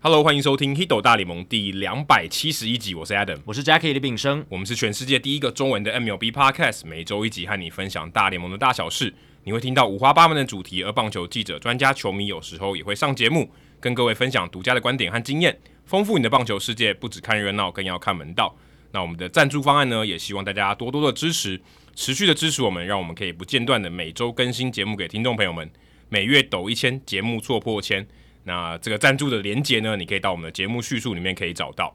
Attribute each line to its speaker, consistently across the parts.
Speaker 1: Hello，欢迎收听《Hido 大联盟》第两百七十一集，我是 Adam，
Speaker 2: 我是 Jackie 李炳生。
Speaker 1: 我们是全世界第一个中文的 MLB Podcast，每周一集和你分享大联盟的大小事，你会听到五花八门的主题，而棒球记者、专家、球迷有时候也会上节目，跟各位分享独家的观点和经验，丰富你的棒球世界。不只看热闹，更要看门道。那我们的赞助方案呢，也希望大家多多的支持，持续的支持我们，让我们可以不间断的每周更新节目给听众朋友们。每月抖一千，节目做破千。那这个赞助的连接呢，你可以到我们的节目叙述里面可以找到。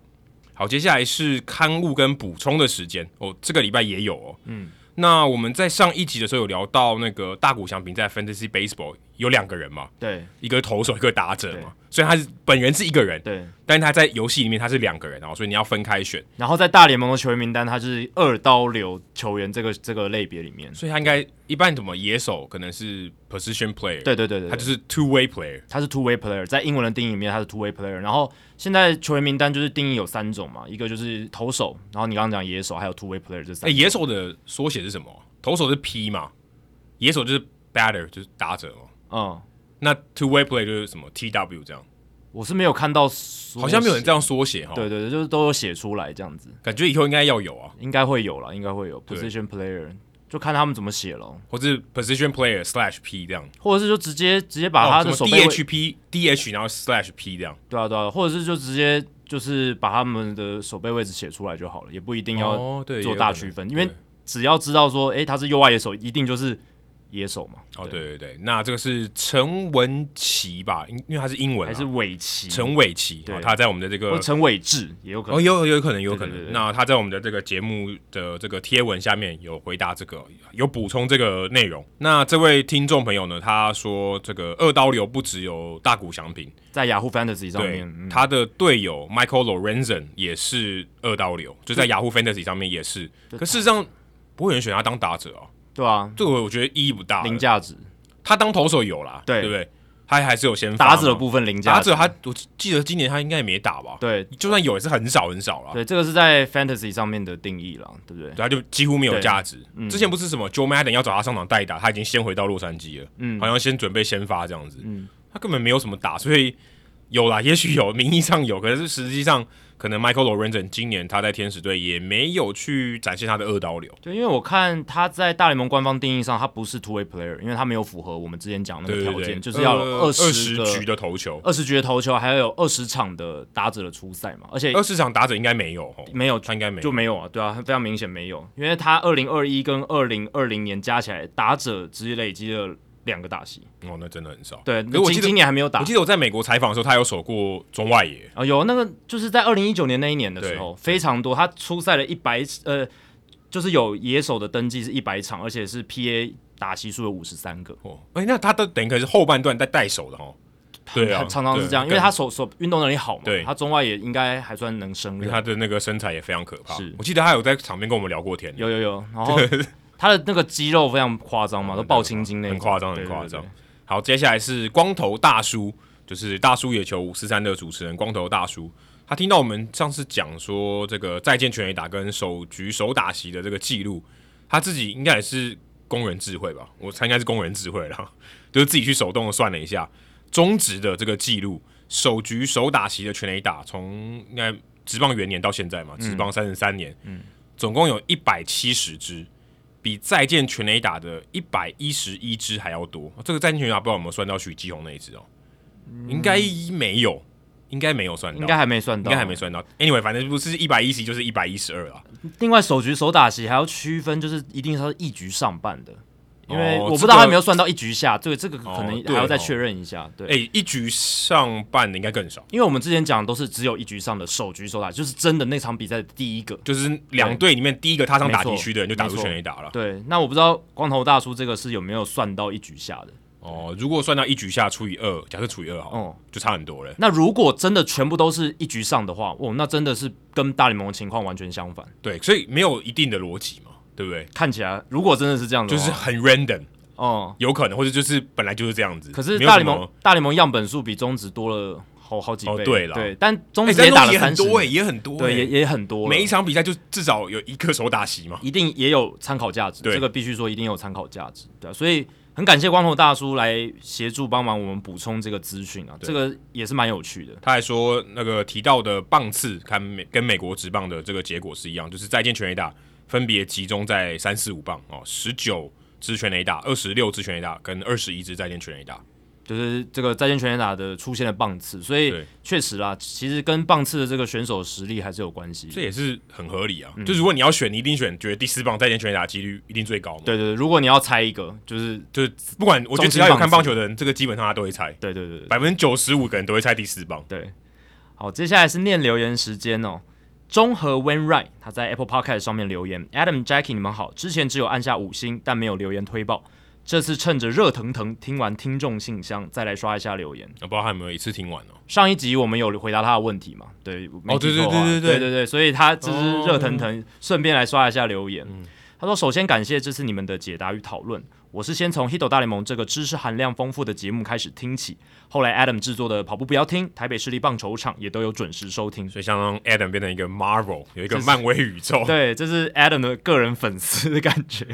Speaker 1: 好，接下来是刊物跟补充的时间哦，这个礼拜也有哦。嗯，那我们在上一集的时候有聊到那个大谷翔平在 Fantasy Baseball 有两个人嘛，
Speaker 2: 对
Speaker 1: 一个投手，一个打者嘛，所以他是本人是一个人，
Speaker 2: 对，
Speaker 1: 但是他在游戏里面他是两个人哦，所以你要分开选，
Speaker 2: 然后在大联盟的球员名单，他是二刀流球员这个这个类别里面。
Speaker 1: 所以他应该一般怎么野手可能是 position player，
Speaker 2: 对对对对，
Speaker 1: 他就是 two way player，
Speaker 2: 他是 two way player，在英文的定义里面他是 two way player。然后现在球员名单就是定义有三种嘛，一个就是投手，然后你刚刚讲野手，还有 two way player 这
Speaker 1: 哎、
Speaker 2: 三种。
Speaker 1: 野手的缩写是什么？投手是 P 嘛，野手就是 batter，就是打者嘛。
Speaker 2: 嗯，
Speaker 1: 那 two way play 就是什么 TW 这样，
Speaker 2: 我是没有看到缩写，
Speaker 1: 好像没有人这样缩写哈。
Speaker 2: 对对对，就是都有写出来这样子，
Speaker 1: 感觉以后应该要有啊，
Speaker 2: 应该会有了，应该会有
Speaker 1: 对
Speaker 2: position player，就看他们怎么写咯，
Speaker 1: 或是 position player slash P 这样，
Speaker 2: 或者是就直接直接啊把他的
Speaker 1: 哦什
Speaker 2: 手
Speaker 1: 么
Speaker 2: 背位
Speaker 1: DHP DH 然后 slash P 这样，
Speaker 2: 对啊，对啊，或者是就直接就是把他们的手背位置写出来就好了，也不一定要
Speaker 1: 哦对
Speaker 2: 做
Speaker 1: 也有
Speaker 2: 大
Speaker 1: 可能
Speaker 2: 区分，因为
Speaker 1: 对
Speaker 2: 只要知道说，诶，他是右外野手，一定就是野手嘛。
Speaker 1: 哦对对对，那这个是陈文琪吧，因因为他是英文、啊，
Speaker 2: 还是尾崎，
Speaker 1: 陈伟琪，
Speaker 2: 对
Speaker 1: 哦他在我们的这
Speaker 2: 或
Speaker 1: 个
Speaker 2: 陈伟志也有可
Speaker 1: 哦，
Speaker 2: 能。
Speaker 1: 有有有可能，有可
Speaker 2: 对
Speaker 1: 能。
Speaker 2: 对对
Speaker 1: 那他在我们的这个节目的这个贴文下面有回答这个，有补充这个内容。那这位听众朋友呢，他说这个二刀流不只有大谷翔平，
Speaker 2: 在雅虎 Fantasy 上
Speaker 1: 对
Speaker 2: 面，，嗯
Speaker 1: 他的队友 Michael Lorenzen 也是二刀流，就在 Yahoo Fantasy 上面也是。可事实上，不会有人选他当打者啊，
Speaker 2: 对啊，
Speaker 1: 这个我觉得意义不大。
Speaker 2: 零价值，
Speaker 1: 他当投手有啦，
Speaker 2: 对
Speaker 1: 对不对？他还是有先发
Speaker 2: 打者的
Speaker 1: 嘛
Speaker 2: 部分零价
Speaker 1: 打
Speaker 2: 值，
Speaker 1: 者他，我记得今年他应该也没打吧？
Speaker 2: 对
Speaker 1: 就算有也是很少很少啦。
Speaker 2: 对，这个是在 Fantasy 上面的定义啦，对不对？
Speaker 1: 对，
Speaker 2: 嗯
Speaker 1: 他就几乎没有价值。之前不是什么 Joe Madden 要找他上场代打，他已经先回到洛杉矶了，
Speaker 2: 嗯
Speaker 1: 好像先准备先发这样子，他根本没有什么打，所以有啦，也 许有，名义上有，可是实际上可能 Michael Lorenzen 今年他在天使队也没有去展现他的二刀流，
Speaker 2: 对，因为我看他在大联盟官方定义上，他不是 two way player，因为他没有符合我们之前讲的那
Speaker 1: 对对
Speaker 2: 个条
Speaker 1: 对，呃
Speaker 2: 件，就是要
Speaker 1: 二
Speaker 2: 十
Speaker 1: 十局的投球，
Speaker 2: 二十局的投球，还有二十场的打者的初赛嘛，而且
Speaker 1: 二十场打者应该没有，哦
Speaker 2: 没有
Speaker 1: 他应该没有
Speaker 2: 就没有啊，对啊，非常明显没有，因为他二零二一跟二零二零年加起来，打者只累积了两个打席，
Speaker 1: 哦，那真的很少。
Speaker 2: 对，
Speaker 1: 可是我记
Speaker 2: 今
Speaker 1: 得
Speaker 2: 今。年还没有打
Speaker 1: 我记。得我在美国采访的时候，他有守过中外野，
Speaker 2: 啊、有那个就是在二零一九年那一年的时候，非常多，他出赛了一百呃，就是有野手的登记是一百场，而且是 PA 打席数有五十三个，
Speaker 1: 哦，哎、那他的等于可是后半段在带手的哦，对啊，
Speaker 2: 常常是
Speaker 1: 对
Speaker 2: 这样，因为他手手运动能力好嘛
Speaker 1: 对，
Speaker 2: 他中外也应该还算能胜
Speaker 1: 因为
Speaker 2: 任，
Speaker 1: 他的那个身材也非常可怕。
Speaker 2: 是
Speaker 1: 我记得他有在场边跟我们聊过天，
Speaker 2: 有有有，然后他的那个肌肉非常夸张嘛，都爆青筋那种，
Speaker 1: 很夸张，很
Speaker 2: 对对对
Speaker 1: 夸张。好，接下来是光头大叔，就是大叔野球五四三的主持人光头大叔。他听到我们上次讲说这个再见全垒打跟首局首打席的这个记录，他自己应该也是工人智慧吧？我猜应该是工人智慧啦， 就是自己去手动的算了一下，中职的这个记录，首局首打席的全垒打，从应该职棒元年到现在
Speaker 2: 嗯
Speaker 1: 嘛，职棒三十三年，嗯，总共有一百七十支，比再见全垒打的一百一十一支还要多。这个再见全垒打不知道有没有算到许基宏那一支哦，应该没有，应该没有算到，
Speaker 2: 嗯应该还没算到，
Speaker 1: 应该还没。算到。Anyway，反正不是一百一十就是一百一十二啦。啊
Speaker 2: 另外，首局首打席还要区分，就是一定是要一局上半的，因为
Speaker 1: 哦
Speaker 2: 我不知
Speaker 1: 这
Speaker 2: 道
Speaker 1: 个
Speaker 2: 他有没有算到一局下，这个这个可
Speaker 1: 哦
Speaker 2: 能
Speaker 1: 对
Speaker 2: 还要再
Speaker 1: 哦
Speaker 2: 确认一下。对，
Speaker 1: 哎、一局上半的应该更少，
Speaker 2: 因为我们之前讲的都是只有一局上的首局首打，就是真的那场比赛的第一个。
Speaker 1: 就是两队里面第一个踏上打
Speaker 2: 没
Speaker 1: 地
Speaker 2: 错
Speaker 1: 区的人就打出
Speaker 2: 没错
Speaker 1: 全垒打了。
Speaker 2: 对，那我不知道光头大叔这个是有没有算到一局下的。
Speaker 1: 哦，如果算到一局下除以二，假设除以二好了，
Speaker 2: 哦
Speaker 1: 就差很多了。
Speaker 2: 那如果真的全部都是一局上的话，哦，那真的是跟大联盟的情况完全相反。
Speaker 1: 对，所以没有一定的逻辑嘛，对不对？
Speaker 2: 看起来，如果真的是这样子
Speaker 1: 就
Speaker 2: 的话，
Speaker 1: 是很 random，
Speaker 2: 哦、
Speaker 1: 有可能，或者就是本来就是这样子。
Speaker 2: 可是
Speaker 1: 没有
Speaker 2: 大
Speaker 1: 什
Speaker 2: 联盟
Speaker 1: 么，哎
Speaker 2: 大联盟样本数比中职多了好好几倍。
Speaker 1: 哦对啦
Speaker 2: 对，但中
Speaker 1: 哎，
Speaker 2: 职也
Speaker 1: 但
Speaker 2: 打
Speaker 1: 那
Speaker 2: 了
Speaker 1: 也
Speaker 2: 三
Speaker 1: 很
Speaker 2: 十、
Speaker 1: 多哎，也很多欸，
Speaker 2: 对，也也很多了，
Speaker 1: 每一场比赛就至少有一个手打席嘛。
Speaker 2: 一定也有参考价值，
Speaker 1: 对
Speaker 2: 这个必须说一定有参考价值，对啊、所以很感谢光头大叔来协助帮忙我们补充这个资讯啊，
Speaker 1: 对
Speaker 2: 这个也是蛮有趣的。
Speaker 1: 他还说，那个提到的棒次，看美跟美国职棒的这个结果是一样，就是再见全垒打分别集中在三四五棒哦，十九支全垒打、二十六支全垒打跟二十一支再见全垒打。
Speaker 2: 就是这个在线全垒打的出现了棒次，所以
Speaker 1: 对
Speaker 2: 确实啦，其实跟棒次的这个选手实力还是有关系。
Speaker 1: 这也是很合理啊。
Speaker 2: 嗯
Speaker 1: 就如果你要选，你一定选觉得第四棒再见全垒打几率一定最高嘛。，
Speaker 2: 对对对，如果你要猜一个，就是
Speaker 1: 就是不管我觉得只要有看棒球的人，这个基本上他都会猜，
Speaker 2: 对对对对
Speaker 1: 百分之九十五个人都会猜第四棒。
Speaker 2: 对。好，接下来是念留言时间哦。中和 When Right 他在 Apple Podcast 上面留言，Adam Jackie 你们好，之前只有按下五星，但没有留言推报，这次趁着热腾腾听完听众信箱，再来刷一下留言。
Speaker 1: 我不知道他有没有一次听完哦。
Speaker 2: 上一集我们有回答他的问题嘛？对，没记错的话
Speaker 1: 哦对对对对对哦
Speaker 2: 对对对，所以他就是热腾腾，顺便来刷一下留言。
Speaker 1: 嗯
Speaker 2: 他说：“首先感谢这次你们的解答与讨论。我是先从《h i t 大联盟》这个知识含量丰富的节目开始听起，后来 Adam 制作的《跑步不要听》、台北市立棒球场也都有准时收听。
Speaker 1: 所以相当于 Adam 变成一个 Marvel，有一个
Speaker 2: 这是
Speaker 1: 漫威宇宙。
Speaker 2: 对，这是 Adam 的个人粉丝的感 觉。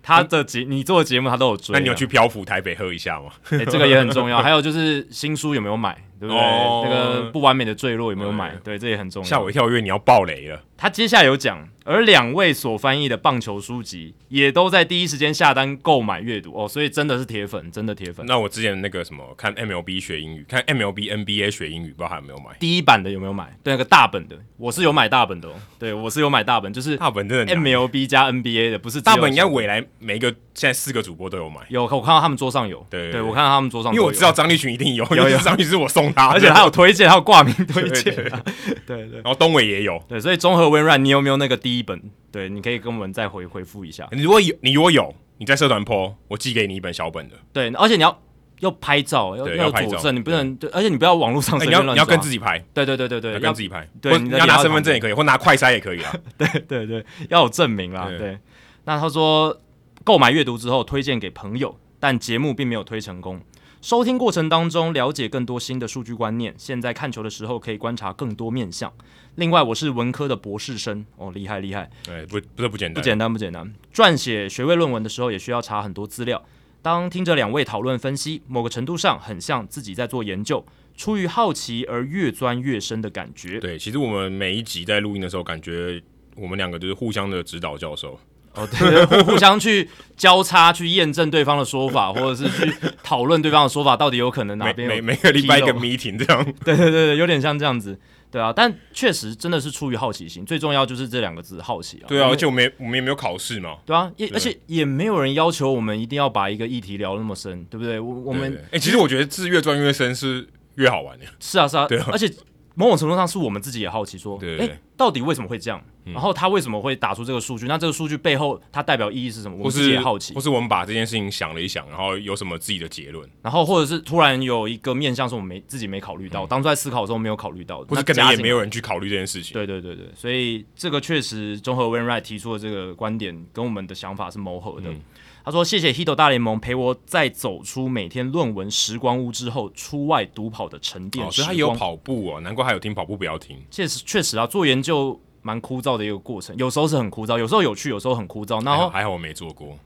Speaker 2: 他的节，你做的节目他都有追。啊
Speaker 1: 那你有去漂浮台北喝一下吗？
Speaker 2: 哎、这个也很重要。还有就是新书有没有买，对不对？
Speaker 1: 哦
Speaker 2: 那个不完美的坠落有没有买？对，这也很重要。
Speaker 1: 吓我一跳，因为你要爆雷了。
Speaker 2: 他接下来有讲，而两位所翻译的棒球书籍也都在第一时间下单购买阅读哦，所以真的是铁粉，真的铁粉。
Speaker 1: 那我之前那个什么，看 MLB 学英语，看 MLB NBA 学英语，不知道还有没有买。
Speaker 2: 第一版的有没有买？对，那个大本的，我是有买大本的哦。对，我是有买大本，就是
Speaker 1: 大本真的很难
Speaker 2: MLB 加 NBA 的，不是只有
Speaker 1: 大本应该未来每一个现在四个主播都有买，
Speaker 2: 有，我看到他们桌上有，
Speaker 1: 对对对
Speaker 2: 我看到他们桌上
Speaker 1: 因
Speaker 2: 都
Speaker 1: 为
Speaker 2: 有，
Speaker 1: 我知道啊张立群一定有，
Speaker 2: 有
Speaker 1: 因为 张立群是我送他的，
Speaker 2: 而且还有推荐，还有挂名推荐啊、对对
Speaker 1: 然后东伟也有。
Speaker 2: 对，所以综合微软，你有没有那个第一本？对，你可以跟我们再回回复一下。
Speaker 1: 你如果有，你如果有，你在社团 PO，我寄给你一本小本的。
Speaker 2: 对，而且你要要拍照，要
Speaker 1: 对
Speaker 2: 要
Speaker 1: 要拍
Speaker 2: 佐
Speaker 1: 照
Speaker 2: 证，你不能，对，而且你不要网络上
Speaker 1: 哎
Speaker 2: 随
Speaker 1: 你
Speaker 2: 便
Speaker 1: 要
Speaker 2: 乱
Speaker 1: 你要
Speaker 2: 抓
Speaker 1: 跟自己拍，
Speaker 2: 对对对对对，
Speaker 1: 要
Speaker 2: 要
Speaker 1: 跟自己拍，
Speaker 2: 对
Speaker 1: 或
Speaker 2: 你
Speaker 1: 你
Speaker 2: 的
Speaker 1: 要
Speaker 2: 脸
Speaker 1: 拿
Speaker 2: 要
Speaker 1: 身份
Speaker 2: 长
Speaker 1: 证也可以，或拿快筛也可以啊。
Speaker 2: 对对要有证明啦。
Speaker 1: 对
Speaker 2: 对，那他说购买阅读之后推荐给朋友，但节目并没有推成功。收听过程当中了解更多新的数据观念，现在看球的时候可以观察更多面向。另外，我是文科的博士生，哦，厉害厉害，
Speaker 1: 对，哎不不是不简
Speaker 2: 不
Speaker 1: 单，
Speaker 2: 简单不简单。撰写学位论文的时候也需要查很多资料。当听着两位讨论分析，某个程度上很像自己在做研究，出于好奇而越钻越深的感觉。
Speaker 1: 对，其实我们每一集在录音的时候，感觉我们两个就是互相的指导教授。
Speaker 2: 哦， 对，互互相去交叉去验证对方的说法，或者是去讨论对方的说法到底有可能哪
Speaker 1: 每
Speaker 2: 边
Speaker 1: 每
Speaker 2: 有
Speaker 1: 每个礼拜一个
Speaker 2: 纰漏
Speaker 1: meeting 这样，
Speaker 2: 对对对对，有点像这样子，对啊，但确实真的是出于好奇心，最重要就是这两个字好奇啊。
Speaker 1: 对啊，
Speaker 2: 因为
Speaker 1: 而且我们也我们也没有考试嘛，
Speaker 2: 对啊，也而且也没有人要求我们一定要把一个议题聊那么深，对不对？我我
Speaker 1: 我
Speaker 2: 们
Speaker 1: 哎、欸其实我觉得是越钻越深是越好玩的，
Speaker 2: 是啊是啊，
Speaker 1: 对啊
Speaker 2: 而且某种程度上是我们自己也好奇说，
Speaker 1: 对对嗯对
Speaker 2: 哎，到底为什么会这样？然后他为什么会打出这个数据？那这个数据背后它代表意义是什么？我
Speaker 1: 或
Speaker 2: 们自己
Speaker 1: 是
Speaker 2: 也好奇
Speaker 1: 或。是我们把这件事情想了一想，然后有什么自己的结论，
Speaker 2: 然后或者是突然有一个面向是我们没自己没考虑到，当初在思考的时候没有考虑到的，
Speaker 1: 嗯或是
Speaker 2: 那
Speaker 1: 可能也
Speaker 2: 加进
Speaker 1: 没有人去考虑这件事情。
Speaker 2: 对对对对，所以这个确实综合 w e n r i g 提出的这个观点跟我们的想法是谋合的。
Speaker 1: 嗯
Speaker 2: 他说：“谢谢 Hito 大联盟陪我在走出每天论文时光屋之后，出外独跑的沉淀
Speaker 1: 哦，
Speaker 2: 时
Speaker 1: 所以他
Speaker 2: 光。
Speaker 1: 也有跑步哦，难怪还有听跑步不要听。
Speaker 2: 确实确实啊，做研究蛮枯燥的一个过程，有时候是很枯燥，有时候有趣，有时候很枯燥。
Speaker 1: 哎
Speaker 2: 然
Speaker 1: 还好
Speaker 2: 后
Speaker 1: 还好我没做过，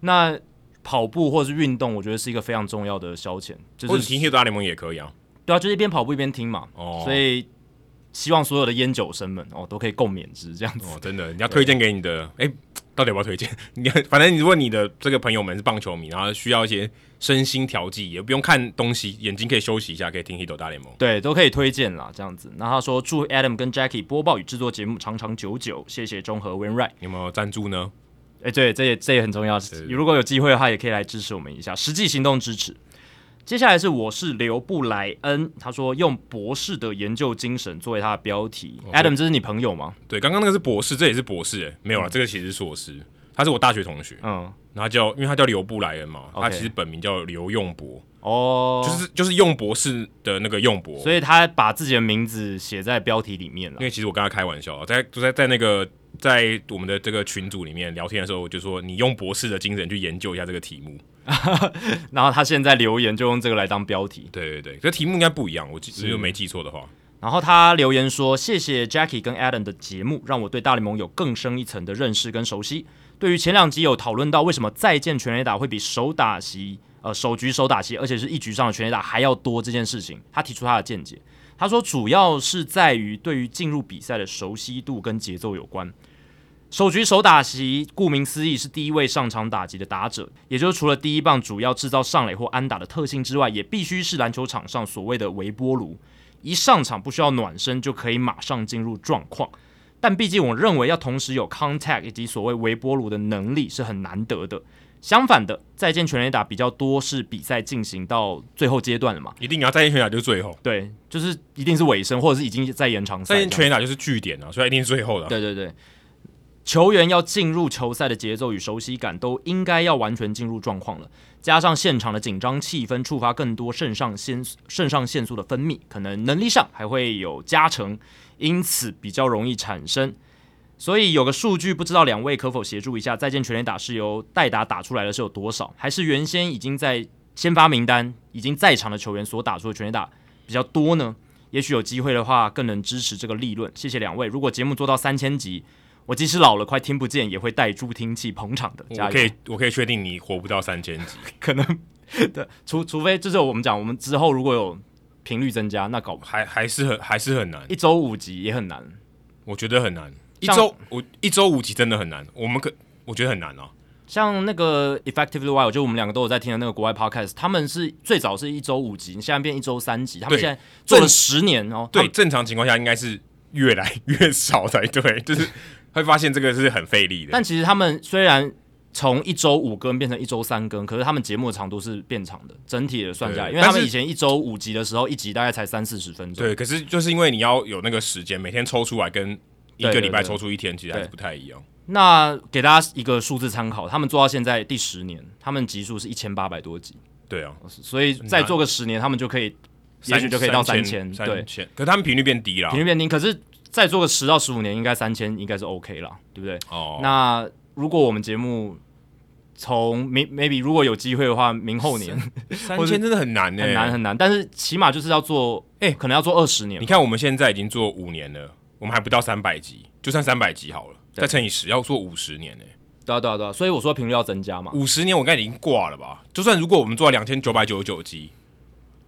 Speaker 2: 那跑步或是运动，我觉得是一个非常重要的消遣，就
Speaker 1: 或者
Speaker 2: 是
Speaker 1: 听《黑大联盟》也可以啊。
Speaker 2: 对啊，就是一边跑步一边听嘛。
Speaker 1: 哦，
Speaker 2: 所以希望所有的烟酒生们哦都可以共勉之，这样子。
Speaker 1: 哦，真的，你要推荐给你的，哎、到底要不要推荐？ 你反正你如果你的这个朋友们是棒球迷，然后需要一些身心调剂，也不用看东西，眼睛可以休息一下，可以听《黑 i 大联盟》。
Speaker 2: 对，都可以推荐啦，这样子。那他说祝 Adam 跟 Jackie 播报与制作节目长长久久，谢谢中和 Win Right。
Speaker 1: 有没有赞助呢？
Speaker 2: 哎，对，这也这也很重要。如果有机会的话，也可以来支持我们一下，实际行动支持。接下来是我是刘布莱恩，他说用博士的研究精神作为他的标题。Adam，这是
Speaker 1: 哦
Speaker 2: 你朋友吗？
Speaker 1: 对，刚刚那个是博士，这也是博士、哎，没有了，这个其实是硕士，他是我大学同学，
Speaker 2: 嗯，
Speaker 1: 然后他叫，因为他叫刘布莱恩嘛，他
Speaker 2: OK
Speaker 1: 其实本名叫刘用博，
Speaker 2: 哦，
Speaker 1: 就，是就是用博士的那个用博，
Speaker 2: 所以他把自己的名字写在标题里面了
Speaker 1: 因。为其实我跟他开玩笑，啊在就在在那个在我们的这个群组里面聊天的时候，我就说你用博士的精神去研究一下这个题目。
Speaker 2: 然后他现在留言就用这个来当标题。
Speaker 1: 对对对，这题目应该不一样，我记如果没记错的话，
Speaker 2: 然后他留言说：“谢谢 Jackie 跟 Adam 的节目，让我对大联盟有更深一层的认识跟熟悉。对于前两集有讨论到为什么再见全垒打会比手打席，呃，首局手打席，而且是一局上的全垒打还要多这件事情，他提出他的见解。他说，主要是在于对于进入比赛的熟悉度跟节奏有关。首局手打席，顾名思义是第一位上场打击的打者，也就是除了第一棒主要制造上垒或安打的特性之外，也必须是篮球场上所谓的微波炉。一上场不需要暖身就可以马上进入状况。但毕竟我认为要同时有 contact 以及所谓微波炉的能力是很难得的。相反的，再见全垒打比较多是比赛进行到最后阶段了嘛？
Speaker 1: 一定要啊再见全垒打就是最后，
Speaker 2: 对，就是一定是尾声或者是已经在延长赛
Speaker 1: 再见
Speaker 2: 这样。
Speaker 1: 全垒打就是据点啊，所以一定是最后的啊。
Speaker 2: 对对对，球员要进入球赛的节奏与熟悉感都应该要完全进入状况了，加上现场的紧张气氛，触发更多肾上腺肾上腺素的分泌，可能能力上还会有加成，因此比较容易产生。所以有个数据，不知道两位可否协助一下？再见全垒打是由代打打出来的是有多少，还是原先已经在先发名单已经在场的球员所打出的全垒打比较多呢？也许有机会的话，更能支持这个利润。谢谢两位，如果节目做到三千集，我即使老了快听不见，也会带助听器捧场的。加
Speaker 1: 我哦
Speaker 2: 油！
Speaker 1: 可以，我可以确定你活不到三千集。
Speaker 2: 可能对，除除非就是我们讲，我们之后如果有频率增加，那搞不好
Speaker 1: 还还是很还是很难，
Speaker 2: 一周五集也很难。
Speaker 1: 我觉得很难。一
Speaker 2: 像
Speaker 1: 周我一周五集真的很难，我们可我觉得很难啊。
Speaker 2: 像那个 Effectively Wild，就我们两个都有在听的那个国外 podcast，他们是最早是一周五集，现在变一周三集，他们
Speaker 1: 对
Speaker 2: 现在做了
Speaker 1: 正
Speaker 2: 十年哦。
Speaker 1: 对，，正常情况下应该是越来越少才对，就是 会发现这个是很费力的。
Speaker 2: 但其实他们虽然从一周五更变成一周三更，可是他们节目的长度是变长的，整体的算下来，
Speaker 1: 对
Speaker 2: 因为他
Speaker 1: 但
Speaker 2: 们
Speaker 1: 是
Speaker 2: 以前一周五集的时候，一集大概才三四十分钟。
Speaker 1: 对，可是就是因为你要有那个时间，每天抽出来跟一
Speaker 2: 对
Speaker 1: 个
Speaker 2: 对
Speaker 1: 礼拜
Speaker 2: 对
Speaker 1: 抽出一天，其实还是
Speaker 2: 对
Speaker 1: 不太一样。
Speaker 2: 那给大家一个数字参考，他们做到现在第十年，他们集数是一千八百多集，
Speaker 1: 对啊，
Speaker 2: 所以再做个十年，他们就可以，也许就可以到
Speaker 1: 三
Speaker 2: 千。
Speaker 1: 三
Speaker 2: 对，
Speaker 1: 千。可是他们频率变低了
Speaker 2: 频。率变低，可是再做个十到十五年，应该三千应该是 OK 啦，对不对？
Speaker 1: 哦，
Speaker 2: 那如果我们节目从明 maybe 如果有机会的话，明后年
Speaker 1: 三
Speaker 2: 或是
Speaker 1: 千真的很难欸呢、
Speaker 2: 很难很难，但是起码就是要做，哎、可能要做二十年
Speaker 1: 你。看我们现在已经做五年了，我们还不到三百集，就算三百集好了，
Speaker 2: 对
Speaker 1: 再乘以十，要做五十年呢、欸
Speaker 2: 对啊，对啊，对啊，所以我说频率要增加嘛。
Speaker 1: 五十年我应该已经挂了吧？就算如果我们做到两千九百九十九集，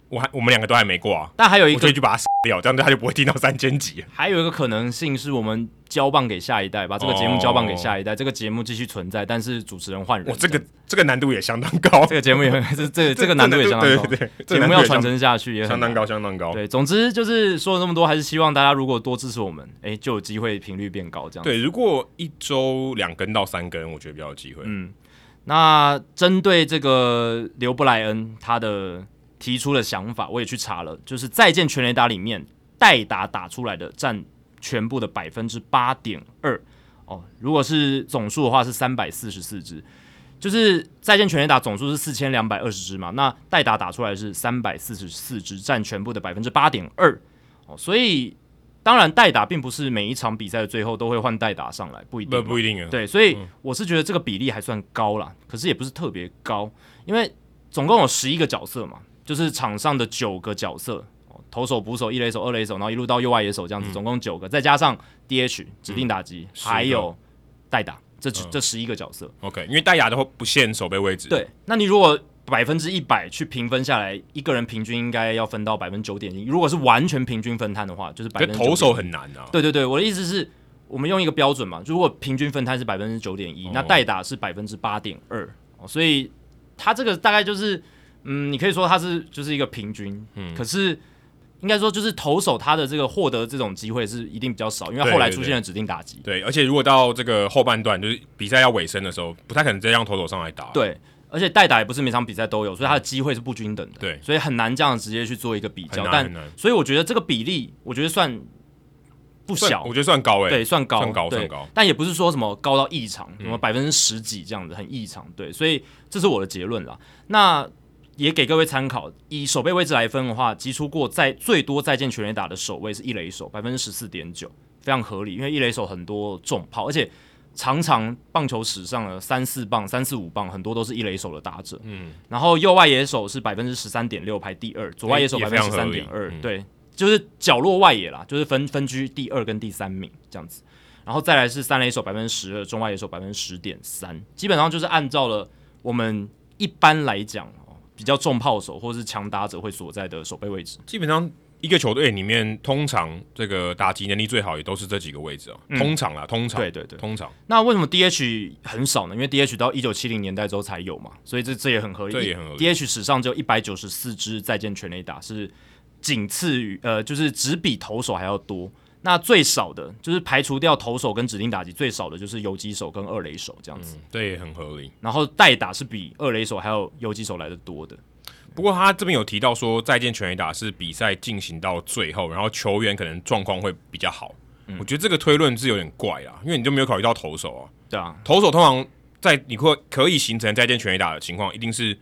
Speaker 1: 我还我们两个都还没挂，
Speaker 2: 但还有一
Speaker 1: 我可
Speaker 2: 个
Speaker 1: 以，就把它删掉，这样他就不会听到三千集了。
Speaker 2: 还有一个可能性是我们交棒给下一代，
Speaker 1: 哦
Speaker 2: 把这个节目交棒给下一代，这个节目继续存在，但是主持人换人。
Speaker 1: 我这个这个难度也相当高，
Speaker 2: 这个节目也 这这这个难度也相当高，
Speaker 1: 对对对，这
Speaker 2: 节
Speaker 1: 个难
Speaker 2: 目要
Speaker 1: 度也相
Speaker 2: 传承下去也很
Speaker 1: 相
Speaker 2: 难
Speaker 1: 当。高，相当高。
Speaker 2: 对，总之就是说了那么多，还是希望大家如果多支持我们，哎，就有机会频率变高这样。
Speaker 1: 对，如果一周两根到三根，我觉得比较有机会。
Speaker 2: 嗯，那针对这个刘布莱恩他的提出的想法，我也去查了，就是再见全垒打里面代打打出来的占全部的百分之八点二哦，如果是总数的话是三百四十四支。就是再见全垒打总数是四千两百二十支嘛，那代打打出来是三百四十四支，占全部的百分之八点二哦，所以当然代打并不是每一场比赛的最后都会换代打上来，不一定
Speaker 1: 不
Speaker 2: 嘛
Speaker 1: 不一定啊，
Speaker 2: 对，所以我是觉得这个比例还算高啦，可是也不是特别高，因为总共有十一个角色嘛，就是场上的九个角色，哦投手、捕手、一垒手、二垒手，然后一路到右外野手这样子，
Speaker 1: 嗯
Speaker 2: 总共九个，再加上 DH 指定打击，
Speaker 1: 10个嗯
Speaker 2: 还有代打，这、这十一个角色。
Speaker 1: ，OK，因为戴牙的话不限守备位置，，
Speaker 2: 对，那你如果百分之一百去平分下来，一个人平均应该要分到百分之九点一，如果是完全平均分摊的话，就是百
Speaker 1: 可
Speaker 2: 分
Speaker 1: 是
Speaker 2: 之
Speaker 1: 投手很难啊。
Speaker 2: 对对对，我的意思是，我们用一个标准嘛，如果平均分摊是百分之九点
Speaker 1: 哦
Speaker 2: 一，那代打是百分之八点二，哦所以它这个大概就是，嗯，你可以说它是就是一个平均，
Speaker 1: 嗯
Speaker 2: 可是应该说就是投手他的这个获得这种机会是一定比较少，因为
Speaker 1: 对
Speaker 2: 后来
Speaker 1: 对
Speaker 2: 出现了指定打击，
Speaker 1: 对，而且如果到这个后半段，就是比赛要尾声的时候，不太可能再让投手上来打。，
Speaker 2: 对而且代打也不是每场比赛都有，所以他的机会是不均等的，
Speaker 1: 嗯对
Speaker 2: 所以很难这样直接去做一个比较，
Speaker 1: 很难
Speaker 2: 但
Speaker 1: 很难
Speaker 2: 所以我觉得这个比例，我觉得算不
Speaker 1: 算
Speaker 2: 小
Speaker 1: 我，觉得算高哎、
Speaker 2: 对，算高，
Speaker 1: 算高
Speaker 2: 对
Speaker 1: 算高嗯
Speaker 2: 但也不是说什么高到异常，什么百分之十几这样子，很异常，对，所以这是我的结论啦。那也给各位参考，以守备位置来分的话，击出过在最多再见全垒打的守卫是一垒手，百分之十四点九，非常合理，因为一垒手很多重炮，而且常常棒球史上的三四棒、三四五棒很多都是一垒手的打者，嗯，然后右外野手是百分之十三点六排第二，左外野手
Speaker 1: 哎也
Speaker 2: 百
Speaker 1: 非
Speaker 2: 分
Speaker 1: 常
Speaker 2: 之十
Speaker 1: 合
Speaker 2: 三
Speaker 1: 理
Speaker 2: 点二，
Speaker 1: 嗯
Speaker 2: 对，就是角落外野啦，就是分分居第二跟第三名这样子。然后再来是三垒手百分之十二，中外野手百分之十点三，基本上就是按照了我们一般来讲哦，比较重炮手或是强打者会所在的守备位置。
Speaker 1: 基本上一个球队里面，通常这个打击能力最好也都是这几个位置啊。通常啦，通常，
Speaker 2: 嗯对对对
Speaker 1: 通常
Speaker 2: 那为什么 DH 很少呢？因为 DH 到一九七零年代之后才有嘛，所以这这也很合理。
Speaker 1: 这也很合理
Speaker 2: DH 史上只有一百九十四支再见全垒打，是仅次于呃，就是只比投手还要多。那最少的就是排除掉投手跟指定打击，最少的就是游击手跟二垒手这样子。
Speaker 1: 这也很合理。
Speaker 2: 然后代打是比二垒手还有游击手来的多的。
Speaker 1: 不过他这边有提到说，再见全垒打是比赛进行到最后，然后球员可能状况会比较好。
Speaker 2: 嗯
Speaker 1: 我觉得这个推论是有点怪啊，因为你就没有考虑到投手啊。
Speaker 2: 对啊，
Speaker 1: 投手通常在你会可以形成再见全垒打的情况，一定是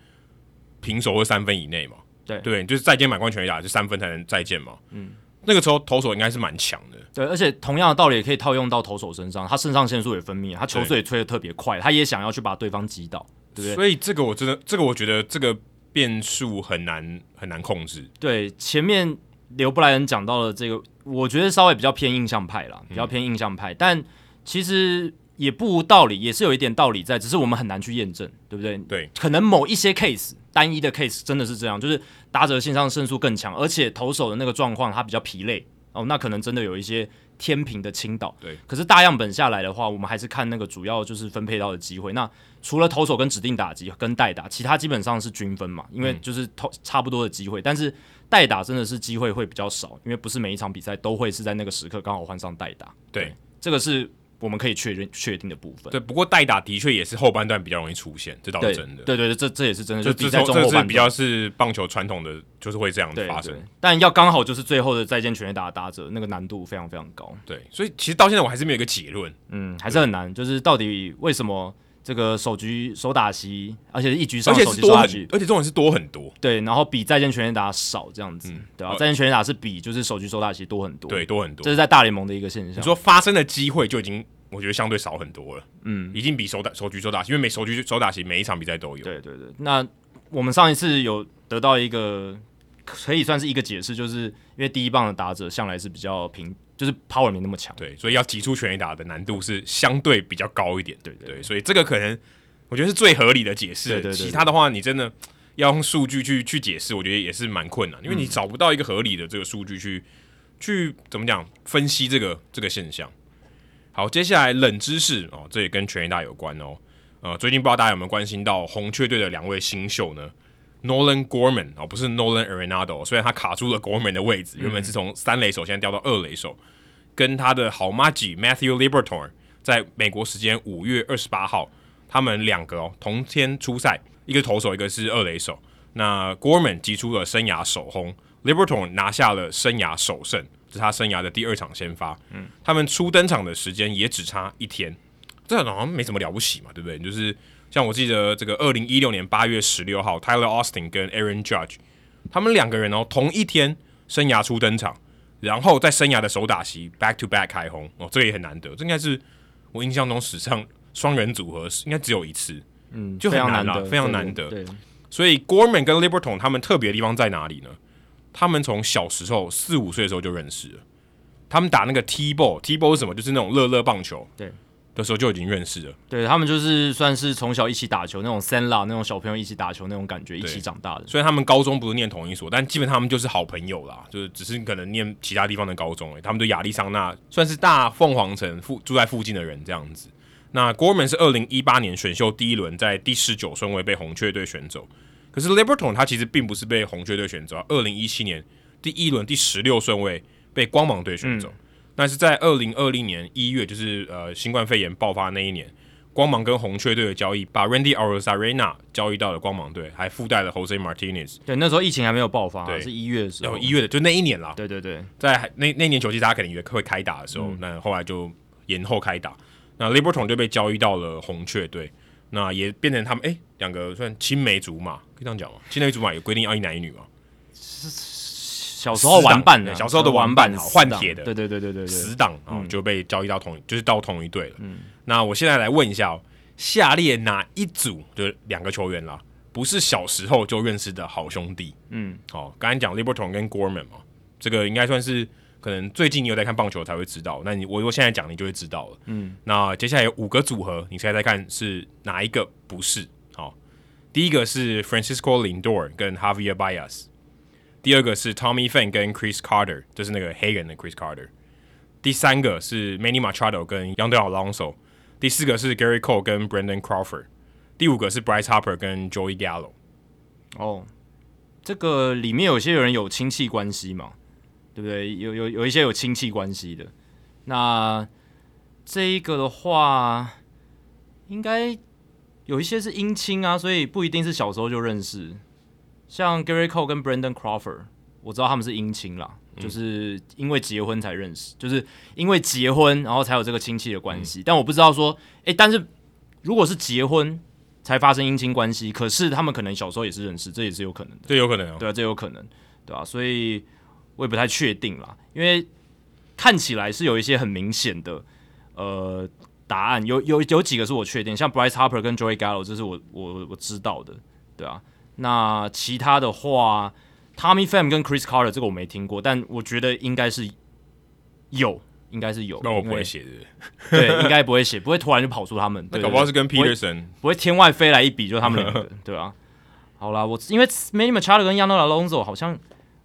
Speaker 1: 平手或三分以内嘛。
Speaker 2: 对
Speaker 1: 对，就是再见满贯全垒打，就三分才能再见嘛。嗯，那个时候投手应该是蛮强的，
Speaker 2: 对，而且同样的道理也可以套用到投手身上，他肾上腺素也分泌，他球速也吹得特别快，他也想要去把对方击倒，对不对？
Speaker 1: 所以这个我真的，这个我觉得这个变数很难很难控制。
Speaker 2: 对，前面刘布莱恩讲到了这个，我觉得稍微比较偏印象派啦，比较偏印象派，但其实也不无道理，也是有一点道理在，只是我们很难去验证，对不对？
Speaker 1: 对，
Speaker 2: 可能某一些 case 单一的 case 真的是这样，就是打者线上胜诉更强，而且投手的那个状况他比较疲累哦，那可能真的有一些天平的倾倒。
Speaker 1: 对，
Speaker 2: 可是大样本下来的话，我们还是看那个主要就是分配到的机会。那除了投手跟指定打击跟代打，其他基本上是均分嘛，因
Speaker 1: 嗯
Speaker 2: 为就是投差不多的机会，但是代打真的是机会会比较少，因为不是每一场比赛都会是在那个时刻刚好换上代打。
Speaker 1: 对
Speaker 2: 这个是我们可以确认确定的部分。
Speaker 1: 对，不过代打的确也是后半段比较容易出现，这倒是真的。
Speaker 2: 对对对，这这也是真的，
Speaker 1: 这
Speaker 2: 就
Speaker 1: 这
Speaker 2: 比
Speaker 1: 这
Speaker 2: 赛中后
Speaker 1: 这是
Speaker 2: 半
Speaker 1: 比较
Speaker 2: 段
Speaker 1: 是棒球传统的，就是会这样
Speaker 2: 对
Speaker 1: 发生
Speaker 2: 对。，但要刚好就是最后的再见全垒打的打者，那个难度非常非常高。
Speaker 1: 对，所以其实到现在我还是没有一个结论。
Speaker 2: 嗯，还是很难，就是到底为什么这个首局手打席，而且是一局
Speaker 1: 而
Speaker 2: 上
Speaker 1: 且
Speaker 2: 手
Speaker 1: 是
Speaker 2: 局
Speaker 1: 多
Speaker 2: 手打
Speaker 1: 很
Speaker 2: 局，，
Speaker 1: 而且这种人是多很多，
Speaker 2: 对，然后比再见全垒打少这样子，对啊，
Speaker 1: 呃
Speaker 2: 再见全垒打是比就是首局手打席多很多，
Speaker 1: 对，，多很多
Speaker 2: 这。是在大联盟的一个现
Speaker 1: 你
Speaker 2: 象。
Speaker 1: 说发生的机会就已经，我觉得相对少很多了。嗯，已经比手打手局手打，因为每手局手打其实每一场比赛都有。
Speaker 2: 对对对，那我们上一次有得到一个可以算是一个解释，就是因为第一棒的打者向来是比较平，就是 power 没那么强，
Speaker 1: 对，所以要击出全垒打的难度是相对比较高一点。
Speaker 2: 对对对
Speaker 1: 所以这个可能我觉得是最合理的解释。
Speaker 2: 对对对
Speaker 1: 其他的话，你真的要用数据去去解释，我觉得也是蛮困难，因为
Speaker 2: 嗯
Speaker 1: 你找不到一个合理的这个数据去去怎么讲分析这个这个现象。好，接下来冷知识哦，这也跟全垒打有关哦。呃，最近不知道大家有没有关心到红雀队的两位新秀呢？Nolan Gorman 哦，不是 Nolan Arenado，虽然他卡住了 Gorman 的位置，原本是从三垒手现在调到二垒手，跟他的好妈吉 Matthew Libertor 在美国时间五月二十八号，他们两个哦同天出赛，一个投手，一个是二垒手。那 Gorman 击出了生涯首轰，Libertor 拿下了生涯首胜，这是他生涯的第二场先发。嗯，他们初登场的时间也只差一天，这好像没什么了不起嘛，对不对？就是像我记得这个二零一六年八月十六号，Tyler Austin 跟 Aaron Judge 他们两个人哦，同一天生涯初登场，然后在生涯的首打席 back to back 开轰哦，这个也很难得，这应该是我印象中史上双人组合应该只有一次，
Speaker 2: 嗯，
Speaker 1: 就
Speaker 2: 非
Speaker 1: 很
Speaker 2: 常
Speaker 1: 难
Speaker 2: 难
Speaker 1: 啦
Speaker 2: 得，
Speaker 1: 非常
Speaker 2: 对
Speaker 1: 难得
Speaker 2: 对，对
Speaker 1: 所以 Gorman 跟 Liberton 他们特别的地方在哪里呢？他们从小时候四五岁的时候就认识了，他们打那个 T ball，T ball 是什么？就是那种乐乐棒球，
Speaker 2: 对
Speaker 1: 的时候就已经认识了。
Speaker 2: 对他们就是算是从小一起打球那种 s e n l a 那种小朋友一起打球那种感觉，一起长大的。
Speaker 1: 虽然他们高中不是念同一所，但基本上他们就是好朋友啦，就是只是可能念其他地方的高中、欸。他们对亚利桑那算是大凤凰城附住在附近的人这样子。那 Gorman 是二零一八年选秀第一轮在第十九顺位被红雀队选走，可是 Liberton 他其实并不是被红雀队选走，啊二零一七年第一轮第十六顺位被光芒队选走。那是在二零二零年一月，就是呃新冠肺炎爆发那一年，光芒跟红雀队的交易，把 Randy Orozarena 交易到了光芒队，还附带了 Jose Martinez。
Speaker 2: 对，那时候疫情还没有爆发、啊
Speaker 1: 对
Speaker 2: 是一月的时
Speaker 1: 哦，
Speaker 2: 候。
Speaker 1: 一月的就那一年啦，
Speaker 2: 对对对，
Speaker 1: 在那那年球季大家可能以为会开打的时候，那后来就延后开打。那 Liberton 就被交易到了红雀队，那也变成他们哎两、个算青梅竹马，可以这样讲吗？青梅竹马有规定要一男一女嘛？
Speaker 2: 小时候玩伴
Speaker 1: 死
Speaker 2: 啊，
Speaker 1: 党小时候的玩伴
Speaker 2: 伴
Speaker 1: 好
Speaker 2: 死
Speaker 1: 换
Speaker 2: 党
Speaker 1: 铁的
Speaker 2: 对对对对对嗯对。
Speaker 1: 死党啊、哦就被交易到同一就是到同一队了。那我现在来问一下、哦，下列哪一组的两个球员啦，不是小时候就认识的好兄弟？
Speaker 2: 嗯，
Speaker 1: 哦，刚才讲 Liberton 跟 Gorman 嘛，这个应该算是可能最近你有在看棒球才会知道。那你我如果现在讲，你就会知道了。
Speaker 2: 嗯，
Speaker 1: 那接下来有五个组合，你猜猜看是哪一个不是？好，第一个是 Francisco Lindor 跟 Javier Baez，第二个是 Tommy Fan 跟 Chris Carter，就是那个黑人的 Chris Carter。第三个是 Manny Machado 跟 Yonder Alonso，第四个是 Gary Cole 跟 Brandon Crawford，第五个是 Bryce Harper 跟 Joey Gallo。
Speaker 2: 哦，这个里面有些人有亲戚关系嘛，对不对？有有有一些有亲戚关系的。那这一个的话，应该有一些是姻亲啊，所以不一定是小时候就认识。像 Gary Cole 跟 Brandon Crawford，我知道他们是姻亲啦，就是因为结婚才认识，就是因为结婚然后才有这个亲戚的关系。但我不知道说，诶，但是如果是结婚才发生姻亲关系，可是他们可能小时候也是认识，这也是有可能的。
Speaker 1: 这有可能哦。
Speaker 2: 对啊，这有可能，对啊，所以我也不太确定啦，因为看起来是有一些很明显的呃答案，有有有几个是我确定，像 Bryce Harper 跟 Joey Gallo，这是我我我知道的，对啊。那其他的话，Tommy Pham 跟 Chris Carter 这个我没听过，但我觉得应该是有，应该是有。
Speaker 1: 那我不
Speaker 2: 因为
Speaker 1: 会，写的，
Speaker 2: 对，应该不会写，不会突然就跑出他们。
Speaker 1: 那
Speaker 2: 对
Speaker 1: 搞
Speaker 2: 对
Speaker 1: 不好是跟
Speaker 2: 不会
Speaker 1: Peterson
Speaker 2: 不会天外飞来一笔，就是他们两个，对啊。好啦，我因为 Manny Machado 跟 Yano Alonso 好像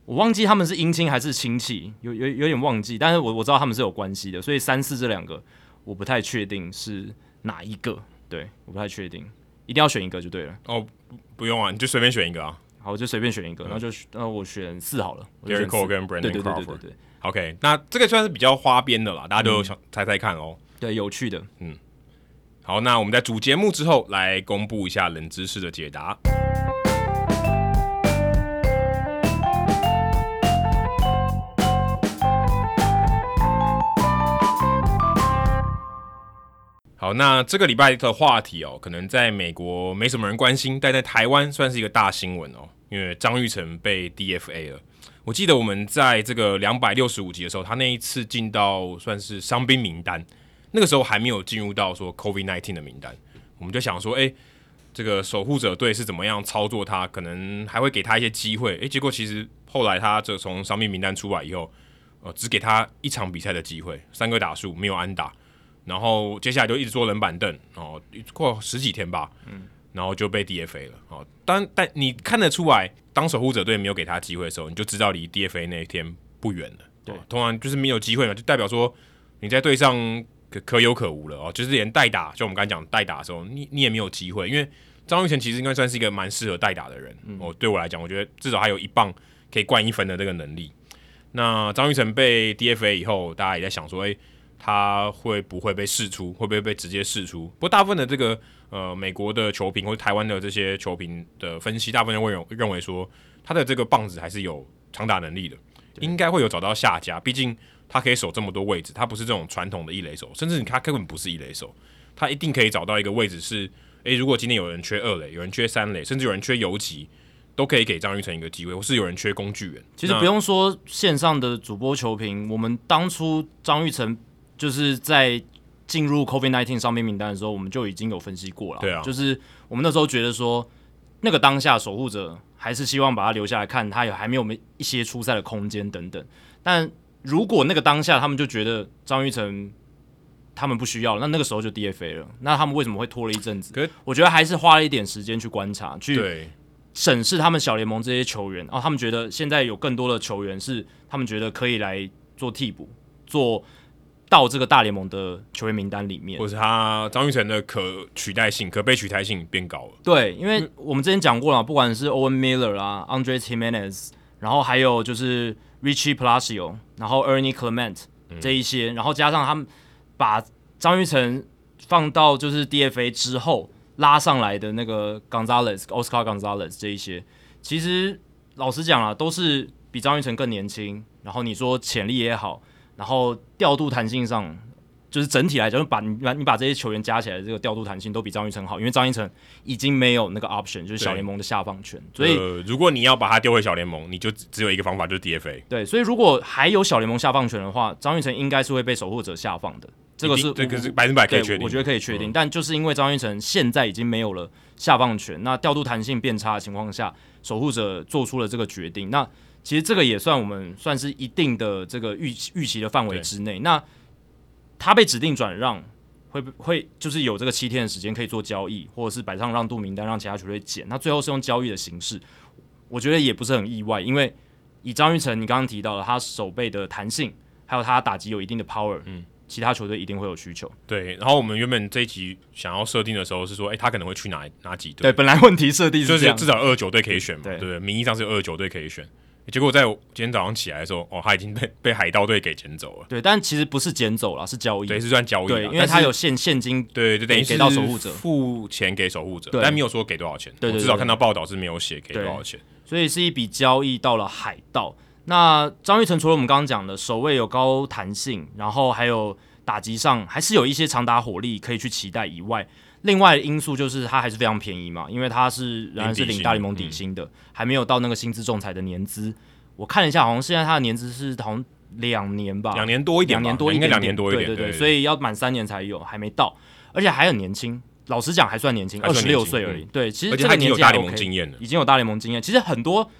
Speaker 2: 我忘记他们是姻亲还是亲戚，有有有点忘记，但是我我知道他们是有关系的，所以三四这两个我不太确定是哪一个，对，我不太确定，一定要选一个就对了。
Speaker 1: 哦，不用啊，你就随便选一个啊。
Speaker 2: 好，我就随便选一个，那就那我选四好了。我就
Speaker 1: Gary
Speaker 2: 选
Speaker 1: Cole
Speaker 2: 四
Speaker 1: 跟
Speaker 2: 对
Speaker 1: Brandon
Speaker 2: 对对对
Speaker 1: Crawford
Speaker 2: 对。对
Speaker 1: OK，那这个算是比较花边的啦，大家就
Speaker 2: 嗯
Speaker 1: 想猜猜看哦。
Speaker 2: 对，有趣的。
Speaker 1: 好，那我们在主节目之后来公布一下冷知识的解答。好，那这个礼拜的话题哦，可能在美国没什么人关心，但在台湾算是一个大新闻哦，因为张玉成被 DFA 了。我记得我们在这个两百六十五集的时候，他那一次进到算是伤兵名单，那个时候还没有进入到说 COVID nineteen 的名单，我们就想说，哎、这个守护者队是怎么样操作他，可能还会给他一些机会。哎、结果其实后来他这从伤病名单出来以后，呃，只给他一场比赛的机会，三个打数没有安打，然后接下来就一直坐冷板凳，哦，过十几天吧，嗯，然后就被 DFA 了。哦，当但你看得出来，当守护者队没有给他机会的时候，你就知道离 DFA 那一天不远了。
Speaker 2: 对
Speaker 1: 哦，通常就是没有机会嘛，就代表说你在队上可可有可无了哦，就是连代打，就我们刚才讲代打的时候，你你也没有机会，因为张玉成其实应该算是一个蛮适合代打的人、哦。对我来讲，我觉得至少还有一棒可以灌一分的这个能力。那张玉成被 DFA 以后，大家也在想说，诶、他会不会被释出，会不会被直接释出？不过大部分的这个呃美国的球评或者台湾的这些球评的分析，大部分人会认认为说他的这个棒子还是有长打能力的，应该会有找到下家，毕竟他可以守这么多位置，他不是这种传统的一垒手，甚至他根本不是一垒手，他一定可以找到一个位置是，诶，如果今天有人缺二垒，有人缺三垒，甚至有人缺游击。都可以给张玉成一个机会，或是有人缺工具人。
Speaker 2: 其实
Speaker 1: 那
Speaker 2: 不用说线上的主播球评，我们当初张玉成就是在进入 COVID nineteen 上面名单的时候，我们就已经有分析过了。
Speaker 1: 对啊
Speaker 2: 就是我们那时候觉得说，那个当下守护者还是希望把他留下来看，他有还没有没一些出赛的空间等等。但如果那个当下他们就觉得张玉成他们不需要了，那那个时候就 DFA 了。那他们为什么会拖了一阵子？
Speaker 1: 可是
Speaker 2: 我觉得还是花了一点时间去观察，去
Speaker 1: 对，
Speaker 2: 审视他们小联盟这些球员，哦，他们觉得现在有更多的球员是他们觉得可以来做替补，做到这个大联盟的球员名单里面
Speaker 1: 或。是他张玉成的可取代性、可被取代性变高了。
Speaker 2: 对，因为我们之前讲过了，不管是 Owen Miller 啊、Andre Jimenez，然后还有就是 Richie Palacio，然后 Ernie Clement 这一些，然后加上他们把张玉成放到就是 DFA 之后拉上来的那个 Gonzalez、Oscar Gonzalez 这一些，其实老实讲啊，都是比张玉成更年轻。然后你说潜力也好，然后调度弹性上，就是整体来讲，就把你把你把这些球员加起来，这个调度弹性都比张玉成好，因为张玉成已经没有那个 option，就是小
Speaker 1: 对
Speaker 2: 联盟的下放权，所以。
Speaker 1: 呃，如果你要把他丢回小联盟，你就只只有一个方法，就是 DFA。
Speaker 2: 对，所以如果还有小联盟下放权的话，张玉成应该是会被守护者下放的，这个
Speaker 1: 一
Speaker 2: 是
Speaker 1: 定这个
Speaker 2: 我
Speaker 1: 是百分百可以
Speaker 2: 对，
Speaker 1: 确定。嗯
Speaker 2: 我觉得可以确定。但就是因为张玉成现在已经没有了下放权，那调度弹性变差的情况下，守护者做出了这个决定。那其实这个也算我们算是一定的这个预期预期的范围
Speaker 1: 对
Speaker 2: 之内。那他被指定转让，会不会就是有这个七天的时间可以做交易，或者是摆上让渡名单让其他球队捡？那最后是用交易的形式，我觉得也不是很意外，因为以张玉成你刚刚提到了他手背的弹性，还有他打击有一定的 power，嗯，其他球队一定会有需求。
Speaker 1: 对，然后我们原本这一集想要设定的时候是说，哎，他可能会去哪哪几队
Speaker 2: 对，？本来问题设定
Speaker 1: 就是
Speaker 2: 这
Speaker 1: 是
Speaker 2: 样，
Speaker 1: 至少二九队可以选嘛，
Speaker 2: 对
Speaker 1: 对不对？名义上是二九队可以选，结果在我今天早上起来的时候，哦，他已经被被海盗队给捡走了，
Speaker 2: 对，但其实不是捡走了，是交易，
Speaker 1: 对，是算交易啦，啊
Speaker 2: 对因为
Speaker 1: 但是
Speaker 2: 他有现现金
Speaker 1: 对，就等于
Speaker 2: 给
Speaker 1: 是
Speaker 2: 到守护者
Speaker 1: 付钱给守护者，
Speaker 2: 对
Speaker 1: 但没有说给多少钱。
Speaker 2: 对对对
Speaker 1: 我至少看到报道是没有写给多少钱。
Speaker 2: 所以是一笔交易到了海盗。那张玉成除了我们刚刚讲的守卫有高弹性，然后还有打击上还是有一些长打火力可以去期待以外，另外的因素就是它还是非常便宜嘛，因为它是仍然是领大联
Speaker 1: 嗯
Speaker 2: 盟底薪的，还没有到那个薪资仲裁的年资。我看了一下，好像现在他的年资是好像两年吧，
Speaker 1: 两年多一点吧，
Speaker 2: 两年多一
Speaker 1: 应该
Speaker 2: 点
Speaker 1: 两
Speaker 2: 点，
Speaker 1: 年多一点。
Speaker 2: 对
Speaker 1: 对
Speaker 2: 对，所以要满三年才有，还没到，而且还很年轻。老实讲，还算年轻，
Speaker 1: 还
Speaker 2: 二
Speaker 1: 算
Speaker 2: 十
Speaker 1: 年
Speaker 2: 六
Speaker 1: 轻
Speaker 2: 岁而已。
Speaker 1: 嗯
Speaker 2: 对，其实
Speaker 1: 而
Speaker 2: 这
Speaker 1: 且
Speaker 2: 个
Speaker 1: 他已经
Speaker 2: 年
Speaker 1: 有
Speaker 2: 纪
Speaker 1: 大
Speaker 2: 还
Speaker 1: 联盟
Speaker 2: OK
Speaker 1: 经验了。
Speaker 2: 已经有大联盟经验。其实很多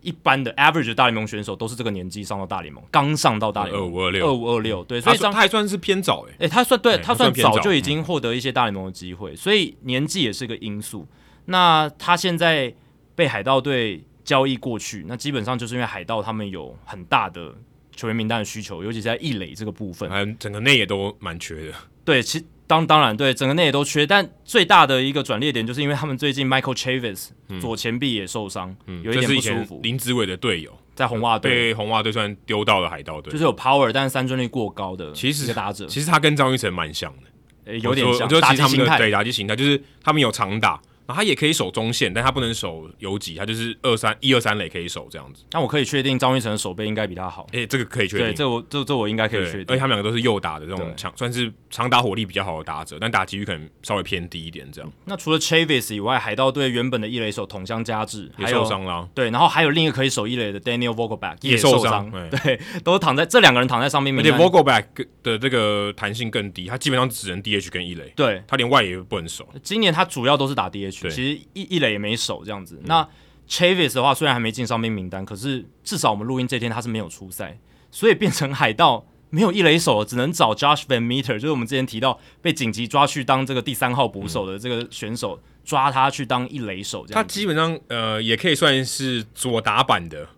Speaker 2: 一般的 average 的大联盟选手都是这个年纪上到大联盟，刚上到大联
Speaker 1: 二
Speaker 2: 盟，
Speaker 1: 五二
Speaker 2: 二
Speaker 1: 六，
Speaker 2: 五二六，对，所
Speaker 1: 他
Speaker 2: 以
Speaker 1: 算
Speaker 2: 张
Speaker 1: 他还算是偏早欸诶。
Speaker 2: 诶、他算对
Speaker 1: 对
Speaker 2: 他
Speaker 1: 他算偏
Speaker 2: 早
Speaker 1: 早嗯
Speaker 2: 就已经获得一些大联盟的机会，所以年纪也是个因素。那他现在被海盗队交易过去，那基本上就是因为海盗他们有很大的球员名单的需求，尤其是在一垒这个部分。
Speaker 1: 还有整个内野都蛮缺的，
Speaker 2: 对，其当当然对整个内野都缺，但最大的一个转捩点就是因为他们最近 Michael Chavis、左前臂也受伤，
Speaker 1: 嗯
Speaker 2: 有一
Speaker 1: 这
Speaker 2: 点
Speaker 1: 是
Speaker 2: 不
Speaker 1: 以
Speaker 2: 舒
Speaker 1: 前
Speaker 2: 服，
Speaker 1: 林子伟的队友
Speaker 2: 在红袜队
Speaker 1: 被红袜队算丢到了海盗队
Speaker 2: 就。是有 power，但是三振率过高的，
Speaker 1: 其实
Speaker 2: 一个打者，
Speaker 1: 其实他跟张玉成蛮像的，
Speaker 2: 呃有点
Speaker 1: 我说
Speaker 2: 像
Speaker 1: 我觉得
Speaker 2: 打
Speaker 1: 其实
Speaker 2: 击
Speaker 1: 他们
Speaker 2: 心
Speaker 1: 的
Speaker 2: 态，
Speaker 1: 对打击形态就是他们有长打，然后他也可以守中线，但他不能守游击，他就是二三一二三垒可以守这样子。
Speaker 2: 但我可以确定张玉成的手背应该比他好，
Speaker 1: 诶，这个可以确定
Speaker 2: 对，，这我这这我应该可以
Speaker 1: 对哎
Speaker 2: 确
Speaker 1: 而且
Speaker 2: 定。
Speaker 1: 他们两个都是右打的这
Speaker 2: 对
Speaker 1: 种强，算是长打火力比较好的打者，但打击率可能稍微偏低一点，这样
Speaker 2: 那除了 Chavis 以外，海盗队原本的一垒手桶香加治
Speaker 1: 也
Speaker 2: 嗯还
Speaker 1: 受
Speaker 2: 有
Speaker 1: 伤啦。
Speaker 2: 对，然后还有另一个可以守一垒的 Daniel Vogelback
Speaker 1: 也
Speaker 2: 受
Speaker 1: 受伤嗯
Speaker 2: 对，都躺在这两个人躺在上面
Speaker 1: 而
Speaker 2: 名
Speaker 1: 且
Speaker 2: 单，
Speaker 1: Vogelback 的这个弹性更低，他基本上只能 DH 跟一垒，
Speaker 2: 对，
Speaker 1: 他连外野不能守。
Speaker 2: 今年他主要都是打 DH，
Speaker 1: 对嗯
Speaker 2: 其实一一垒也没守这样子。那 Chavis 的话，虽然还没进伤兵名单，可是至少我们录音这天他是没有出赛，所以变成海盗没有一垒手，只能找 Josh Van Meter，就是我们之前提到被紧急抓去当这个第三号捕手的这个选手，抓他去当一垒手
Speaker 1: 嗯
Speaker 2: 这
Speaker 1: 他
Speaker 2: 样子。
Speaker 1: 基本上呃也可以算是左打版的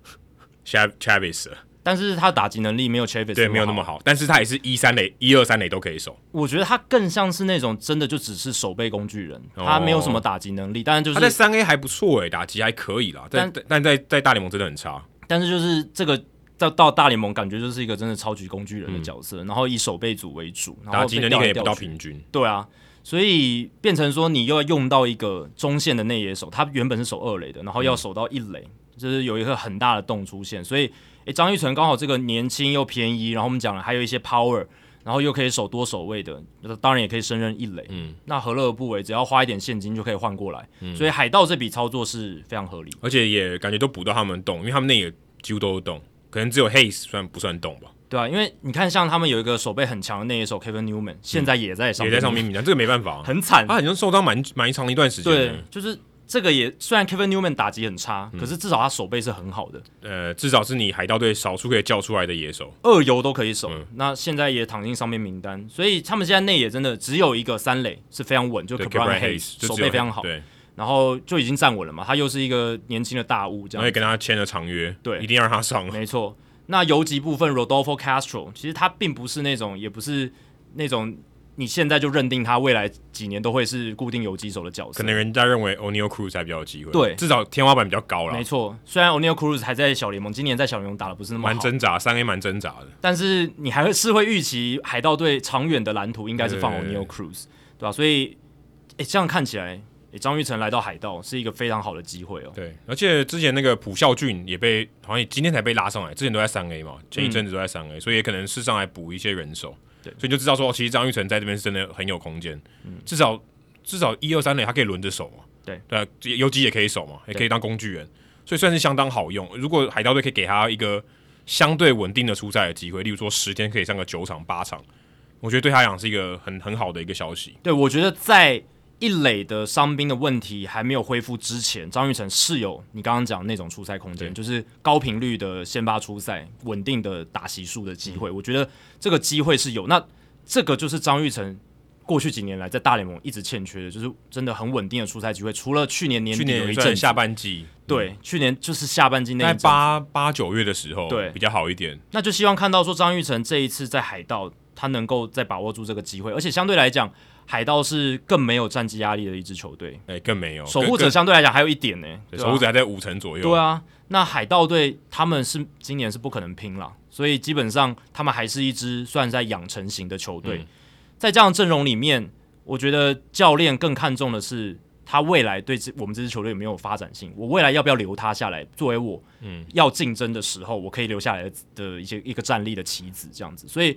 Speaker 1: Chav- Chavis，了
Speaker 2: 但是他打击能力没有 Chavis
Speaker 1: 对，没有那么好，但是他也是一三垒、一二三垒都可以守。
Speaker 2: 我觉得他更像是那种真的就只是守备工具人，
Speaker 1: 哦
Speaker 2: 他没有什么打击能力，但是就
Speaker 1: 他在
Speaker 2: 是
Speaker 1: 三 A 还不错诶，打击还可以啦，但但但在在大联盟真的很差。
Speaker 2: 但是就是这个到到大联盟，感觉就是一个真的超级工具
Speaker 1: 嗯
Speaker 2: 人的角色，然后以守备组为主，然后
Speaker 1: 打击能力可能也不到
Speaker 2: 平，
Speaker 1: 平均，
Speaker 2: 对啊，所以变成说你又要用到一个中线的内野手，他原本是守二垒的，然
Speaker 1: 嗯
Speaker 2: 后要守到一垒，就是有一个很大的洞出现，所以诶，张玉成刚好这个年轻又便宜，然后我们讲了还有一些 power。然后又可以守多守卫的，当然也可以胜任一垒。
Speaker 1: 嗯，
Speaker 2: 那何乐而不为？只要花一点现金就可以换过来。所以海盗这笔操作是非常合理的。
Speaker 1: 而且也感觉都补到他们的洞，因为他们内野几乎都有洞，可能只有 Hayes 算不算洞吧，
Speaker 2: 对啊，因为你看，像他们有一个手背很强的内野手 Kevin Newman，现在也在
Speaker 1: 嗯
Speaker 2: 上、
Speaker 1: 也在上，面名单，这个没办法、啊，
Speaker 2: 很惨。
Speaker 1: 他好像受伤蛮蛮长一段时间
Speaker 2: 对
Speaker 1: 的，，
Speaker 2: 就是这个也虽然 Kevin Newman 打击很差，
Speaker 1: 嗯
Speaker 2: 可是至少他手背是很好的，
Speaker 1: 呃，至少是你海盗队少数可以叫出来的野手，
Speaker 2: 二游都可以守。
Speaker 1: 嗯
Speaker 2: 那现在也躺进上面名单，所以他们现在内野真的只有一个三垒是非常稳，就
Speaker 1: 对
Speaker 2: k e b r a
Speaker 1: ，Cabrian
Speaker 2: n Hayes
Speaker 1: 就
Speaker 2: 手
Speaker 1: 只有
Speaker 2: 背非常好，
Speaker 1: 对，
Speaker 2: 然后就已经站稳了嘛。他又是一个年轻的大物，这
Speaker 1: 然
Speaker 2: 样
Speaker 1: 后也跟他签了长约，
Speaker 2: 对
Speaker 1: 一定要让他上啊了，
Speaker 2: 没错。那游击部分，Rodolfo Castro 其实他并不是那种，也不是那种你现在就认定他未来几年都会是固定游击手的角色。
Speaker 1: 可能人家认为 O'Neal Cruz 才比较有机会，
Speaker 2: 对
Speaker 1: 至少天花板比较高啦
Speaker 2: 没，错，虽然 O'Neal Cruz 还在小联盟，今年在小联盟打的不是那么
Speaker 1: 蛮
Speaker 2: 好，
Speaker 1: 挣扎，三 A 蛮挣扎的，
Speaker 2: 但是你还会是会预期海盗队长远的蓝图应该是放
Speaker 1: 对
Speaker 2: O'Neal Cruz，对吧、所以，诶，这样看起来，诶，张玉成来到海盗是一个非常好的机会哦。
Speaker 1: 对，而且之前那个朴孝俊也被好像也今天才被拉上来，之前都在三 A 嘛，前一阵子都在三 A，、所以也可能是上来补一些人手，
Speaker 2: 嗯对嗯
Speaker 1: 所以就知道说，哦其实张玉成在这边是真的很有空间，至少至少一二三垒他可以轮着守嘛，
Speaker 2: 对
Speaker 1: 对啊，游击也可以守嘛，也可以当工具人，所以算是相当好用。如果海盗队可以给他一个相对稳定的出赛的机会，例如说十天可以上个九场八场，我觉得对他来讲是一个很很好的一个消息。
Speaker 2: 对，我觉得在一垒的伤兵的问题还没有恢复之前，张玉成是有你刚刚讲那种出赛空间，就是高频率的先发出赛、稳定的打席数的机会。
Speaker 1: 嗯
Speaker 2: 我觉得这个机会是有，那这个就是张玉成过去几年来在大联盟一直欠缺的，就是真的很稳定的出赛机会。除了去年年
Speaker 1: 去
Speaker 2: 底
Speaker 1: 年
Speaker 2: 有
Speaker 1: 有
Speaker 2: 一
Speaker 1: 一
Speaker 2: 阵
Speaker 1: 阵
Speaker 2: 子
Speaker 1: 下半季，
Speaker 2: 对，去年就是下半季那
Speaker 1: 在
Speaker 2: 一阵子
Speaker 1: 八八九月的时候，
Speaker 2: 对
Speaker 1: 比较好一点。
Speaker 2: 那就希望看到说张玉成这一次在海盗，他能够再把握住这个机会，而且相对来讲，海盗是更没有战绩压力的一支球队，
Speaker 1: 哎，更没有
Speaker 2: 守护者
Speaker 1: 更
Speaker 2: 相对来讲还有一点呢、
Speaker 1: 更
Speaker 2: 对
Speaker 1: 对
Speaker 2: 吧
Speaker 1: 守护者还在五成左右。
Speaker 2: 对啊，那海盗队他们是今年是不可能拼了，所以基本上他们还是一支算在养成型的球队。
Speaker 1: 嗯
Speaker 2: 在这样的阵容里面，我觉得教练更看重的是他未来对这我们这支球队有没有发展性，我未来要不要留他下来，作为我
Speaker 1: 嗯
Speaker 2: 要竞争的时候，我可以留下来的的一些一个战力的棋子这样子。所以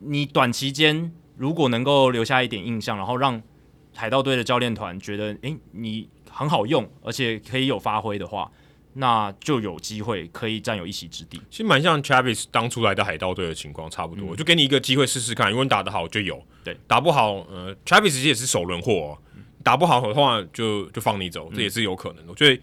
Speaker 2: 你短期间如果能够留下一点印象，然后让海盗队的教练团觉得，诶，你很好用，而且可以有发挥的话，那就有机会可以占有一席之地。
Speaker 1: 其实蛮像 Travis 当初来到海盗队的情况差不多，就给你一个机会试试看，如果你打得好就有，
Speaker 2: 嗯对，嗯
Speaker 1: 打不好，呃，Travis 其实也是首轮货、哦，打不好的话就就放你走，这也是有可能的。我觉得，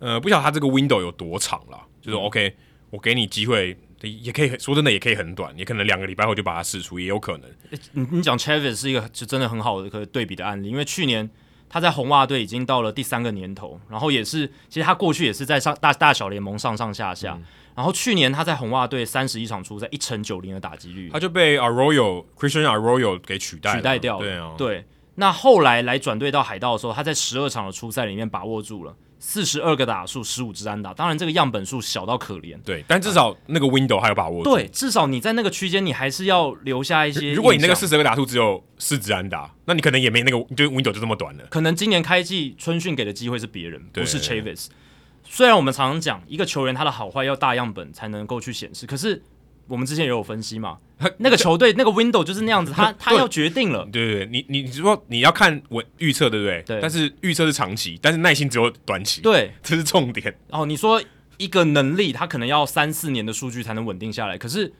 Speaker 1: 呃，不晓得他这个 window 有多长啦，就是
Speaker 2: 嗯
Speaker 1: OK，我给你机会，也可以说真的也可以很短，也可能两个礼拜后就把它试出，也有可能。
Speaker 2: 你你讲 Travis 是一个就真的很好的可对比的案例，因为去年他在红袜队已经到了第三个年头，然后也是其实他过去也是在上大大小联盟上上下
Speaker 1: 嗯
Speaker 2: 下，然后去年他在红袜队三十一场出赛一成九零的打击率
Speaker 1: 他就被 Arroyo Christian Arroyo 给取代了
Speaker 2: 取代掉了，
Speaker 1: 对啊，
Speaker 2: 对，那后来来转队到海盗的时候，他在十二场的初赛里面把握住了四十二个打数，十五支安打，当然这个样本数小到可怜。
Speaker 1: 对，但至少那个 window 还有把握住。
Speaker 2: 对，至少你在那个区间，你还是要留下一些。
Speaker 1: 如果你那个四，十个打数只有四支安打，那你可能也没那个，你就 window 就这么短了。
Speaker 2: 可能今年开季春训给的机会是别人，
Speaker 1: 对
Speaker 2: 不是 Chavis。虽然我们常常讲一个球员他的好坏要大样本才能够去显示，可是我们之前也有分 析嘛，那个球队那个 window 就是那样子，他他
Speaker 1: 对
Speaker 2: 要决定了。
Speaker 1: 对对对，你你你说你要看我预测，对不对？
Speaker 2: 对
Speaker 1: 但是预测是长期，但是耐心只有短期，，
Speaker 2: 对，
Speaker 1: 这是重点。
Speaker 2: 哦，你说一个能力，他可能要三四年的数据才能稳定下来，可是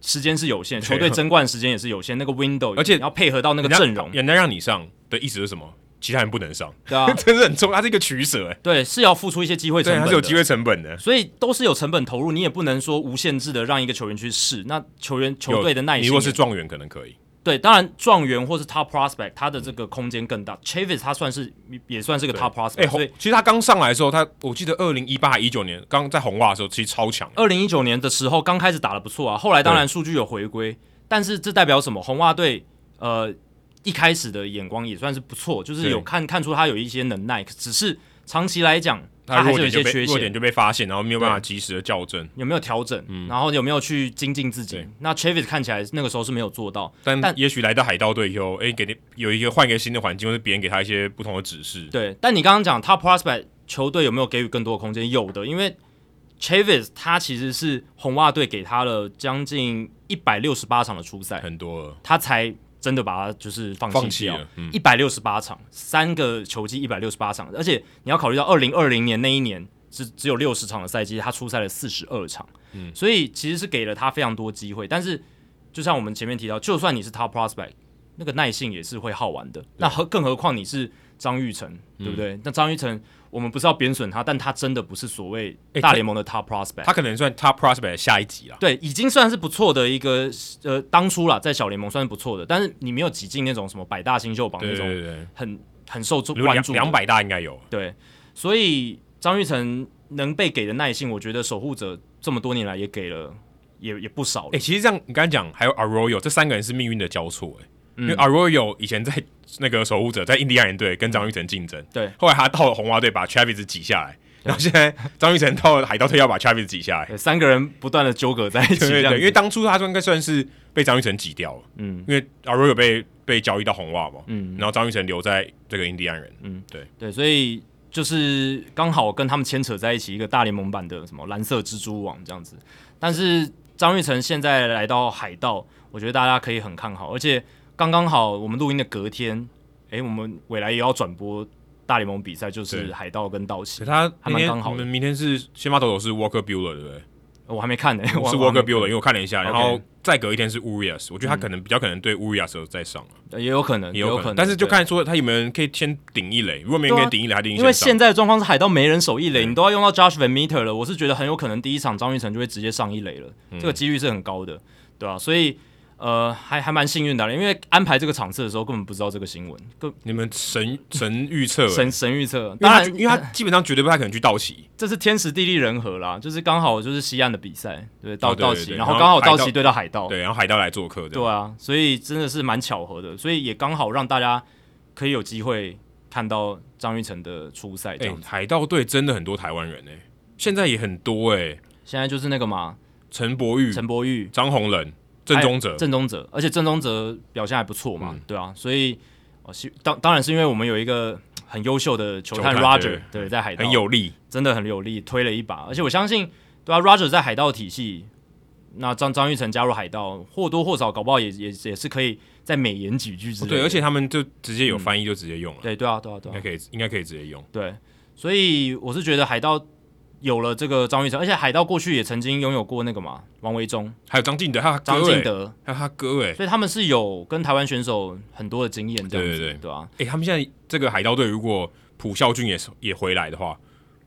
Speaker 2: 时间是有限，球队争冠时间也是有限，那个 window，
Speaker 1: 而且
Speaker 2: 你要配合到那个
Speaker 1: 人家
Speaker 2: 阵容，
Speaker 1: 人家让你上的意思是什么？其他人不能 上，
Speaker 2: 对啊，
Speaker 1: 这是很重，它是一个取舍、哎，
Speaker 2: 对，是要付出一些机会成
Speaker 1: 对，
Speaker 2: 本
Speaker 1: 它
Speaker 2: 的，
Speaker 1: 是有机会成本的。
Speaker 2: 所以都是有成本投入，你也不能说无限制的让一个球员去试，那球员球队的耐
Speaker 1: 你
Speaker 2: 心啊
Speaker 1: 如
Speaker 2: 也，
Speaker 1: 果是状元，可能可以。
Speaker 2: 对，当然状元或是 top prospect，他的这个空间更大。Chavis 他算是也算是个 top
Speaker 1: 哎、
Speaker 2: prospect，、
Speaker 1: 红
Speaker 2: 所以，
Speaker 1: 其实他刚上来的时候，他我记得二零一八一九年刚在红袜的时候，其实超强。
Speaker 2: 二零一九年的时候刚开始打的不错啊，后来当然数据有回归，但是这代表什么？红袜队呃一开始的眼光也算是不错，就是有
Speaker 1: 对
Speaker 2: 看看出他有一些能耐，只是长期来讲他
Speaker 1: 他
Speaker 2: 还
Speaker 1: 弱
Speaker 2: 是
Speaker 1: 点
Speaker 2: 有一
Speaker 1: 就
Speaker 2: 些
Speaker 1: 被
Speaker 2: 缺
Speaker 1: 弱
Speaker 2: 陷
Speaker 1: 点。就被发现，然后没有办法及时的校正，
Speaker 2: 有没有调整？然后有没有去精进自己
Speaker 1: 对？
Speaker 2: 那 Travis 看起来那个时候是没有做到，
Speaker 1: 但
Speaker 2: 但
Speaker 1: 也许来到海盗队以后，哎、给你有一个换一个新的环境，或是别人给他一些不同的指示。
Speaker 2: 对，但你刚刚讲 Top Prospect 球队有没有给予更多的空间？有的，因为 Chavis 他其实是红袜队给他了将近一百六十八场的初赛，
Speaker 1: 很多了
Speaker 2: 他才真的把他就是放
Speaker 1: 放
Speaker 2: 弃
Speaker 1: 弃
Speaker 2: 掉
Speaker 1: 了。，嗯，
Speaker 2: 一百六十八场，三个球季一百六十八场，而且你要考虑到二零二零年那一年只只有六十场的赛季，他出赛了四十二场，
Speaker 1: 嗯
Speaker 2: 所以其实是给了他非常多机会。但是就像我们前面提到，就算你是 top prospect，那个耐性也是会耗完的。那何更何况你是张玉成，对
Speaker 1: 嗯
Speaker 2: 不对？那张玉成，我们不是要贬损他，但他真的不是所谓
Speaker 1: 诶
Speaker 2: 大
Speaker 1: 他
Speaker 2: 联盟的 top prospect。
Speaker 1: 他可能算 top prospect 的下一级啦。
Speaker 2: 对，已经算是不错的一个呃，当初啦，在小联盟算是不错的，但是你没有挤进那种什么百大新秀榜那
Speaker 1: 对
Speaker 2: 种
Speaker 1: 对对，
Speaker 2: 很很受注
Speaker 1: 如果
Speaker 2: 关
Speaker 1: 两
Speaker 2: 注的，
Speaker 1: 两百大应该有，
Speaker 2: 对，所以张玉成能被给的耐性，我觉得守护者这么多年来也给了也也不少了。
Speaker 1: 哎、其实这样你刚才讲，还有 Arroyo 这三个人是命运的交错、欸，因为 Arroyo 以前在 那个守护者，在印第安人队跟张玉成竞争，
Speaker 2: 对
Speaker 1: 后来他到了红袜队把 Travis 挤下来，然后现在张玉成到了海盗队要把 Travis 挤下来，
Speaker 2: 对三个人不断的纠葛在一起，
Speaker 1: 对
Speaker 2: 这
Speaker 1: 对
Speaker 2: 样
Speaker 1: 对，
Speaker 2: 子
Speaker 1: 因为当初他应该算是被张玉成挤掉了，
Speaker 2: 嗯
Speaker 1: 因为 Arroyo 被被交易到红袜嘛，
Speaker 2: 嗯
Speaker 1: 然后张玉成留在这个印第安人，
Speaker 2: 对，所以就是刚好跟他们牵扯在一起，一个大联盟版的什么蓝色蜘蛛网这样子。但是张玉成现在来到海盗，我觉得大家可以很看好，而且刚刚好我们录音的隔天，诶，我们未来也要转播大联盟比赛，就是
Speaker 1: 对
Speaker 2: 海盗跟道奇
Speaker 1: 可。他
Speaker 2: 还
Speaker 1: 明
Speaker 2: 蛮
Speaker 1: 天
Speaker 2: 刚好
Speaker 1: 我
Speaker 2: 的
Speaker 1: 们明天是先发投手是 Walker Bueller 对不对？
Speaker 2: 我还没看呢、 我
Speaker 1: 是
Speaker 2: 我
Speaker 1: Walker Bueller，因为我看了一下，然后
Speaker 2: OK
Speaker 1: 再隔一天是 Urias，我觉得他可能比较可能对 Urias 有在上，
Speaker 2: 也有可能，
Speaker 1: 也
Speaker 2: 嗯有
Speaker 1: 可但是就看说他有没有人可以先顶一垒，如果没有人可以顶一垒，他一
Speaker 2: 对。啊
Speaker 1: 定
Speaker 2: 因为
Speaker 1: 先上
Speaker 2: 现。在的状况是海盗没人守一垒，你都要用到 Josh Van Meter 了，我是觉得很有可能第一场张玉成就会直接上一垒了，
Speaker 1: 嗯
Speaker 2: 这个几率是很高的，对吧、所以呃，还还蛮幸运的，因为安排这个场次的时候根本不知道这个新闻，更
Speaker 1: 你们神神预测，因为
Speaker 2: 神神预测，当
Speaker 1: 他
Speaker 2: 然
Speaker 1: 因为他基本上绝对不太可能去道奇，
Speaker 2: 这是天时地利人和啦，就是刚好就是西岸的比赛，对，到
Speaker 1: 哦对
Speaker 2: 道
Speaker 1: 对
Speaker 2: 奇，
Speaker 1: 对
Speaker 2: 然后
Speaker 1: 然后
Speaker 2: 刚好
Speaker 1: 海
Speaker 2: 道
Speaker 1: 盗
Speaker 2: 奇对到海盗，
Speaker 1: 对，然后海盗来做客，
Speaker 2: 对，啊，所以真的是蛮巧合的，所以也刚好让大家可以有机会看到张玉成的初赛这
Speaker 1: 哎
Speaker 2: 样，子。
Speaker 1: 海盗队真的很多台湾人哎，现在也很多哎，
Speaker 2: 现在就是那个嘛，
Speaker 1: 陈柏宇、
Speaker 2: 陈柏宇、
Speaker 1: 张宏仁、郑宗
Speaker 2: 还
Speaker 1: 哲
Speaker 2: 有，郑宗哲，而且郑宗哲表现还不错嘛，
Speaker 1: 嗯
Speaker 2: 对啊，所以哦，希当当然是因为我们有一个很优秀的球探
Speaker 1: 球探
Speaker 2: Roger，
Speaker 1: 对
Speaker 2: 对，在海盗
Speaker 1: 很有力，
Speaker 2: 真的很有力，推了一把。而且我相信，对啊，Roger 在海盗体系，那张张玉成加入海盗，或多或少搞不好也也也是可以再美言几句之类的。
Speaker 1: 哦对，而且他们就直接有翻译就直接用了，
Speaker 2: 对对啊，对啊，对
Speaker 1: 应
Speaker 2: 啊
Speaker 1: 该，可以，应该可以直接用。
Speaker 2: 对。所以我是觉得海盗有了这个张玉成，而且海盗过去也曾经拥有过那个嘛王维忠、
Speaker 1: 还有张敬德，还有他
Speaker 2: 张
Speaker 1: 哥
Speaker 2: 敬
Speaker 1: 哎，
Speaker 2: 德，
Speaker 1: 还有他哥哎，
Speaker 2: 所以他们是有跟台湾选手很多的经验，这样
Speaker 1: 对对
Speaker 2: 子，
Speaker 1: 对
Speaker 2: 对吧、啊？
Speaker 1: 哎，他们现在这个海盗队如果朴孝俊也是也回来的话，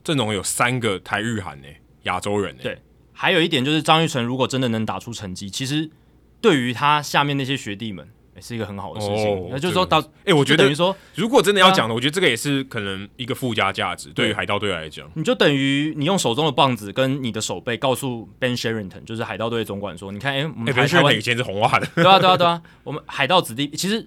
Speaker 1: 阵容有三个台日韩哎，亚洲人哎，
Speaker 2: 对还有一点就是张玉成如果真的能打出成绩，其实对于他下面那些学弟们。也是一个很好的事情，
Speaker 1: 哦
Speaker 2: 那、就是说到，
Speaker 1: 哎，我觉
Speaker 2: 就等
Speaker 1: 得
Speaker 2: 于说，
Speaker 1: 如果真的要
Speaker 2: 对啊
Speaker 1: 讲的，我觉得这个也是可能一个附加价值，对于
Speaker 2: 对嗯
Speaker 1: 海盗队来讲，
Speaker 2: 你就等于你用手中的棒子跟你的手背告诉 Ben Sherrington，就是海盗队总管说，你看，哎、我
Speaker 1: 哎，
Speaker 2: 们
Speaker 1: 别
Speaker 2: 台
Speaker 1: 说
Speaker 2: 台湾
Speaker 1: 以前是红袜的，
Speaker 2: 对啊，对啊，对啊，我们海盗子弟其实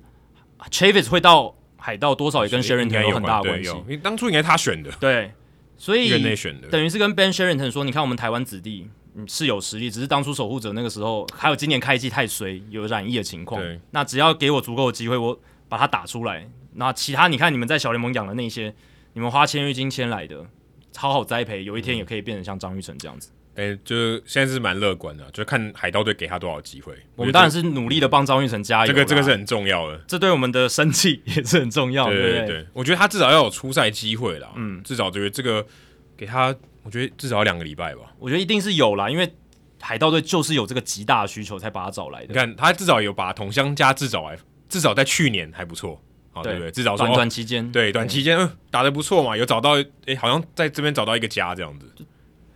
Speaker 2: Chavis 会到海盗多少也跟
Speaker 1: 应该
Speaker 2: Sherrington 有很大的
Speaker 1: 对
Speaker 2: 关系
Speaker 1: 有，因为当初应该他选的，
Speaker 2: 对，所以
Speaker 1: 院内选的，
Speaker 2: 等于是跟 Ben Sherrington 说，你看我们台湾子弟嗯是有实力，只是当初守护者那个时候，还有今年开季太衰，有染疫的情况
Speaker 1: 对。
Speaker 2: 那只要给我足够的机会，我把它打出来。那其他你看你们在小联盟养的那些，你们花签约金签来的，好好栽培，有一天也可以变成像张玉成这样子。
Speaker 1: 哎，就是现在是蛮乐观的，就看海盗队给他多少机会。觉得
Speaker 2: 我们当然是努力的帮张玉成加油
Speaker 1: 这
Speaker 2: 啦。
Speaker 1: 个这个是很重要的，
Speaker 2: 这对我们的生气也是很重要的，
Speaker 1: 哦 对
Speaker 2: 不对。
Speaker 1: 对，我觉得他至少要有出赛机会啦，嗯，至少觉得这个给他，我觉得至少要两个礼拜吧。
Speaker 2: 我觉得一定是有啦，因为海盗队就是有这个极大的需求才把他找来
Speaker 1: 你
Speaker 2: 的。
Speaker 1: 看他至少有把同乡家至少还至少在去年还不错，啊，对
Speaker 2: 对
Speaker 1: 不对？至少说
Speaker 2: 短
Speaker 1: 哦
Speaker 2: 短期间，
Speaker 1: 对短期间嗯打得不错嘛，有找到哎，好像在这边找到一个家这样子，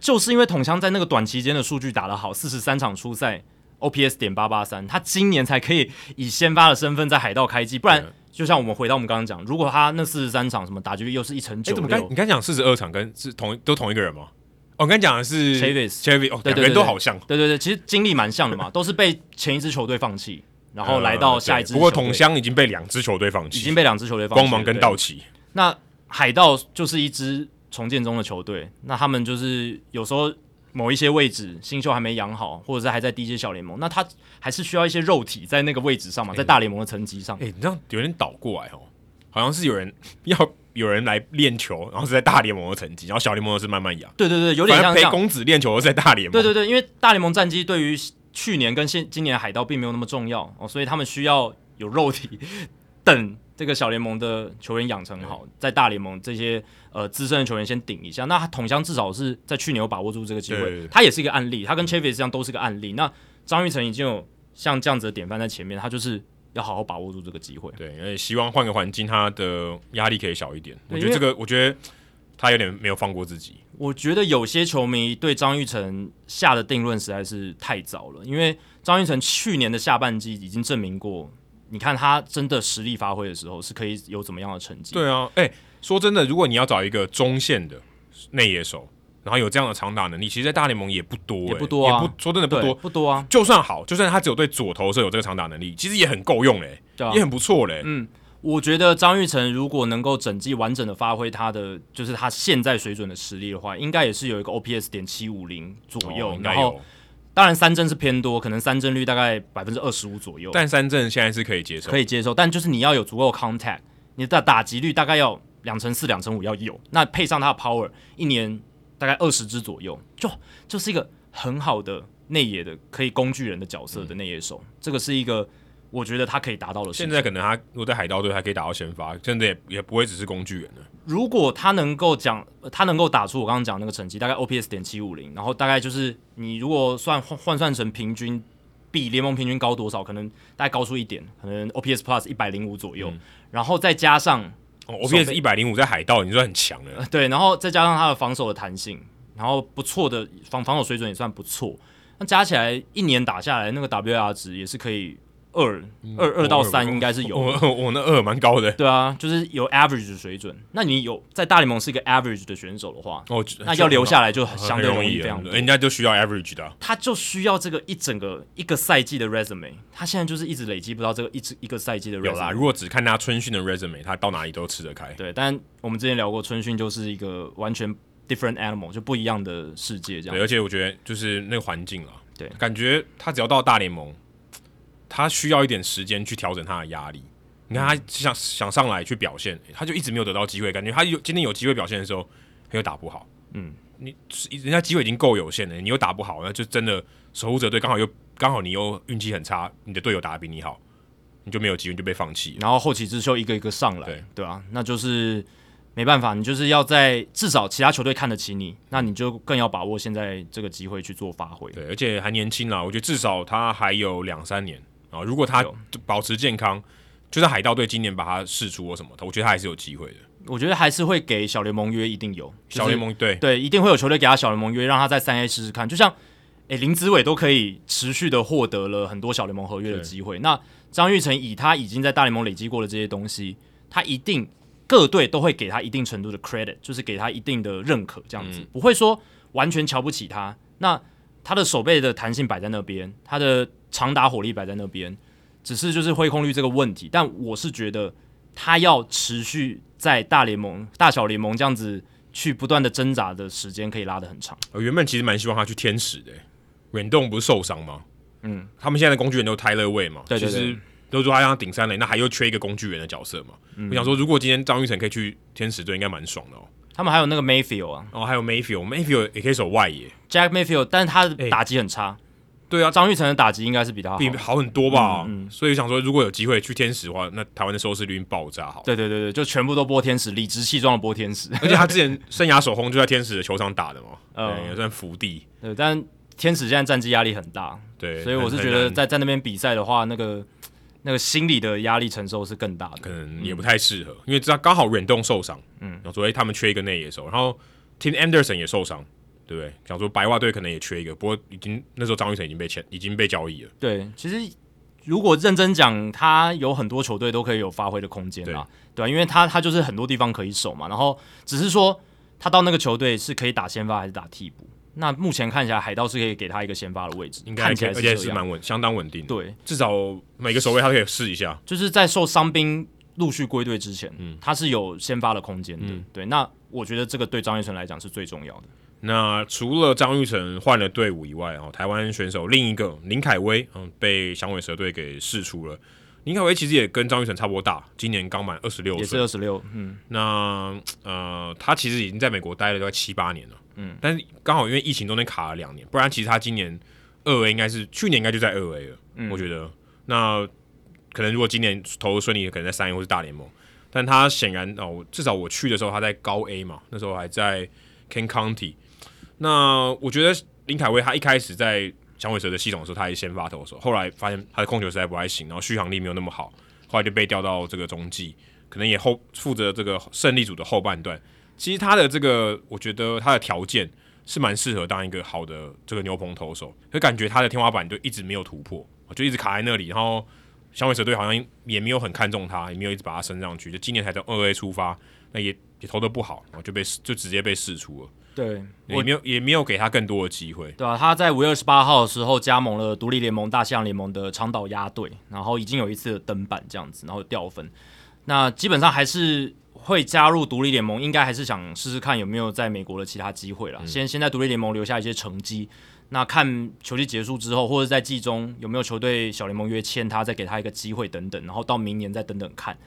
Speaker 2: 就是因为统枪在那个短期间的数据打得好，四十三场初赛，OPS 点八八三，他今年才可以以先发的身份在海盗开机，不然
Speaker 1: 对
Speaker 2: 就像我们回到我们刚刚讲，如果他那四十三场什么打击率又是一成
Speaker 1: 哎，
Speaker 2: 九
Speaker 1: 怎么刚
Speaker 2: 六
Speaker 1: 你，刚讲四十二场跟是同都同一个人吗？哦，我刚讲的是
Speaker 2: Chavis
Speaker 1: Chavis，哦，
Speaker 2: 对
Speaker 1: 两
Speaker 2: 对对
Speaker 1: 个人都好像，
Speaker 2: 对对对，其实经历蛮 像的嘛，都是被前一支球队放弃，然后来到下一支
Speaker 1: 呃对不过
Speaker 2: 球队
Speaker 1: 同乡已经被两支球队放
Speaker 2: 已
Speaker 1: 弃，
Speaker 2: 经被两支球队放弃了，
Speaker 1: 光芒跟
Speaker 2: 对
Speaker 1: 道奇，
Speaker 2: 那海盗就是一支重建中的球队，那他们就是有时候某一些位置新秀还没养好，或者是还在低阶小联盟，那他还是需要一些肉体在那个位置上嘛，在大联盟的层级上。
Speaker 1: 哎、你知道有人倒过来哦，好像是有人要有人来练球，然后是在大联盟的成绩，然后小联盟的是慢慢养，
Speaker 2: 对对对，有
Speaker 1: 有
Speaker 2: 点像这
Speaker 1: 陪
Speaker 2: 样。
Speaker 1: 公子练球的是在大联盟。
Speaker 2: 对对对，因为大联盟战绩对于去年跟现今年的海盗并没有那么重要哦，所以他们需要有肉体 等这个小联盟的球员养成好，在大联盟这些呃资深的球员先顶一下。那他统香至少是在去年有把握住这个机
Speaker 1: 对对
Speaker 2: 会
Speaker 1: 对，
Speaker 2: 他也是一个案例，他跟 Chavis 一样都是个案例。那张玉成已经有像这样子的典范在前面，他就是要好好把握住这个机会。
Speaker 1: 对，而且希望换个环境，他的压力可以小一点。我
Speaker 2: 对
Speaker 1: 觉得这个，我觉得他有点没有放过自己。
Speaker 2: 我觉得有些球迷对张玉成下的定论实在是太早了，因为张玉成去年的下半季已经证明过，你看他真的实力发挥的时候是可以有怎么样的成绩。
Speaker 1: 对啊，哎、说真的，如果你要找一个中线的内野手，然后有这样的长打能力，其实，在大联盟也不多、
Speaker 2: 也
Speaker 1: 哎
Speaker 2: 不多啊
Speaker 1: 也不说真的
Speaker 2: 对，
Speaker 1: 不多。
Speaker 2: 不多啊，
Speaker 1: 就算好，就算他只有对左投射有这个长打能力，其实也很够用嘞、
Speaker 2: 对啊
Speaker 1: 也。很不错嘞、
Speaker 2: 我觉得张玉成如果能够整季完整的发挥他的就是他现在水准的实力的话，应该也是有一个 OPS 点七五零左右，
Speaker 1: 哦应该
Speaker 2: 然
Speaker 1: 有
Speaker 2: 后当然三振是偏多，可能三振率大概百分之二十五左右。
Speaker 1: 但三振现在是可以接受，
Speaker 2: 可以接受，但就是你要有足够的 contact，你的打击率大概要两成四、两成五要有，那配上他的 power，一年大概二十支左右，就就是一个很好的内野的可以工具人的角色的内野手，这个是一个我觉得他可以达到的
Speaker 1: 嗯
Speaker 2: 事
Speaker 1: 现
Speaker 2: 情。
Speaker 1: 在可能他如果在海盗队还可以打到先发，真的也也不会只是工具人了。
Speaker 2: 如果他能够讲，呃他能够打出我刚刚讲那个成绩，大概 OPS 点七五零，然后大概就是你如果算换换算成平均，比联盟平均高多少？可能大概高出一点，可能 OPS Plus 一百零五左右，
Speaker 1: 嗯
Speaker 2: 然后再加上
Speaker 1: 哦，OPS 一百零五在海盗，你算很强了。
Speaker 2: 呃对，然后再加上他的防守的弹性，然后不错的防防守水准也算不错，那加起来一年打下来，那个 WR 值也是可以二
Speaker 1: 嗯
Speaker 2: 二二到三应该是有的
Speaker 1: 我我我那二蛮高的。
Speaker 2: 对啊，就是有 average 的水准。那你有在大联盟是一个 average 的选手的话，
Speaker 1: 哦，
Speaker 2: 那要留下来就
Speaker 1: 很
Speaker 2: 相对
Speaker 1: 容
Speaker 2: 易
Speaker 1: 啊
Speaker 2: 非常多。
Speaker 1: 人家就需要 average 的啊、
Speaker 2: 他就需要这个一整个一个赛季的 resume，他现在就是一直累积不到这个一直一个赛季的
Speaker 1: 有啦。
Speaker 2: resume。
Speaker 1: 如果只看他春训的 resume，他到哪里都吃得开。
Speaker 2: 对，但我们之前聊过，春训就是一个完全 different animal，就不一样的世界这
Speaker 1: 对，
Speaker 2: 样。
Speaker 1: 而且我觉得就是那个环境啦，
Speaker 2: 对
Speaker 1: 感觉他只要到大联盟，他需要一点时间去调整他的压力。你看
Speaker 2: 嗯
Speaker 1: 他想想上来去表现，他就一直没有得到机会，感觉他有今天有机会表现的时候，他又打不好。
Speaker 2: 嗯，
Speaker 1: 你人家机会已经够有限了，你又打不好，那就真的守护者队刚好又刚好你又运气很差，你的队友打得比你好，你就没有机会你就被放弃了。
Speaker 2: 然后后起之秀一个一个上来，
Speaker 1: 对
Speaker 2: 对啊，那就是没办法，你就是要在至少其他球队看得起你，那你就更要把握现在这个机会去做发挥。
Speaker 1: 对，而且还年轻啦，我觉得至少他还有两三年啊。如果他
Speaker 2: 有
Speaker 1: 保持健康，就算海盗队今年把他试出或什么，我觉得他还是有机会的。
Speaker 2: 我觉得还是会给小联盟约，一定有
Speaker 1: 小联。盟对，
Speaker 2: 对，一定会有球队给他小联盟约，让他在三 A 试试看。就像诶、林子伟都可以持续的获得了很多小联盟合约的
Speaker 1: 对
Speaker 2: 机会，那张玉成以他已经在大联盟累积过的这些东西，他一定各队都会给他一定程度的 credit，就是给他一定的认可，这
Speaker 1: 嗯
Speaker 2: 样子、不会说完全瞧不起他。那他的手背的弹性摆在那边，他的长打火力摆在那边，只是就是挥空率这个问题。但我是觉得他要持续在大联盟、大小联盟这样子去不断的挣扎的时间可以拉得很长。
Speaker 1: 我呃原本其实蛮希望他去天使的、远动不是受伤吗？
Speaker 2: 嗯，
Speaker 1: 他们现在的工具人都 Tyler Way 嘛，
Speaker 2: 对对
Speaker 1: 其
Speaker 2: 对
Speaker 1: 实都说他让他顶三垒，那还又缺一个工具人的角色嘛。
Speaker 2: 嗯
Speaker 1: 我想说，如果今天张玉成可以去天使队，应该蛮爽的哦。
Speaker 2: 他们还有那个 Mayfield 啊
Speaker 1: 然后还有 Mayfield，Mayfield 也可以守外野，
Speaker 2: ，Jack Mayfield，但是他
Speaker 1: 哎
Speaker 2: 的打击很差。
Speaker 1: 对啊
Speaker 2: 张玉成的打击应该是比他好。
Speaker 1: 比好很多吧。
Speaker 2: 嗯嗯
Speaker 1: 所以想说，如果有机会去天使的话，那台湾的收视率爆炸好了。
Speaker 2: 对对对对，就全部都播天使，理直气壮的播天使。
Speaker 1: 而且他之前生涯首轰就在天使的球场打的嘛，
Speaker 2: 嗯
Speaker 1: 对，也算福地。
Speaker 2: 对，但天使现在战绩压力很大，
Speaker 1: 对，
Speaker 2: 所以我是
Speaker 1: 很
Speaker 2: 觉得
Speaker 1: 很
Speaker 2: 在在那边比赛的话，那个那个心理的压力承受是更大的。
Speaker 1: 可能也不太适合，因为知道刚好忍动受伤，嗯，然后所以他们缺一个内野手，然后 Tim Anderson 也受伤，对不对？想说白袜队可能也缺一个，不过已经那时候张玉成已经被签，已经被交易了，
Speaker 2: 对，其实如果认真讲，他有很多球队都可以有发挥的空间啦，对啊因为他他就是很多地方可以守嘛，然后只是说他到那个球队是可以打先发还是打替补。那目前看起来，海盗是可以给他一个先发的位置，
Speaker 1: 应该
Speaker 2: 看起来
Speaker 1: 而且
Speaker 2: 这
Speaker 1: 是
Speaker 2: 样
Speaker 1: 蛮稳，相当稳定的，
Speaker 2: 对，
Speaker 1: 至少每个守卫他都可以试一下。
Speaker 2: 就是在受伤兵陆续归队之前，
Speaker 1: 嗯
Speaker 2: 他是有先发的空间的。对，那我觉得这个对张玉成来讲是最重要的。
Speaker 1: 那除了张玉成换了队伍以外，哦，台湾选手另一个林凯威，嗯，被响尾蛇队给释出了。林凯威其实也跟张玉成差不多大，今年刚满二十六
Speaker 2: 也是
Speaker 1: 岁。
Speaker 2: 二十六，嗯，
Speaker 1: 那呃，他其实已经在美国待了大概七八年了，嗯，但是刚好因为疫情中间卡了两年，不然其实他今年二 A 应该是去年应该就在二 A 了，我觉得。那可能如果今年投得顺利，可能在三 A 或是大联盟，但他显然哦，我至少我去的时候他在高 A 嘛，那时候还在 Ken County。那我觉得林凯威他一开始在响尾蛇的系统的时候，他也先发投手，后来发现他的控球实在不太行，然后续航力没有那么好，后来就被调到这个中继，可能也后负责这个胜利组的后半段。其实他的这个，我觉得他的条件是蛮适合当一个好的这个牛棚投手，可感觉他的天花板就一直没有突破，就一直卡在那里，然后响尾蛇队好像也没有很看重他，也没有一直把他升上去，就今年才从二 A 出发，那也也投的不好，然后就被就直接被释出了，
Speaker 2: 对，
Speaker 1: 也没有也没有给他更多的机会。
Speaker 2: 对啊，他在五月二十八号的时候加盟了独立联盟大西洋联盟的长岛鸭队，然后已经有一次的登板这样子，然后掉分。那基本上还是会加入独立联盟，应该还是想试试看有没有在美国的其他机会啦。先先在独立联盟留下一些成绩，那看球季结束之后，或者在季中有没有球队小联盟约签他，再给他一个机会等等，然后到明年再等等看。啊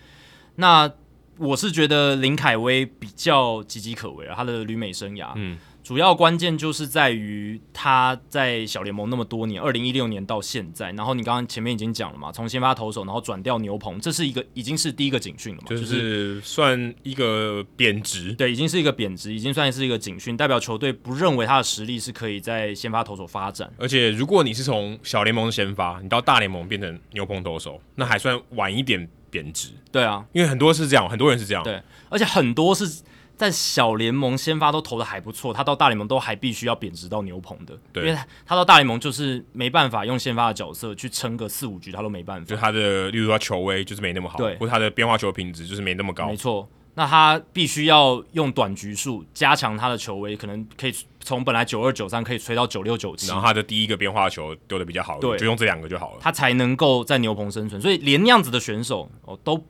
Speaker 2: 那我是觉得林凯威比较岌岌可危了，他的旅美生涯，
Speaker 1: 嗯，
Speaker 2: 主要关键就是在于他在小联盟那么多年，二零一六年到现在，然后你刚刚前面已经讲了嘛，从先发投手，然后转掉牛棚，这是一个已经是第一个警讯了嘛，
Speaker 1: 就
Speaker 2: 哦就是
Speaker 1: 算一个贬值。
Speaker 2: 对，已经是一个贬值，已经算是一个警讯，代表球队不认为他的实力是可以在先发投手发展。
Speaker 1: 而且，如果你是从小联盟的先发，你到大联盟变成牛棚投手，那还算晚一点贬值，
Speaker 2: 对啊，
Speaker 1: 因为很多是这样，很多人是这样。
Speaker 2: 对，而且很多是在小联盟先发都投的还不错，他到大联盟都还必须要贬值到牛棚的，
Speaker 1: 对
Speaker 2: 因为他他到大联盟就是没办法用先发的角色去撑个四五局，他都没办
Speaker 1: 就
Speaker 2: 法。
Speaker 1: 他的，例如说他球威就是没那么好，
Speaker 2: 对
Speaker 1: 或者他的变化球品质就是没那么高
Speaker 2: 没。错，那他必须要用短局数加强他的球威，可能可以从本来九二九三可以吹到九六九七
Speaker 1: 然，后他的第一个变化球丢的比较好，
Speaker 2: 对
Speaker 1: 就用这两个就好了。
Speaker 2: 他才能够在牛棚生存。所以连那样子的选手哦，都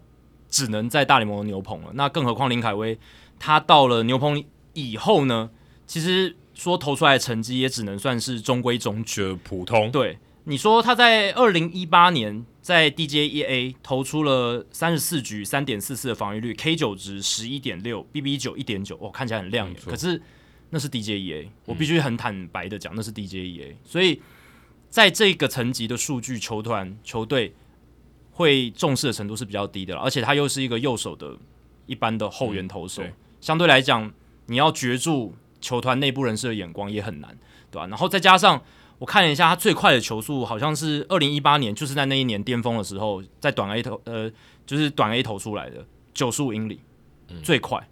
Speaker 2: 只能在大联盟的牛棚了。那更何况林凯威，他到了牛棚以后呢，其实说投出来的成绩也只能算是中规中矩。
Speaker 1: 就普通，
Speaker 2: 对，你说他在二零一八年在 DJEA 投出了三十四局三点四四的防御率，K 九值十一点六，BB 九一点九，哦，看起来很亮眼
Speaker 1: 没。错嗯
Speaker 2: 可是那是 DJEA，我必须很坦白的讲，那是 DJEA。所以在这个层级的数据，球团球队会重视的程度是比较低的了，而且他又是一个右手的一般的后援投手，
Speaker 1: 嗯对
Speaker 2: 相对来讲，你要攫住球团内部人士的眼光也很难，对吧、然后再加上我看了一下，他最快的球速好像是二零一八年，就是在那一年巅峰的时候，在短 A 投呃，就是短 A 投出来的九十五英里、最快。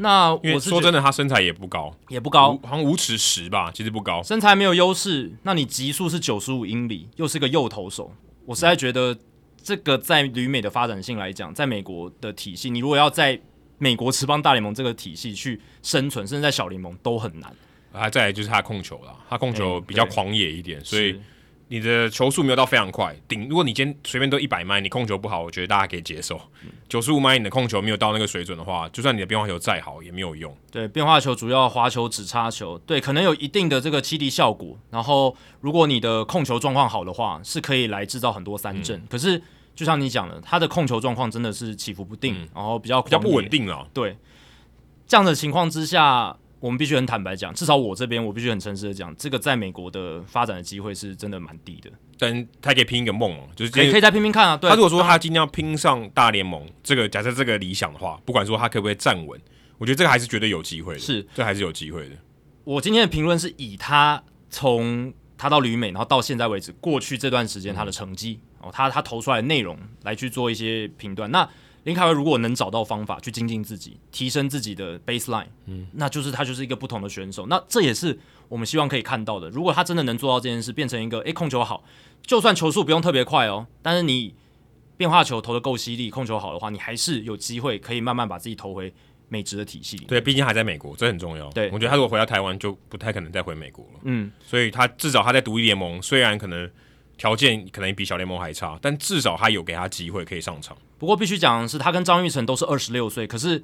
Speaker 2: 那
Speaker 1: 因为
Speaker 2: 我是
Speaker 1: 说
Speaker 2: 觉得
Speaker 1: 真的，他身材也不高，
Speaker 2: 也不高
Speaker 1: 五，好像五尺十吧，其实不高。
Speaker 2: 身材没有优势，那你极速是九十五英里，又是个右投手，我实在觉得这个在旅美的发展性来讲，在美国的体系，你如果要在美国职棒大联盟这个体系去生存，甚至在小联盟都很难。
Speaker 1: 啊，再来就是他的控球啦，他控球
Speaker 2: 嗯
Speaker 1: 比较
Speaker 2: 对
Speaker 1: 狂野一点，所以
Speaker 2: 是
Speaker 1: 你的球速没有到非常快。顶，如果你今天随便都一百迈，你控球不好，我觉得大家可以接受。九十五迈你的控球没有到那个水准的话，就算你的变化球再好也没有用。
Speaker 2: 对，变化球主要滑球、直插球，对，可能有一定的这个七敌效果。然后，如果你的控球状况好的话，是可以来制造很多三振。
Speaker 1: 嗯
Speaker 2: 可是，就像你讲的，他的控球状况真的是起伏不定，然后比较
Speaker 1: 嗯比较不
Speaker 2: 狂野
Speaker 1: 稳定了。
Speaker 2: 对，这样的情况之下，我们必须很坦白讲，至少我这边我必须很诚实的讲，这个在美国的发展的机会是真的蛮低的。
Speaker 1: 但他可以拼一个梦哦，就是
Speaker 2: 可以
Speaker 1: 这
Speaker 2: 可
Speaker 1: 个
Speaker 2: 以再拼拼看啊，对
Speaker 1: 他如果说他今天要拼上大联盟，这个假设这个理想的话，不管说他可不可以站稳，我觉得这个还是绝对有机会的，
Speaker 2: 是
Speaker 1: 这还是有机会的。
Speaker 2: 我今天的评论是以他从他到旅美，然后到现在为止，过去这段时间他的成绩、哦，他他投出来的内容来去做一些评断。那林凯威如果能找到方法去精进自己，提升自己的 baseline，嗯，那就是他就是一个不同的选手。那这也是我们希望可以看到的。如果他真的能做到这件事，变成一个诶控球好，就算球速不用特别快哦，但是你变化球投的够犀利，控球好的话，你还是有机会可以慢慢把自己投回美职的体系里。
Speaker 1: 对，毕竟还在美国，这很重要。
Speaker 2: 对
Speaker 1: 我觉得他如果回到台湾，就不太可能再回美国了。
Speaker 2: 嗯，
Speaker 1: 所以他至少他在独立联盟，虽然可能条件可能比小联盟还差，但至少他有给他机会可以上场。
Speaker 2: 不过必须讲的是，他跟张玉成都是二十六岁，可是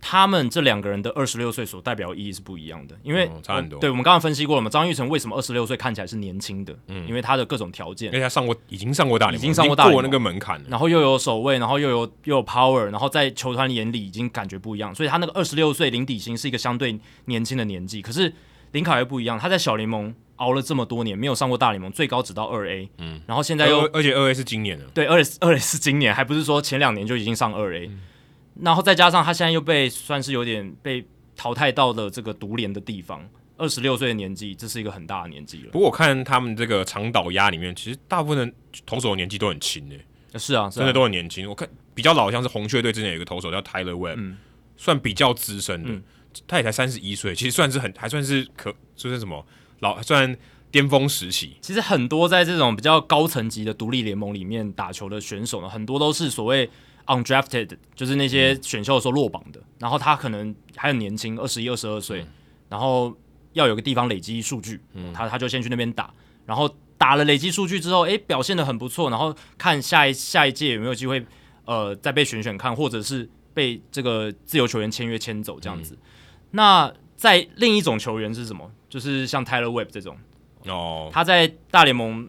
Speaker 2: 他们这两个人的二十六岁所代表的意义是不一样的，因为、
Speaker 1: 嗯差很多
Speaker 2: 对，我们刚刚分析过了嘛，张玉成为什么二十六岁看起来是年轻的？嗯，因为他的各种条
Speaker 1: 因
Speaker 2: 件，
Speaker 1: 为他上过，已经上过大联盟，
Speaker 2: 已经上过大联盟
Speaker 1: 那个门槛了。
Speaker 2: 然后又有守卫，然后又有又有 power，然后在球团眼里已经感觉不一样，所以他那个二十六岁零底薪是一个相对年轻的年纪。可是林凯威不一样，他在小联盟熬了这么多年，没有上过大联盟，最高只到二 A，嗯，然后现在又
Speaker 1: 而而且二 A 是今年的，
Speaker 2: 对，二 S 二 S 今年还不是说前两年就已经上二 A，、然后再加上他现在又被算是有点被淘汰到了这个独联的地方，二十六岁的年纪，这是一个很大的年纪了。
Speaker 1: 不过我看他们这个长岛鸭里面，其实大部分的投手年纪都很轻诶、
Speaker 2: 呃是啊，是啊
Speaker 1: 真的都很年轻。我看比较老像是红雀队之前有一个投手叫 Tyler Webb，、算
Speaker 2: 嗯
Speaker 1: 比较资深的，他也才三十一岁，其实算是很还算是可就是什么老算巅峰时期。
Speaker 2: 其实很多在这种比较高层级的独立联盟里面打球的选手呢，很多都是所谓 undrafted，就是那些选秀的时候落榜的，然后他可能还很年轻，二十一、二十二岁，然后要有个地方累积数据，他他就先去那边打，然后打了累积数据之后，诶，表现的很不错，然后看下一下一届有没有机会，呃，再被选选看，或者是被这个自由球员签约签走这样子。那在另一种球员是什么？就是像 Tyler Webb 这种。
Speaker 1: 哦，
Speaker 2: 他在大联盟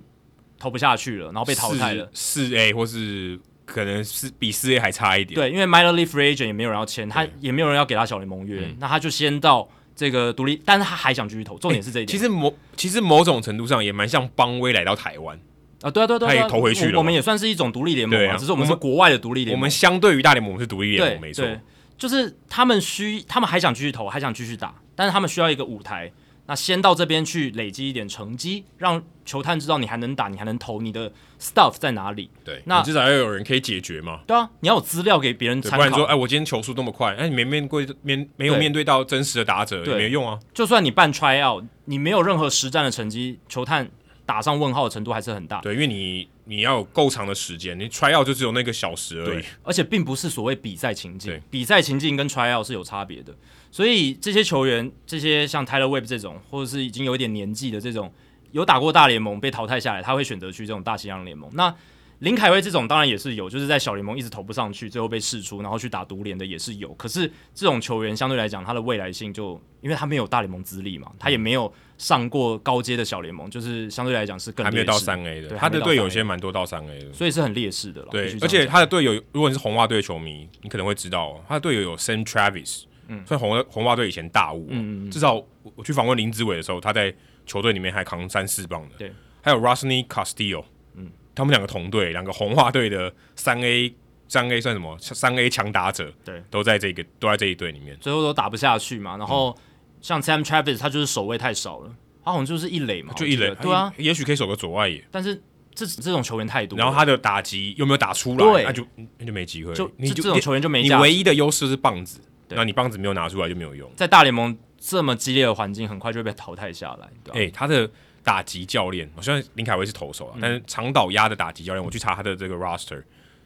Speaker 2: 投不下去了，然后被淘汰了。
Speaker 1: 四四 A 或是可能是比四 A 还差一点。
Speaker 2: 对，因为 minor league free agent 也没有人要签，他也没有人要给他小联盟约，那他就先到这个独立，但是他还想继续投，重点是这一点。
Speaker 1: 其实某其实某种程度上也蛮像邦威来到台湾，
Speaker 2: 啊，对啊，对啊，对啊，
Speaker 1: 他也
Speaker 2: 对啊
Speaker 1: 投回去
Speaker 2: 我
Speaker 1: 了
Speaker 2: 我
Speaker 1: 嘛
Speaker 2: 们也算是一种独立联盟
Speaker 1: 对
Speaker 2: 啊，
Speaker 1: 啊
Speaker 2: 只是我们
Speaker 1: 我
Speaker 2: 是
Speaker 1: 们
Speaker 2: 国外的独立
Speaker 1: 我
Speaker 2: 联盟
Speaker 1: 们，相对于大联盟，我们是独立联
Speaker 2: 对，
Speaker 1: 盟，没错。
Speaker 2: 对就是他们需他们还想继续投，还想继续打，但是他们需要一个舞台。那先到这边去累积一点成绩，让球探知道你还能打，你还能投，你的 stuff 在哪里？
Speaker 1: 对，
Speaker 2: 那
Speaker 1: 你至少要有人可以解决嘛，
Speaker 2: 对啊，你要有资料给别人
Speaker 1: 对
Speaker 2: 参
Speaker 1: 不然说，
Speaker 2: 考。
Speaker 1: 哎，我今天球速那么快，哎，你没面对面没有
Speaker 2: 对
Speaker 1: 面对到真实的打者，也
Speaker 2: 对
Speaker 1: 没用啊。
Speaker 2: 就算你办 try out，你没有任何实战的成绩，球探打上问号的程度还是很大。
Speaker 1: 对，因为你你要有够长的时间，你 try out 就只有那个小时而已
Speaker 2: 对。，而且并不是所谓比赛情境
Speaker 1: 对，
Speaker 2: 比赛情境跟 tryout 是有差别的。所以这些球员，这些像 Tyler Webb 这种，或者是已经有一点年纪的这种，有打过大联盟被淘汰下来，他会选择去这种大西洋联盟。那林凯威这种当然也是有，就是在小联盟一直投不上去，最后被释出，然后去打独联的也是有。可是这种球员相对来讲，他的未来性就因为他没有大联盟资历嘛，
Speaker 1: 嗯
Speaker 2: 他也没有上过高阶的小联盟，就是相对来讲是更
Speaker 1: 还没有到
Speaker 2: 劣势的，
Speaker 1: 三 A 的，
Speaker 2: 对
Speaker 1: 他的
Speaker 2: 还没到
Speaker 1: 队友
Speaker 2: 3A
Speaker 1: 些蛮多到三 A 的。
Speaker 2: 所以是很劣势的了。必
Speaker 1: 对
Speaker 2: 须，
Speaker 1: 而
Speaker 2: 这样
Speaker 1: 且
Speaker 2: 讲
Speaker 1: 他的队友，如果你是红袜队球迷，你可能会知道哦，他的队友有 Sam Travis，嗯，算红红袜队以前大物哦，
Speaker 2: 嗯
Speaker 1: 至少我我去访问林子伟的时候，他在球队里面还扛三四磅的，
Speaker 2: 对，
Speaker 1: 还有 Rosny Castillo，嗯，他们两个同队，两个红袜队的三 A 三 A 算什么？三 A 强打者，
Speaker 2: 对，
Speaker 1: 都在这个都在这一队里面，
Speaker 2: 最后都打不下去嘛。然后
Speaker 1: 嗯
Speaker 2: 像 Sam Travis，他就是守卫太少了，他好像就是一垒嘛，
Speaker 1: 就一人
Speaker 2: 我记得对啊。，
Speaker 1: 也许可以守个左外野，
Speaker 2: 但是这这种球员太多了，
Speaker 1: 然后他的打击又没有打出来，
Speaker 2: 对
Speaker 1: 那就嗯那就没机会，
Speaker 2: 就
Speaker 1: 你
Speaker 2: 就这种球员就没
Speaker 1: 你
Speaker 2: 价值
Speaker 1: 唯一的优势是棒子，
Speaker 2: 对
Speaker 1: 那你棒子没有拿出来就没有用。
Speaker 2: 在大联盟这么激烈的环境，很快就会被淘汰下来。对吧啊嗯
Speaker 1: 哎、他的打击教练，虽然林凯威是投手啊，但是长岛鸭的打击教练，我去查他的这个 roster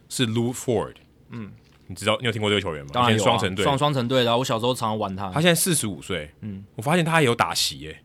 Speaker 1: 是 Lou Ford。嗯，你知道你有听过这个球员吗？
Speaker 2: 当然
Speaker 1: 以
Speaker 2: 有
Speaker 1: 前
Speaker 2: 啊
Speaker 1: 双城队，
Speaker 2: 双双城队的啊，我小时候常常玩他
Speaker 1: 他。现在四十五岁。嗯，我发现他还有打席哎、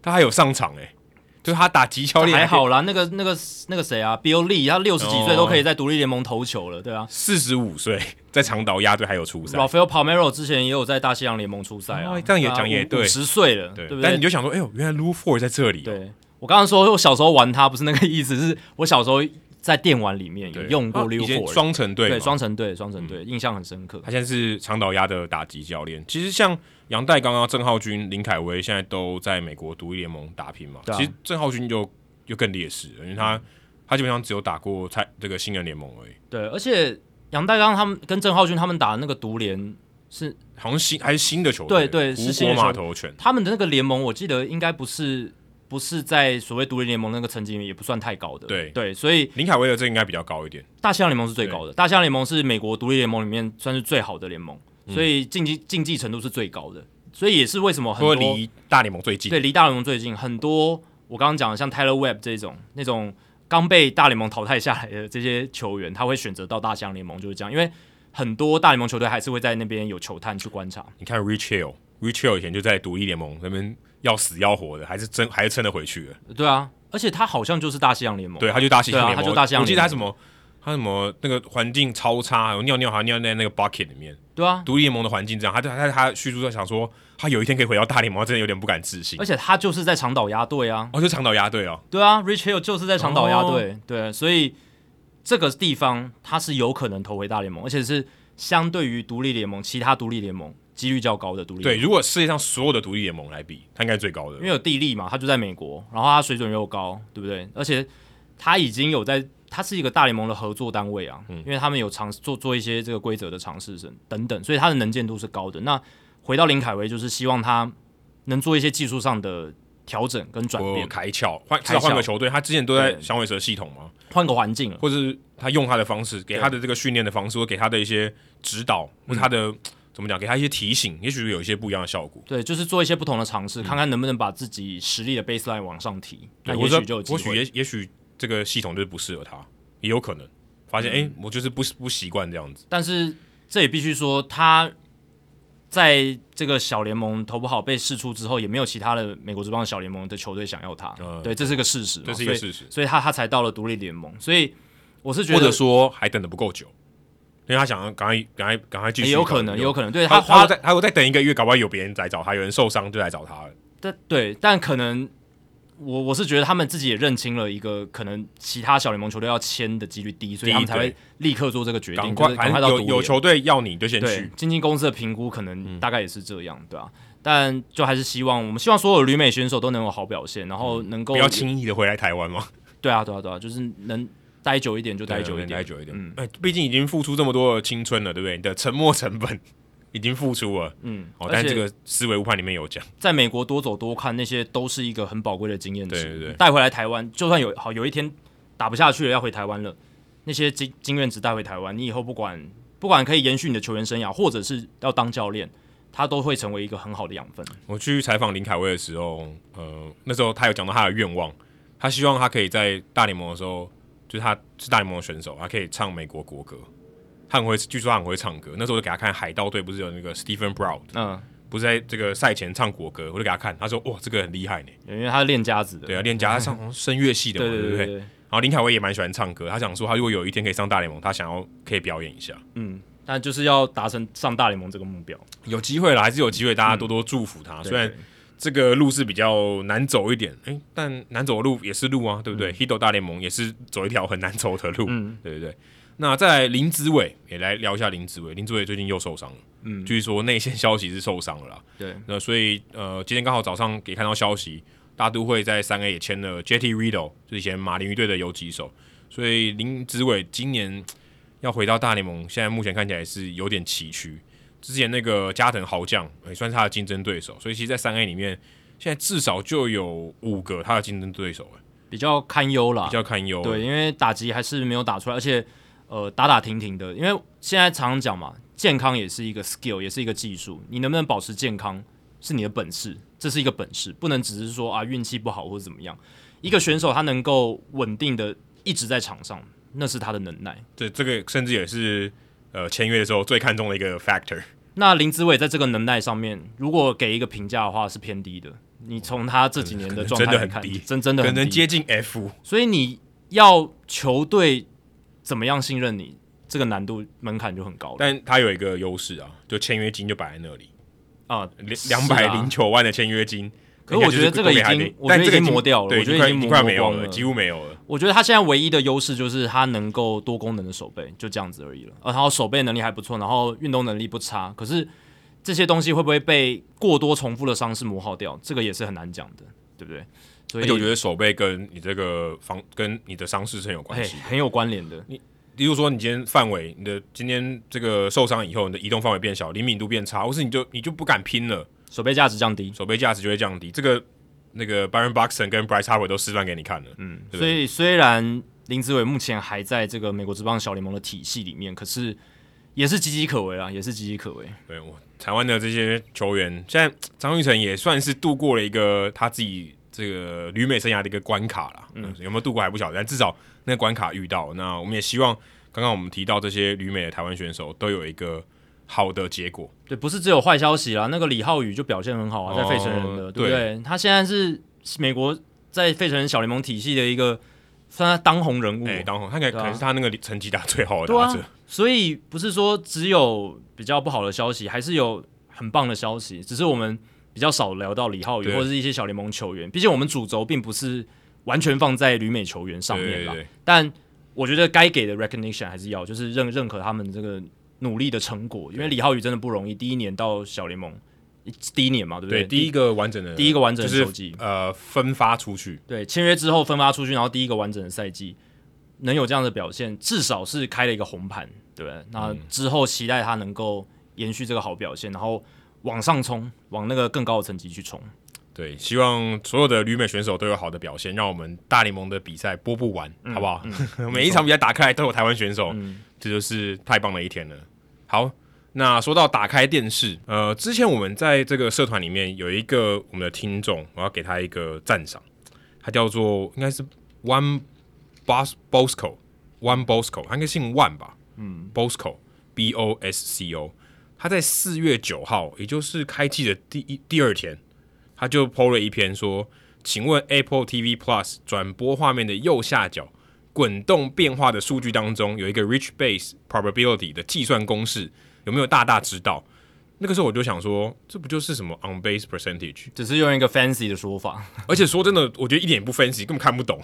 Speaker 1: 他还有上场哎、就是他打击教练
Speaker 2: 还好啦，那个那个那个谁啊，Bill Lee，他六十几岁
Speaker 1: 哦
Speaker 2: 都可以在独立联盟投球了，对啊。
Speaker 1: 四十五岁，在长岛鸭队还有出赛。
Speaker 2: Rafael Palmero 之前也有在大西洋联盟出赛
Speaker 1: 啊
Speaker 2: 啊
Speaker 1: 哦，这样也讲也对
Speaker 2: 十岁了，对
Speaker 1: 对，
Speaker 2: 不对？
Speaker 1: 但你就想说，哎呦，原来 Lou Ford 在这里、哦。
Speaker 2: 对我刚刚说我小时候玩它不是那个意思，是我小时候在电玩里面有
Speaker 1: 对
Speaker 2: 用过
Speaker 1: 他
Speaker 2: 溜
Speaker 1: 以前
Speaker 2: 火，
Speaker 1: 双城队嘛，嗯
Speaker 2: 对双城队双城队、印象很深刻
Speaker 1: 他。现在是长岛鸭的打击教练。其实像杨代刚刚、郑浩君、林凯威现在都在美国独立联盟打拼嘛。
Speaker 2: 对啊嗯
Speaker 1: 其实郑浩君就就更劣势了，因为他他基本上只有打过蔡这个新人联盟而已，
Speaker 2: 对，而且杨代刚他们跟郑浩君他们打的那个独联是
Speaker 1: 好像新还是新的球队，
Speaker 2: 对对是
Speaker 1: 湖
Speaker 2: 新的
Speaker 1: 国
Speaker 2: 球
Speaker 1: 码头犬。
Speaker 2: 他们的那个联盟，我记得应该不是不是在所谓独立联盟那个层级里面也不算太高的。
Speaker 1: 对
Speaker 2: 对，所以
Speaker 1: 林凯威的这个应该比较高一点，
Speaker 2: 大西洋联盟是最高的，大西洋联盟是美国独立联盟里面算是最好的联盟，
Speaker 1: 嗯
Speaker 2: 所以竞技竞技程度是最高的，所以也是为什么很
Speaker 1: 或
Speaker 2: 多
Speaker 1: 者离大联盟最近。
Speaker 2: 对，离大联盟最近很多，我刚刚讲的像 Tyler Webb 这种那种刚被大联盟淘汰下来的这些球员，他会选择到大象联盟，就是这样，因为很多大联盟球队还是会在那边有球探去观察。
Speaker 1: 你看 Rich Hill，Rich Hill 以前就在独立联盟那边要死要活的，还是真还是撑得回去的。
Speaker 2: 对啊，而且他好像就是大西洋联盟，
Speaker 1: 对，他就大西洋
Speaker 2: 对啊
Speaker 1: 联盟，
Speaker 2: 他就大西洋
Speaker 1: 我记得他什
Speaker 2: 联
Speaker 1: 么，他什么那个环境超差，有尿尿还尿在那个 bucket 里面。
Speaker 2: 对啊，
Speaker 1: 独立联盟的环境这样，他他他他叙述在想说，他有一天可以回到大联盟，他真的有点不敢置信
Speaker 2: 而。且他就是在长岛鸭队啊，
Speaker 1: 哦，就长岛鸭队哦，
Speaker 2: 对啊，Rich Hill 就是在长岛鸭队，对，所以这个地方他是有可能投回大联盟，而且是相对于独立联盟其他独立联盟几率较高的独立联盟
Speaker 1: 对，如果世界上所有的独立联盟来比，他应该是最高的
Speaker 2: 嗯因。为有地利嘛，他就在美国，然后他水准又高，对不对？而且他已经有在，他是一个大联盟的合作单位啊，因为他们有尝试做做一些这个规则的尝试等等等，所以他的能见度是高的。那回到林凯威，就是希望他能做一些技术上的调整跟转
Speaker 1: 我
Speaker 2: 变，
Speaker 1: 开窍，换至
Speaker 2: 开窍
Speaker 1: 少换个球队，他之前都在
Speaker 2: 对
Speaker 1: 响尾蛇系统嘛，
Speaker 2: 换个环境啊了。
Speaker 1: 或是他用他的方式，给他的这个训练的方式，或给他的一些指导，或者他的
Speaker 2: 嗯
Speaker 1: 怎么讲，给他一些提醒，也许有一些不一样的效果。
Speaker 2: 对，就是做一些不同的尝试，看看能不能把自己实力的 baseline 往上提。那
Speaker 1: 对
Speaker 2: 也
Speaker 1: 或者
Speaker 2: 许就有机
Speaker 1: 或许
Speaker 2: 会。
Speaker 1: 也也许这个系统就是不适合他，也有可能发
Speaker 2: 嗯
Speaker 1: 现，哎、我就是不不习惯这样子。
Speaker 2: 但是这也必须说，他在这个小联盟投不好被释出之后，也没有其他的美国职棒小联盟的球队想要他。
Speaker 1: 嗯
Speaker 2: 对，这是个事实嘛，
Speaker 1: 这是一个
Speaker 2: 哦所以
Speaker 1: 事实
Speaker 2: 所以他他才到了独立联盟。所以我是觉
Speaker 1: 或
Speaker 2: 得
Speaker 1: 者说还等的不够久，因为他想要赶快、赶快、赶快继
Speaker 2: 也
Speaker 1: 续，
Speaker 2: 有可能，有可能对
Speaker 1: 他
Speaker 2: 花
Speaker 1: 他再他有再等一个月，搞不好有别人来找他，有人受伤就来找他了。
Speaker 2: 但对，但可能我我是觉得他们自己也认清了一个可能其他小联盟球队要签的几率低，所以他们才会
Speaker 1: 对
Speaker 2: 立刻做这个决定，
Speaker 1: 赶
Speaker 2: 就
Speaker 1: 快，
Speaker 2: 是
Speaker 1: 反
Speaker 2: 赶快
Speaker 1: 正
Speaker 2: 到独
Speaker 1: 有有
Speaker 2: 立联盟
Speaker 1: 球队要你就先
Speaker 2: 对
Speaker 1: 去。嗯
Speaker 2: 经纪公司的评估可能大概也是这样，对吧、啊但就还是希望我们希望所有旅美选手都能有好表现，然后能够
Speaker 1: 嗯不要轻易的回来台湾嘛，
Speaker 2: 对啊对啊对啊，就是能待久一点就待久一点，
Speaker 1: 待久一点。
Speaker 2: 嗯
Speaker 1: 哎、毕竟已经付出这么多的青春了，对不对？你的沉没成本 已经付出了。
Speaker 2: 嗯，
Speaker 1: 哦，
Speaker 2: 而
Speaker 1: 但是
Speaker 2: 且
Speaker 1: 这个思维误判里面有讲，
Speaker 2: 在美国多走多看，那些都是一个很宝贵的经验值。
Speaker 1: 对对对
Speaker 2: 带回来台湾，就算有好有一天打不下去了，要回台湾了，那些经经验值带回台湾，你以后不管不管可以延续你的球员生涯，或者是要当教练，他都会成为一个很好的养分。
Speaker 1: 我去采访林凯威的时候，呃，那时候他有讲到他的愿望，他希望他可以在大联盟的时候，就是他是大联盟的选手，他可以唱美国国歌，他很会，据说他很会唱歌。那时候我就给他看海盗队不是有那个 Stephen Brown，
Speaker 2: 嗯，
Speaker 1: 不是在这个赛前唱国歌，我就给他看，他说哇，这个很厉害呢。
Speaker 2: 因为他是练家子的，
Speaker 1: 对啊，练家他上好像声乐系的嘛，
Speaker 2: 对
Speaker 1: 不
Speaker 2: 对
Speaker 1: 对？
Speaker 2: 对，
Speaker 1: 然后林凯威也蛮喜欢唱歌，他想说他如果有一天可以上大联盟，他想要可以表演一下，
Speaker 2: 嗯，但就是要达成上大联盟这个目标。
Speaker 1: 有机会了，还是有机会，大家多多祝福他。虽然
Speaker 2: 嗯对
Speaker 1: 这个路是比较难走一点，诶，但难走的路也是路啊，对不对、h i t o 大联盟也是走一条很难走的路，
Speaker 2: 嗯
Speaker 1: 对对对。那再来林子伟也来聊一下林子伟，林子伟最近又受伤了，
Speaker 2: 嗯
Speaker 1: 据说内线消息是受伤了啦。
Speaker 2: 对，
Speaker 1: 那所以呃，今天刚好早上也看到消息，大都会在三 A 也签了 Jetty Riddle，就是以前马林鱼队的游击手，所以林子伟今年要回到大联盟，现在目前看起来是有点崎岖。之前那个加藤豪将也算是他的竞争对手，所以其实，在三 A 里面，现在至少就有五个他的竞争对手，
Speaker 2: 比较堪忧啦，
Speaker 1: 比较堪忧。
Speaker 2: 对，因为打击还是没有打出来，而且呃打打停停的，因为现在常常讲嘛，健康也是一个 skill，也是一个技术，你能不能保持健康是你的本事，这是一个本事，不能只是说啊运气不好或者怎么样。一个选手他能够稳定的一直在场上，那是他的能耐。
Speaker 1: 这这个甚至也是呃签约的时候最看重的一个 factor。
Speaker 2: 那林子伟在这个能耐上面，如果给一个评价的话是偏低的。你从他这几年的状态来
Speaker 1: 可能真的
Speaker 2: 看，
Speaker 1: 很低
Speaker 2: 真真的
Speaker 1: 可
Speaker 2: 很低
Speaker 1: 能接近 F，
Speaker 2: 所以你要球队怎么样信任你，这个难度门槛就很高了。
Speaker 1: 但他有一个优势啊，就签约金就摆在那里。
Speaker 2: 啊，
Speaker 1: 两
Speaker 2: 是啊
Speaker 1: 两百零九万的签约金。
Speaker 2: 可是我觉得这个已经
Speaker 1: 应该就是
Speaker 2: 我觉得
Speaker 1: 但这个
Speaker 2: 已经磨掉了
Speaker 1: 对，
Speaker 2: 我觉得
Speaker 1: 快
Speaker 2: 已经磨
Speaker 1: 快没有
Speaker 2: 光了
Speaker 1: 几乎没有了。
Speaker 2: 我觉得他现在唯一的优势就是他能够多功能的手背，就这样子而已了。呃然后手背能力还不错，然后运动能力不差，可是这些东西会不会被过多重复的伤势磨耗掉，这个也是很难讲的，对不对？所
Speaker 1: 而
Speaker 2: 以
Speaker 1: 且我觉得手背跟你这个防跟你的伤势是很有关
Speaker 2: 嘿
Speaker 1: 系。
Speaker 2: 很有关联的。
Speaker 1: 例如说，你今天范围，你的今天这个受伤以后，你的移动范围变小，灵敏度变差，或是你就你就不敢拼了，
Speaker 2: 手背价值降低，
Speaker 1: 手背价值就会降低。这个那个 Baron Buxton 跟 Bryce Harper 都示范给你看了。
Speaker 2: 嗯，
Speaker 1: 对
Speaker 2: 所以虽然林子伟目前还在这个美国职棒小联盟的体系里面，可是也是岌岌可危啦，啊也是岌岌可危。
Speaker 1: 对我台湾的这些球员，现在张玉成也算是度过了一个他自己这个旅美生涯的一个关卡啦。嗯，有没有度过还不晓得，但至少那个关卡遇到。那我们也希望刚刚我们提到这些旅美的台湾选手都有一个好的结果。
Speaker 2: 对，不是只有坏消息啦。那个李浩宇就表现很好啊，在
Speaker 1: 哦
Speaker 2: 费城人的，对
Speaker 1: 对
Speaker 2: 不对？他现在是美国在费城人小联盟体系的一个算他当红人物，
Speaker 1: 哎、当红，他可能、
Speaker 2: 对啊
Speaker 1: 可能是他那个成绩打最好的
Speaker 2: 对
Speaker 1: 打
Speaker 2: 啊
Speaker 1: 者。。
Speaker 2: 所以不是说只有比较不好的消息，还是有很棒的消息，只是我们比较少聊到李浩宇
Speaker 1: 对
Speaker 2: 或者是一些小联盟球员。毕竟我们主轴并不是完全放在旅美球员上
Speaker 1: 对
Speaker 2: 面
Speaker 1: 对
Speaker 2: 啦，
Speaker 1: 对，
Speaker 2: 但我觉得该给的 recognition 还是要，就是认认可他们这个努力的成果，因为李浩宇真的不容易，第一年到小联盟，第一年嘛，对不
Speaker 1: 对第一个完整的
Speaker 2: 第一个完整
Speaker 1: 就
Speaker 2: 的
Speaker 1: 是
Speaker 2: 手机
Speaker 1: 呃分发出去。
Speaker 2: 对签约之后分发出去，然后第一个完整的赛季能有这样的表现，至少是开了一个红盘，对不对？那
Speaker 1: 嗯
Speaker 2: 之后期待他能够延续这个好表现，然后往上冲，往那个更高的层级去冲。
Speaker 1: 对，希望所有的旅美选手都有好的表现，让我们大联盟的比赛播不完，好不好？ 每一场比赛打开来都有台湾选手，这就是太棒的一天了。好，那说到打开电视，呃，之前我们在这个社团里面有一个我们的听众，我要给他一个赞赏，他叫做应该是 One Bos Bosco One Bosco，他应该姓 One 吧？嗯，Bosco B O S C O，他在四月九号，也就是开季的第一第二天。他就 PO 了一篇说：“请问 Apple TV Plus 转播画面的右下角滚动变化的数据当中，有一个 Rich Base Probability 的计算公式，有没有大大知道？”那个时候我就想说，这不就是什么 on base percentage？
Speaker 2: 只是用一个 fancy 的说法，
Speaker 1: 而且说真的，我觉得一点也不分析，根本看不懂。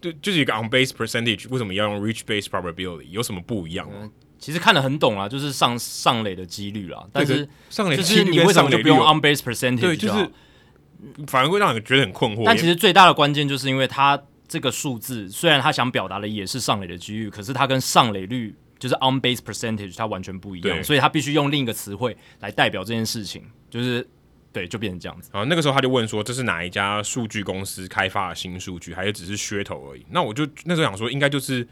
Speaker 1: 对，就是一个 on base percentage，为什么要用 reach base probability？有什么不一样吗？
Speaker 2: 其实看得很懂啦，就是上上垒的几率啦，但
Speaker 1: 对
Speaker 2: 是
Speaker 1: 可上垒
Speaker 2: 就是你为什么就不用 on base percentage？
Speaker 1: 哦对，就
Speaker 2: 好
Speaker 1: 是反而会让人觉得很困惑。
Speaker 2: 但其
Speaker 1: 也
Speaker 2: 实最大的关键就是因为它这个数字，虽然它想表达的也是上垒的机遇，可是它跟上垒率就是 on base percentage 它完全不一
Speaker 1: 对
Speaker 2: 样，所以它必须用另一个词汇来代表这件事情，就是对，就变成这样子。
Speaker 1: 然后那个时候他就问说，这是哪一家数据公司开发的新数据，还是只是噱头而已？那我就那时候想说，应该就是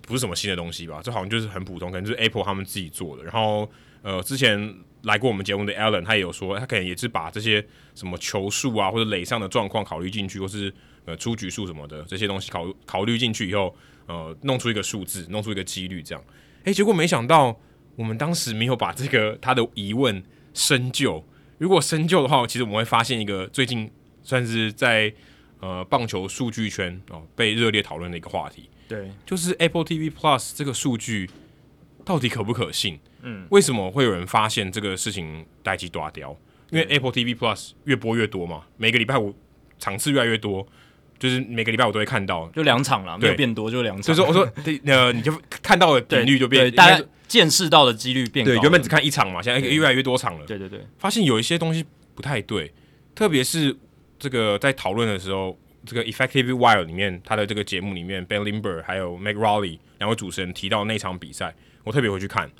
Speaker 1: 不是什么新的东西吧？这好像就是很普通，可能就是 Apple 他们自己做的。然后呃，之前来过我们节目的 Alan 他也有说，他可能也是把这些什么球数啊，或者垒上的状况考虑进去，或是呃出局数什么的这些东西考考虑进去以后，呃，弄出一个数字，弄出一个几率这样。诶，结果没想到我们当时没有把这个他的疑问深究。如果深究的话，其实我们会发现一个最近算是在呃棒球数据圈哦被热烈讨论的一个话题，
Speaker 2: 对，
Speaker 1: 就是 Apple TV Plus 这个数据到底可不可信？嗯，为什么会有人发现这个事情待机抓掉？因为 Apple TV Plus 越播越多嘛，每个礼拜五场次越来越多，就是每个礼拜我都会看到。
Speaker 2: 就两场啦，没
Speaker 1: 对
Speaker 2: 有变多，就两场。
Speaker 1: 所以说，我说，对呃，你就看到的频
Speaker 2: 对
Speaker 1: 率就
Speaker 2: 对
Speaker 1: 变，
Speaker 2: 大
Speaker 1: 应该
Speaker 2: 家
Speaker 1: 是
Speaker 2: 见识到的几率变高
Speaker 1: 对
Speaker 2: 了。
Speaker 1: 原本只看一场嘛，现在
Speaker 2: 对
Speaker 1: 越来越多场了。
Speaker 2: 对对对
Speaker 1: 发现有一些东西不太对，特别是这个在讨论的时候，这个 Effective Wild 里面他的这个节目里面，Ben Limber 还有 Meg Rowley 两位主持人提到那场比赛，我特别回去看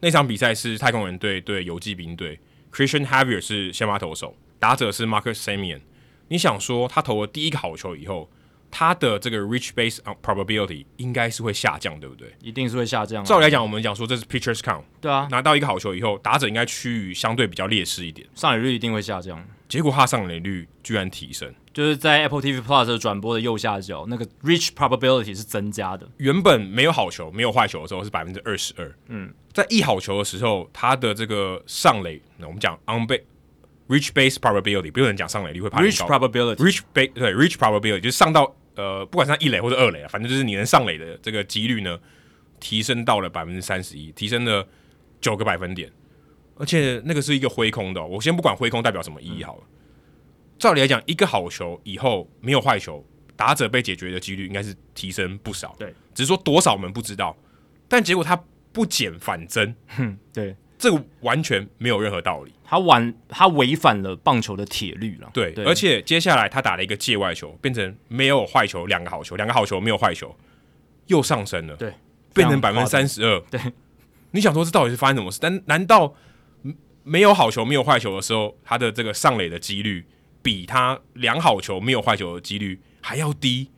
Speaker 1: 那场比赛是太空人队对游击兵队，Christian Javier 是先发投手，打者是 Marcus Simeon。你想说他投了第一个好球以后，他的这个 reach base probability 应该是会下降，对不对？
Speaker 2: 一定是会下降啊。
Speaker 1: 照理来讲，我们讲说这是 pitchers count，
Speaker 2: 对啊，
Speaker 1: 拿到一个好球以后，打者应该趋于相对比较劣势一点。
Speaker 2: 上垒率一定会下降。
Speaker 1: 结果他上垒率居然提升。
Speaker 2: 就是在 Apple TV Plus 的转播的右下角，那个 reach probability 是增加的。
Speaker 1: 原本没有好球、没有坏球的时候是百分之二十二，嗯，在一好球的时候，他的这个上垒，那我们讲 on base reach base probability，不能讲上垒率会爬得
Speaker 2: reach
Speaker 1: 高
Speaker 2: probability
Speaker 1: reach base 对 reach probability 就是上到呃，不管是他一垒或者二垒啊，反正就是你能上垒的这个几率呢，提升到了百分之三十一，提升了九个百分点，而且那个是一个挥空的哦、我先不管挥空代表什么意义好了。照理来讲，一个好球以后没有坏球，打者被解决的几率应该是提升不少。
Speaker 2: 对，
Speaker 1: 只是说多少我们不知道，但结果他不减反增，
Speaker 2: 对，
Speaker 1: 这个完全没有任何道理。
Speaker 2: 他晚他违反了棒球的铁律了。
Speaker 1: 对，而且接下来他打了一个界外球，变成没有坏球，两个好球，两个好球没有坏球，又上升了，
Speaker 2: 对，
Speaker 1: 变成
Speaker 2: 非
Speaker 1: 百分
Speaker 2: 常夸
Speaker 1: 之
Speaker 2: 张
Speaker 1: 三十二。
Speaker 2: 对，
Speaker 1: 你想说这到底是发生什么事？但难道嗯没有好球没有坏球的时候，他的这个上垒的几率比他两好球没有坏球的几率还要低？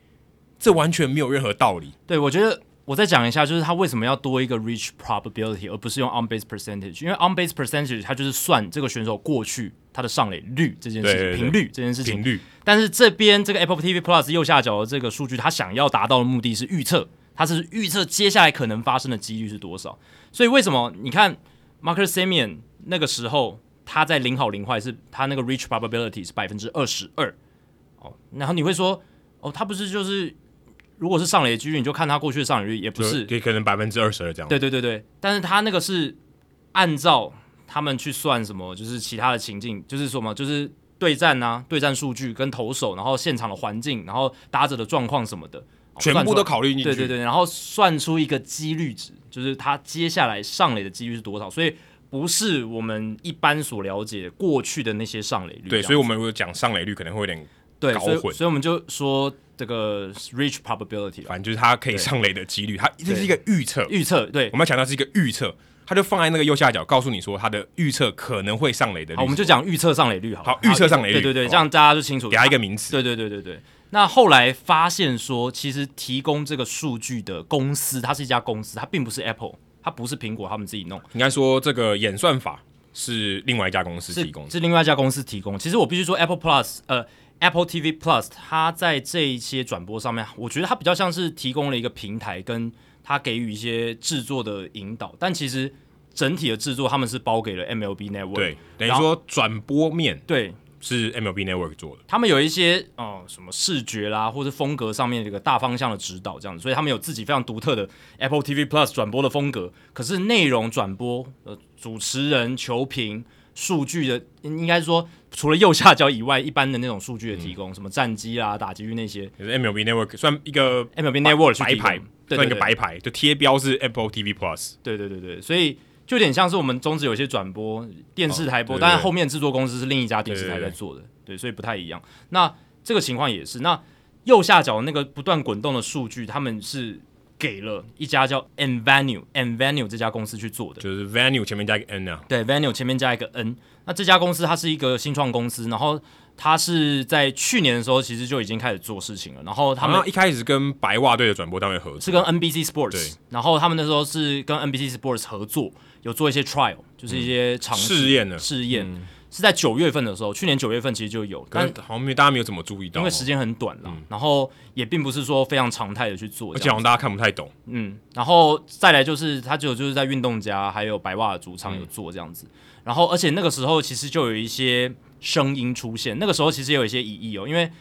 Speaker 1: 这完全没有任何道理。
Speaker 2: 对，我觉得我再讲一下，就是他为什么要多一个 reach probability，而不是用 on base percentage，因为 on base percentage 它就是算这个选手过去他的上垒率这件
Speaker 1: 对
Speaker 2: 事
Speaker 1: 对对
Speaker 2: 情、频率这件事情
Speaker 1: 频。率
Speaker 2: 但是这边这个 Apple TV Plus 右下角的这个数据，它想要达到的目的是预测，它是预测接下来可能发生的几率是多少。所以为什么你看 Marcus Simeon 那个时候他在零好零坏是他那个 reach probability 是百分之二十二，哦，然后你会说哦，他不是就是如果是上垒的几率，你就看他过去的上垒率，也不是，
Speaker 1: 就可能百分之二十二这样。
Speaker 2: 对对对对，但是他那个是按照他们去算什么，就是其他的情境，就是什么，就是对战啊，对战数据跟投手，然后现场的环境，然后打者的状况什么的，哦
Speaker 1: 全
Speaker 2: 算出
Speaker 1: 部
Speaker 2: 来
Speaker 1: 都考虑进去。
Speaker 2: 对对对，然后算出一个几率值，就是他接下来上垒的几率是多少，所以不是我们一般所了解过去的那些上垒率这
Speaker 1: 对，
Speaker 2: 样。
Speaker 1: 所以我们如果讲上垒率，可能会有点，
Speaker 2: 对，
Speaker 1: 搞
Speaker 2: 所以
Speaker 1: 混
Speaker 2: 所以我们就说这个 reach probability 啦
Speaker 1: 反正就是他可以上垒的几率，它这是一个预测。
Speaker 2: 预测，对
Speaker 1: 我，们要强调是一个预测，它就放在那个右下角，告诉你说它的预测可能会上垒的率。
Speaker 2: 好，我们就讲预测上垒率好了。
Speaker 1: 好预测上垒率
Speaker 2: 对对对，
Speaker 1: 好
Speaker 2: 这样大家就清楚。
Speaker 1: 给它一个名词。
Speaker 2: 对对对对对。那后来发现说，其实提供这个数据的公司，它是一家公司，它并不是 Apple，它不是苹果他们自己弄，
Speaker 1: 应该说这个演算法是另外一家公司
Speaker 2: 是
Speaker 1: 提供的。
Speaker 2: 是另外一家公司提供。其实我必须说，Apple Plus，呃，Apple TV Plus，它在这一些转播上面，我觉得它比较像是提供了一个平台，跟它给予一些制作的引导，但其实整体的制作他们是包给了 MLB Network。
Speaker 1: 对，等于
Speaker 2: 然后
Speaker 1: 说转播面
Speaker 2: 对，
Speaker 1: 是 MLB Network 做的。
Speaker 2: 他们有一些哦、呃什么视觉啦，或者风格上面的一个大方向的指导这样子，所以他们有自己非常独特的 Apple TV Plus 转播的风格。可是内容转播，呃，主持人、球评，数据的，应应该是说除了右下角以外，一般的那种数据的提
Speaker 1: 嗯
Speaker 2: 供，什么战绩啦、打击率那些
Speaker 1: 就是 MLB Network 算一个
Speaker 2: ，MLB Network 去
Speaker 1: 白
Speaker 2: 提供
Speaker 1: 牌，
Speaker 2: 对
Speaker 1: 算
Speaker 2: 对
Speaker 1: 一个
Speaker 2: 对
Speaker 1: 白牌，就贴标是 Apple TV Plus。
Speaker 2: 对对对对，所以就有点像是我们中职有些转播电视台播，
Speaker 1: 哦对对
Speaker 2: 但是后面制作公司是另一家电视台
Speaker 1: 对对
Speaker 2: 在
Speaker 1: 对
Speaker 2: 做的，对，所以不太一样。那这个情况也是，那右下角那个不断滚动的数据，他们是给了一家叫 N Venue N Venue 这家公司去做的。
Speaker 1: 就是 venue 前面加一个 n 啊，
Speaker 2: 对，Venue 前面加一个 N。那这家公司它是一个新创公司，然后它是在去年的时候其实就已经开始做事情了，然后他
Speaker 1: 他
Speaker 2: 们
Speaker 1: 们一开始跟白袜队的转播单位合作，
Speaker 2: 是跟 NBC
Speaker 1: 对
Speaker 2: Sports，然后他们那时候是跟 NBC Sports 合作，有做一些 trial，就是一些尝试
Speaker 1: 嗯试验呢嗯
Speaker 2: 试验、是在九月份的时候，去年九月份其实就有，
Speaker 1: 可
Speaker 2: 但
Speaker 1: 能好像没有大家没有怎么注意到哦，
Speaker 2: 因为时间很短啦、然后也并不是说非常常态的去做
Speaker 1: 而
Speaker 2: 这
Speaker 1: 且
Speaker 2: 样，
Speaker 1: 好像大家看不太懂，
Speaker 2: 嗯，然后再来就是他只有就是在运动家还有白袜的主场有做这样子，
Speaker 1: 嗯
Speaker 2: 然后而且那个时候其实就有一些声音出现，那个时候其实也有一些疑义哦，因为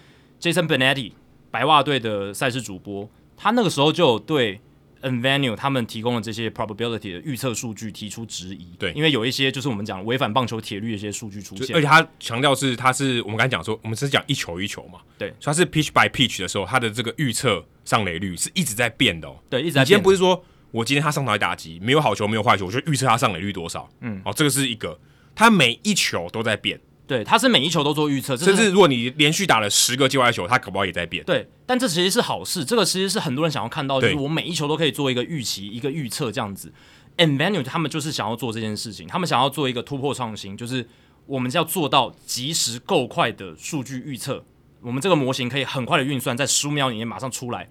Speaker 2: Jason Benetti 白袜队的赛事主播，他那个时候就有对 n v e n u e 他们提供的这些 probability 的预测数据提出质疑，
Speaker 1: 对
Speaker 2: 因为有一些就是我们讲违反棒球铁律的一些数据出
Speaker 1: 就
Speaker 2: 现
Speaker 1: 而，且他强调是他是我们刚才讲说，我们是讲一球一球嘛，
Speaker 2: 对
Speaker 1: 所以他是 pitch by pitch 的时候，他的这个预测上垒率是一直在变的哦。
Speaker 2: 对，一直
Speaker 1: 你
Speaker 2: 在
Speaker 1: 今天
Speaker 2: 变
Speaker 1: 不是说我今天他上台打击没有好球没有坏球，我就预测他上垒率多少，
Speaker 2: 嗯，
Speaker 1: 哦，这个是一个，他每一球都在变，
Speaker 2: 对，他是每一球都做预测，这
Speaker 1: 甚
Speaker 2: 是
Speaker 1: 至如果你连续打了十个界外球，他搞不好也在变。
Speaker 2: 对，但这其实是好事，这个其实是很多人想要看到，就是
Speaker 1: 对
Speaker 2: 我每一球都可以做一个预期、一个预测这样子。And venue 他们就是想要做这件事情，他们想要做一个突破创新，就是我们要做到及时够快的数据预测，我们这个模型可以很快的运算，在十五秒里面马上出来，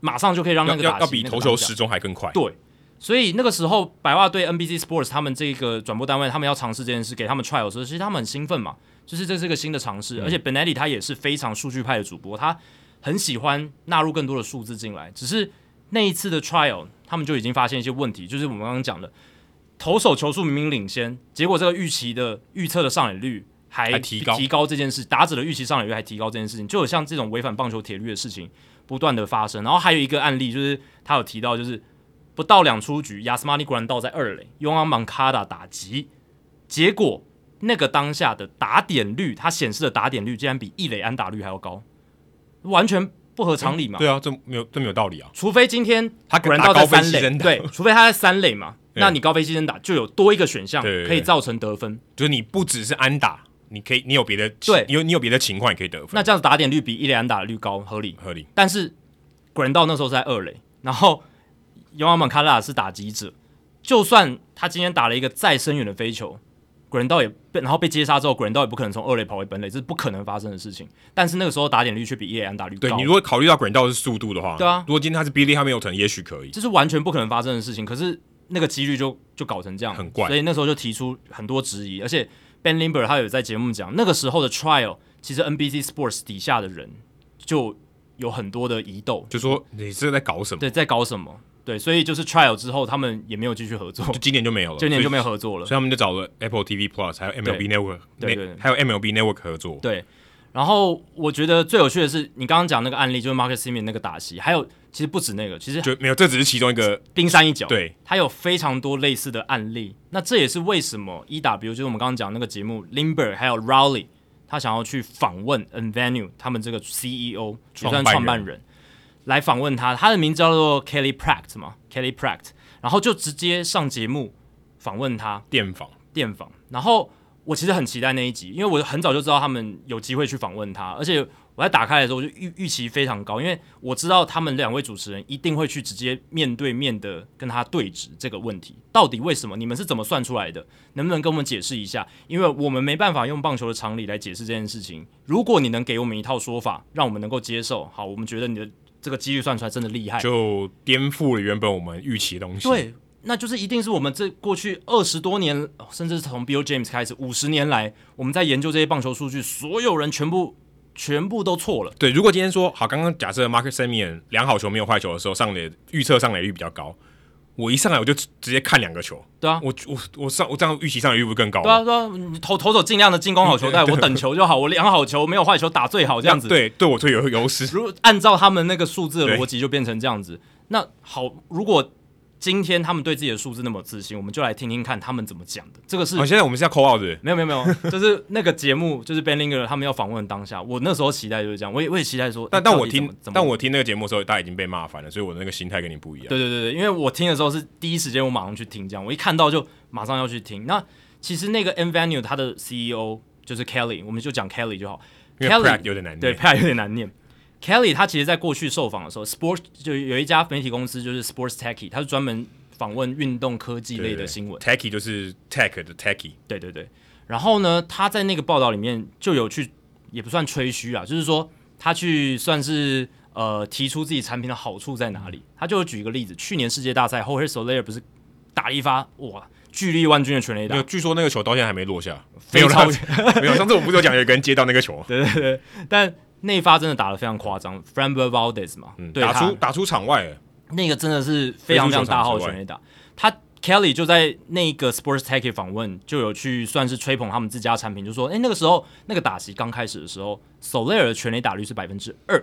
Speaker 2: 马上就可以让那
Speaker 1: 要
Speaker 2: 个打
Speaker 1: 要
Speaker 2: 击
Speaker 1: 要比
Speaker 2: 那个
Speaker 1: 投
Speaker 2: 打
Speaker 1: 球
Speaker 2: 架
Speaker 1: 时钟还更快，
Speaker 2: 对，所以那个时候白袜队 NBC Sports 他们这个转播单位，他们要尝试这件事，给他们 trial 的时候，其实他们很兴奋嘛，就是这是个新的尝
Speaker 1: 嗯
Speaker 2: 试，而且 Benetti 他也是非常数据派的主播，他很喜欢纳入更多的数字进来。只是那一次的 trial，他们就已经发现一些问题，就是我们刚刚讲的，投手球数明明领先，结果这个预期的预测的上垒率。还
Speaker 1: 还提高
Speaker 2: 提高这件事，打者的预期上垒率还提高这件事情，就有像这种违反棒球铁律的事情不断的发生。然后还有一个案例，就是他有提到，就是不到两出局，亚斯马尼古兰道在二垒，用安芒卡达打击，结果那个当下的打点率，它显示的打点率竟然比一垒安打率还要高，完全不合常理嘛。
Speaker 1: 对啊，这没有这没有道理啊，
Speaker 2: 除非今天
Speaker 1: 他
Speaker 2: 古兰
Speaker 1: 打
Speaker 2: 道
Speaker 1: 高
Speaker 2: 在
Speaker 1: 飞
Speaker 2: 三
Speaker 1: 牺
Speaker 2: 垒，
Speaker 1: 牲打
Speaker 2: 对，除非他在三垒嘛，
Speaker 1: 对
Speaker 2: 那你高飞牺牲打就有多一个选项
Speaker 1: 对对对
Speaker 2: 可以造成得分，
Speaker 1: 就是你不只是安打，你可以你有别的
Speaker 2: 对
Speaker 1: 你有你有别的情况也可以得分，
Speaker 2: 那这样子打点率比一垒安打率高，合理。
Speaker 1: 合理。
Speaker 2: 但是古人道那时候是在二垒，然后尤阿曼卡拉是打击者，就算他今天打了一个再深远的飞球，古人道也被然后被接杀之后，古人道也不可能从二垒跑回本垒，这是不可能发生的事情。但是那个时候打点率却比叶安打率高，
Speaker 1: 对你如果考虑到 g r a n d 是速度的话，
Speaker 2: 对啊
Speaker 1: 如果今天他是 Billy Hamilton，也许可以。
Speaker 2: 这是完全不可能发生的事情。可是那个几率就就搞成这样，
Speaker 1: 很怪
Speaker 2: 所以那时候就提出很多质疑，而且 Ben Limber 他有在节目讲，那个时候的 trial 其实 NBC Sports 底下的人就有很多的疑窦，
Speaker 1: 就说你这个在搞什么？
Speaker 2: 对，在搞什么？对，所以就是 trial 之后，他们也没有继续合作，
Speaker 1: 就今年就没有了，
Speaker 2: 今年就没
Speaker 1: 有，
Speaker 2: 有合作了
Speaker 1: 所以。他们就找了 Apple TV Plus，还有 MLB Network，
Speaker 2: 对对
Speaker 1: net-
Speaker 2: 对
Speaker 1: 还有 MLB Network 合作。
Speaker 2: 对，然后我觉得最有趣的是，你刚刚讲那个案例，就是 Marcus Simeon 那个打席，还有其实不止那个，其实
Speaker 1: 就没有，这只是其中一个
Speaker 2: 冰山一角。
Speaker 1: 对，
Speaker 2: 它有非常多类似的案例。那这也是为什么 EW 就是我们刚刚讲那个节目 Limber 还有 Rowley，他想要去访问 Nvenue 他们这个 CEO 也
Speaker 1: 创办人
Speaker 2: 算创办人，来访问他。他的名字叫做 Kelly Pratt 嘛，Kelly Pratt，然后就直接上节目访问他。
Speaker 1: 电访，
Speaker 2: 电访，然后我其实很期待那一集，因为我很早就知道他们有机会去访问他，而且我在打开的时候我就预预期非常高，因为我知道他们两位主持人一定会去直接面对面的跟他对质这个问题，到底为什么？你们是怎么算出来的？能不能跟我们解释一下？因为我们没办法用棒球的常理来解释这件事情。如果你能给我们一套说法，让我们能够接受，好，我们觉得你的这个几率算出来真的厉害，
Speaker 1: 就颠覆了原本我们预期的东西。，
Speaker 2: 对，那就是一定是我们这过去二十多年，哦甚至是从 Bill James 开始五十年来，我们在研究这些棒球数据，所有人全部全部都错了。
Speaker 1: 对，如果今天说好，刚刚假设 Marcus Simeon 两好球没有坏球的时候，上垒预测上垒率比较高，我一上来我就直直接看两个球，
Speaker 2: 对啊
Speaker 1: 我我我上我这样预期上垒率不是更高
Speaker 2: 对啊，
Speaker 1: 吗？
Speaker 2: 对啊，你投投手尽量的进攻好 球带，我等球就好，我量好球没有坏球打最好这样子。，
Speaker 1: 对，对我就有优势。
Speaker 2: 如果按照他们那个数字的
Speaker 1: 对
Speaker 2: 逻辑，就变成这样子。那好，如果今天他们对自己的数字那么自信，我们就来听听看他们怎么讲的。这个是
Speaker 1: 哦，现在我们是要 call out 的，
Speaker 2: 没有没有没有， 就是那个节目，就是 Ben Linger 他们要访问的当下，我那时候期待就是这样，我也我也期待说，
Speaker 1: 但
Speaker 2: 诶
Speaker 1: 但
Speaker 2: 到
Speaker 1: 我
Speaker 2: 底
Speaker 1: 听
Speaker 2: 怎么怎么
Speaker 1: 但我听那个节目的时候，大家已经被骂烦了，所以我的那个心态跟你不一样。
Speaker 2: 对对对对，因为我听的时候是第一时间我马上去听，这样我一看到就马上要去听。那其实那个 M Venue 它的 CEO 就是 Kelly，我们就讲 Kelly 就好。
Speaker 1: 因为 Pratt
Speaker 2: Kelly
Speaker 1: 有点难念
Speaker 2: 对 p a 有点难念。Kelly 他其实在过去受访的时候，Sports 就有一家媒体公司就是 Sports Techie，他是专门访问运动科技类的新闻。
Speaker 1: Techy 就是 Tech 的 Techy，
Speaker 2: 对啊对对。然后呢，他在那个报道里面就有去，也不算吹嘘啊，就是说他去算是呃提出自己产品的好处在哪里。他就有举一个例子，去年世界大赛后 o r s o l a r 不是打了一发哇，巨力万钧的全垒
Speaker 1: 那
Speaker 2: 打
Speaker 1: 个，据说那个球到现在还没落下，没
Speaker 2: 非
Speaker 1: 有
Speaker 2: 常
Speaker 1: 啦，没有。上次我们不是有讲有一个人接到那个球，
Speaker 2: 对对对，但那一发真的打得非常夸张 f r a m b e r Valdez 嘛，对
Speaker 1: 嗯打
Speaker 2: 他
Speaker 1: 出打出场外了，
Speaker 2: 那个真的是非常非常大号的全垒打。他 Kelly 就在那个 Sports Tech 访问，就有去算是吹捧他们自家产品，就说，哎、那个时候那个打席刚开始的时候，Soler 的全垒打率是百分之二，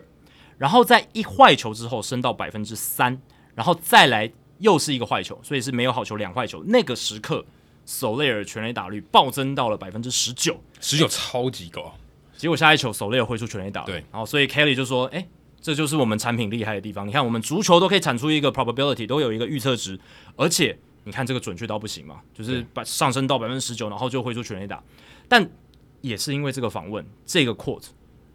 Speaker 2: 然后在一坏球之后升到百分之三，然后再来又是一个坏球，所以是没有好球两坏球。那个时刻，Soler 的全垒打率暴增到了百分之十九，
Speaker 1: 十九超级高，
Speaker 2: 结果下一球手雷有挥出全垒打，
Speaker 1: 对，
Speaker 2: 然后所以 Kelly 就说，哎、这就是我们产品厉害的地方。你看，我们足球都可以产出一个 probability，都有一个预测值，而且你看这个准确到不行嘛，就是把上升到百分之十九，然后就挥出全垒打。但也是因为这个访问，这个 quote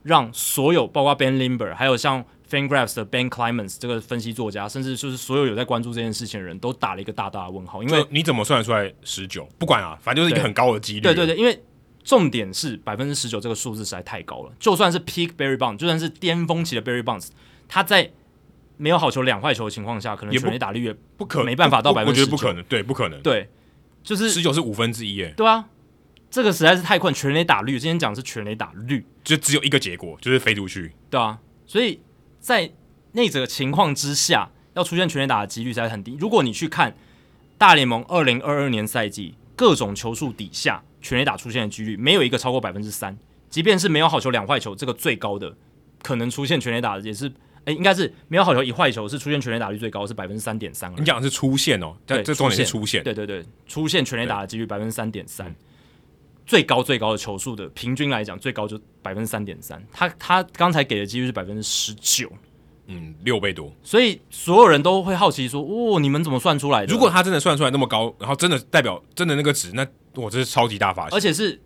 Speaker 2: 让所有包括 Ben Limber，还有像 FanGraphs 的 Ben Clemens 这个分析作家，甚至就是所有有在关注这件事情的人都打了一个大大的问号，因为
Speaker 1: 就你怎么算得出来十九？不管啊，反正就是一个
Speaker 2: 对
Speaker 1: 很高的几率。
Speaker 2: 对对对，因为重点是百分之十九这个数字实在太高了，就算是 peak Barry Bonds，就算是巅峰期的 Barry Bonds，他在没有好球两坏球的情况下，可能
Speaker 1: 也不
Speaker 2: 全垒打率也
Speaker 1: 不可
Speaker 2: 没办法到
Speaker 1: 不我觉得
Speaker 2: 19%
Speaker 1: 不可能，对，不可能。
Speaker 2: 对，就是
Speaker 1: 十九是五分之一，耶，
Speaker 2: 对啊，这个实在是太困。全垒打率，今天讲的是全垒打率，
Speaker 1: 就只有一个结果，就是飞出去。
Speaker 2: 对啊，所以在那则情况之下，要出现全垒打的几率实在很低。如果你去看大联盟二零二二年赛季各种球数底下全垒打出现的几率，没有一个超过百分之三，即便是没有好球两坏球这个最高的可能出现全垒打的也是。哎，应该是没有好球一坏球是出现全垒打率最高是百分之三点三
Speaker 1: 你讲的是出线哦，但
Speaker 2: 对
Speaker 1: 这重点是
Speaker 2: 出
Speaker 1: 出线，嗯
Speaker 2: 对对对，出现全垒打的几率百分之三点三，最高最高的球数的平均来讲最高就百分之三点三，他他刚才给的几率是百分之十九，
Speaker 1: 嗯，六倍多。
Speaker 2: 所以所有人都会好奇说，哦，你们怎么算出来的？
Speaker 1: 如果他真的算出来那么高，然后真的代表真的那个值，那我这是超级大发现
Speaker 2: 而。且是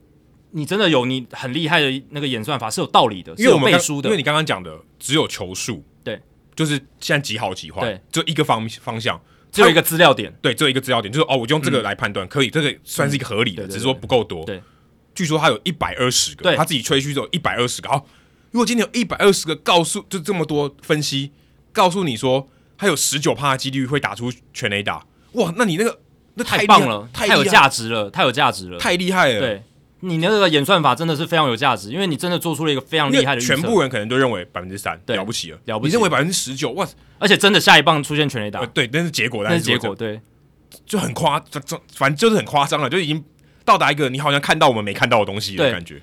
Speaker 2: 你真的有你很厉害的那个演算法是有道理的，是
Speaker 1: 因为我
Speaker 2: 有
Speaker 1: 们
Speaker 2: 背
Speaker 1: 刚
Speaker 2: 书
Speaker 1: 因为
Speaker 2: 的
Speaker 1: 你，刚刚讲的只有球数，
Speaker 2: 对，
Speaker 1: 就是现在几好几坏
Speaker 2: 对，
Speaker 1: 就一个方方向，
Speaker 2: 只有一个资料点。
Speaker 1: 对，只有一个资料点，就是哦，我就用这个来判断，可以，这个算是一个合理的，
Speaker 2: 嗯嗯对对
Speaker 1: 只是说不够多。
Speaker 2: 对，
Speaker 1: 据说他有一百二十个，
Speaker 2: 对
Speaker 1: 他自己吹嘘说有一百二十个。好，如果今天有一百二十个告诉，就这么多分析告诉你说，他有十九趴的几率会打出全垒打，哇，那你那个那太
Speaker 2: 太
Speaker 1: 厉
Speaker 2: 棒了，
Speaker 1: 太
Speaker 2: 有
Speaker 1: 厉害，
Speaker 2: 价值了，太有价值了。
Speaker 1: 太厉害了。
Speaker 2: 对，你那个演算法真的是非常有价值，因为你真的做出了一个非常
Speaker 1: 因为
Speaker 2: 厉害的预测
Speaker 1: 全部人可能都认为百分之三
Speaker 2: 对
Speaker 1: 了不起了，
Speaker 2: 了不起
Speaker 1: 你认为百分之十九，哇，
Speaker 2: 而且真的下一棒出现全垒打
Speaker 1: 呃，，对，但是结果，
Speaker 2: 那
Speaker 1: 但
Speaker 2: 是
Speaker 1: 是
Speaker 2: 结
Speaker 1: 说
Speaker 2: 果对。
Speaker 1: 就很夸，这这反正就是很夸张了，就已经到达一个你好像看到我们没看到的东西的
Speaker 2: 对
Speaker 1: 感觉。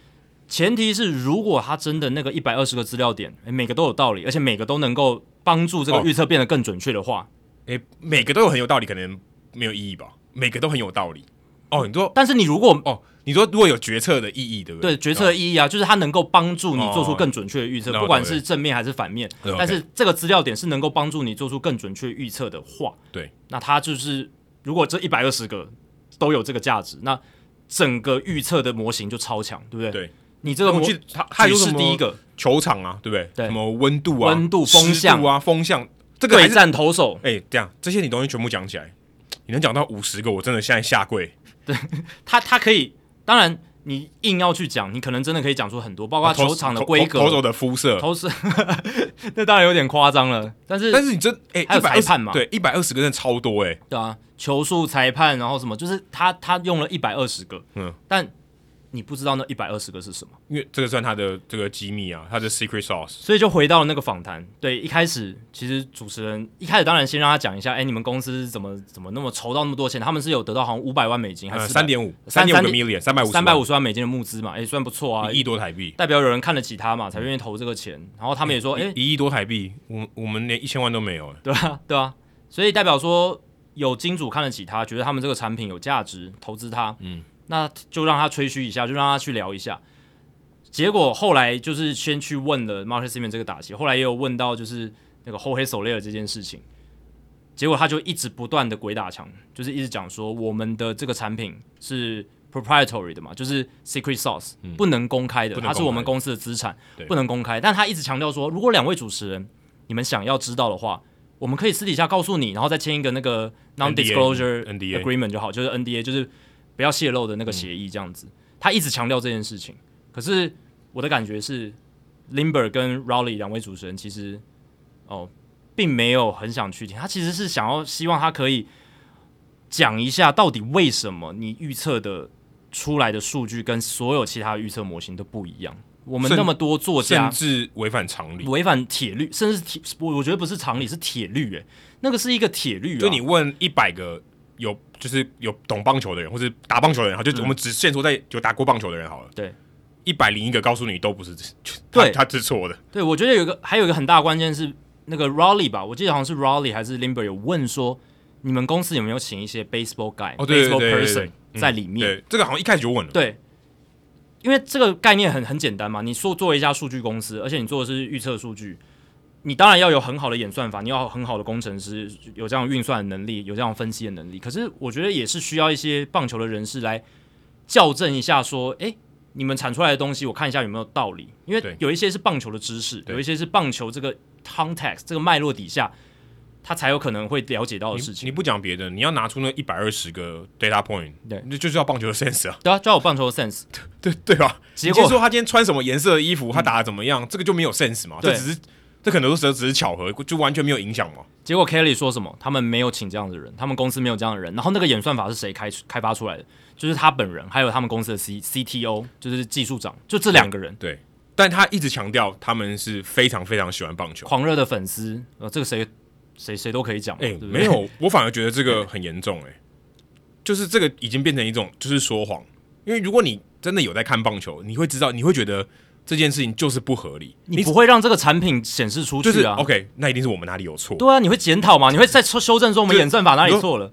Speaker 2: 前提是，如果他真的那个一百二十个资料点，诶每个都有道理，而且每个都能够帮助这个
Speaker 1: 哦
Speaker 2: 预测变得更准确的话，
Speaker 1: 诶、每个都有很有道理，可能没有意义吧？每个都很有道理。哦，你说
Speaker 2: 但是你如果
Speaker 1: 哦，你说如果有决策的意义，对不对？
Speaker 2: 对决策的意义啊，就是它能够帮助你做出更准确的预测，
Speaker 1: 哦那我
Speaker 2: 不管是正面还是反面
Speaker 1: 对。
Speaker 2: 但是这个资料点是能够帮助你做出更准确预测的话，
Speaker 1: 对，
Speaker 2: 那它就是如果这一百二十个都有这个价值，那整个预测的模型就超强，对不对？
Speaker 1: 对，
Speaker 2: 你这个模
Speaker 1: 我记得他他有
Speaker 2: 举
Speaker 1: 什
Speaker 2: 是
Speaker 1: 么
Speaker 2: 第一个
Speaker 1: 球场啊，对不对？
Speaker 2: 对
Speaker 1: 什么温度啊、
Speaker 2: 温度风
Speaker 1: 湿度啊、风向，这个还
Speaker 2: 对
Speaker 1: 是
Speaker 2: 战投手，
Speaker 1: 哎、这样这些你东西全部讲起来，你能讲到五十个，我真的现在下跪。
Speaker 2: 他他可以，当然你硬要去讲，你可能真的可以讲出很多，包括
Speaker 1: 啊投
Speaker 2: 球场的
Speaker 1: 投
Speaker 2: 规
Speaker 1: 投投手
Speaker 2: 格、
Speaker 1: 的肤色，
Speaker 2: 投手，那当然有点夸张了，但是
Speaker 1: 但是你真哎，
Speaker 2: 还有
Speaker 1: 一百
Speaker 2: 裁判嘛
Speaker 1: 对，一百二十个真的超多哎、
Speaker 2: 对啊，球速、裁判，然后什么，就是他他用了一百二十个，
Speaker 1: 嗯
Speaker 2: 嗯，但你不知道那一百二十个是什么，
Speaker 1: 因为这个算他的这个机密啊，他的 secret sauce。
Speaker 2: 所以就回到了那个访谈。对，一开始其实主持人一开始当然先让他讲一下，哎，你们公司怎么怎么那么筹到那么多钱？他们是有得到好像五百万美金还
Speaker 1: 呃，
Speaker 2: 是
Speaker 1: 三点五，
Speaker 2: 三
Speaker 1: 点五个
Speaker 2: 三
Speaker 1: million，三百五，
Speaker 2: 三百五十万美金的募资嘛？哎，算不错啊，
Speaker 1: 一亿多台币，
Speaker 2: 代表有人看得起他嘛，才愿意投这个钱。然后他们也说，哎，
Speaker 1: 一亿多台币，我我们连一千万都没有。
Speaker 2: 对啊，对啊，所以代表说有金主看得起他，觉得他们这个产品有价值，投资他，嗯，那就让他吹嘘一下，就让他去聊一下。结果后来就是先去问了 Marcus Simeon 这个打击，后来也有问到就是那个后黑手雷尔这件事情，结果他就一直不断的鬼打墙，就是一直讲说我们的这个产品是 proprietary 的嘛，就是 secret sauce，、不能公开
Speaker 1: 嗯
Speaker 2: 的，
Speaker 1: 不能
Speaker 2: 它是我们
Speaker 1: 公
Speaker 2: 公司的资产
Speaker 1: 对，
Speaker 2: 不能公开。但他一直强调说，如果两位主持人你们想要知道的话，我们可以私底下告诉你，然后再签一个那个 non disclosure
Speaker 1: NDA
Speaker 2: agreement 就好，就是 NDA，就是不要泄露的那个协议这样子。他一直强调这件事情，可是我的感觉是，Limber 跟 Rowley 两位主持人其实哦，并没有很想去听，他其实是想要希望他可以讲一下到底为什么你预测的出来的数据跟所有其他预测模型都不一样。我们
Speaker 1: 甚
Speaker 2: 那么多作
Speaker 1: 甚
Speaker 2: 家
Speaker 1: 至违反常理。
Speaker 2: 违反铁律，甚至铁，我我觉得不是常理，是铁律。诶，那个是一个铁律啊。
Speaker 1: 就你问一百个有就是有懂棒球的人，或者打棒球的人，好，就我们只限缩在有打过棒球的人好了。
Speaker 2: 嗯对，
Speaker 1: 一百零一个告诉你都不是，
Speaker 2: 对
Speaker 1: 他他是错的。
Speaker 2: 对，我觉得有一个还有一个很大的关键是那个 Raleigh 吧，我记得好像是 Raleigh 还是 Limber 有问说，你们公司有没有请一些 baseball guy、
Speaker 1: 哦对对
Speaker 2: baseball
Speaker 1: 对对
Speaker 2: person
Speaker 1: 嗯
Speaker 2: 在里面？
Speaker 1: 对，这个好像一开始就问了。
Speaker 2: 对，因为这个概念很很简单嘛，你说做一家数据公司，而且你做的是预测数据，你当然要有很好的演算法，你要有很好的工程师，有这样运算的能力，有这样分析的能力。可是我觉得也是需要一些棒球的人士来校正一下，说，诶，你们产出来的东西，我看一下有没有道理，因
Speaker 1: 对
Speaker 2: 为有一些是棒球的知识，
Speaker 1: 对
Speaker 2: 有一些是棒球这个 context 这个脉络底下。他才有可能会了解到的
Speaker 1: 你
Speaker 2: 事情
Speaker 1: 你。不讲别的，你要拿出那一百二十个 data point，
Speaker 2: 对
Speaker 1: 那就是要棒球的 sense 啊，
Speaker 2: 对啊，就要有棒球的 sense。
Speaker 1: 对 对吧？
Speaker 2: 结
Speaker 1: 你
Speaker 2: 果
Speaker 1: 先说他今天穿什么颜色的衣服，他打的怎么样，这个就没有 sense 嘛，这
Speaker 2: 对
Speaker 1: 只是这可能都是只是巧合，就完全没有影响嘛。
Speaker 2: 结果 Kelly 说什么？他们没有请这样的人，他们公司没有这样的人。然后那个演算法是谁开出开发出来的？就是他本人，还有他们公司的 C C T O，就是技术长，就这两个人，
Speaker 1: 对，但他一直强调他们是非常非常喜欢棒球。
Speaker 2: 狂热的粉丝。呃，这个谁谁谁都可以讲嘛，
Speaker 1: 哎、
Speaker 2: 对不对
Speaker 1: 没，有，我反而觉得这个很严重、哎，就是这个已经变成一种就是说谎，因为如果你真的有在看棒球，你会知道，你会觉得这件事情就是不合理，
Speaker 2: 你不会让这个产品显示出去
Speaker 1: 就
Speaker 2: 啊。
Speaker 1: 是哦 OK，那一定是我们哪里有错，
Speaker 2: 对啊，你会检讨嘛？你会再修修正说我们
Speaker 1: 就
Speaker 2: 演算法哪里错了？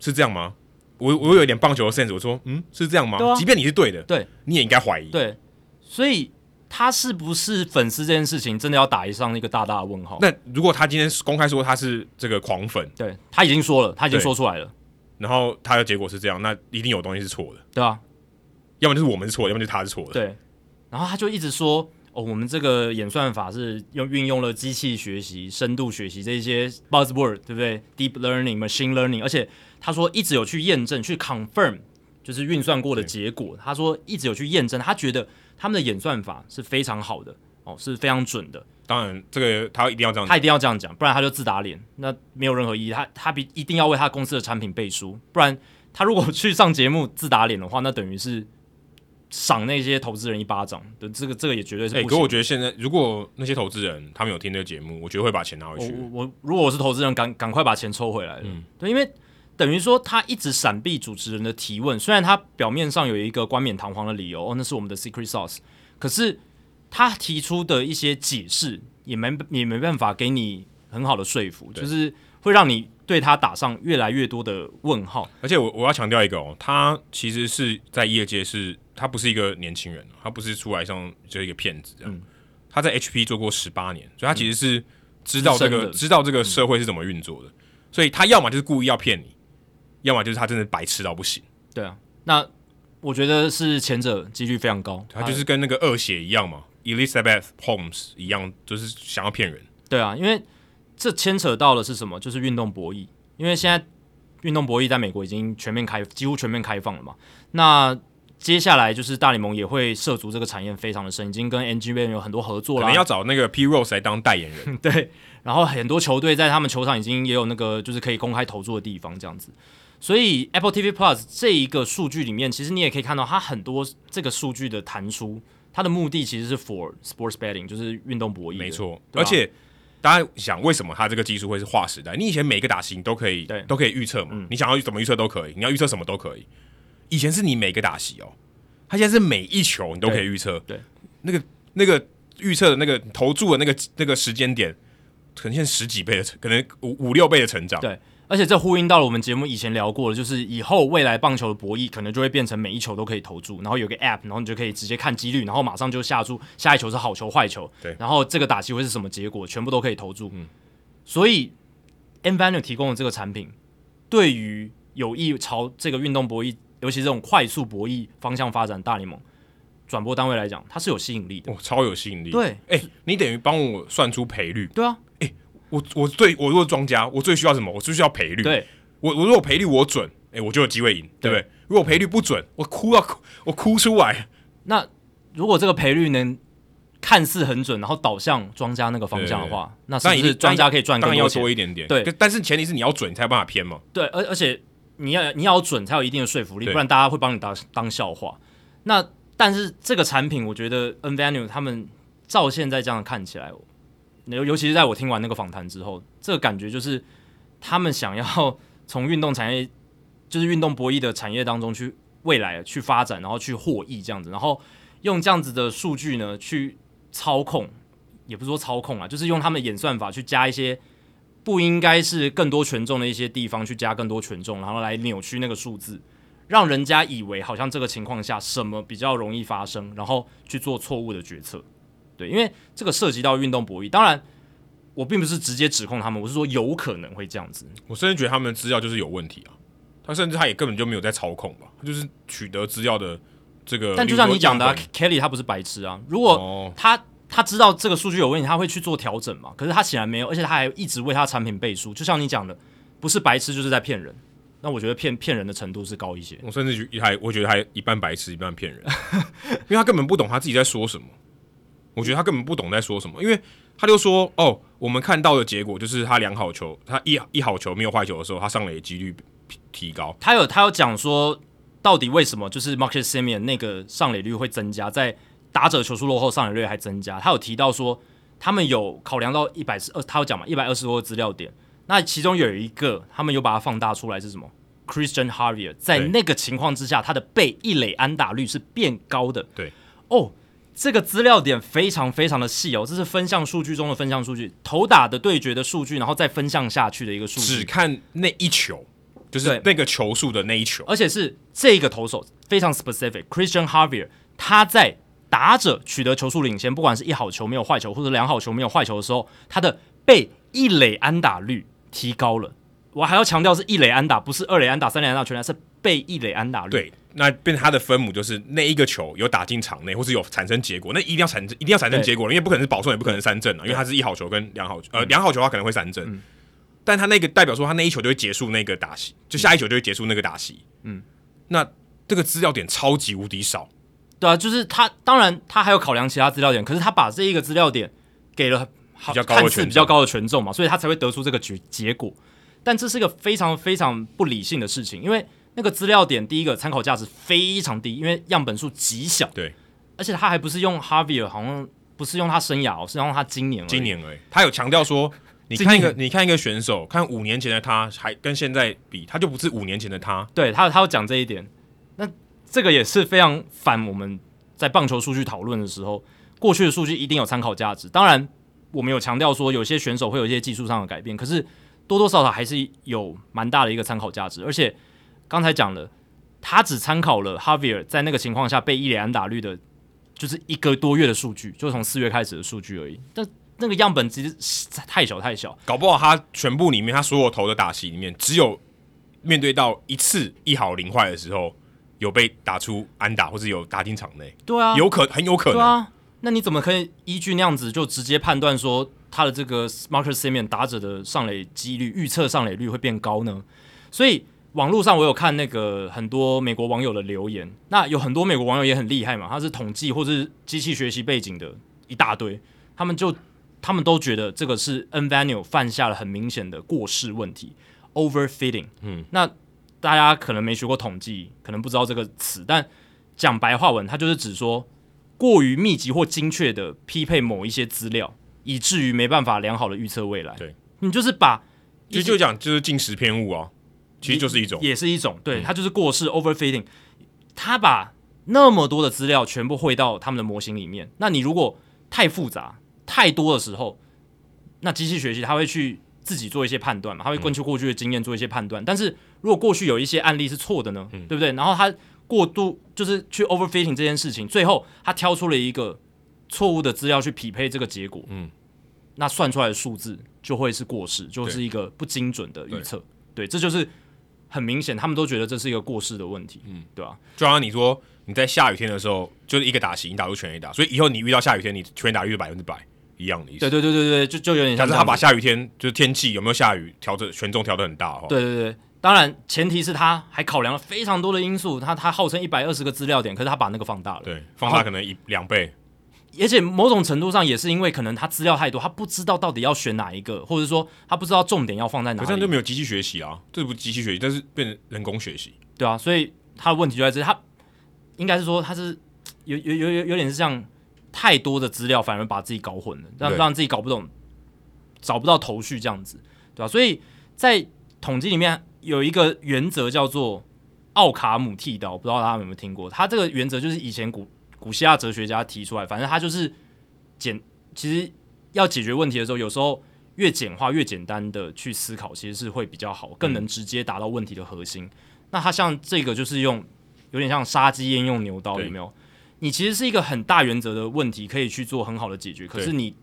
Speaker 1: 是哦这样吗？我我有一点棒球的 sense，我说嗯是这样吗？
Speaker 2: 对啊
Speaker 1: 即便你是对的，
Speaker 2: 对
Speaker 1: 你也应该怀疑。
Speaker 2: 对，所以他是不是粉丝这件事情，真的要打上一个大大的问号。
Speaker 1: 那如果他今天公开说他是这个狂粉，
Speaker 2: 对他已经说了，他已经
Speaker 1: 对
Speaker 2: 说出来了，
Speaker 1: 然后他的结果是这样，那一定有东西是错的，
Speaker 2: 对啊，
Speaker 1: 要么就是我们是错的，要么就是他是错的。
Speaker 2: 对，然后他就一直说，哦，我们这个演算法是用运用了机器学习、深度学习这些 buzzword，对不对？deep learning、machine learning，而且他说一直有去验证、去 confirm，就是运算过的结果。他说一直有去验证，他觉得他们的演算法是非常好的，哦，是非常准的。
Speaker 1: 当然这个他一定要这样
Speaker 2: 他一定要这样讲，不然他就自打脸，那没有任何意义。他他必一定要为他公司的产品背书，不然他如果去上节目自打脸的话，那等于是赏那些投资人一巴掌。对，这个这个也绝对是
Speaker 1: 哎、
Speaker 2: 不
Speaker 1: 可
Speaker 2: 行。
Speaker 1: 我觉得现在如果那些投资人他们有听这个节目，我觉得会把钱拿回
Speaker 2: 我
Speaker 1: 去。嗯
Speaker 2: 我我如果我是投资人，赶赶快把钱抽回来了。对，因为等于说他一直闪避主持人的提问，虽然他表面上有一个冠冕堂皇的理由，哦，那是我们的 secret sauce，可是他提出的一些解释也没也没办法给你很好的说服，就是会让你对他打上越来越多的问号。
Speaker 1: 而且我我要强调一个哦，他其实是在业界是，他不是一个年轻人，他不是出来像就是一个骗子这样。他在 HP 做过十八年，所以他其实是知道这
Speaker 2: 资
Speaker 1: 个、
Speaker 2: 深的
Speaker 1: 知道这个社会是怎么运作的，所以他要么就是故意要骗你，要么就是他真的白痴到不行，
Speaker 2: 对啊，那我觉得是前者几率非常高，
Speaker 1: 他就是跟那个恶血一样嘛，Elizabeth Holmes 一样，就是想要骗人。
Speaker 2: 对啊，因为这牵扯到的是什么？就是运动博弈。因为现在运动博弈在美国已经全面开，几乎全面开放了嘛。那接下来就是大联盟也会涉足这个产业非常的深，已经跟 NGB 有很多合作
Speaker 1: 可
Speaker 2: 啦
Speaker 1: 能。要找那个 P Rose 来当代言人，
Speaker 2: 对，然后很多球队在他们球场已经也有那个就是可以公开投注的地方这样子。所以 Apple TV Plus 这一个数据里面，其实你也可以看到它很多这个数据的弹出，它的目的其实是 for sports betting，就是运动博弈。
Speaker 1: 没，错，
Speaker 2: 对
Speaker 1: 而
Speaker 2: 啊
Speaker 1: 且大家想，为什么它这个技术会是划时代？你以前每个打席你都可以
Speaker 2: 对嗯
Speaker 1: 都可以预测嘛，你想要怎么预测都可以，你要预测什么都可以。以前是你每个打席哦，它现在是每一球你都可以预测。
Speaker 2: 对对
Speaker 1: 那个那个预测的那个投注的那个那个时间点，呈现十几倍的成，可能五五六倍的成长。
Speaker 2: 对而且这呼应到了我们节目以前聊过的，就是以后未来棒球的博弈可能就会变成每一球都可以投注，然后有个 app，然后你就可以直接看几率，然后马上就下注下一球是好球坏球，
Speaker 1: 对
Speaker 2: 然后这个打击会是什么结果，全部都可以投注。嗯，所以 n v a n u 提供的这个产品，对于有意朝这个运动博弈，尤其这种快速博弈方向发展大联盟转播单位来讲，它是有吸引力的。
Speaker 1: 哇，超有吸引力。
Speaker 2: 对，
Speaker 1: 哎、你等于帮我算出赔率。
Speaker 2: 对啊，
Speaker 1: 我我最我如果庄家，我最需要什么？我最需要赔率。，
Speaker 2: 对，
Speaker 1: 我我如果赔率我准，哎、我就有机会赢，对不对？如果赔率不准，我哭到哭，我哭出来。
Speaker 2: 那如果这个赔率能看似很准，然后导向庄家那个方向的话，那是
Speaker 1: 那
Speaker 2: 不
Speaker 1: 一
Speaker 2: 是
Speaker 1: 定
Speaker 2: 庄家可以赚
Speaker 1: 当
Speaker 2: 更
Speaker 1: 然要
Speaker 2: 多钱？
Speaker 1: 多一点点。
Speaker 2: 对
Speaker 1: 但，但是前提是你要准，你才有办法偏嘛。
Speaker 2: 对，而而且你要你要有准才有一定的说服力，
Speaker 1: 对
Speaker 2: 不然大家会帮你当当笑话。那但是这个产品，我觉得 N Venue 他们照现在这样看起来，尤尤其是在我听完那个访谈之后，这个感觉就是他们想要 从运动产业，就是运动博弈的产业当中去未来啊去发展，然后去获益这样子，然后用这样子的数据呢去操控，也不是说操控啊，就是用他们的演算法去加一些不应该是更多权重的一些地方去加更多权重，然后来扭曲那个数字，让人家以为好像这个情况下什么比较容易发生，然后去做错误的决策。对，因为这个涉及到运动博弈，当然我并不是直接指控他们，我是说有可能会这样子。
Speaker 1: 我甚至觉得他们的资料就是有问题啊。他甚至他也根本就没有在操控吧，他就是取得资料的这个。
Speaker 2: 但就像
Speaker 1: 例
Speaker 2: 你
Speaker 1: 如说
Speaker 2: 讲的、啊
Speaker 1: 样本、
Speaker 2: ，Kelly 他不是白痴啊，如果
Speaker 1: 哦，
Speaker 2: 他他知道这个数据有问题，他会去做调整嘛？可是他显然没有，而且他还一直为他的产品背书。就像你讲的，不是白痴就是在骗人。那我觉得骗骗人的程度是高一些。
Speaker 1: 我甚至觉得还我觉得还一半白痴一半骗人，因为他根本不懂他自己在说什么。我觉得他根本不懂在说什么，因为他就说哦，我们看到的结果就是他两好球，他一一好球没有坏球的时候，他上垒几率提提高。
Speaker 2: 他有他有讲说，到底为什么就是 Marcus Simeon 那个上垒率会增加，在打者球速落后上垒率还增加。他有提到说，他们有考量到一百二，他有讲嘛，一百二十多个资料点，那其中有一个他们有把它放大出来是什么？Christian Javier 在
Speaker 1: 对
Speaker 2: 那个情况之下，他的被一垒安打率是变高的。
Speaker 1: 对，
Speaker 2: 哦，这个资料点非常非常的细哦，这是分项数据中的分项数据，投打的对决的数据，然后再分项下去的一个数据
Speaker 1: 只。看那一球，就是
Speaker 2: 对
Speaker 1: 那个球数的那一球。
Speaker 2: 而且是这个投手非常 specific Christian Javier，他在打者取得球速领先，不管是一好球没有坏球，或者两好球没有坏球的时候，他的被一垒安打率提高了。我还要强调是一垒安打，不是二垒安打、三垒安打全垒打，是被一垒安打率。
Speaker 1: 对，那变成他的分母就是那一个球有打进场内，或是有产生结果，那一定要产生，一定要产生
Speaker 2: 对
Speaker 1: 结果，因为不可能是保送，也不可能是三振啊，因为他是一好球跟两好球，呃，两好球他可能会三振，但他那个代表说他那一球就会结束那个打席，就下一球就会结束那个打席，嗯，那这个资料点超级无敌少，
Speaker 2: 对啊，就是他，当然他还有考量其他资料点，可是他把这一个资料点给了好
Speaker 1: 比较高的权
Speaker 2: 看似
Speaker 1: 重
Speaker 2: 比较高的权重嘛，所以他才会得出这个结结果。但这是一个非常非常不理性的事情，因为那个资料点第一个参考价值非常低，因为样本数极小，
Speaker 1: 对，
Speaker 2: 而且他还不是用 Harvey，好像不是用他生涯、哦，是用他今年而已
Speaker 1: 今年而已，他有强调说。你看一个，你看一个选手，看五年前的他，还跟现在比，他就不是五年前的他。
Speaker 2: 对他，他要讲这一点。那这个也是非常反我们在棒球数据讨论的时候，过去的数据一定有参考价值。当然，我们有强调说有些选手会有一些技术上的改变，可是多多少少还是有蛮大的一个参考价值。而且刚才讲了，他只参考了哈维尔在那个情况下被伊雷安打率的，就是一个多月的数据，就从四月开始的数据而已。但那个样本其实实在太小太小，
Speaker 1: 搞不好他全部里面，他所有投的打席里面，只有面对到一次一好零坏的时候，有被打出安打，或是有打进场内，
Speaker 2: 对啊，
Speaker 1: 有可很有可
Speaker 2: 对
Speaker 1: 能。
Speaker 2: 啊，那你怎么可以依据那样子就直接判断说他的这个 Marcus Simeon 打者的上垒几率预测上垒率会变高呢？所以网络上我有看那个很多美国网友的留言，那有很多美国网友也很厉害嘛，他是统计或是机器学习背景的一大堆，他们就他们都觉得这个是 N Vanio 犯下了很明显的过失问题，overfitting。嗯，那大家可能没学过统计，可能不知道这个词，但讲白话文，它就是指说过于密集或精确的匹配某一些资料，以至于没办法良好的预测未来。
Speaker 1: 对，
Speaker 2: 你就是把
Speaker 1: 其实就讲就是近视偏误啊，其实就是一种嗯
Speaker 2: 也是一种，对，它就是过世 overfitting，他把那么多的资料全部汇到他们的模型里面。那你如果太复杂、太多的时候，那机器学习它会去自己做一些判断嘛，
Speaker 1: 嗯
Speaker 2: 他会根据过去的经验做一些判断。但是如果过去有一些案例是错的呢，
Speaker 1: 嗯
Speaker 2: 对不对？然后他过度就是去 overfitting 这件事情，最后他挑出了一个错误的资料去匹配这个结果，
Speaker 1: 嗯，
Speaker 2: 那算出来的数字就会是过失，就是一个不精准的预测。对，这就是很明显，他们都觉得这是一个过失的问题，嗯，对吧、
Speaker 1: 就好像你说你在下雨天的时候，就是一个打席，你打出全垒打，所以以后你遇到下雨天，你全垒打率是百分之百一样的意思。
Speaker 2: 对对对对对，就就有点
Speaker 1: 假
Speaker 2: 像
Speaker 1: 设
Speaker 2: 这
Speaker 1: 他
Speaker 2: 样
Speaker 1: 把
Speaker 2: 子
Speaker 1: 下雨天就是天气有没有下雨调整权重调的很大的哦话，
Speaker 2: 对对对，当然前提是他还考量了非常多的因素，他他号称一百二十个资料点，可是他把那个放大了，
Speaker 1: 对，放大可能一两倍，
Speaker 2: 而且某种程度上也是因为可能他资料太多，他不知道到底要选哪一个，或者说他不知道重点要放在哪
Speaker 1: 可这样
Speaker 2: 里
Speaker 1: 就，没有机器学习啊，这不是机器学习，但是变成人工学习，
Speaker 2: 对啊，所以他的问题就在这，他应该是说他是有有有有有点是像太多的资料，反而把自己搞混了，让
Speaker 1: 对
Speaker 2: 让自己搞不懂，找不到头绪这样子，对啊吧、所以在统计里面有一个原则叫做奥卡姆剃刀，不知道大家有没有听过？他这个原则就是以前古古希腊哲学家提出来，反正他就是简，其实要解决问题的时候，有时候。越简化、越简单的去思考，其实是会比较好，更能直接达到问题的核心。那它像这个就是用有点像杀鸡焉用牛刀，
Speaker 1: 对
Speaker 2: 有没有？你其实是一个很大原则的问题，可以去做很好的解决，可是你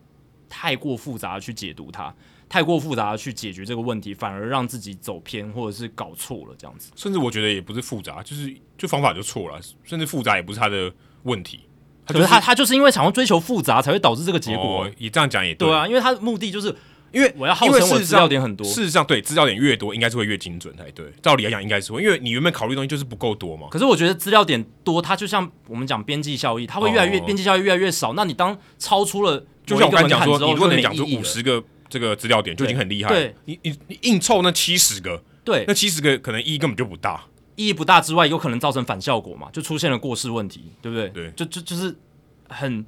Speaker 2: 太过复杂地去解读它，太过复杂地去解决这个问题，反而让自己走偏或者是搞错了这样子。
Speaker 1: 甚至我觉得也不是复杂，就是就方法就错了，甚至复杂也不是他的问题，他
Speaker 2: 可是他他就是因为想要追求复杂，才会导致这个结果。
Speaker 1: 哦也这样讲也
Speaker 2: 对啊，因为他的目的就是
Speaker 1: 因为
Speaker 2: 我要号
Speaker 1: 因为
Speaker 2: 称我
Speaker 1: 事实
Speaker 2: 资料
Speaker 1: 上
Speaker 2: 点很多，
Speaker 1: 事实上，对资料点越多，应该是会越精准才对。照理来讲，应该是会，因为你原本考虑的东西就是不够多嘛。
Speaker 2: 可是我觉得资料点多，它就像我们讲边际效益，它会越来越、
Speaker 1: 哦
Speaker 2: 边际效益越来越少。那你当超出了
Speaker 1: 就像我
Speaker 2: 某一个
Speaker 1: 刚才讲
Speaker 2: 门
Speaker 1: 说，
Speaker 2: 槛之
Speaker 1: 你
Speaker 2: 后
Speaker 1: 如果
Speaker 2: 就
Speaker 1: 能
Speaker 2: 没
Speaker 1: 讲出
Speaker 2: 意义
Speaker 1: 五
Speaker 2: 了
Speaker 1: 十个这个资料点，就已经很厉害。
Speaker 2: 对，
Speaker 1: 你你你硬凑那七十个，
Speaker 2: 对
Speaker 1: 那七十个可能意义根本就不大。
Speaker 2: 意义不大之外，有可能造成反效果嘛，就出现了过失问题，对不对？
Speaker 1: 对
Speaker 2: 就就就是很，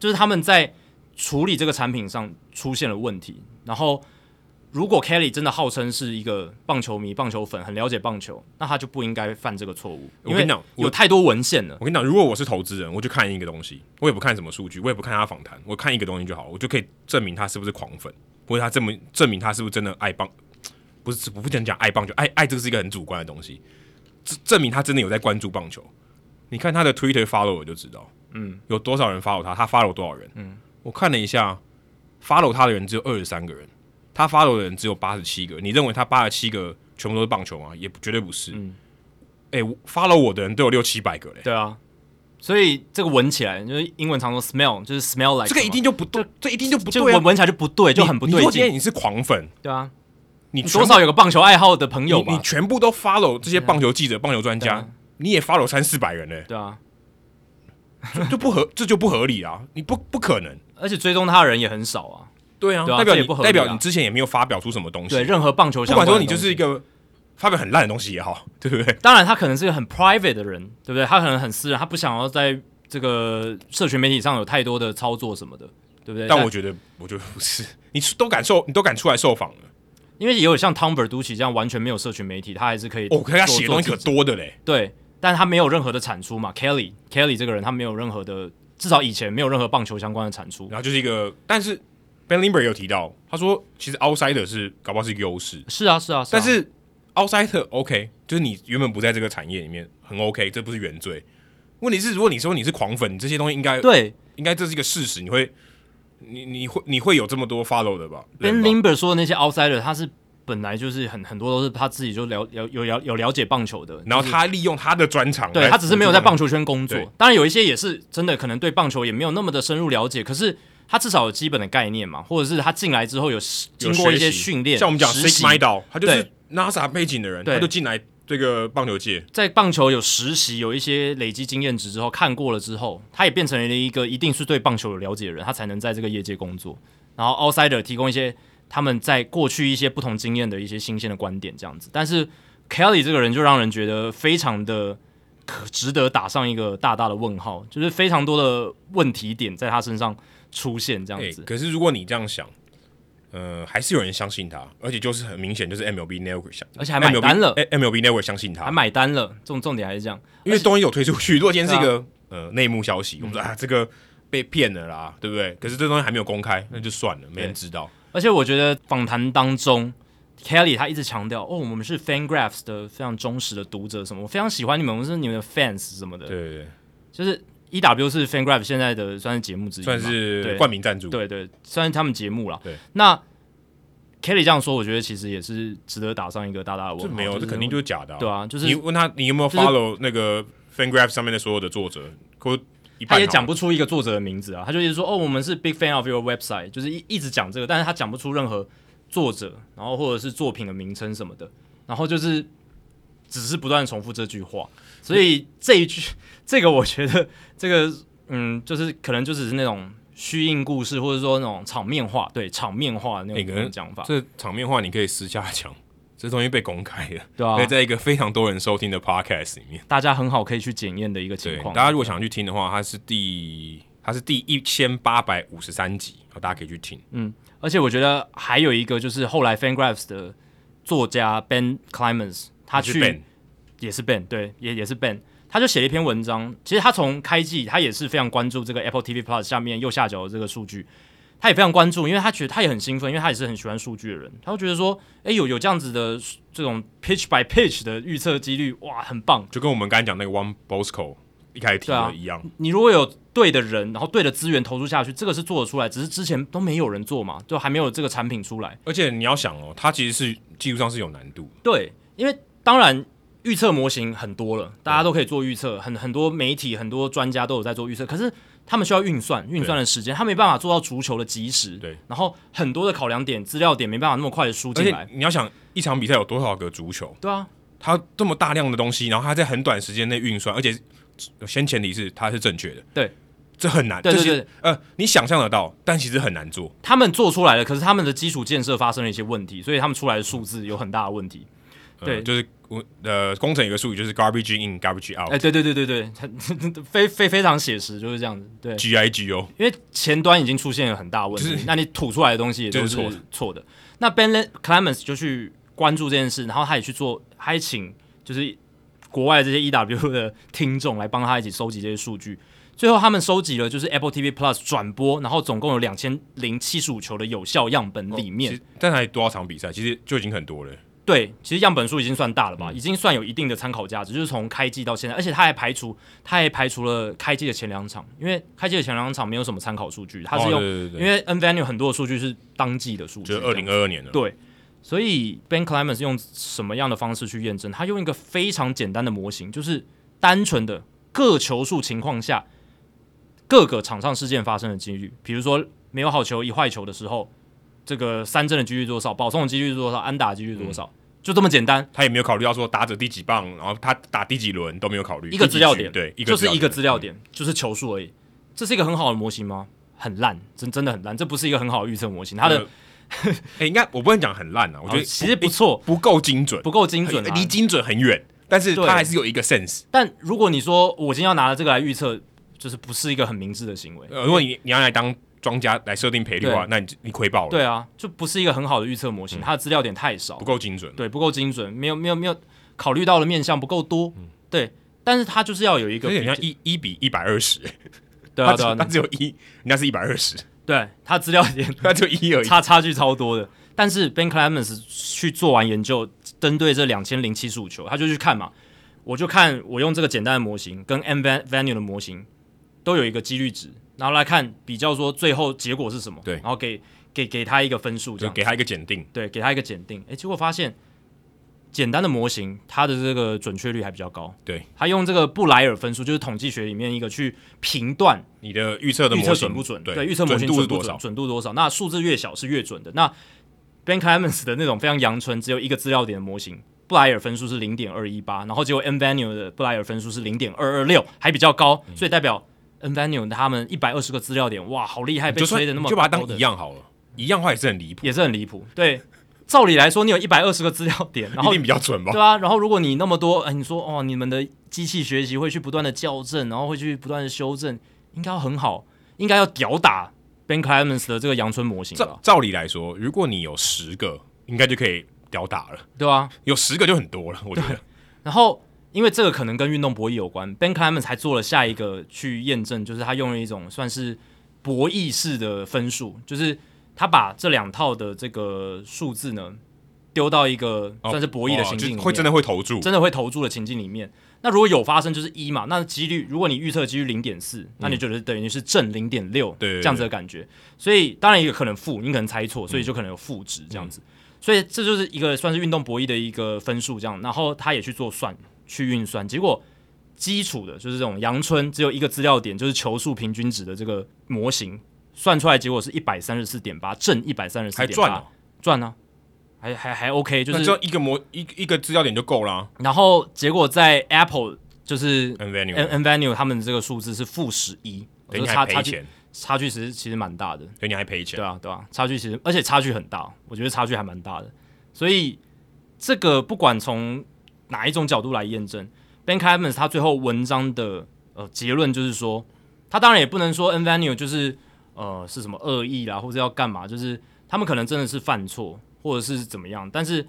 Speaker 2: 就是他们在处理这个产品上出现了问题。然后，如果 Kelly 真的号称是一个棒球迷、棒球粉，很了解棒球，那他就不应该犯这个错误。
Speaker 1: 我跟你讲
Speaker 2: 因为
Speaker 1: 我
Speaker 2: 有太多文献了。
Speaker 1: 我跟你讲，如果我是投资人，我就看一个东西，我也不看什么数据，我也不看他访谈，我看一个东西就好了，我就可以证明他是不是狂粉，或者他证明证明他是不是真的爱棒。 不是，不不能讲爱棒球，爱爱这个是一个很主观的东西，证证明他真的有在关注棒球。你看他的 Twitter follow 我就知道，嗯，有多少人 follow 他，他 follow 多少人，嗯，我看了一下，follow 他的人只有二十三个人，他 follow 的人只有八十七个，你认为他八十七个全部都是棒球吗？也不绝对不是，嗯，哎、我 follow 我的人都有六七百个嘞，
Speaker 2: 对啊，所以这个闻起来就是英文常说 smell，就是 smell like
Speaker 1: 这个
Speaker 2: 什
Speaker 1: 一
Speaker 2: 么
Speaker 1: 定就不对，这一定就不
Speaker 2: 就
Speaker 1: 对啊
Speaker 2: 闻！闻起来就不对，就
Speaker 1: 你
Speaker 2: 很不
Speaker 1: 你
Speaker 2: 对
Speaker 1: 如果今天
Speaker 2: 劲。
Speaker 1: 你是狂粉，
Speaker 2: 对啊，
Speaker 1: 你
Speaker 2: 你
Speaker 1: 全部
Speaker 2: 多少有个棒球爱好的朋友
Speaker 1: 你你
Speaker 2: 吧？
Speaker 1: 全部都 follow 这些棒球记者、棒球专
Speaker 2: 对
Speaker 1: 家
Speaker 2: 啊，
Speaker 1: 你也 follow 三四百 人呢，
Speaker 2: 对啊，
Speaker 1: 就就不合，这就不合理啊！你不不可能，
Speaker 2: 而且追踪他的人也很少啊。
Speaker 1: 对啊
Speaker 2: 对啊
Speaker 1: 代表
Speaker 2: 这也
Speaker 1: 你
Speaker 2: 不合理
Speaker 1: 代
Speaker 2: 啊
Speaker 1: 表你之前也没有发表出什么东西
Speaker 2: 对，任何棒球
Speaker 1: 不
Speaker 2: 相
Speaker 1: 管
Speaker 2: 关的
Speaker 1: 说
Speaker 2: 东西，
Speaker 1: 你就是一个发表很烂的东西也好，对不对？
Speaker 2: 当然他可能是一个很 private 的人，对不对？他可能很私人，他不想要在这个社群媒体上有太多的操作什么的，对不对？
Speaker 1: 但我觉得，我觉得不是，你都敢受，你都敢出来受访了，
Speaker 2: 因为也有像汤 o m 奇这样完全没有社群媒体，他还是可以
Speaker 1: 哦，可是他
Speaker 2: 做
Speaker 1: 写的东西
Speaker 2: 做
Speaker 1: 可
Speaker 2: 自己
Speaker 1: 多的嘞，
Speaker 2: 对，但他没有任何的产出嘛。Kelly Kelly 这个人他没有任何的，至少以前没有任何棒球相关的产出。
Speaker 1: 然后就是一个，但是 Ben Limber 有提到，他说其实 outsider 是搞不好是一个优势，
Speaker 2: 是啊，是啊，
Speaker 1: 但
Speaker 2: 啊
Speaker 1: 是 outsider OK，就是你原本不在这个产业里面，很 OK，这不是原罪。问题是，如果你说你是狂粉，你这些东西应该
Speaker 2: 对
Speaker 1: 应该这是一个事实，你会你你会你会有这么多 follow 的吧
Speaker 2: Ben
Speaker 1: 人吧
Speaker 2: Limber 说的那些 outsider，他是本来就是很很多都是他自己就了有有有有了解棒球的，
Speaker 1: 然后
Speaker 2: 就是
Speaker 1: 他利用他的专长来辅助棒，
Speaker 2: 对他只是没有在棒球圈工作
Speaker 1: 对。
Speaker 2: 当然有一些也是真的，可能对棒球也没有那么的深入了解，可是他至少有基本的概念嘛，或者是他进来之后有实
Speaker 1: 有
Speaker 2: 经过一
Speaker 1: 学
Speaker 2: 些
Speaker 1: 习
Speaker 2: 训练，
Speaker 1: 像我们讲
Speaker 2: 实
Speaker 1: Sig
Speaker 2: 习
Speaker 1: m i d a l 他就是
Speaker 2: 对
Speaker 1: NASA 背景的人，
Speaker 2: 对
Speaker 1: 他就进来这个棒球界，
Speaker 2: 在棒球有实习，有一些累积经验值之后，看过了之后，他也变成了一个一定是对棒球有了解的人，他才能在这个业界工作。然后 outsider 提供一些他们在过去一些不同经验的一些新鲜的观点，这样子。但是 Kelly 这个人就让人觉得非常的可值得打上一个大大的问号，就是非常多的问题点在他身上出现，这样
Speaker 1: 哎
Speaker 2: 子。
Speaker 1: 可是如果你这样想。呃，还是有人相信他，而且就是很明显，就是 MLB Network 相，
Speaker 2: 而且还买
Speaker 1: MLB
Speaker 2: 单了
Speaker 1: 哎，MLB Network 相信他，
Speaker 2: 还买单了，重重点还是这样。
Speaker 1: 因为东西有推出去，如果今天是一个、呃内幕
Speaker 2: 嗯
Speaker 1: 消息，我们说啊这个被骗了啦，对不对？可是这东西还没有公开，那就算了，没人知道。
Speaker 2: 而且我觉得访谈当中，Kelly 他一直强调，哦，我们是 FanGraphs 的非常忠实的读者，什么，我非常喜欢你们，我是你们的 fans 什么的。
Speaker 1: 对对对，
Speaker 2: 就是 EW 是 FanGraph 现在的算是节目之一嘛，
Speaker 1: 算是
Speaker 2: 对
Speaker 1: 冠名赞助。
Speaker 2: 对对，算是他们节目了。
Speaker 1: 对，
Speaker 2: 那 Kelly 这样说，我觉得其实也是值得打上一个大大的问
Speaker 1: 这
Speaker 2: 号。
Speaker 1: 没有，
Speaker 2: 就
Speaker 1: 这
Speaker 2: 是
Speaker 1: 肯定就是假的、啊。
Speaker 2: 对啊，就是
Speaker 1: 你问他，你有没有
Speaker 2: 就是
Speaker 1: follow 那个 FanGraph 上面的所有的作者？可一半哦
Speaker 2: 他也
Speaker 1: 好
Speaker 2: 讲不出一个作者的名字啊，他就一直说哦，我们是 big fan of your website，就是一一直讲这个，但是他讲不出任何作者，然后或者是作品的名称什么的，然后就是只是不断重复这句话，所以这一句 这个我觉得这个嗯，就是可能就只是那种虚应故事，或者说那种场面化，对场面化的那
Speaker 1: 欸
Speaker 2: 种
Speaker 1: 可
Speaker 2: 那
Speaker 1: 能
Speaker 2: 种讲法，
Speaker 1: 这场面话你可以私下讲，这东西被公开了，
Speaker 2: 对啊
Speaker 1: 可以，在一个非常多人收听的 podcast 里面。
Speaker 2: 大家很好可以去检验的一个情
Speaker 1: 对，
Speaker 2: 况。
Speaker 1: 大家如果想去听的话，它是第它是第一千八百五十三集，哦好，大家可以去听。
Speaker 2: 而且我觉得还有一个就是后来 FanGraphs 的作家 Ben Clemens，他
Speaker 1: 是
Speaker 2: 去
Speaker 1: Ben
Speaker 2: 也是 Ben，对，也也是 Ben，他就写了一篇文章。其实他从开季，他也是非常关注这个 Apple TV Plus 下面右下角的这个数据，他也非常关注，因为他觉得他也很兴奋，因为他也是很喜欢数据的人，他就觉得说，诶，有有这样子的这种 pitch by pitch 的预测几率，哇，很棒。
Speaker 1: 就跟我们刚才讲那个 One Bosco 一开始提
Speaker 2: 对啊
Speaker 1: 的一样，
Speaker 2: 你如果有对的人，然后对的资源投入下去，这个是做得出来，只是之前都没有人做嘛，就还没有这个产品出来。
Speaker 1: 而且你要想哦，它其实是技术上是有难度的，
Speaker 2: 对，因为当然预测模型很多了，大家都可以做预测，很很多媒体、很多专家都有在做预测，可是他们需要运算，运算的时间，他没办法做到足球的及时。
Speaker 1: 对，
Speaker 2: 然后很多的考量点、资料点没办法那么快的输
Speaker 1: 而
Speaker 2: 进
Speaker 1: 且
Speaker 2: 来。
Speaker 1: 你要想一场比赛有多少个足球，
Speaker 2: 对啊，
Speaker 1: 它这么大量的东西，然后它在很短时间内运算，而且先前提是它是正确的，
Speaker 2: 对，
Speaker 1: 这很难，
Speaker 2: 对对
Speaker 1: 这是
Speaker 2: 对
Speaker 1: 呃，你想象得到，但其实很难做。
Speaker 2: 他们做出来了，可是他们的基础建设发生了一些问题，所以他们出来的数字有很大的问题。
Speaker 1: 呃
Speaker 2: 对
Speaker 1: 就是我呃，工程有个术语就是 garbage in, garbage
Speaker 2: 哎、
Speaker 1: out，
Speaker 2: 对对对对对，很 非非非常写实，就是这样子。对，
Speaker 1: G I G O。
Speaker 2: 因为前端已经出现了很大问题，那你吐出来的东西也都
Speaker 1: 就是错的
Speaker 2: 错的。那 Ben Le- Clemens 就去关注这件事，然后他也去做，他也请就是国外这些 EW 的听众来帮他一起收集这些数据。最后他们收集了就是 Apple TV Plus 转播，然后总共有两千零七十五球的有效样本里面，
Speaker 1: 哦其实但还多少场比赛，其实就已经很多了。
Speaker 2: 对，其实样本数已经算大了
Speaker 1: 嗯
Speaker 2: 吧，已经算有一定的参考价值，就是从开季到现在，而且他还排除，他还排除了开季的前两场，因为开季的前两场没有什么参考数据，他是
Speaker 1: 哦
Speaker 2: 用
Speaker 1: 对对对
Speaker 2: 因为 N Venue 很多的数据是当季的数据，
Speaker 1: 就是二零二二年了。
Speaker 2: 对，所以 Ben Clemens 用什么样的方式去验证？他用一个非常简单的模型，就是单纯的各球数情况下各个场上事件发生的几率，比如说没有好球一坏球的时候，这个三振的几率多少，保送的几率多少，安打的几率多少，
Speaker 1: 嗯
Speaker 2: 就这么简单。
Speaker 1: 他也没有考虑到说打者第几棒，然后他打第几轮都没有考虑
Speaker 2: 一个
Speaker 1: 第几
Speaker 2: 资料
Speaker 1: 局
Speaker 2: 点，
Speaker 1: 对，一个
Speaker 2: 就是一个
Speaker 1: 点嗯
Speaker 2: 资料点，就是球数而已。这是一个很好的模型吗？很烂，真真的很烂，这不是一个很好的预测模型。它的呃
Speaker 1: 呃哎，应该我不能讲很烂啊，我觉得
Speaker 2: 哦其实不错，
Speaker 1: 不够精准，
Speaker 2: 不够精准啊，
Speaker 1: 离精准很远，但是
Speaker 2: 对
Speaker 1: 他还是有一个 sense。
Speaker 2: 但如果你说我今天要拿这个来预测，就是不是一个很明智的行为。
Speaker 1: 呃，如果你你要来当庄家来设定赔率的话，
Speaker 2: 对
Speaker 1: 那你就你亏爆了，
Speaker 2: 对啊，就不是一个很好的预测模型，它的资料点太少
Speaker 1: 嗯不，够精准。
Speaker 2: 对，不够精准，没有没有没有考虑到的面向不够多，对。但是它就是要有一个
Speaker 1: 嗯有
Speaker 2: 比较，
Speaker 1: 点像一一比一百二十，
Speaker 2: 对
Speaker 1: 他
Speaker 2: 啊
Speaker 1: 只
Speaker 2: 对啊
Speaker 1: 他
Speaker 2: 对啊，
Speaker 1: 只有一，人家是一百二 十，
Speaker 2: 对啊它资料点
Speaker 1: 他只有一而已。
Speaker 2: 差差距超多的。但是 Ben Clemens 去做完研究，针对这两千零七十五球，他就去看嘛，我就看我用这个简单的模型跟 M Van Venue 的模型都有一个几率值，然后来看比较说最后结果是什么，
Speaker 1: 对
Speaker 2: 然后给给给他一个分数这
Speaker 1: 就
Speaker 2: 样，
Speaker 1: 给他一个检定，
Speaker 2: 对，给他一个检定，诶，结果发现简单的模型它的这个准确率还比较高，
Speaker 1: 对
Speaker 2: 他用这个布莱尔分数，就是统计学里面一个去评断
Speaker 1: 你的预测的
Speaker 2: 预
Speaker 1: 模
Speaker 2: 测
Speaker 1: 型
Speaker 2: 准不准？
Speaker 1: 对，
Speaker 2: 预测模
Speaker 1: 准
Speaker 2: 型
Speaker 1: 度
Speaker 2: 准
Speaker 1: 是
Speaker 2: 不
Speaker 1: 多
Speaker 2: 准
Speaker 1: 少？
Speaker 2: 准度多少？那数字越小是越准的。那 Ben Clemens 的那种非常阳春，只有一个资料点的模型，布莱尔分数是零点二一八，然后结果 N Venue 的布莱尔分数是零点二二六，还比较高，
Speaker 1: 嗯
Speaker 2: 所以代表 N Venue 他们一百二十个资料点，哇，好厉害，被
Speaker 1: 就算
Speaker 2: 吹的那么
Speaker 1: 就把它
Speaker 2: 高
Speaker 1: 当
Speaker 2: 的
Speaker 1: 一样好了，一样的话也是很离谱，
Speaker 2: 也是很离谱。对，照理来说，你有一百二十个资料点，然
Speaker 1: 一
Speaker 2: 后
Speaker 1: 定比较准吧
Speaker 2: 对？啊，然后如果你那么多，哎，你说哦，你们的机器学习会去不断的校正，然后会去不断的修正，应该要很好，应该要屌打 Ben Clemens 的这个阳春模型
Speaker 1: 照
Speaker 2: 吧？
Speaker 1: 照理来说，如果你有十个，应该就可以屌打了，
Speaker 2: 对啊，
Speaker 1: 有十个就很多了，我觉得。
Speaker 2: 然后因为这个可能跟运动博弈有关，Ben Clemens 还做了下一个去验证，就是他用了一种算是博弈式的分数，就是。他把这两套的这个数字呢丢到一个
Speaker 1: 哦
Speaker 2: 算是博弈的
Speaker 1: 哦
Speaker 2: 情
Speaker 1: 就
Speaker 2: 境里面，
Speaker 1: 会真的会投注，
Speaker 2: 真的会投注的情境里面。那如果有发生，就是一嘛，那几率如果你预测几率零点四，那你觉得等于是正零点六，
Speaker 1: 嗯对对嗯对
Speaker 2: 这样子的感觉。所以当然也有可能负，你可能猜错，所以就可能有负值这样子。
Speaker 1: 嗯
Speaker 2: 所以这就是一个算是运动博弈的一个分数这样。然后他也去做算，去运算，结果基础的就是这种阳春只有一个资料点，就是球数平均值的这个模型算出来，结果是一百三十四点八，正一百三十四
Speaker 1: 还
Speaker 2: 点八，
Speaker 1: 赚哦，
Speaker 2: 赚啊，还还还 OK，就
Speaker 1: 那
Speaker 2: 是
Speaker 1: 就一个模一一个资料点就够了啊。
Speaker 2: 然后结果在 Apple 就是
Speaker 1: N venue
Speaker 2: N N Venue 他们这个数字是负十一，
Speaker 1: 等
Speaker 2: 这
Speaker 1: 于
Speaker 2: 个
Speaker 1: 你还
Speaker 2: 差差
Speaker 1: 赔
Speaker 2: 距
Speaker 1: 钱，
Speaker 2: 差距其实其实蛮大的，
Speaker 1: 等于你还赔钱
Speaker 2: 对。啊对啊，差距其实而且差距很大，我觉得差距还蛮大的，所以这个不管从哪一种角度来验证，Ben k a m e n s 他最后文章的呃结论就是说，他当然也不能说 N Venue 就是呃是什么恶意啦，或者要干嘛，就是他们可能真的是犯错或者是怎么样，但是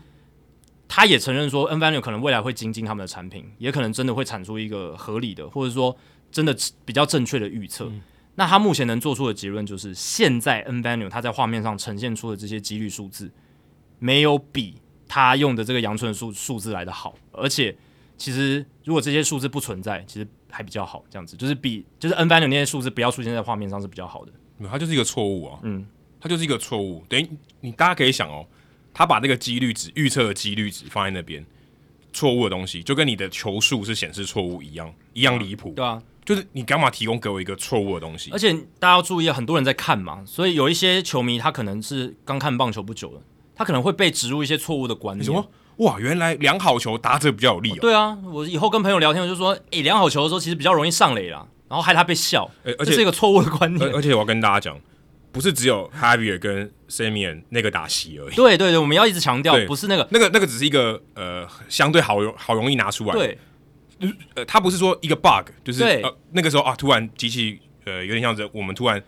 Speaker 2: 他也承认说 N Venue 可能未来会精进他们的产品，也可能真的会产出一个合理的或者说真的比较正确的预测。那他目前能做出的结论就是，现在 N Venue 它在画面上呈现出的这些几率数字，没有比他用的这个阳春数数字来的好，而且其实如果这些数字不存在，其实还比较好，这样子就是比就是 N Venue 那些数字不要出现在画面上是比较好的。
Speaker 1: 没有它就是一个错误啊，
Speaker 2: 嗯，
Speaker 1: 它就是一个错误。等于你大家可以想哦，他把那个几率值预测的几率值放在那边，错误的东西就跟你的球数是显示错误一样，一样离谱。
Speaker 2: 对啊，
Speaker 1: 就是你干嘛提供给我一个错误的东西
Speaker 2: 而？且大家要注意，啊很多人在看嘛，所以有一些球迷他可能是刚看棒球不久的，他可能会被植入一些错误的啊观念。
Speaker 1: 什么？哇，原来量好球打者比较有利哦。
Speaker 2: 对啊，我以后跟朋友聊天，我就说，诶、量好球的时候其实比较容易上垒啦，然后害他被笑，
Speaker 1: 呃而
Speaker 2: 这是
Speaker 1: 且呃
Speaker 2: 一个错误的观
Speaker 1: 而
Speaker 2: 念。
Speaker 1: 而且我要跟大家讲，不是只有 Javier 跟 Samian 那个打席而已，
Speaker 2: 对对对，我们要一直强调
Speaker 1: 对，
Speaker 2: 不是那个
Speaker 1: 那个那个只是一个呃相对好容好容易拿出来的，
Speaker 2: 对
Speaker 1: 呃，它不是说一个 bug，就是
Speaker 2: 对
Speaker 1: 呃那个时候啊，突然机器呃有点像是我们突然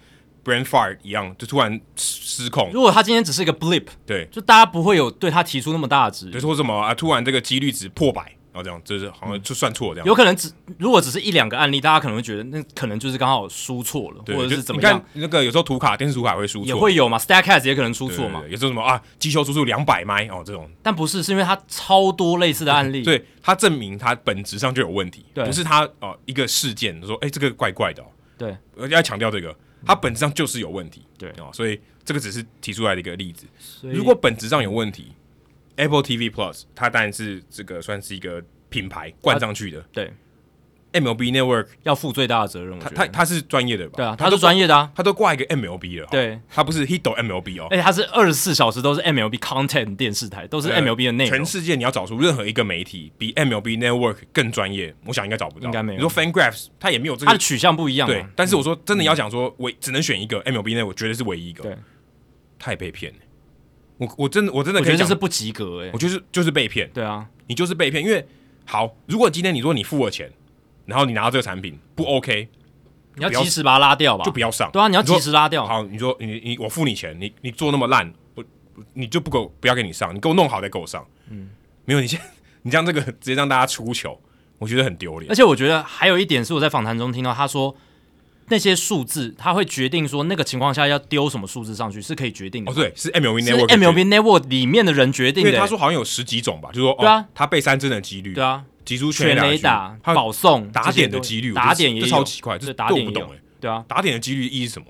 Speaker 1: brain fart 一样，就突然失失控，
Speaker 2: 如果他今天只是一个 blip，
Speaker 1: 对，
Speaker 2: 就大家不会有对他提出那么大的质
Speaker 1: 就
Speaker 2: 疑。
Speaker 1: 说什么啊，突然这个几率值破百，然后这样，就是好像就算错这样，
Speaker 2: 嗯有可能只如果只是一两个案例，大家可能会觉得那可能就是刚好输错了，
Speaker 1: 对
Speaker 2: 或者
Speaker 1: 就是
Speaker 2: 怎
Speaker 1: 你
Speaker 2: 么
Speaker 1: 看
Speaker 2: 样，
Speaker 1: 那个有时候图卡电视图卡会输错，
Speaker 2: 也会有嘛。Stacks 也可能输
Speaker 1: 对
Speaker 2: 错嘛，
Speaker 1: 对对有时候什么啊，机修输出两百迈哦这种，
Speaker 2: 但不是，是因为他超多类似的案例。
Speaker 1: 所以它证明它本质上就有问题，
Speaker 2: 对
Speaker 1: 不是它哦、呃一个事件说哎、这个怪怪的、哦，
Speaker 2: 对
Speaker 1: 而且要强调这个，它本质上就是有问题，
Speaker 2: 嗯对
Speaker 1: 哦，所以这个只是提出来的一个例子。
Speaker 2: 所以
Speaker 1: 如果本质上有问题，Apple TV Plus 它当然是这个算是一个品牌冠上去的。
Speaker 2: 对
Speaker 1: MLB Network
Speaker 2: 要负最大的责任，我
Speaker 1: 它
Speaker 2: 觉
Speaker 1: 它
Speaker 2: 得
Speaker 1: 它是专业的吧？
Speaker 2: 对啊，
Speaker 1: 它
Speaker 2: 他
Speaker 1: 都
Speaker 2: 是专业的啊，
Speaker 1: 它都挂一个 MLB 了。，
Speaker 2: 对，
Speaker 1: 它不是 Hito MLB 哦。
Speaker 2: 而且他是二十四小时都是 MLB content 电视台，都是
Speaker 1: 呃
Speaker 2: MLB 的内容
Speaker 1: 全。世界你要找出任何一个媒体比 MLB Network 更专业，我想应该找不到。
Speaker 2: 应该没有
Speaker 1: 你说 FanGraphs 它也没有这
Speaker 2: 它的
Speaker 1: 个。
Speaker 2: 取向不一样啊
Speaker 1: 对
Speaker 2: 嘛，，
Speaker 1: 但是我说真的要讲说，我只能选一个 MLB Network，绝对是唯一一个。
Speaker 2: 嗯对，
Speaker 1: 太被骗了。我我真的我真的
Speaker 2: 我
Speaker 1: 可
Speaker 2: 觉
Speaker 1: 以
Speaker 2: 得这
Speaker 1: 讲
Speaker 2: 是，不及格哎、
Speaker 1: 我就是就是被骗。
Speaker 2: 对啊，
Speaker 1: 你就是被骗。因为好，如果今天你说你付了钱，然后你拿到这个产品不 OK，
Speaker 2: 你要
Speaker 1: 不要
Speaker 2: 及时把它拉掉吧。
Speaker 1: 就不要上。
Speaker 2: 哦对啊，你要
Speaker 1: 说
Speaker 2: 及时拉掉。
Speaker 1: 好，你说你你我付你钱，你你做那么烂，我你就不给我不要给你上，你给我弄好再给我上。嗯，没有，你现你这样这个直接让大家出糗，我觉得很丢脸
Speaker 2: 而。且我觉得还有一点是我在访谈中听到他说，那些数字他会决定说那个情况下要丢什么数字上去是可以决定的，
Speaker 1: 哦，对，是 MLB
Speaker 2: 是
Speaker 1: Network 决定
Speaker 2: MLB Network 里面的人决定
Speaker 1: 因
Speaker 2: 的、
Speaker 1: 为
Speaker 2: 欸
Speaker 1: 他说好像有十几种吧，就说
Speaker 2: 对啊
Speaker 1: 哦，他被三针的几率，
Speaker 2: 对，啊，
Speaker 1: 击出
Speaker 2: 全
Speaker 1: 垒啊
Speaker 2: 垒
Speaker 1: 打的
Speaker 2: 打
Speaker 1: 几率、还有
Speaker 2: 保送、
Speaker 1: 打点的
Speaker 2: 这些
Speaker 1: 几率，我
Speaker 2: 都
Speaker 1: 觉得
Speaker 2: 打点也
Speaker 1: 这
Speaker 2: 有
Speaker 1: 超奇怪，这
Speaker 2: 对
Speaker 1: 这
Speaker 2: 打
Speaker 1: 我
Speaker 2: 点
Speaker 1: 不
Speaker 2: 也有
Speaker 1: 懂哎，
Speaker 2: 对啊，
Speaker 1: 打点的几率意义是什么？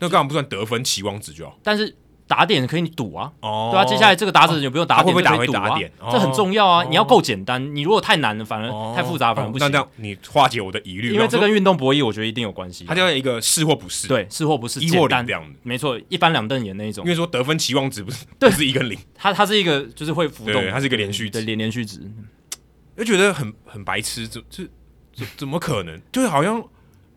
Speaker 1: 那干嘛不算得分期望值就好？
Speaker 2: 但是打点可以赌啊。
Speaker 1: 哦
Speaker 2: 对啊，接下来这个打者有没有打
Speaker 1: 他
Speaker 2: 点？
Speaker 1: 会不会打
Speaker 2: 这可
Speaker 1: 回
Speaker 2: 以赌啊
Speaker 1: 打点哦
Speaker 2: 这很重要啊！你要够简单，你如果太难了，反而
Speaker 1: 哦
Speaker 2: 太复杂，反而不行
Speaker 1: 那这。样你化解我的疑虑，
Speaker 2: 因为这
Speaker 1: 我
Speaker 2: 跟
Speaker 1: 说
Speaker 2: 运动博弈，我觉得一定有关系。
Speaker 1: 它叫一个是或不是，，
Speaker 2: 对是或不是，
Speaker 1: 一或
Speaker 2: 简
Speaker 1: 零
Speaker 2: 单
Speaker 1: 这，样的。
Speaker 2: 没错，一翻两瞪眼那一种
Speaker 1: 因。为说得分期望值不是不是一个零，
Speaker 2: 它它是一个就是会浮动
Speaker 1: 对，，它是一个连续
Speaker 2: 对
Speaker 1: 值，
Speaker 2: 连连续值。
Speaker 1: 就觉得很很白痴，这这这怎么可能？就是好像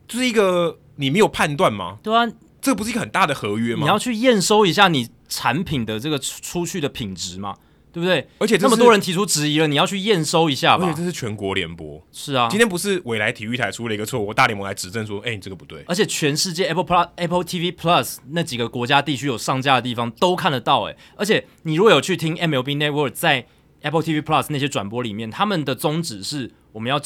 Speaker 1: 就是一个你没有判断吗？
Speaker 2: 对啊，
Speaker 1: 这不是一个很大的合约
Speaker 2: 你要
Speaker 1: 吗？
Speaker 2: 去验收一下你产品的这个出出去的品质嘛，对不对？
Speaker 1: 而且这
Speaker 2: 那么
Speaker 1: 是
Speaker 2: 多人，提出质疑了，你要去验收一下
Speaker 1: 而且
Speaker 2: 吧
Speaker 1: 这。是全国联播。
Speaker 2: 是啊，
Speaker 1: 今天不是未来体育台出了一个错误，大联盟来指正说，哎，你这个不对。
Speaker 2: 而且全世界 Apple Plus、Apple TV Plus 那几个国家地区有上架的地方都看得到哎、而且你如果有去听 MLB Network 在 Apple TV Plus 那些转播里面，他们的宗旨是我们要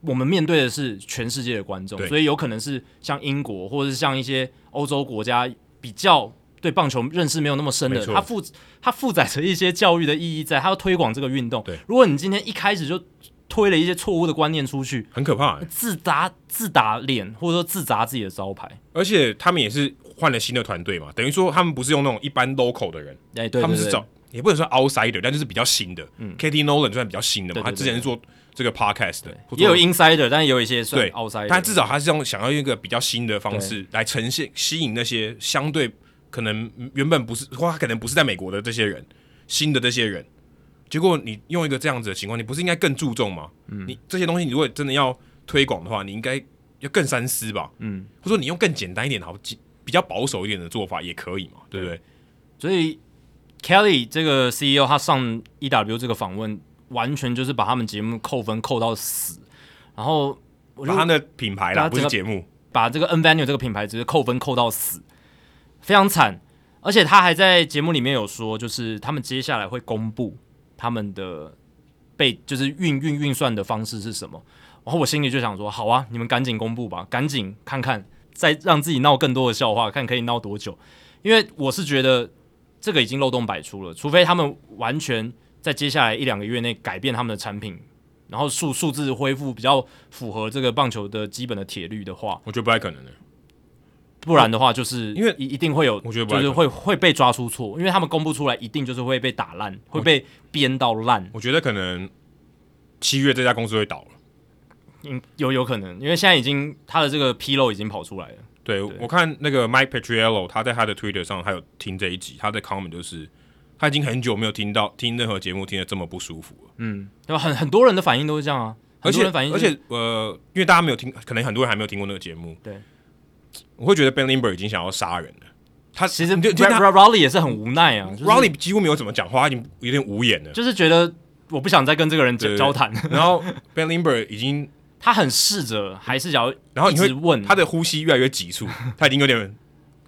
Speaker 2: 我们面对的是全世界的观众
Speaker 1: 对，
Speaker 2: 所以有可能是像英国或者是像一些欧洲国家比较对棒球认识没有那么深
Speaker 1: 没
Speaker 2: 的人，
Speaker 1: 错
Speaker 2: 他负他负载着一些教育的意义在，他要推广这个运动。
Speaker 1: 对，
Speaker 2: 如果你今天一开始就推了一些错误的观念出去，
Speaker 1: 很可怕欸、
Speaker 2: 自打自打脸，或者说自砸自己的招牌。
Speaker 1: 而且他们也是换了新的团队嘛，等于说他们不是用那种一般 local 的人，
Speaker 2: 哎、对，
Speaker 1: 他们
Speaker 2: 对
Speaker 1: 是
Speaker 2: 对
Speaker 1: 找也不能说 outsider，但就是比较新的。嗯，Katie Nolan 算比较新的嘛，
Speaker 2: 对对
Speaker 1: 他
Speaker 2: 对
Speaker 1: 之前是做这个 podcast 的，
Speaker 2: 也有
Speaker 1: 音
Speaker 2: insider，但也有一些算
Speaker 1: 对
Speaker 2: outsider。
Speaker 1: 但至少他是用想要用一个比较新的方式来呈现吸引那些相对可能原本不是或他可能不是在美国的这些人，新的这些人。结果你用一个这样子的情况，你不是应该更注重吗？嗯，你这些东西你如果真的要推广的话，你应该要更三思吧。
Speaker 2: 嗯，
Speaker 1: 或者说你用更简单一点，好比较保守一点的做法也可以嘛，对不对？
Speaker 2: 所以 Kelly 这个 CEO 他上 EW 这个访问，完全就是把他们节目扣分扣到死，然后我
Speaker 1: 把
Speaker 2: 就
Speaker 1: 他的品牌啦，
Speaker 2: 把它
Speaker 1: 不是
Speaker 2: 啊整个
Speaker 1: 节目，
Speaker 2: 把这个 N Venue 这个品牌直接扣分扣到死，非常惨。而且他还在节目里面有说，就是他们接下来会公布他们的被就是运运运算的方式是什么。然后我心里就想说，好啊，你们赶紧公布吧，赶紧看看，再让自己闹更多的笑话，看可以闹多久。因为我是觉得这个已经漏洞百出了，除非他们完全在接下来一两个月内改变他们的产品，然后数数字恢复比较符合这个棒球的基本的铁律的话，
Speaker 1: 我觉得不太可能的。
Speaker 2: 不然的话，就是
Speaker 1: 因为
Speaker 2: 一一定会有，
Speaker 1: 我觉得不太可
Speaker 2: 就是
Speaker 1: 能
Speaker 2: 会会被抓出错，因为他们公布出来，一定就是会被打烂，会被编到烂，
Speaker 1: 我觉得可能七月这家公司会倒了。
Speaker 2: 嗯，有有可能，因为现在已经他的这个纰漏已经跑出来了，
Speaker 1: 对我看那个 Mike Petriello，他在他的 Twitter 上，他有听这一集，他的 comment 就是他已经很久没有听到听任何节目听得这么不舒服了，
Speaker 2: 嗯，对吧？很很多人的反应都是这样啊，
Speaker 1: 而
Speaker 2: 很多
Speaker 1: 且
Speaker 2: 人反应
Speaker 1: 而
Speaker 2: 就是
Speaker 1: 且呃，因为大家没有听，可能很多人还没有听过那个节目，
Speaker 2: 对，
Speaker 1: 我会觉得 Ben Limber 已经想要杀人了。他
Speaker 2: 其实
Speaker 1: 你就就他
Speaker 2: Ra- Ra- Raleigh 也是很无奈啊
Speaker 1: r o l l y
Speaker 2: 就是
Speaker 1: 几乎没有怎么讲话，他已经有点无言 了。
Speaker 2: 就是觉得我不想再跟这个人
Speaker 1: 对对
Speaker 2: 交交谈，
Speaker 1: 然后 Ben Limber 已经，
Speaker 2: 他很试着还是想要
Speaker 1: 然后
Speaker 2: 一
Speaker 1: 你会
Speaker 2: 直问
Speaker 1: 他的呼吸越来越急促，他已经有点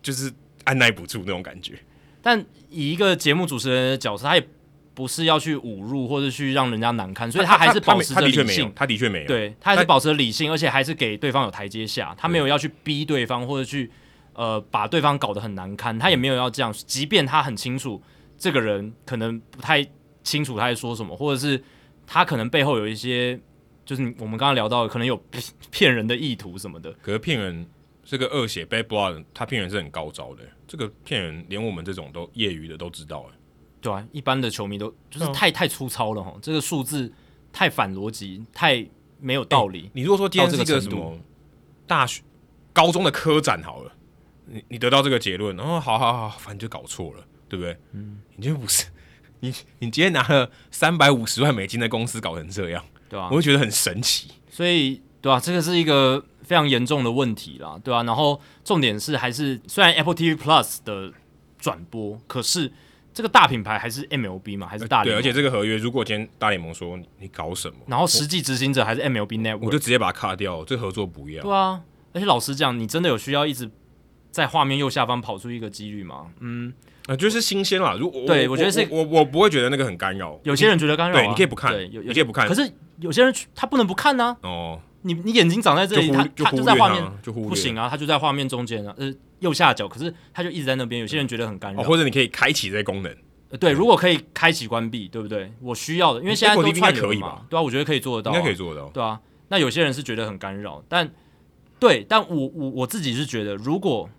Speaker 1: 就是按耐不住那种感觉。
Speaker 2: 但以一个节目主持人的角色，他也不是要去侮辱或者去让人家难堪，所以还是保持
Speaker 1: 他
Speaker 2: 着
Speaker 1: 的确
Speaker 2: 理
Speaker 1: 没有
Speaker 2: 性，。
Speaker 1: 他的确没有。
Speaker 2: 对他还是
Speaker 1: 但
Speaker 2: 保持理性，而且还是给对方有台阶下，他没有要去逼对方或者去呃把对方搞得很难堪，他也没有要这样。即便他很清楚这个人可能不太清楚他在说什么，或者是他可能背后有一些就是我们刚刚聊到的，可能有骗人的意图什么的。
Speaker 1: 可是骗人这个恶血 bad blood，他骗人是很高招的。这个骗人连我们这种都业余的都知道。哎
Speaker 2: 对啊，一般的球迷都就是
Speaker 1: 嗯
Speaker 2: 太、太粗糙了哈，这个数字太反逻辑，太没有道理。
Speaker 1: 你如果说今天是一
Speaker 2: 到
Speaker 1: 个
Speaker 2: 这个程
Speaker 1: 什
Speaker 2: 度
Speaker 1: 么大学、高中的科展好了，你你得到这个结论，哦，好好好，反正就搞错了，对不对？嗯，你就不是。 你你今天拿了三百五十万美金的公司搞成这样，
Speaker 2: 对啊
Speaker 1: 我会觉得很神奇。
Speaker 2: 所以对啊，这个是一个非常严重的问题啦，对啊。然后重点是，还是虽然 Apple TV Plus 的转播，可是这个大品牌还是 MLB 嘛，还是大
Speaker 1: 呃对，
Speaker 2: 联
Speaker 1: 而
Speaker 2: 盟，
Speaker 1: 且这个合约，如果今天大联盟说你你搞什么，
Speaker 2: 然后实际执行者还是 MLB
Speaker 1: 我
Speaker 2: Network，
Speaker 1: 就直接把它卡掉，这合作不要。
Speaker 2: 对啊。而且老实讲，你真的有需要一直在画面右下方跑出一个几率吗？嗯，
Speaker 1: 啊、就是新鲜啦。如我
Speaker 2: 对
Speaker 1: 我
Speaker 2: 我觉得是
Speaker 1: 我我我不会觉得那个很干扰。
Speaker 2: 有些人觉得干扰、啊，
Speaker 1: 对你可以不看
Speaker 2: 对，有
Speaker 1: 你
Speaker 2: 有
Speaker 1: 可以不看
Speaker 2: 可是有些人他不能不看呢、
Speaker 1: 哦，
Speaker 2: 你你眼睛长在这
Speaker 1: 就
Speaker 2: 里，
Speaker 1: 忽
Speaker 2: 他
Speaker 1: 就
Speaker 2: 他
Speaker 1: 忽略
Speaker 2: 在画
Speaker 1: 它
Speaker 2: 面。
Speaker 1: 就忽略
Speaker 2: 不行啊，他就在画面中间啊，呃，右下角，可是他就一直在那边。有些人觉得很干扰、
Speaker 1: 哦，或者你可以开启这个功能。
Speaker 2: 呃对，如果可以开启关闭，对不对？我需要的，因为现在
Speaker 1: Apple
Speaker 2: 都
Speaker 1: TV 应该
Speaker 2: 串流
Speaker 1: 可以
Speaker 2: 嘛
Speaker 1: 吧，
Speaker 2: 对啊，我觉得可以做得到、
Speaker 1: 应
Speaker 2: 啊，
Speaker 1: 该可以做得到。
Speaker 2: 对啊，那有些人是觉得很干扰，但对，但我我我自己是觉得，如果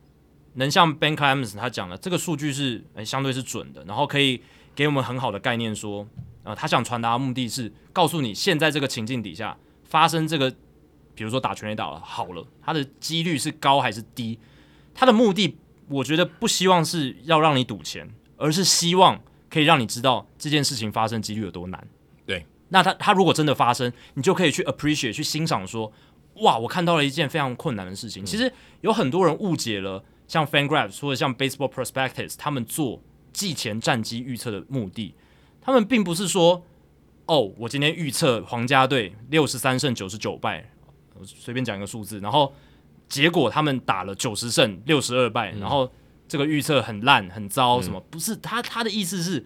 Speaker 2: 能像 Ben Clemens 他讲的，这个数据是、哎相对是准的，然后可以给我们很好的概念说，呃，他想传达的目的是告诉你，现在这个情境底下发生这个，比如说打全垒打了，好了，它的几率是高还是低？他的目的，我觉得不希望是要让你赌钱，而是希望可以让你知道这件事情发生几率有多难。那它它如果真的发生，你就可以去 appreciate 去欣赏说，哇，我看到了一件非常困难的事情。其实有很多人误解了像 FanGraphs 或者像 Baseball Prospectus 他们做季前战绩预测的目的，他们并不是说，哦，我今天预测皇家队六十三胜九十九败，我随便讲一个数字，然后结果他们打了九十胜六十二
Speaker 1: 嗯
Speaker 2: 败，然后这个预测很烂很糟，什么、不是他他的意思是。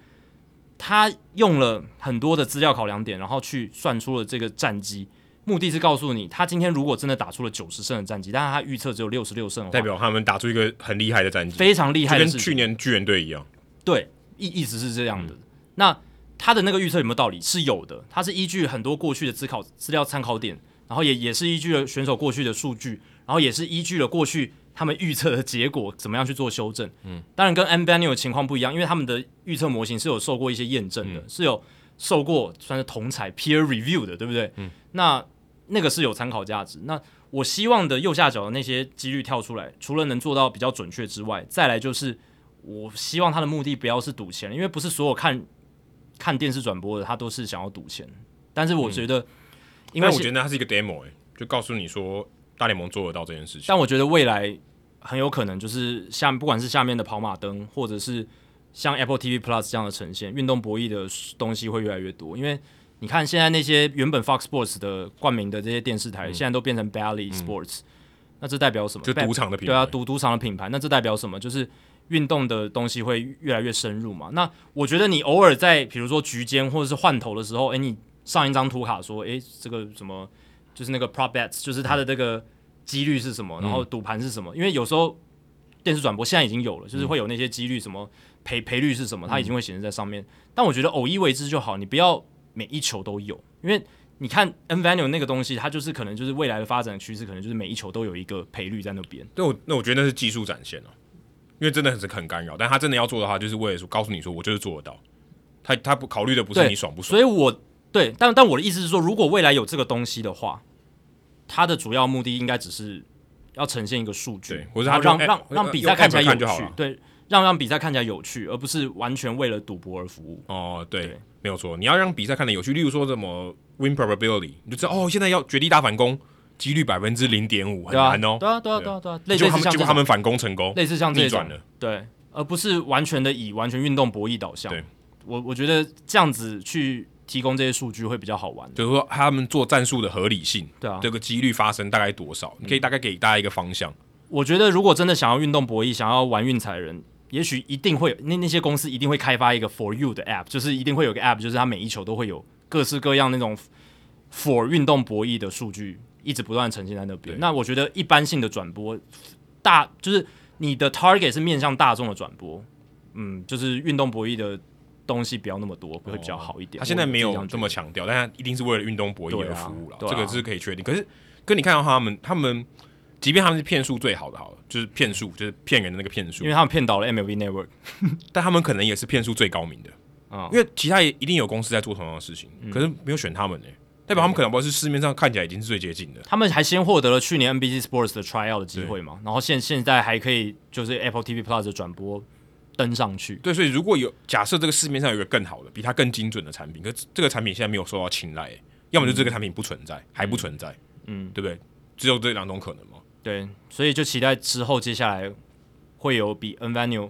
Speaker 2: 他用了很多的资料考量点，然后去算出了这个战绩。目的是告诉你，他今天如果真的打出了九十胜的战绩，但是他预测只有六十六胜的话，
Speaker 1: 代表他们打出一个很厉害的战绩，
Speaker 2: 非常厉
Speaker 1: 就
Speaker 2: 害的
Speaker 1: 跟
Speaker 2: 事情
Speaker 1: 去年巨人队一样。
Speaker 2: 对，意意思是这样的。那他的那个预测有没有道理？是有的，他是依据很多过去的资考资料参考点，然后也也是依据了选手过去的数据，然后也是依据了过去他们预测的结果怎么样去做修正。嗯，当然跟 M b a n i o 的情况不一样，因为他们的预测模型是有受过一些验证的，
Speaker 1: 嗯
Speaker 2: 是有受过算是同才 peer review 的，对不对？嗯，那那个是有参考价值。那我希望的右下角的那些几率跳出来，除了能做到比较准确之外，再来就是我希望他的目的不要是赌钱，因为不是所有看看电视转播的他都是想要赌钱。但是我觉得，因为
Speaker 1: 但我
Speaker 2: 现
Speaker 1: 觉得它是一个 demo，、欸、就告诉你说大联盟做得到这件事情。
Speaker 2: 但我觉得未来很有可能就是下，不管是下面的跑马灯，或者是像 Apple TV Plus 这样的呈现，运动博弈的东西会越来越多。因为你看现在那些原本 Fox Sports 的冠名的这些电视台，现在都变成 Bally Sports，、那这代表什么？
Speaker 1: 嗯就
Speaker 2: Bally-
Speaker 1: 赌场的品牌
Speaker 2: 对啊，赌赌场的品牌，那这代表什么？就是运动的东西会越来越深入嘛。那我觉得你偶尔在比如说局间或者是换头的时候，诶，你上一张图卡说，诶，这个什么就是那个 prop bets，就是它的这个几率是什
Speaker 1: 嗯
Speaker 2: 么，然后赌盘是什么？因为有时候电视转播现在已经有了，
Speaker 1: 嗯
Speaker 2: 就是会有那些几率什么赔赔率是什么，它已经会显示在上面。但我觉得偶一为之就好，你不要每一球都有，因为你看 N value 那个东西，它就是可能就是未来的发展趋势，可能就是每一球都有一个赔率在那边。
Speaker 1: 对，我那我觉得那是技术展现哦、因为真的很是很干扰。但他真的要做的话，就是为了说告诉你说我就是做得到。他他不考虑的不是
Speaker 2: 对
Speaker 1: 你爽不爽，
Speaker 2: 所以我对，但但我的意思是说，如果未来有这个东西的话，它的主要目的应该只是要呈现一个数据
Speaker 1: 对，或者
Speaker 2: 然后
Speaker 1: 它
Speaker 2: 让
Speaker 1: 就
Speaker 2: 让
Speaker 1: 哎
Speaker 2: 让比赛看起来
Speaker 1: 用 app
Speaker 2: 有
Speaker 1: 看就好
Speaker 2: 趣
Speaker 1: 了，
Speaker 2: 对，让让比赛看起来有趣，而不是完全为了赌博而服务。
Speaker 1: 哦，对，
Speaker 2: 对
Speaker 1: 没有错。你要让比赛看得有趣，例如说什么 win probability，你就知道哦，现在要绝地大反攻，几率百分之零点五，很
Speaker 2: 对啊，
Speaker 1: 难
Speaker 2: 对
Speaker 1: 哦
Speaker 2: 啊，。对啊，对啊，对啊，类
Speaker 1: 结
Speaker 2: 似
Speaker 1: 果他们
Speaker 2: 像这
Speaker 1: 结果他
Speaker 2: 种，
Speaker 1: 们反攻成功，
Speaker 2: 类似像
Speaker 1: 逆
Speaker 2: 这
Speaker 1: 转
Speaker 2: 种，
Speaker 1: 了。
Speaker 2: 对，而不是完全的以完全运动博弈导向
Speaker 1: 对。
Speaker 2: 我我觉得这样子去提供这些数据会比较好玩。
Speaker 1: 就是说他们做战术的合理性，
Speaker 2: 对啊嗯
Speaker 1: 这个几率发生大概多少，你可以大概给大家一个方向。
Speaker 2: 我觉得如果真的想要运动博弈、想要玩运彩的人，也许一定会有那那些公司一定会开发一个 For You 的 app，就是一定会有个 app，就是它每一球都会有各式各样那种 For 运动博弈的数据，一直不断地呈现在那边。
Speaker 1: 对
Speaker 2: 那我觉得一般性的转播，大就是你的 target 是面向大众的转播，嗯，就是运动博弈的东西不要那么多，会比较好一点。
Speaker 1: 哦他现在没
Speaker 2: 我自
Speaker 1: 有
Speaker 2: 己样觉
Speaker 1: 这
Speaker 2: 得
Speaker 1: 么强调，但他一定是为了运动博弈
Speaker 2: 对啊
Speaker 1: 而服务了，
Speaker 2: 对啊
Speaker 1: 这个是可以确定。可是跟你看到他们，他们即便他们是骗术最好的，好了，就是骗术，就是骗人的那个骗术
Speaker 2: 因，为他们骗倒了 MLB Network。
Speaker 1: 但他们可能也是骗术最高明的，
Speaker 2: 嗯
Speaker 1: 因为其他也一定有公司在做同样的事情，可是没有选他们呢、代表他们可能不是市面上看起来已经是最接近的。
Speaker 2: 他们还先获得了去年 NBC Sports 的 tryout 的机会嘛，然后现现在还可以就是 Apple TV Plus 的转播登上去。
Speaker 1: 对，所以如果有假设这个市面上有一个更好的、比它更精准的产品，可是这个产品现在没有受到青睐、欸要么就这个产品不存在，还不存在，
Speaker 2: 嗯，
Speaker 1: 对不对？只有这两种可能嘛。
Speaker 2: 对，所以就期待之后接下来会有比 Nvenue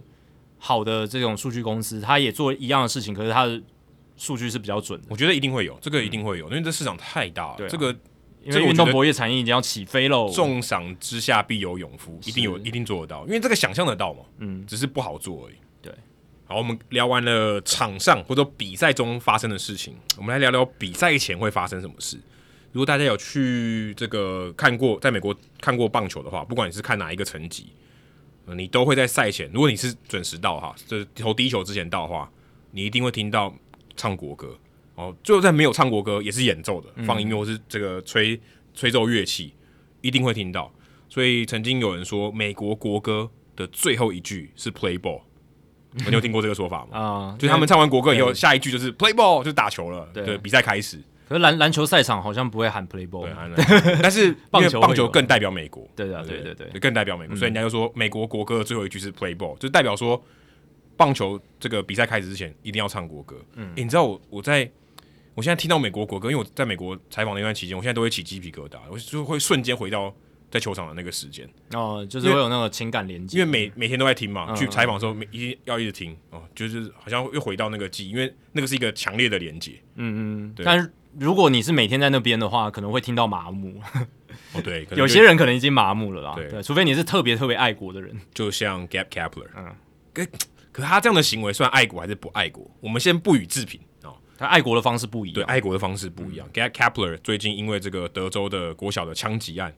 Speaker 2: 好的这种数据公司，它也做一样的事情，可是它的数据是比较准的，
Speaker 1: 我觉得一定会有，这个一定会有，因为这市场太大了，
Speaker 2: 对啊
Speaker 1: 这个
Speaker 2: 因
Speaker 1: 这
Speaker 2: 为
Speaker 1: 个我
Speaker 2: 运
Speaker 1: 觉
Speaker 2: 动
Speaker 1: 得
Speaker 2: 博弈产业已经要起飞喽。
Speaker 1: 重赏之下必有勇夫，一定有，一定做得到，因为这个想象得到嘛，
Speaker 2: 嗯，
Speaker 1: 只是不好做而已。
Speaker 2: 对，
Speaker 1: 好，我们聊完了场上或者比赛中发生的事情，我们来聊聊比赛前会发生什么事。如果大家有去这个看过，在美国看过棒球的话，不管你是看哪一个层级，呃你都会在赛前，如果你是准时到哈，就是投第一球之前到的话，你一定会听到唱国歌。哦，就算没有唱国歌，也是演奏的，
Speaker 2: 嗯
Speaker 1: 放音乐或是这个吹吹奏乐器，一定会听到。所以曾经有人说，美国国歌的最后一句是 “play ball”，你有听过这个说法吗？
Speaker 2: 啊、
Speaker 1: 就是他们唱完国歌以后，下一句就是 “play ball” 就打球了，
Speaker 2: 对
Speaker 1: 对，比赛开始。
Speaker 2: 可是篮篮球赛场好像不会喊 play ball，
Speaker 1: 对，安然但是因
Speaker 2: 棒
Speaker 1: 为
Speaker 2: 球会
Speaker 1: 棒球
Speaker 2: 有啊
Speaker 1: 更代表美国，
Speaker 2: 对的啊对对对嗯
Speaker 1: 更代表美国，所以人家就说美国国歌的最后一句是 “play ball”，就代表说棒球这个比赛开始之前一定要唱国歌。嗯，你知道我我在我现在听到美国国歌，因为我在美国采访那段期间，我现在都会起鸡皮疙瘩，我就会瞬间回到在球场的那个时间，
Speaker 2: 哦、就是会有那个情感连接，
Speaker 1: 因为每每天都在听嘛，
Speaker 2: 嗯
Speaker 1: 去采访的时候每一定要一直听哦，就是好像又回到那个记忆，因为那个是一个强烈的连接。
Speaker 2: 嗯嗯，
Speaker 1: 对
Speaker 2: 但是如果你是每天在那边的话，可能会听到麻木。
Speaker 1: 哦，对，可能就
Speaker 2: 有些人可能已经麻木了啦，
Speaker 1: 对
Speaker 2: 对，除非你是特别特别爱国的人，
Speaker 1: 就像 Gap Kepler，嗯
Speaker 2: 嗯，
Speaker 1: 可可他这样的行为算爱国还是不爱国？我们先不予置评啊、哦
Speaker 2: 他爱国的方式不一
Speaker 1: 对啊
Speaker 2: 样，
Speaker 1: 爱国的方式不一样。g a
Speaker 2: 嗯
Speaker 1: t Kepler 最近因为这个德州的国小的枪击案，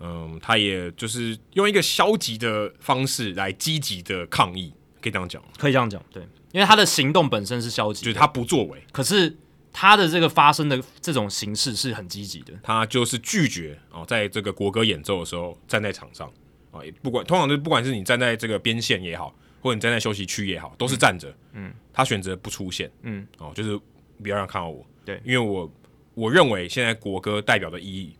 Speaker 1: 嗯，他也就是用一个消极的方式来积极的抗议，可以这样讲吗，
Speaker 2: 可以这样讲，对，因为他的行动本身是消极
Speaker 1: 就是
Speaker 2: 的，
Speaker 1: 他不作为，
Speaker 2: 可是他的这个发生的这种形式是很积极的，
Speaker 1: 他就是拒绝哦，在这个国歌演奏的时候站在场上啊、哦也不管通常就是不管是你站在这个边线也好，或者你站在休息区也好，都是站着。嗯，他选择不出现。
Speaker 2: 嗯，
Speaker 1: 哦，就是不要让看到我。
Speaker 2: 对
Speaker 1: 因为我我认为现在国歌代表的意义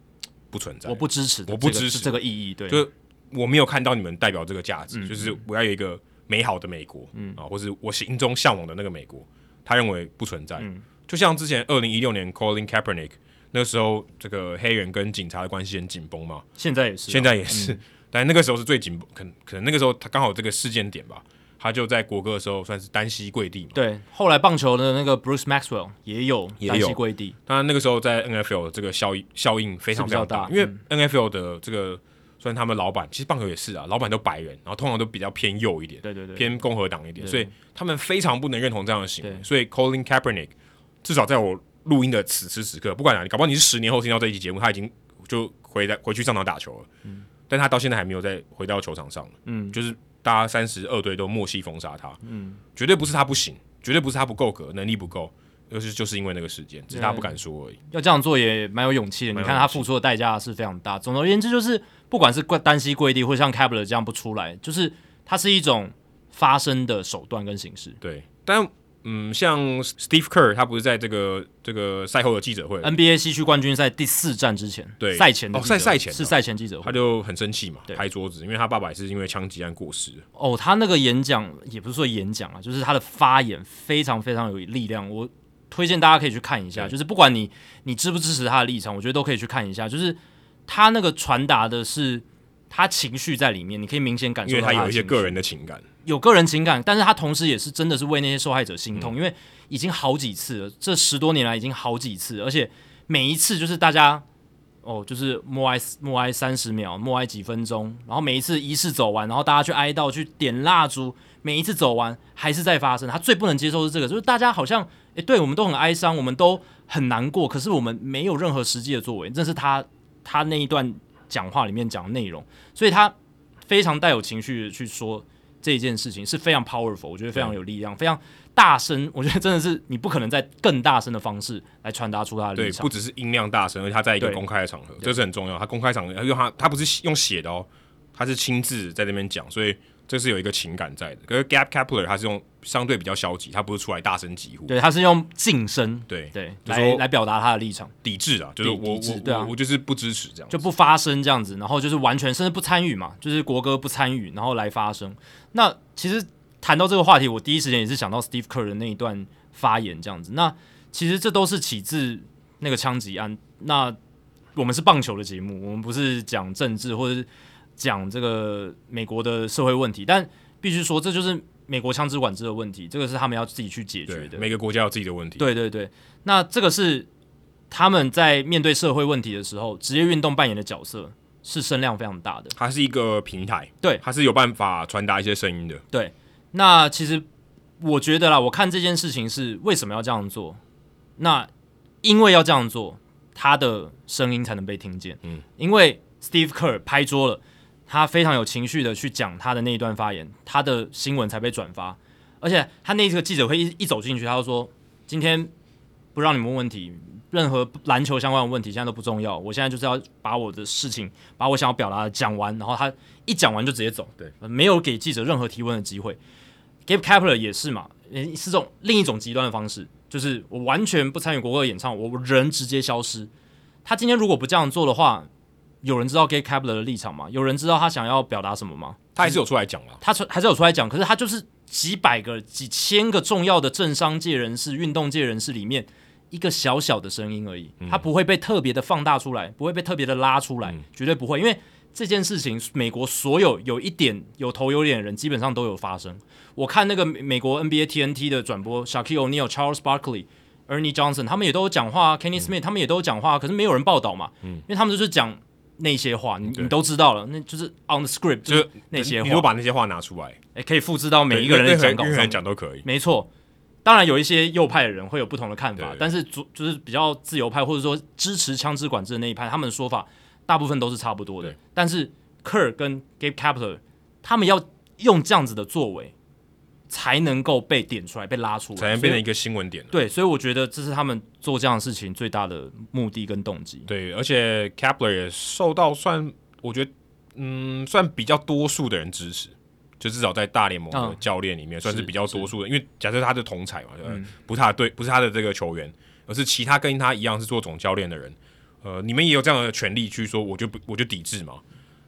Speaker 1: 不存在，
Speaker 2: 我不支持的这个，
Speaker 1: 我不支持
Speaker 2: 是这个意义，对，
Speaker 1: 就是我没有看到你们代表这个价
Speaker 2: 嗯
Speaker 1: 值，就是我要有一个美好的美国，嗯啊，或是我心中向往的那个美国，他认为不存在。
Speaker 2: 嗯
Speaker 1: 就像之前二零一六年 Colin Kaepernick 那时候，这个黑人跟警察的关系很紧绷嘛，
Speaker 2: 现在也是啊、
Speaker 1: 现在也是，但那个时候是最紧绷，可能可能那个时候他刚好这个事件点吧，他就在国歌的时候算是单膝跪地嘛。
Speaker 2: 对，后来棒球的那个 Bruce Maxwell 也有
Speaker 1: 也
Speaker 2: 单
Speaker 1: 有
Speaker 2: 膝跪地，
Speaker 1: 那那个时候在 NFL 的这个效益效应非常
Speaker 2: 是
Speaker 1: 非
Speaker 2: 比较
Speaker 1: 常大，
Speaker 2: 大
Speaker 1: 因
Speaker 2: 嗯
Speaker 1: 为 NFL 的这个虽然他们老板其实棒球也是啊，老板都白人，然后通常都比较偏右一点，
Speaker 2: 对对对
Speaker 1: 偏共和党一点，
Speaker 2: 对
Speaker 1: 所以他们非常不能认同这样的行为。
Speaker 2: 对
Speaker 1: 所以 Colin Kaepernick 至少在我录音的此时此刻，不管哪里，搞不好你是十年后听到这一期节目，他已经就回来回去上场打球了，
Speaker 2: 嗯
Speaker 1: 但他到现在还没有再回到球场上，嗯，就是大家三十二队都默契封杀他，嗯，绝对不是他不行，绝对不是他不够格，能力不够。就是就是因为那个事件，只是他不敢说而已。
Speaker 2: 要这样做也蛮有勇气的。你
Speaker 1: 蛮有
Speaker 2: 看他付出的代价是非常大。总而言之，就是不管是跪单膝跪地，或像 c a b l e r 这样不出来，就是它是一种发声的手段跟形式。
Speaker 1: 对，但嗯，像 Steve Kerr 他不是在这个这个赛后的记者会，
Speaker 2: NBA 西区冠军赛第四战之前，
Speaker 1: 对
Speaker 2: 赛前的
Speaker 1: 哦
Speaker 2: 记者
Speaker 1: 赛赛前的
Speaker 2: 是赛前记者
Speaker 1: 他
Speaker 2: 会。
Speaker 1: 就很生气嘛，
Speaker 2: 对
Speaker 1: 拍桌子，因为他爸爸也是因为枪击案过世的。
Speaker 2: 哦，他那个演讲也不是说演讲啊，就是他的发言非常非常有力量。我推荐大家可以去看一下，
Speaker 1: 对
Speaker 2: 就是不管你你支不支持他的立场，我觉得都可以去看一下。就是他那个传达的是他情绪在里面，你可以明显感受
Speaker 1: 因
Speaker 2: 到
Speaker 1: 为他有
Speaker 2: 的
Speaker 1: 一些
Speaker 2: 情绪
Speaker 1: 个人的情感，
Speaker 2: 有个人情感，但是他同时也是真的是为那些受害者心
Speaker 1: 嗯
Speaker 2: 痛，因为已经好几次了，这十多年来已经好几次，而且每一次就是大家哦，就是默哀默哀三十秒，默哀几分钟，然后每一次仪式走完，然后大家去哀悼，去点蜡烛，每一次走完还是在发生。他最不能接受是这个，就是大家好像诶，对我们都很哀伤，我们都很难过，可是我们没有任何实际的作为，这是他他那一段讲话里面讲的内容，所以他非常带有情绪地去说这一件事情是非常 powerful，我觉得非常有力量，非常大声，我觉得真的是你不可能在更大声的方式来传达出他的
Speaker 1: 对
Speaker 2: 立，场
Speaker 1: 不。只是音量大声，而且他在一个
Speaker 2: 对
Speaker 1: 公开的场合，这是很重要。他公开场合，因为他他不是用写的哦，他是亲自在那边讲，所以这是有一个情感在的。可是 Gap Kepler 他是用相对比较消极，他不是出来大声疾呼，
Speaker 2: 对，他是用晋升
Speaker 1: 对
Speaker 2: 对
Speaker 1: 就
Speaker 2: 来
Speaker 1: 说
Speaker 2: 来表达他的立场，
Speaker 1: 抵制啊，就是
Speaker 2: 抵
Speaker 1: 我
Speaker 2: 抵制
Speaker 1: 我
Speaker 2: 对啊
Speaker 1: 我我就是不支持这样子，
Speaker 2: 就不发声这样子，然后就是完全甚至不参与嘛，就是国歌不参与，然后来发声。那其实谈到这个话题，我第一时间也是想到 Steve Kerr 的那一段发言这样子。那其实这都是起自那个枪击案。那我们是棒球的节目，我们不是讲政治或者是讲这个美国的社会问题，但必须说这就是美国枪支管制的问题，这个是他们要自己去解决
Speaker 1: 对
Speaker 2: 的。
Speaker 1: 每个国家有自己的问题，
Speaker 2: 对对对，那这个是他们在面对社会问题的时候，职业运动扮演的角色是声量非常大的。
Speaker 1: 它是一个平台，
Speaker 2: 对
Speaker 1: 它是有办法传达一些声音的。
Speaker 2: 对，那其实我觉得啦，我看这件事情是为什么要这样做？那因为要这样做，他的声音才能被听见。
Speaker 1: 嗯，
Speaker 2: 因为 Steve Kerr 拍桌了，他非常有情绪的去讲他的那一段发言，他的新闻才被转发。而且他那个记者会一一走进去，他就说：“今天不让你们问问题，任何篮球相关的问题现在都不重要。我现在就是要把我的事情，把我想要表达的讲完。”然后他一讲完就直接走，
Speaker 1: 对，
Speaker 2: 没有给记者任何提问的机会。Gabe Kapler 也是嘛，呃是这种另一种极端的方式，就是我完全不参与国歌演唱，我人直接消失。他今天如果不这样做的话，有人知道 Gabe Kapler 的立场吗？有人知道他想要表达什么吗？
Speaker 1: 他还是有出来讲啦，
Speaker 2: 他出还是有出来讲，可是他就是几百个、几千个重要的政商界人士、运动界人士里面一个小小的声音而已，他不会被特别的放大出来，不会被特别的拉出来，绝对不会，因为这件事情，美国所有有一点有头有脸的人，基本上都有发生。我看那个美美国 NBA TNT 的转播，Shaquille O'Neal、Charles Barkley、Ernie Johnson 他们也都有讲话、啊、，Kenny Smith 他们也都有讲话啊，可是没有人报道嘛，因为他们就是讲那些话，你
Speaker 1: 对
Speaker 2: 你都知道了，那就是 on the script
Speaker 1: 就
Speaker 2: 就
Speaker 1: 是
Speaker 2: 是那些
Speaker 1: 你
Speaker 2: 话
Speaker 1: 如果。把那些话拿出来，
Speaker 2: 哎，可以复制到每一个
Speaker 1: 对
Speaker 2: 人的讲稿
Speaker 1: 任何
Speaker 2: 上
Speaker 1: 人
Speaker 2: 面。
Speaker 1: 讲都可以。
Speaker 2: 没错，当然有一些右派的人会有不同的看法，
Speaker 1: 对对
Speaker 2: 但是主就是比较自由派或者说支持枪支管制的那一派，他们的说法大部分都是差不多的
Speaker 1: 对。
Speaker 2: 但是 Kerr 跟 Gabe Kapler 他们要用这样子的作为，才能够被点出来、被拉出来，
Speaker 1: 才能变
Speaker 2: 所
Speaker 1: 成
Speaker 2: 以
Speaker 1: 一个新闻点。
Speaker 2: 对。所以我觉得这是他们做这样的事情最大的目的跟动机。
Speaker 1: 对，而且 Kepler 也受到算，我觉得嗯，算比较多数的人支持，就至少在大联盟的
Speaker 2: 嗯
Speaker 1: 教练里面、算是
Speaker 2: 是嗯
Speaker 1: 比较多数的。因为假设他的同才嘛，呃不是他的队，不是他的这个球员，而是其他跟他一样是做总教练的人，呃，你们也有这样的权利去说，我就不我就抵制嘛。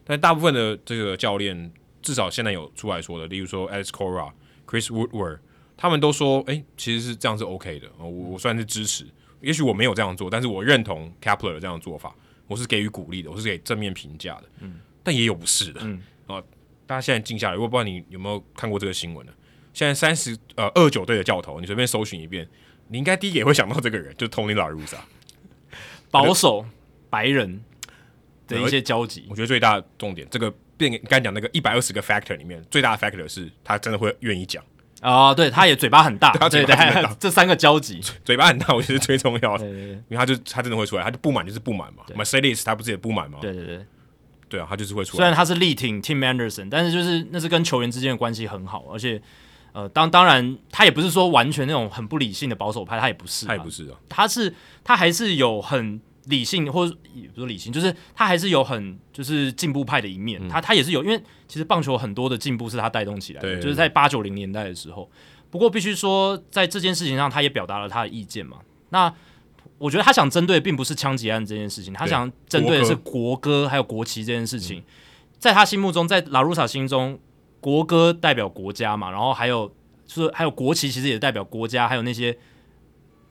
Speaker 1: 但大部分的这个教练，至少现在有出来说的，例如说 Alex Cora、Chris Woodward，他们都说，哎、其实是这样是 OK 的，呃我我算是支持。也许我没有这样做，但是我认同 Kepler 的这样的做法，我是给予鼓励的，我是给正面评价的。嗯，但也有不是的。嗯，啊，大家现在静下来，我不知道你有没有看过这个新闻呢？现在三十呃二九队的教头，你随便搜寻一遍，你应该第一个也会想到这个人，就是 Tony La Russa。
Speaker 2: 保守白人的一些交集
Speaker 1: 我，觉得最大的重点，这个变你刚才讲那个一百二十个 factor 里面，最大的 factor 是他真的会愿意讲，
Speaker 2: 啊、对，他也嘴巴很大，
Speaker 1: 他嘴
Speaker 2: 对
Speaker 1: 巴很大
Speaker 2: 对，这三个交集，
Speaker 1: 嘴巴很大，我觉得是最重要的，
Speaker 2: 对
Speaker 1: 因
Speaker 2: 对
Speaker 1: 为他就他真的会出来，他就不满就是不满嘛。Mercedes 他不是也不满吗？
Speaker 2: 对对对。
Speaker 1: 哦对啊，他就是会出
Speaker 2: 虽然
Speaker 1: 来。
Speaker 2: 他是力挺 Tim Anderson，但是就是那是跟球员之间的关系很好，而且呃，当当然他也不是说完全那种很不理性的保守派，他也不是啊，
Speaker 1: 他也不是啊，
Speaker 2: 他是他还是有很理性，或者也不是理性，就是他还是有很就是进步派的一面。他他也是有，因为其实棒球很多的进步是他带动起来的，
Speaker 1: 对
Speaker 2: 就是在八九零年代的时候。不过必须说，在这件事情上，他也表达了他的意见嘛。那我觉得他想针对并不是枪击案这件事情，他想针对的是国歌还有国旗这件事情。在他心目中，在拉鲁萨心中，国歌代表国家嘛，然后还有就是还有国旗，其实也代表国家，还有那些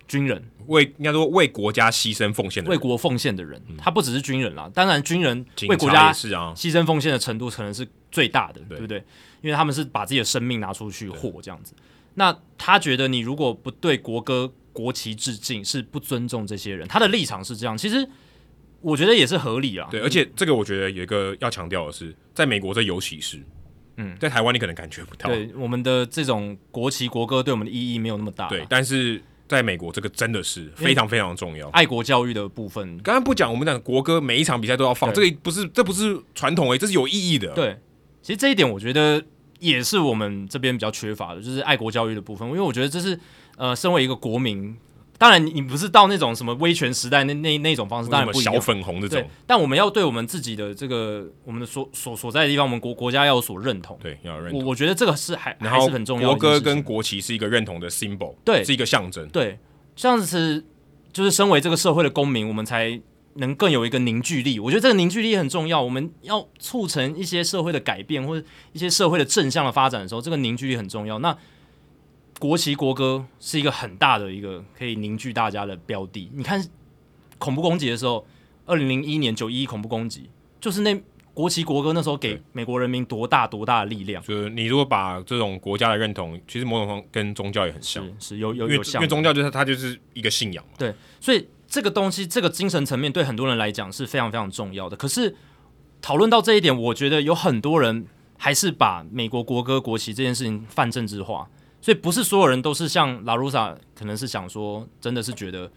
Speaker 2: 军人，
Speaker 1: 为应该说为国家牺牲奉献的
Speaker 2: 为
Speaker 1: 人，
Speaker 2: 国奉献的人，他不只是军人啦，当然军人
Speaker 1: 嗯警
Speaker 2: 为国
Speaker 1: 察
Speaker 2: 家
Speaker 1: 也是啊，
Speaker 2: 牺牲奉献的程度可能是最大的，
Speaker 1: 对
Speaker 2: 对不对？因为他们是把自己的生命拿出去豁这样子。那他觉得你如果不对国歌、国旗致敬，是不尊重这些人。他的立场是这样，其实我觉得也是合理啊。
Speaker 1: 对，而且这个我觉得有一个要强调的是，在美国这尤其是，嗯，在台湾你可能感觉不到，
Speaker 2: 对，我们的这种国旗、国歌对我们的意义没有那么大、
Speaker 1: 对，，但是在美国这个真的是非常非常重要。
Speaker 2: 爱国教育的部分，
Speaker 1: 刚刚不讲，我们讲国歌每一场比赛都要放，这
Speaker 2: 对
Speaker 1: 个不是这不是传统诶、这是有意义的。
Speaker 2: 对，其实这一点我觉得也是我们这边比较缺乏的，就是爱国教育的部分。因为我觉得这是呃，身为一个国民，当然你你不是到那种什么威权时代那那那种方式，当
Speaker 1: 什
Speaker 2: 然
Speaker 1: 么
Speaker 2: 不一
Speaker 1: 小
Speaker 2: 样。
Speaker 1: 粉红这
Speaker 2: 对
Speaker 1: 种，，
Speaker 2: 但我们要对我们自己的这个我们的所所所在的地方，我们国国家要有所认同。
Speaker 1: 对，要有认
Speaker 2: 我
Speaker 1: 同。
Speaker 2: 我觉得这个是还
Speaker 1: 然
Speaker 2: 还
Speaker 1: 后
Speaker 2: 是很重要的
Speaker 1: 国歌
Speaker 2: 一件事情。
Speaker 1: 跟国旗是一个认同的 symbol，
Speaker 2: 对
Speaker 1: 是一个象征。
Speaker 2: 对，这样子就是身为这个社会的公民，我们才能更有一个凝聚力。我觉得这个凝聚力很重要，我们要促成一些社会的改变或者一些社会的正向的发展的时候，这个凝聚力很重要。那国旗国歌是一个很大的一个可以凝聚大家的标的。你看恐怖攻击的时候，二零零一年九一一恐怖攻击，就是那国旗国歌那时候给
Speaker 1: 对
Speaker 2: 美国人民多大多大的力量。
Speaker 1: 就是你如果把这种国家的认同，其实某种方跟宗教也很像，
Speaker 2: 是是有有
Speaker 1: 因为
Speaker 2: 有
Speaker 1: 因
Speaker 2: 像
Speaker 1: 为宗教就是它就是一个信仰嘛。
Speaker 2: 对，所以这个东西，这个精神层面对很多人来讲是非常非常重要的。可是讨论到这一点，我觉得有很多人还是把美国国歌、国旗这件事情泛政治化，所以不是所有人都是像拉鲁萨，可能是想说，真的是觉得，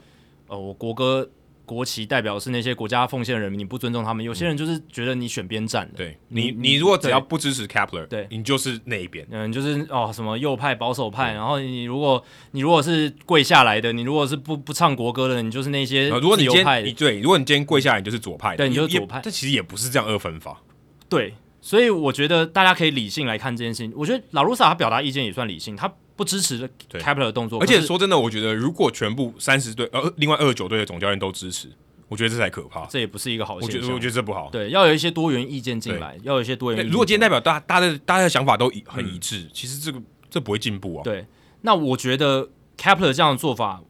Speaker 2: 呃，我国歌、国旗代表是那些国家奉献的人民，你不尊重他们。有些人就是觉得你选边站的，
Speaker 1: 对你，
Speaker 2: 你
Speaker 1: 你如果只
Speaker 2: 对
Speaker 1: 要不支持 Kepler，
Speaker 2: 对
Speaker 1: 你就是那一边。
Speaker 2: 嗯，就是哦，什么右派、保守派，然后你如果你如果是跪下来的，你如果是不不唱国歌的，呃你就是那些
Speaker 1: 然后如果你
Speaker 2: 自由
Speaker 1: 今
Speaker 2: 派
Speaker 1: 天
Speaker 2: 的
Speaker 1: 你对，如果你今天跪下来，你就是左派的，
Speaker 2: 对你
Speaker 1: 也
Speaker 2: 就是
Speaker 1: 也
Speaker 2: 左派
Speaker 1: 但其实也不是这样二分法。
Speaker 2: 对，所以我觉得大家可以理性来看这件事情。我觉得老卢萨他表达意见也算理性，他不支持
Speaker 1: 对
Speaker 2: Kepler 的动作，
Speaker 1: 而且
Speaker 2: 可是
Speaker 1: 说真的，我觉得如果全部三十队，呃，另外二十九队的总教练都支持，我觉得这才可怕。
Speaker 2: 这也不是一个好
Speaker 1: 我
Speaker 2: 现
Speaker 1: 觉
Speaker 2: 象。
Speaker 1: 得我觉得这不好。
Speaker 2: 对，要有一些多元意见进来，要有一些多元
Speaker 1: 对
Speaker 2: 意见。
Speaker 1: 如果今天代表大大家的大家的想法都一很一致，其实这个这不会进步啊。
Speaker 2: 嗯对，那我觉得 Kepler 这样的做法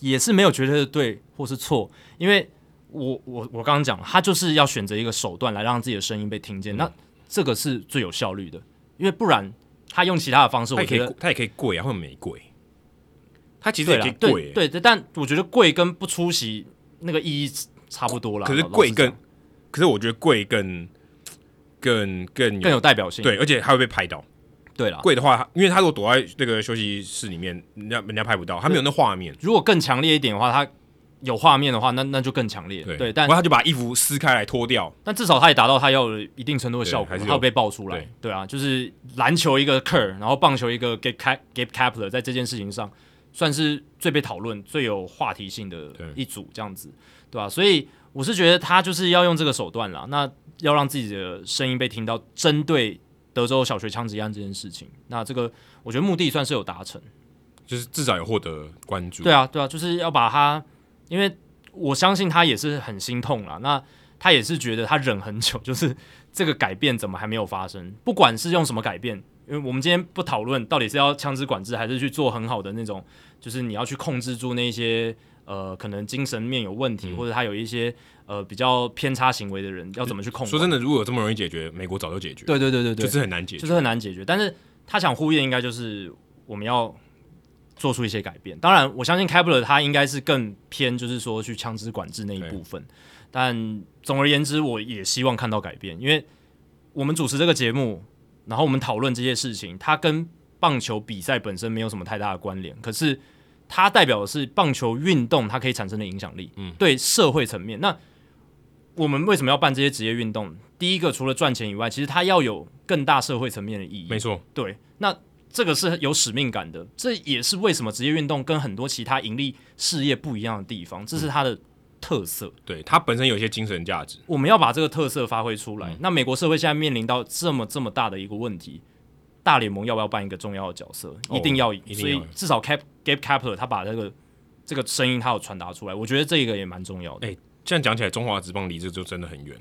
Speaker 2: 也是没有绝对的对或是错，因为我我我刚刚讲了，他就是要选择一个手段来让自己的声音被听见，
Speaker 1: 嗯
Speaker 2: 那这个是最有效率的，因为不然他用其他的方式，
Speaker 1: 他
Speaker 2: 我
Speaker 1: 也可
Speaker 2: 觉
Speaker 1: 以
Speaker 2: 得
Speaker 1: 跪他也可以跪啊，或者没跪，他其实
Speaker 2: 对
Speaker 1: 也
Speaker 2: 啦
Speaker 1: 可以，跪、
Speaker 2: 对对对，但我觉得跪跟不出席那个意义差不多啦。
Speaker 1: 可是
Speaker 2: 老老
Speaker 1: 跪
Speaker 2: 实讲
Speaker 1: 更，可是我觉得跪更更更有
Speaker 2: 更有代表性。啊
Speaker 1: 对，而且他会被拍到。
Speaker 2: 对啦，
Speaker 1: 贵的话，因为他如果躲在那个休息室里面，人家人家拍不到，他没有那画面。
Speaker 2: 如果更强烈一点的话，他有画面的话，那那就更强烈。
Speaker 1: 对，
Speaker 2: 对，但
Speaker 1: 不过他就把衣服撕开来脱掉，
Speaker 2: 但至少他也达到他要有一定程度的效果，
Speaker 1: 对还是
Speaker 2: 他
Speaker 1: 有
Speaker 2: 有被爆出来。
Speaker 1: 对
Speaker 2: 啊，就是篮球一个 Kerr，然后棒球一个 Gabe Cap Gabe Kapler，在这件事情上算是最被讨论、最有话题性的
Speaker 1: 对
Speaker 2: 一组，这样子，对吧、所以我是觉得他就是要用这个手段啦，那要让自己的声音被听到，针对德州小学枪击案这件事情，那这个我觉得目的算是有达成。
Speaker 1: 就是至少有获得关注。
Speaker 2: 对
Speaker 1: 啊，
Speaker 2: 啊，对啊，就是要把他，因为我相信他也是很心痛啦。那他也是觉得他忍很久， 就是这个改变怎么还没有发生？不管是用什么改变，因为我们今天不讨论到底是要枪支管制，还是去做很好的那种，就是你要去控制住那些呃可能精神面有问题，或者他有一些呃比较偏差行为的人，要怎么去控制
Speaker 1: 说？真的，如果有这么容易解决，美国早就解决，
Speaker 2: 对对对对对，
Speaker 1: 就是很难解决。
Speaker 2: 就是很难解决。但是他想呼应，应该就是我们要做出一些改变。当然，我相信 Kepler 他应该是更偏，就是说去枪支管制那一部分。但总而言之，我也希望看到改变，因为我们主持这个节目，然后我们讨论这些事情，它跟棒球比赛本身没有什么太大的关联，可是它代表的是棒球运动它可以产生的影响力，
Speaker 1: 嗯，
Speaker 2: 对社会层面。那我们为什么要办这些职业运动？第一个，除了赚钱以外，其实它要有更大社会层面的意义。
Speaker 1: 没错，
Speaker 2: 对，那这个是有使命感的，这也是为什么职业运动跟很多其他盈利事业不一样的地方，这是它的特色。
Speaker 1: 对它本身有一些精神价值，
Speaker 2: 我们要把这个特色发挥出
Speaker 1: 嗯
Speaker 2: 来。那美国社会现在面临到这么这么大的一个问题，大联盟要不要扮一个重要的角色？
Speaker 1: 哦
Speaker 2: 一定要，
Speaker 1: 定要
Speaker 2: 所以至少 Cap Gabe Kapler 他把这个这个声音他有传达出来，我觉得这个也蛮重要的。
Speaker 1: 哎这样讲起来，中华职棒离这就真的很远。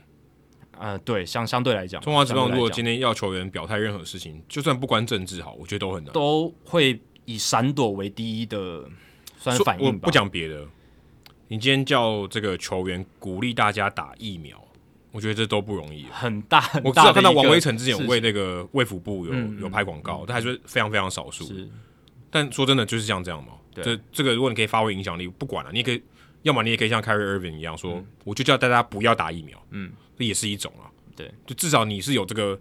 Speaker 2: 呃，对，相相对来讲，
Speaker 1: 中华职棒
Speaker 2: 相对来
Speaker 1: 如果
Speaker 2: 讲
Speaker 1: 今天要球员表态任何事情，就算不关政治好，我觉得都很难。
Speaker 2: 都会以闪躲为第一的算是
Speaker 1: 说
Speaker 2: 反
Speaker 1: 我
Speaker 2: 应吧。
Speaker 1: 不讲别的，你今天叫这个球员鼓励大家打疫苗，我觉得这都不容易。
Speaker 2: 很大很
Speaker 1: 我
Speaker 2: 大
Speaker 1: 至少
Speaker 2: 的一个
Speaker 1: 看到王威成之前有为
Speaker 2: 事
Speaker 1: 那个卫福部有有拍广告，但还是非常非常少数。
Speaker 2: 情是
Speaker 1: 但说真的，就是像这样嘛。
Speaker 2: 对
Speaker 1: 这这个，如果你可以发挥影响力，不管啊了、你也可以，要么你也可以像 Kyrie Irving 一样说，我就叫大家不要打疫苗，
Speaker 2: 嗯，
Speaker 1: 这也是一种啊。
Speaker 2: 对，
Speaker 1: 就至少你是有这个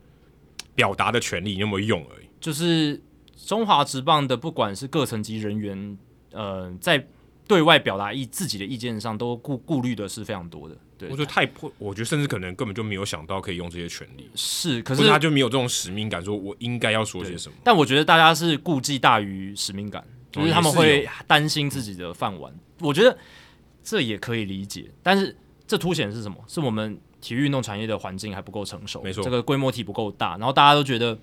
Speaker 1: 表达的权利，你有没有用而已。
Speaker 2: 就是中华职棒的，不管是各层级人员，呃，在对外表达意自己的意见上，都顾顾虑的是非常多的。对
Speaker 1: 我，觉得太破，我觉得甚至可能根本就没有想到可以用这些权利，
Speaker 2: 是，可
Speaker 1: 可
Speaker 2: 是
Speaker 1: 是他就没有这种使命感，说我应该要说些什么。
Speaker 2: 但我觉得大家是顾忌大于使命感，就是他们
Speaker 1: 哦也是
Speaker 2: 会担心自己的饭碗。我觉得这也可以理解，但是这凸显的是什么？是我们体育运动产业的环境还不够成熟，
Speaker 1: 没错
Speaker 2: 这个规模体不够大，然后大家都觉得嘖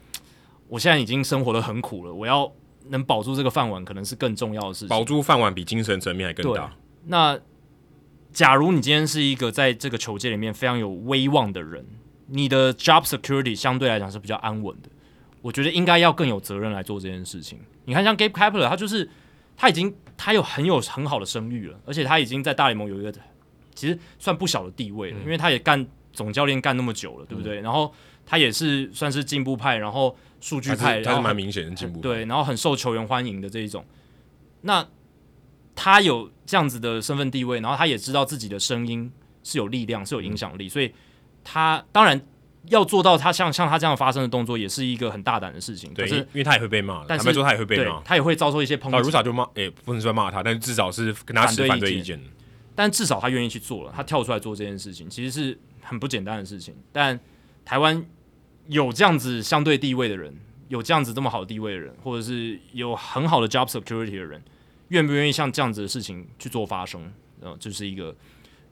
Speaker 2: 我现在已经生活的很苦了，我要能保住这个饭碗，可能是更重要的事情。
Speaker 1: 保住饭碗比精神层面还更
Speaker 2: 对
Speaker 1: 大。
Speaker 2: 那假如你今天是一个在这个球界里面非常有威望的人，你的 job security 相对来讲是比较安稳的，我觉得应该要更有责任来做这件事情。你看，像 Gabe Kapler，他就是他已经他有很有很好的声誉了，而且他已经在大联盟有一个其实算不小的地位了，
Speaker 1: 嗯
Speaker 2: 因为他也干总教练干那么久了，对不对？然后他也是算是进步派，然后数据
Speaker 1: 他
Speaker 2: 派，
Speaker 1: 是他
Speaker 2: 然
Speaker 1: 是
Speaker 2: 后
Speaker 1: 蛮明显的进步。
Speaker 2: 对，然后很受球员欢迎的这一种。那他有这样子的身份地位，然后他也知道自己的声音是有力量、是有
Speaker 1: 嗯
Speaker 2: 影响力，所以他当然要做到他像像他这样发生的动作，也是一个很大胆的事情。
Speaker 1: 对，
Speaker 2: 可
Speaker 1: 因
Speaker 2: 是
Speaker 1: 因为他也会被骂的，
Speaker 2: 但
Speaker 1: 坦
Speaker 2: 是
Speaker 1: 白说他也会被
Speaker 2: 对
Speaker 1: 骂。
Speaker 2: 他也会遭受一些抨
Speaker 1: 啊，
Speaker 2: 击
Speaker 1: 如，傻就骂，诶、不能算骂他，但是至少是跟他持反
Speaker 2: 反
Speaker 1: 对
Speaker 2: 对
Speaker 1: 意
Speaker 2: 意见
Speaker 1: 见的。
Speaker 2: 但至少他愿意去做了，他跳出来做这件事情，其实是很不简单的事情。但台湾有这样子相对地位的人，有这样子这么好地位的人，或者是有很好的 job security 的人，愿不愿意像这样子的事情去做发生，呃，就是一个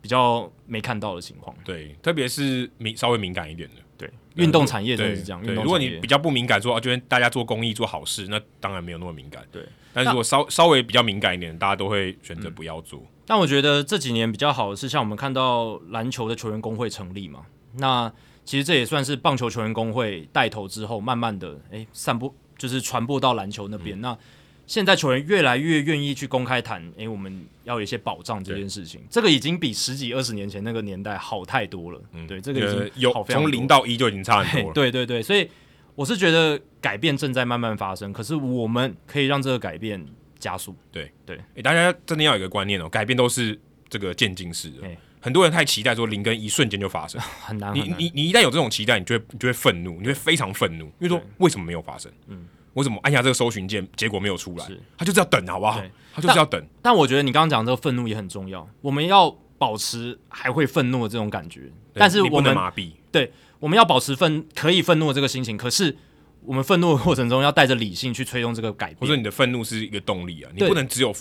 Speaker 2: 比较没看到的情况。
Speaker 1: 对，特别是敏稍微敏感一点的，
Speaker 2: 对，运动产业真
Speaker 1: 对
Speaker 2: 的是这样。
Speaker 1: 对，
Speaker 2: 运动
Speaker 1: 如果
Speaker 2: 产
Speaker 1: 你
Speaker 2: 业
Speaker 1: 比较不敏感，说啊，就跟大家做公益、做好事，那当然没有那么敏感。
Speaker 2: 对，
Speaker 1: 但是如果稍稍微比较敏感一点，大家都会选
Speaker 2: 嗯
Speaker 1: 择不要做。
Speaker 2: 但我觉得这几年比较好的是，像我们看到篮球的球员工会成立嘛，那其实这也算是棒球球员工会带头之后，慢慢的诶散播，就是传播到篮球那
Speaker 1: 嗯
Speaker 2: 边。那现在球员越来越愿意去公开谈，诶，我们要有一些保障这件事情，这个已经比十几二十年前那个年代好太多了。对，这个已
Speaker 1: 呃
Speaker 2: 经
Speaker 1: 有
Speaker 2: 好非常
Speaker 1: 从
Speaker 2: 多
Speaker 1: 零到一就已经差很多
Speaker 2: 嘿
Speaker 1: 了。
Speaker 2: 对对对，所以我是觉得改变正在慢慢发生，可是我们可以让这个改变加速。
Speaker 1: 欸诶大家真的要有一个观念哦，改变都是这个渐进式的
Speaker 2: 对，
Speaker 1: 很多人太期待说零跟一瞬间就发 生，
Speaker 2: 很难
Speaker 1: 你
Speaker 2: 很难。
Speaker 1: 你你一旦有这种期待，你就会你就会愤怒，你会非常愤怒，因为说为什么没有发生？嗯，我怎么按下这个搜寻键，结果没有出来
Speaker 2: 是？
Speaker 1: 他就是要等，好不好
Speaker 2: 对？
Speaker 1: 他就是要等。
Speaker 2: 但我觉得你刚刚讲这个愤怒也很重要，我们要保持还会愤怒的这种感觉，但是
Speaker 1: 你不
Speaker 2: 我
Speaker 1: 能
Speaker 2: 们
Speaker 1: 麻痹，
Speaker 2: 对，我们要保持愤可以愤怒的这个心情，可是我们愤怒的过程中要带着理性去推动这个改
Speaker 1: 或者
Speaker 2: 变。
Speaker 1: 你的愤怒是一个动力啊，你
Speaker 2: 对
Speaker 1: 不能只有。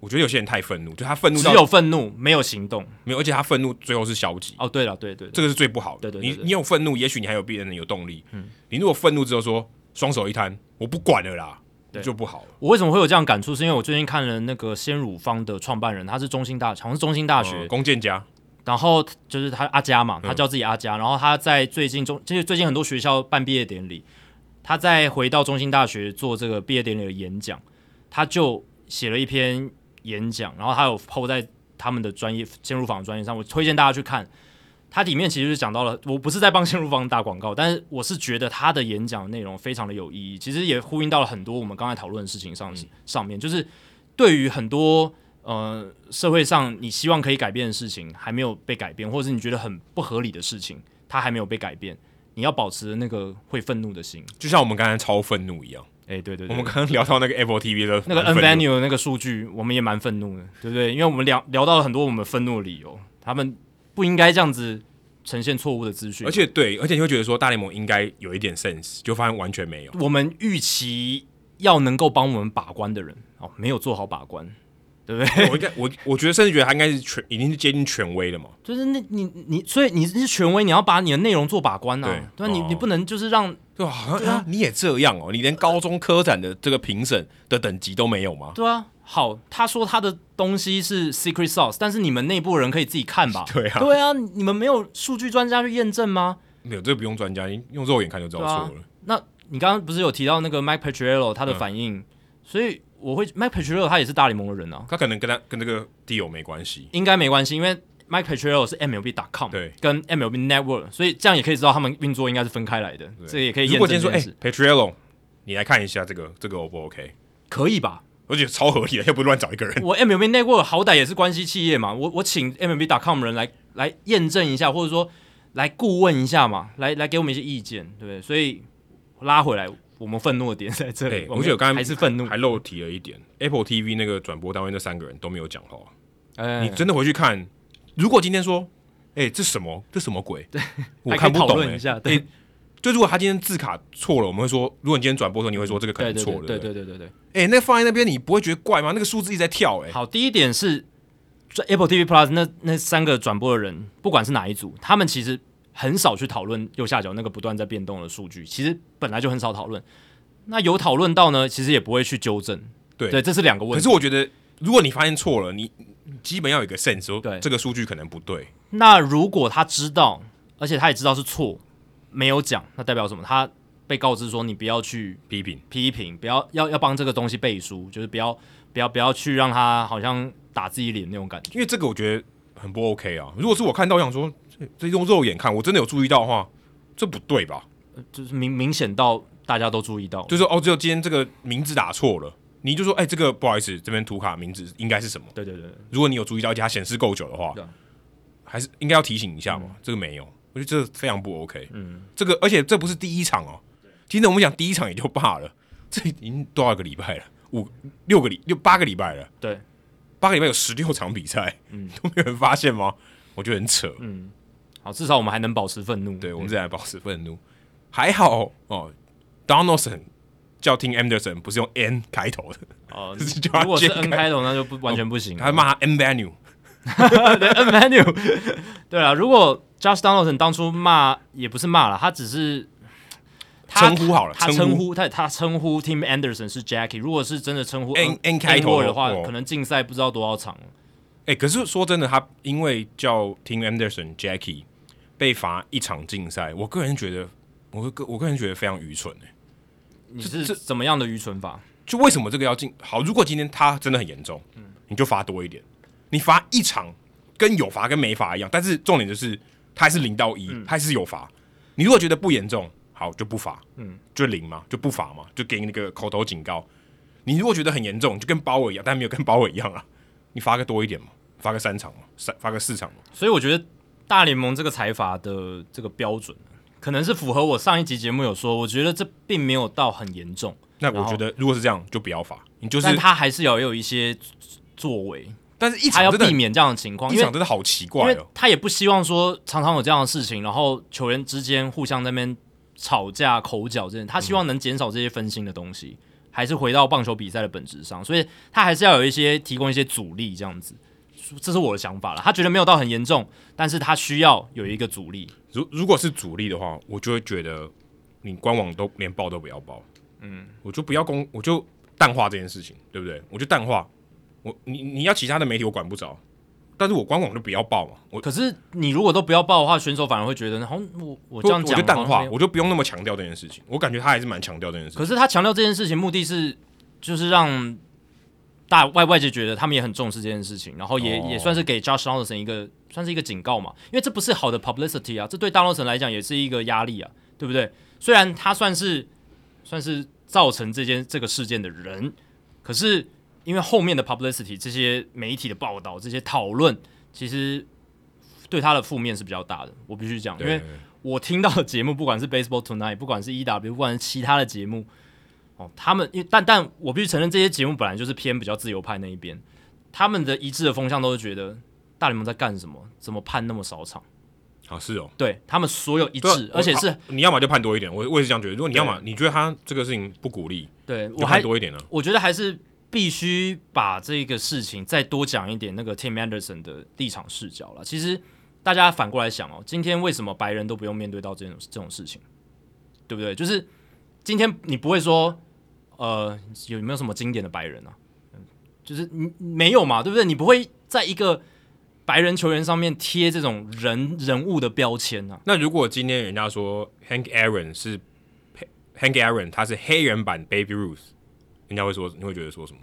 Speaker 1: 我觉得有些人太愤怒，就他愤怒
Speaker 2: 只
Speaker 1: 到
Speaker 2: 有愤怒没有行动。
Speaker 1: 没有，而且他愤怒最后是消极，
Speaker 2: 哦，对了，对对对，
Speaker 1: 这个是最不好的。
Speaker 2: 对对对
Speaker 1: 你
Speaker 2: 对嗯
Speaker 1: 你有愤怒，也许你还有别人有动力。你如果愤怒之后说双手一摊，我不管了啦，
Speaker 2: 对
Speaker 1: 就不好了。
Speaker 2: 我为什么会有这样感触？是因为我最近看了那个鲜乳坊的创办人，他是中兴大，好像是中兴大学，
Speaker 1: 嗯弓箭家，
Speaker 2: 然后就是他阿佳嘛，他叫自己阿佳，然后他在最近中，就是最近很多学校办毕业典礼，他在回到中兴大学做这个毕业典礼的演讲，他就写了一篇演讲，然后他有 PO 在他们的专业进入坊的专业上，我推荐大家去看。它里面其实是讲到了，我不是在帮进入坊打广告，但是我是觉得他的演讲内容非常的有意义，其实也呼应到了很多我们刚才讨论的事情上、上面，就是对于很多呃社会上你希望可以改变的事情还没有被改变，或者是你觉得很不合理的事情，它还没有被改变，你要保持那个会愤怒的心。
Speaker 1: 就像我们刚才超愤怒一样，
Speaker 2: 哎、对对
Speaker 1: 我
Speaker 2: 对
Speaker 1: 们刚刚聊嗯到那个 Apple TV 的
Speaker 2: 那个
Speaker 1: 蛮
Speaker 2: N
Speaker 1: 愤怒
Speaker 2: Venue 那个数据，我们也蛮愤怒的，对不对？因为我们聊聊到了很多我们愤怒的理由，他们不应该这样子呈现错误的资讯，
Speaker 1: 而且对，而且你会觉得说大联盟应该有一点 sense，就发现完全没 有。
Speaker 2: 我们预期要能够帮我们把关的人哦，没有做好把关，对不对？
Speaker 1: 我应该我我觉得甚至觉得他应该是权，已经是接近权威了嘛。
Speaker 2: 就是那你你，所以你是权威，你要把你的内容做把关呐、
Speaker 1: 对
Speaker 2: 对啊吧？你
Speaker 1: 哦
Speaker 2: 你不能就是让
Speaker 1: 对吧？好像啊，你也这样哦，你连高中科展的这个评审的等级都没有吗？
Speaker 2: 对啊，好，他说他的东西是 secret sauce，但是你们内部人可以自己看吧？
Speaker 1: 对啊
Speaker 2: 对啊，你们没有数据专家去验证吗？
Speaker 1: 没有，这个不用专家，你用肉眼看就知道
Speaker 2: 对啊
Speaker 1: 错了。
Speaker 2: 那你刚刚不是有提到那个 Mike Petriello 他的反
Speaker 1: 嗯
Speaker 2: 应，所以我会 Mike Petriello 他也是大联盟的人啊，
Speaker 1: 他可能跟他跟这个 deal 没关系，
Speaker 2: 应该没关系，因为 Mike Petriello 是 MLB.com
Speaker 1: 对
Speaker 2: 跟 MLB Network，所以这样也可以知道他们运作应该是分开来的，这也可以
Speaker 1: 如
Speaker 2: 验
Speaker 1: 果
Speaker 2: 证
Speaker 1: 今天说，
Speaker 2: 这
Speaker 1: 哎、
Speaker 2: 件事
Speaker 1: p a t r i e l o 你来看一下这个这个 O 不 OK？
Speaker 2: 可以吧？
Speaker 1: 我觉得超合理的，又不是乱找一个人。
Speaker 2: 我 MLB Network 好歹也是关系企业嘛，我我请 MLB.com 人来来验证一下，或者说来顾问一下嘛，来来给我们一些意见，对不对？所以拉回来，我们愤怒的点在这
Speaker 1: 哎、
Speaker 2: 里。
Speaker 1: 我觉得我刚才
Speaker 2: 还是愤怒，
Speaker 1: 还漏提了一点，Apple TV 那个转播单位那三个人都没有讲话。
Speaker 2: 哎
Speaker 1: 你真的回去看，如果今天说，哎、这什么这什么鬼？ 我
Speaker 2: 还可以
Speaker 1: 看不
Speaker 2: 讨
Speaker 1: 懂、
Speaker 2: 论
Speaker 1: 哎
Speaker 2: 一下，
Speaker 1: 哎
Speaker 2: 对
Speaker 1: 就如果他今天字卡错了，我们会说，如果你今天转播的时候，你会说这个可
Speaker 2: 对
Speaker 1: 能
Speaker 2: 对
Speaker 1: 错了。
Speaker 2: 对对
Speaker 1: 不
Speaker 2: 对对对对。
Speaker 1: 哎、那放在那边你不会觉得怪吗？那个数字一直在跳、哎，
Speaker 2: 好，第一点是这 Apple TV Plus 那那三个转播的人，不管是哪一组，他们其实很少去讨论右下角那个不断在变动的数据，其实本来就很少讨论。那有讨论到呢，其实也不会去纠正。
Speaker 1: 对
Speaker 2: 对，这是两个问
Speaker 1: 可
Speaker 2: 题
Speaker 1: 是。我觉得，如果你发现错了，你你基本要有一个 sense，说
Speaker 2: 对
Speaker 1: 这个数据可能不对。
Speaker 2: 那如果他知道，而且他也知道是错，没有讲，那代表什么？他被告知说你不要去
Speaker 1: 批评
Speaker 2: 批评，不要要要帮这个东西背书，就是不要不要不要去让他好像打自己脸那种感觉。
Speaker 1: 因为这个我觉得很不 OK 啊。如果是我看到，我想说这这用肉眼看，我真的有注意到的话，这不对吧？
Speaker 2: 就是明明显到大家都注意到了，
Speaker 1: 就是说哦，只有今天这个名字打错了，你就说哎、这个不好意思，这边图卡名字应该是什么？
Speaker 2: 对对对对，
Speaker 1: 如果你有注意到，而且它显示够久的话
Speaker 2: 对啊，
Speaker 1: 还是应该要提醒一下嘛。这个没有，我觉得这非常不 OK。嗯，这个而且这不是第一场哦。今天我们讲第一场也就罢了，这已经多少个礼拜了？五六个礼六八个礼拜了。
Speaker 2: 对，
Speaker 1: 八个礼拜有十六场比赛，嗯， 都没有人发现吗？我觉得很扯。
Speaker 2: 好，至少我们还能保持愤怒。
Speaker 1: 对，我们再来保持愤怒，还好哦。Donaldson 叫听 Anderson 不是用 N 开头的，
Speaker 2: 哦、
Speaker 1: 这是叫他
Speaker 2: 如果是
Speaker 1: 揭开哦
Speaker 2: N 开头，那就不完全不行了。
Speaker 1: 他骂他 N Venue，
Speaker 2: 对 N menu，对啊，如果 Josh Donaldson 当初骂也不是骂了，他只是他
Speaker 1: 称呼好了，
Speaker 2: 他
Speaker 1: 称
Speaker 2: 称呼他他称呼 Tim Anderson 是 Jackie，如果是真的称呼
Speaker 1: N- N 开头
Speaker 2: N-word 的话，
Speaker 1: 哦
Speaker 2: 可能竞赛不知道多少场了。
Speaker 1: 哎、可是说真的，他因为叫 Tim Anderson Jackie 被罚一场竞赛，我个人觉得，我个我个人觉得非常愚蠢、欸、
Speaker 2: 你是怎么样的愚蠢法？
Speaker 1: 就为什么这个要进？好，如果今天他真的很严重，你就罚多一点，你罚一场跟有罚跟没罚一样，但是重点就是他还是零到一、
Speaker 2: 嗯
Speaker 1: 他还是有罚。你如果觉得不严重，好就不罚，嗯，就零嘛，就不罚嘛，就给你那个口头警告。你如果觉得很严重，就跟包尔一样，但没有跟包尔一样啊，你罚个多一点嘛，发个三场嘛，三发个四场嘛，
Speaker 2: 所以我觉得大联盟这个裁罚的这个标准，可能是符合我上一集节目有说，我觉得这并没有到很严重，
Speaker 1: 那我觉得如果是这样，就不要罚，你就是
Speaker 2: 但，他还是要有一些作为，
Speaker 1: 但是一
Speaker 2: 他
Speaker 1: 场
Speaker 2: 要
Speaker 1: 真的
Speaker 2: 避，免这样的情况，
Speaker 1: 一
Speaker 2: 因为
Speaker 1: 场真的好奇
Speaker 2: 因
Speaker 1: 怪
Speaker 2: 为
Speaker 1: 哦，
Speaker 2: 他也不希望说常常有这样的事情，然后球员之间互相在那边吵架、口角这些，他希
Speaker 1: 嗯
Speaker 2: 望能减少这些分心的东西，还是回到棒球比赛的本质上，所以他还是要有一些提供一些阻力这样子。这是我的想法了，他觉得没有到很严重，但是他需要有一个阻力。
Speaker 1: 如如果是主力的话，我就会觉得你官网都连报都不要报，嗯，我就不要公，我就淡化这件事情，对不对？我就淡化，我你你要其他的媒体我管不着，但是我官网就不要报嘛，我
Speaker 2: 可是你如果都不要报的话，选手反而会觉得，好像我我这样
Speaker 1: 我
Speaker 2: 讲
Speaker 1: 就淡
Speaker 2: 好像
Speaker 1: 化
Speaker 2: 没，有
Speaker 1: 我就不用那么强调这件事情。我感觉他还是蛮强调这件事情。
Speaker 2: 可是他强调这件事情，目的是就是让大外外界觉得他们也很重视这件事情，然后也、
Speaker 1: 哦
Speaker 2: 也算是给 Josh Donaldson 一个算是一个警告嘛，因为这不是好的 publicity 啊，这对 Donaldson 来讲也是一个压力啊，对不对？虽然他算是算是造成这件这个事件的人，可是因为后面的 publicity 这些媒体的报道、这些讨论，其实对他的负面是比较大的，我必须讲，因为
Speaker 1: 对
Speaker 2: 我听到的节目，不管是 Baseball Tonight，不管是 E EW，不管是其他的节目，哦，他们因为但但我必须承认，这些节目本来就是偏比较自由派那一边，他们的一致的风向都是觉得大联盟在干什么，怎么判那么少场？
Speaker 1: 啊，是哦，
Speaker 2: 对他们所有一
Speaker 1: 对啊
Speaker 2: 致，
Speaker 1: 我
Speaker 2: 而且是
Speaker 1: 好你要么就判多一点，我我也是这样觉得。如果你要么你觉得他这个事情不鼓励，
Speaker 2: 对我
Speaker 1: 就
Speaker 2: 还
Speaker 1: 判多一点啊呢、
Speaker 2: 我觉得还是必须把这个事情再多讲一点那个 Tim Anderson 的立场视角了。其实大家反过来想哦，今天为什么白人都不用面对到这种这种事情，对不对？就是今天你不会说，呃，有没有什么经典的白人啊？嗯就是你没有嘛，对不对？你不会在一个白人球员上面贴这种人人物的标签啊。
Speaker 1: 那如果今天人家说 Hank Aaron 是 Hank Aaron，他是黑人版 Baby Ruth，人家会说你会觉得说什么？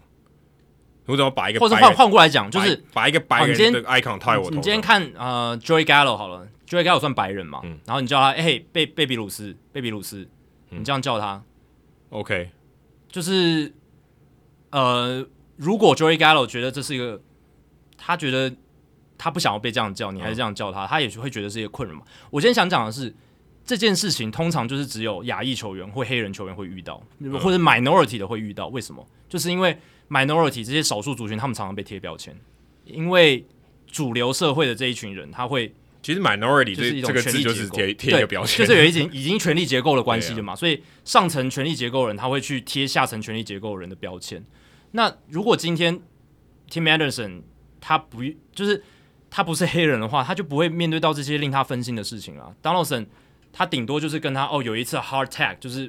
Speaker 1: 我只要把一个
Speaker 2: 或者
Speaker 1: 白
Speaker 2: 换
Speaker 1: 人
Speaker 2: 换过来讲，就是
Speaker 1: 把把一个白
Speaker 2: 哦你今
Speaker 1: 人的
Speaker 2: 天
Speaker 1: icon 套在我
Speaker 2: 你
Speaker 1: 头
Speaker 2: 今天
Speaker 1: 上，
Speaker 2: 看呃 Joey Gallo 好了，Joey Gallo 算白人嘛，然后你叫他哎、嘿贝贝比鲁斯，贝比鲁斯，你这样叫他，
Speaker 1: OK，
Speaker 2: 就是呃，如果 Joey Gallo 觉得这是一个，他觉得他不想要被这样叫，你还是这样叫他，他也会觉得是一个困扰嘛。我今天想讲的是。这件事情通常就是只有亚裔球员或黑人球员会遇到，或者 minority 的会遇到。为什么？就是因为 minority 这些少数族群，他们常常被贴标签，因为主流社会的这一群人，他会
Speaker 1: 其实 minority
Speaker 2: 就是
Speaker 1: 这
Speaker 2: 一
Speaker 1: 这
Speaker 2: 种
Speaker 1: 个
Speaker 2: 权
Speaker 1: 字
Speaker 2: 力结
Speaker 1: 就
Speaker 2: 构，
Speaker 1: 是贴贴
Speaker 2: 对
Speaker 1: 一个标签，啊
Speaker 2: 就是有一点已经权力结构的关系了嘛，所以上层权力结构的人他会去贴下层权力结构的人的标签。那如果今天 Tim Anderson 他不就是他不是黑人的话，他就不会面对到这些令他分心的事情啊。Donaldson 他顶多就是跟他哦有一次 hard tag 就是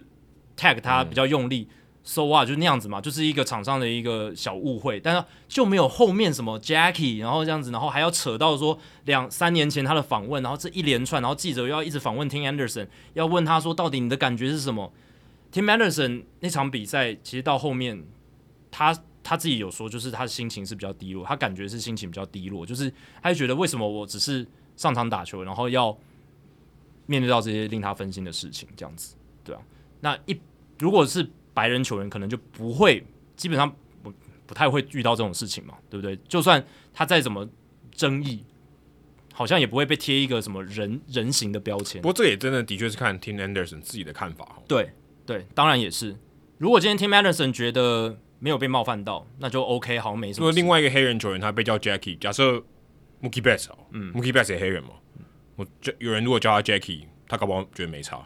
Speaker 2: tag 他
Speaker 1: 嗯
Speaker 2: 比较用力。So what 就那样子嘛，就是一个场上的一个小误会，但是就没有后面什么 Jackie，然后这样子，然后还要扯到说两三年前他的访问，然后这一连串，然后记者又要一直访问 Tim Anderson，要问他说到底你的感觉是什么？Tim Anderson 那场比赛其实到后面，他他自己有说，就是他的心情是比较低落，他感觉是心情比较低落，就是他就觉得为什么我只是上场打球，然后要面对到这些令他分心的事情，这样子，对啊。那一如果是白人球员，可能就不会，基本上不不太会遇到这种事情嘛，对不对？就算他再怎么争议，好像也不会被贴一个什么人人形的标签
Speaker 1: 不。过这也真的的确是看 Tim Anderson 自己的看法哦。
Speaker 2: 对对，当然也是。如果今天 Tim Anderson 觉得没有被冒犯到，那就 OK，好像没什
Speaker 1: 如果
Speaker 2: 么事。
Speaker 1: 另外一个黑人球员他被叫 Jackie，假设 Mookie Betts 好，嗯，Mookie Betts 也黑人嘛，我就有人如果叫他 Jackie，他搞不好觉得没差，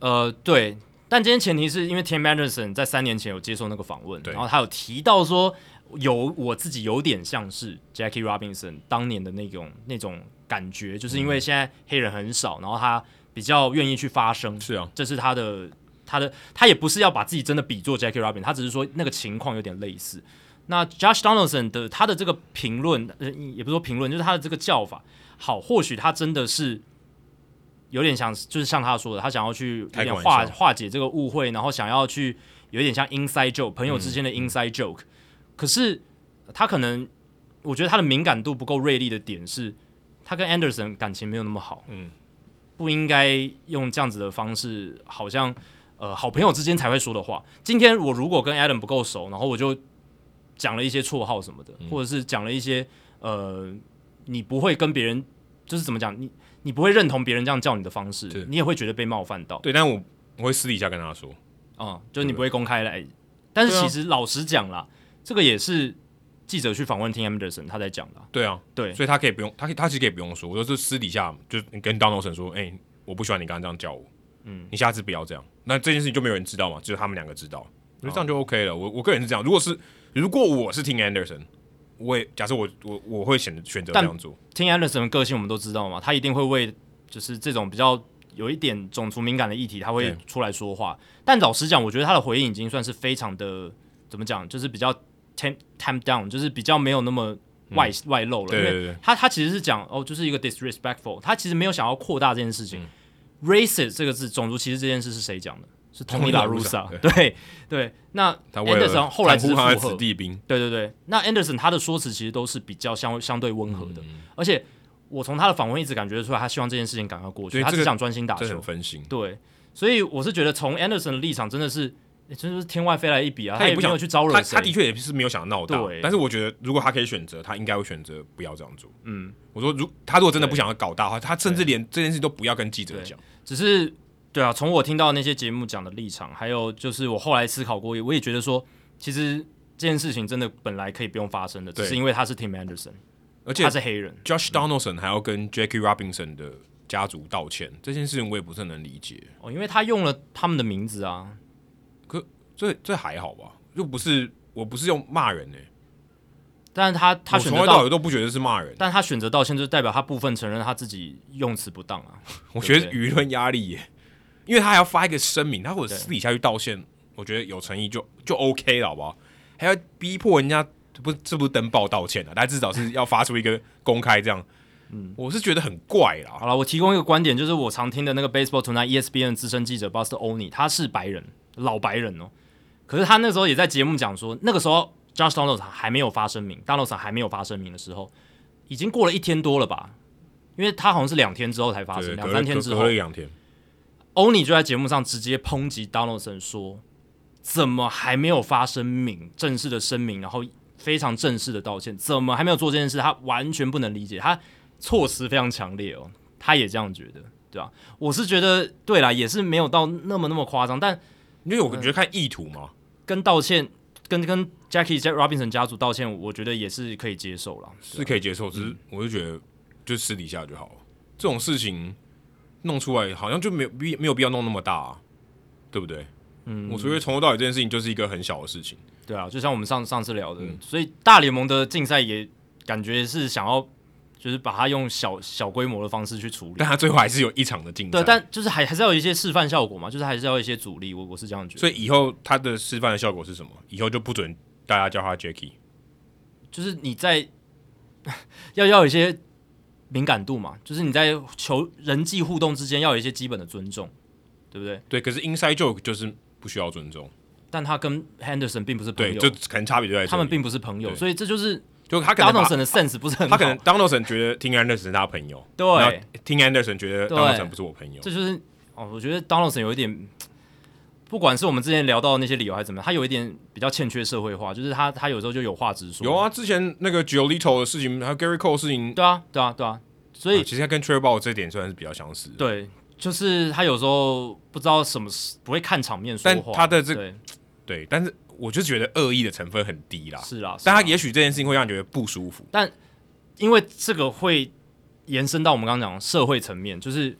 Speaker 2: 呃，对。但今天前提是因为 Tim Anderson 在三年前有接受那个访问，
Speaker 1: 对
Speaker 2: 然后他有提到说，有我自己有点像是 Jackie Robinson 当年的那种那种感觉，就是
Speaker 1: 嗯
Speaker 2: 因为现在黑人很少，然后他比较愿意去发声，
Speaker 1: 是啊，
Speaker 2: 这是他的他的他也不是要把自己真的比作 Jackie Robin，他只是说那个情况有点类似。那 Josh Donaldson 的他的这个评论，呃，也不是说评论，就是他的这个叫法，好，或许他真的是有点想，就是像他说的，他想要去有
Speaker 1: 开个
Speaker 2: 点
Speaker 1: 玩
Speaker 2: 化
Speaker 1: 笑
Speaker 2: 化解这个误会，然后想要去有点像 inside joke，朋友
Speaker 1: 嗯
Speaker 2: 之间的 inside joke、可是他可能，我觉得他的敏感度不够锐利的点是，他跟 Anderson 感情没有那么好，
Speaker 1: 嗯，
Speaker 2: 不应该用这样子的方式，好像呃好朋友之间才会说的话。今天
Speaker 1: 嗯
Speaker 2: 我如果跟 Adam 不够熟，然后我就讲了一些绰号什么的，或者是讲了一些呃，你不会跟别人就是怎么讲，你你不会认同别人这样叫你的方
Speaker 1: 是
Speaker 2: 式，你也会觉得被冒犯到
Speaker 1: 对，但我我会私底下跟他说，
Speaker 2: 啊、就是你不会公开来。但是
Speaker 1: 对啊
Speaker 2: 其实老实讲啦，这个也是记者去访问 Tim Anderson 他在讲的啊，
Speaker 1: 对啊，
Speaker 2: 对
Speaker 1: 所以他可以不用，他可以他其实可以不用说，我就是私底下就是你跟 Donaldson 说，哎、我不喜欢你刚刚这样叫我，嗯，你下次不要这样。那这件事情就没有人知道嘛，只有他们两个知道，
Speaker 2: 哦
Speaker 1: 我觉得这样就 OK 了。我我个人是这样，如果是如果我是听 Anderson，我也假设我我我会选选择这
Speaker 2: 但
Speaker 1: 样做，
Speaker 2: Tim Anderson 的个性我们都知道嘛，他一定会为就是这种比较有一点种族敏感的议题，他会
Speaker 1: 对
Speaker 2: 出来说话。但老实讲，我觉得他的回应已经算是非常的怎么讲，就是比较 tam tam down，就是比较没有那么外、外露了。
Speaker 1: 嗯对对
Speaker 2: 因
Speaker 1: 对
Speaker 2: 为他他其实是讲哦，就是一个 disrespectful，他其实没有想要扩大这件事情。racist 这个字，种族歧视这件事是谁讲的？是
Speaker 1: Tony
Speaker 2: Tony La
Speaker 1: 嗯 La
Speaker 2: Russa，
Speaker 1: Russa，
Speaker 2: 对对。那
Speaker 1: 他为了
Speaker 2: Anderson 后来只是
Speaker 1: 袒护他的
Speaker 2: 附和
Speaker 1: 子弟兵，
Speaker 2: 对对对，那 Anderson 他的说辞其实都是比较相相对温和
Speaker 1: 嗯
Speaker 2: 的，而且我从他的访问一直感觉出来，他希望这件事情赶快过去，
Speaker 1: 对
Speaker 2: 他
Speaker 1: 这
Speaker 2: 只
Speaker 1: 个
Speaker 2: 想专心打
Speaker 1: 这
Speaker 2: 球
Speaker 1: 很。分心。
Speaker 2: 对，所以我是觉得从 Anderson 的立场真的是，诶真的是天外飞来一笔啊，
Speaker 1: 他也
Speaker 2: 也
Speaker 1: 不
Speaker 2: 没有
Speaker 1: 想
Speaker 2: 去招惹
Speaker 1: 他
Speaker 2: 谁。
Speaker 1: 他的确也是没有想闹大
Speaker 2: 对，
Speaker 1: 但是我觉得如果他可以选择，他应该会选择不要这样做。
Speaker 2: 嗯，
Speaker 1: 我说如他如果真的不想要搞大的话，他甚至连这件事都不要跟记者
Speaker 2: 对
Speaker 1: 讲。
Speaker 2: 只是对啊，从我听到那些节目讲的立场，还有就是我后来思考过，我也觉得说，其实这件事情真的本来可以不用发生的，只
Speaker 1: 对
Speaker 2: 是因为他是 Tim Anderson，
Speaker 1: 而且
Speaker 2: 他是黑人，
Speaker 1: Josh Donaldson 还要跟 Jackie Robinson 的家族道歉，这件事情我也不是很能理解。
Speaker 2: 哦，因为他用了他们的名字啊，
Speaker 1: 这这还好吧？就不是我不是用骂人呢、
Speaker 2: 但是他他
Speaker 1: 我
Speaker 2: 选
Speaker 1: 从来
Speaker 2: 择到
Speaker 1: 到尾都不觉得是骂人。
Speaker 2: 但他选择道歉，就代表他部分承认他自己用词不当啊。
Speaker 1: 我觉得
Speaker 2: 对
Speaker 1: 舆论压力耶、因为他还要发一个声明，他或者
Speaker 2: 对
Speaker 1: 私底下去道歉，我觉得有诚意就就 OK 了，好不好？还要逼迫人家，这不这不是登报道歉啊？他至少是要发出一个公开这样，嗯，我是觉得很怪啦。
Speaker 2: 好了，我提供一个观点，就是我常听的那个 Baseball Tonight E ESPN 资深记者 Buster Olney，他是白人，老白人哦。可是他那时候也在节目讲说，那个时候 Josh Donaldson 还没有发声明，Donaldson 还没有发声明的时候，已经过了一天多了吧？因为他好像是两天之后才发
Speaker 1: 对
Speaker 2: 生，两
Speaker 1: 隔
Speaker 2: 三天之
Speaker 1: 隔
Speaker 2: 后
Speaker 1: 隔了，两天，
Speaker 2: 欧尼就在节目上直接抨击 Donaldson 说：“怎么还没有发声明，正式的声明，然后非常正式的道歉，怎么还没有做这件事？”他完全不能理解，他措辞非常强烈哦，他也这样觉得，对吧、我是觉得对啦，也是没有到那么那么夸张，但
Speaker 1: 因为我觉得看意图嘛，
Speaker 2: 跟道歉，跟跟 Jackie Jack Robinson 家族道歉，我觉得也是可以接受啦。
Speaker 1: 是可以接受，只
Speaker 2: 嗯
Speaker 1: 是我就觉得就私底下就好了。这种事情弄出来好像就没有必没有必要弄那么大、啊，对不对？嗯，我觉得从头到尾这件事情就是一个很小的事情，
Speaker 2: 对啊，就像我们上上次聊的，所以大联盟的竞赛也感觉是想要。就是把它用小小规模的方式去处理，
Speaker 1: 但他最后还是有一场的竞赛。
Speaker 2: 对，但就是还还是要有一些示范效果嘛，就是还是要有一些阻力，我我是这样觉得。
Speaker 1: 所
Speaker 2: 以
Speaker 1: 以以后他的示范的效果是什么？以后就不准大家叫他 Jacky。
Speaker 2: 就是你在 要要有一些敏感度嘛，就是你在求人际互动之间要有一些基本的尊重，对不对？
Speaker 1: 对，可是 Inside Joke 就是不需要尊重，
Speaker 2: 但他跟 Henderson 并不是朋
Speaker 1: 对，
Speaker 2: 友，
Speaker 1: 就可能差别就在这里
Speaker 2: 他们并不是朋友，
Speaker 1: 对
Speaker 2: 所以这就是
Speaker 1: 就他可能把
Speaker 2: Donaldson 的 sense 不是很好。
Speaker 1: 他可能 Donaldson 觉得 Tim Anderson 是他朋友，然后
Speaker 2: 对，
Speaker 1: ，Tim Anderson 觉得
Speaker 2: 对
Speaker 1: Donaldson 不是我朋友，
Speaker 2: 这就是哦，我觉得 Donaldson 有一点，不管是我们之前聊到的那些理由还是怎么样，他有一点比较欠缺社会化，就是他他有时候就有话直说。
Speaker 1: 有，啊，之前那个 Giolito 的事情，还有 Gary Cole 的事情，
Speaker 2: 对啊，对啊，对啊，所以
Speaker 1: 啊其实他跟 t r e b o 这点算是比较相似的。
Speaker 2: 对，就是他有时候不知道什么事，不会看场面说
Speaker 1: 但
Speaker 2: 话。
Speaker 1: 他的这
Speaker 2: 对
Speaker 1: 对但是我就觉得恶意的成分很低啦。
Speaker 2: 是啦，
Speaker 1: 啊
Speaker 2: 是啊
Speaker 1: 但
Speaker 2: 啦
Speaker 1: 他也许这件事情会让你觉得不舒服。
Speaker 2: 因为这个会延伸到我们刚刚讲的社会层面，就是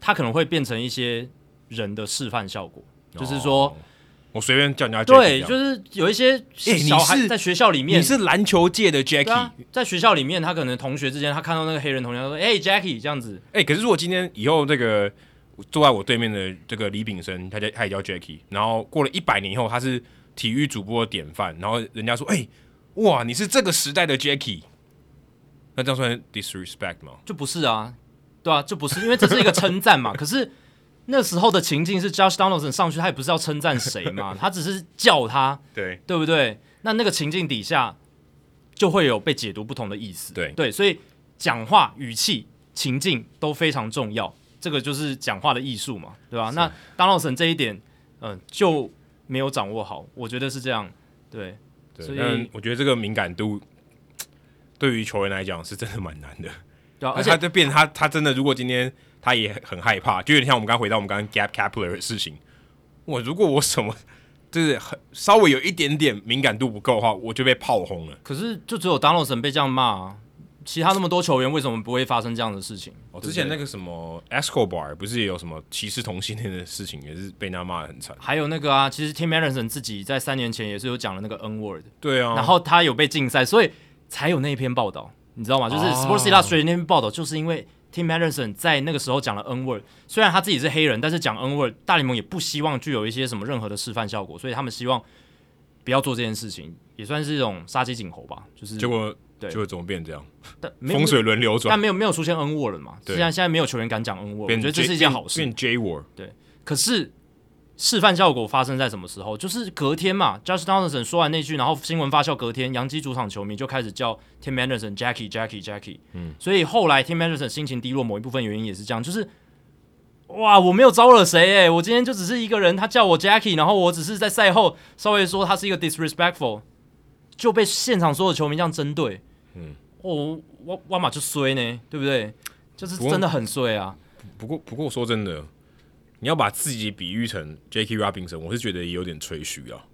Speaker 2: 他可能会变成一些人的示范效果，就是说，
Speaker 1: 哦我随便叫人家 Jackie
Speaker 2: 对，
Speaker 1: 这样
Speaker 2: 就是有一些
Speaker 1: 哎你
Speaker 2: 小孩
Speaker 1: 是
Speaker 2: 在学校里面，
Speaker 1: 你是篮球界的 Jackie。
Speaker 2: 对
Speaker 1: 哎、
Speaker 2: 啊，在学校里面，他可能同学之间，他看到那个黑人同学，他说：“哎、j a c k i e 这样子。
Speaker 1: 可是如果今天以后这个坐在我对面的这个李炳生，他叫他也叫 Jackie，然后过了一百年以后，他是体育主播的典范，然后人家说，哎、哇，你是这个时代的 Jackie，那这样算 disrespect 吗？”
Speaker 2: 就不是啊，对啊，就不是，因为这是一个称 赞嘛。可是那时候的情境是 Josh Donaldson 上去，他也不是要称赞谁 嘛，他只是叫他。
Speaker 1: 对，
Speaker 2: 对不对？那那个情境底下就会有被解读不同的意思。
Speaker 1: 对
Speaker 2: 对，所以讲话语气、情境都非常重要，这个就是讲话的艺术嘛，对吧？那当老沈这一点，嗯、就没有掌握好，我觉得是这样。对，
Speaker 1: 对
Speaker 2: 所以
Speaker 1: 但我觉得这个敏感度，对于球员来讲是真的蛮难的。
Speaker 2: 对啊，
Speaker 1: 而
Speaker 2: 而且
Speaker 1: 且他就变他他真的，如果今天他也很害怕，就有点像我们刚刚回到我们刚刚 Gap Capler 的事情。我如果我什么 就是很稍微有一点点敏感度不够的话，我就被炮轰了。
Speaker 2: 可是就只有 Donaldson 被这样骂、啊，其他那么多球员为什么不会发生这样的事情？
Speaker 1: 哦，之前那个什么 Escobar 不是也有什么歧视同性恋的事情，也是被他骂的很惨。
Speaker 2: 还有那个啊，其实 Tim Anderson 自己在三年前也是有讲了那个 N word，、
Speaker 1: 对啊，
Speaker 2: 然后他有被禁赛，所以才有那一篇报道，你知道吗？就是
Speaker 1: 哦
Speaker 2: Sports Illustrated 那篇报道，就是因为 Tim Anderson 在那个时候讲了 N word，虽然他自己是黑人，但是讲 N word，大联盟也不希望具有一些什么任何的示范效果，所以他们希望不要做这件事情，也算是一种杀鸡儆猴吧。就是
Speaker 1: 结果
Speaker 2: 对
Speaker 1: 结果怎么变这样？
Speaker 2: 但没有
Speaker 1: 风水轮流转
Speaker 2: 但，没有没有出现 N word 了嘛？
Speaker 1: 对
Speaker 2: 现在现在没有球员敢讲 N word，我
Speaker 1: 变
Speaker 2: 觉得这
Speaker 1: J-
Speaker 2: 是一件好事。
Speaker 1: 变 J War
Speaker 2: 可是示范效果发生在什么时候？就是隔天嘛，Josh Donaldson 说完那句，然后新闻发酵，隔天洋基主场球迷就开始叫 Tim Anderson Jackie Jackie Jackie。嗯，所以后来 Tim Anderson 心情低落，某一部分原因也是这样，就是。哇！我没有招惹谁诶、哎我今天就只是一个人，他叫我 Jackie，然后我只是在赛后稍微说他是一个 disrespectful，就被现场所有球迷这样针对。嗯，哦，我我嘛就衰呢，对不对？就是
Speaker 1: 不过
Speaker 2: 真的很衰啊。
Speaker 1: 不过不过说真的，你要把自己比喻成 J.K. Robinson，我是觉得也有点吹嘘啊。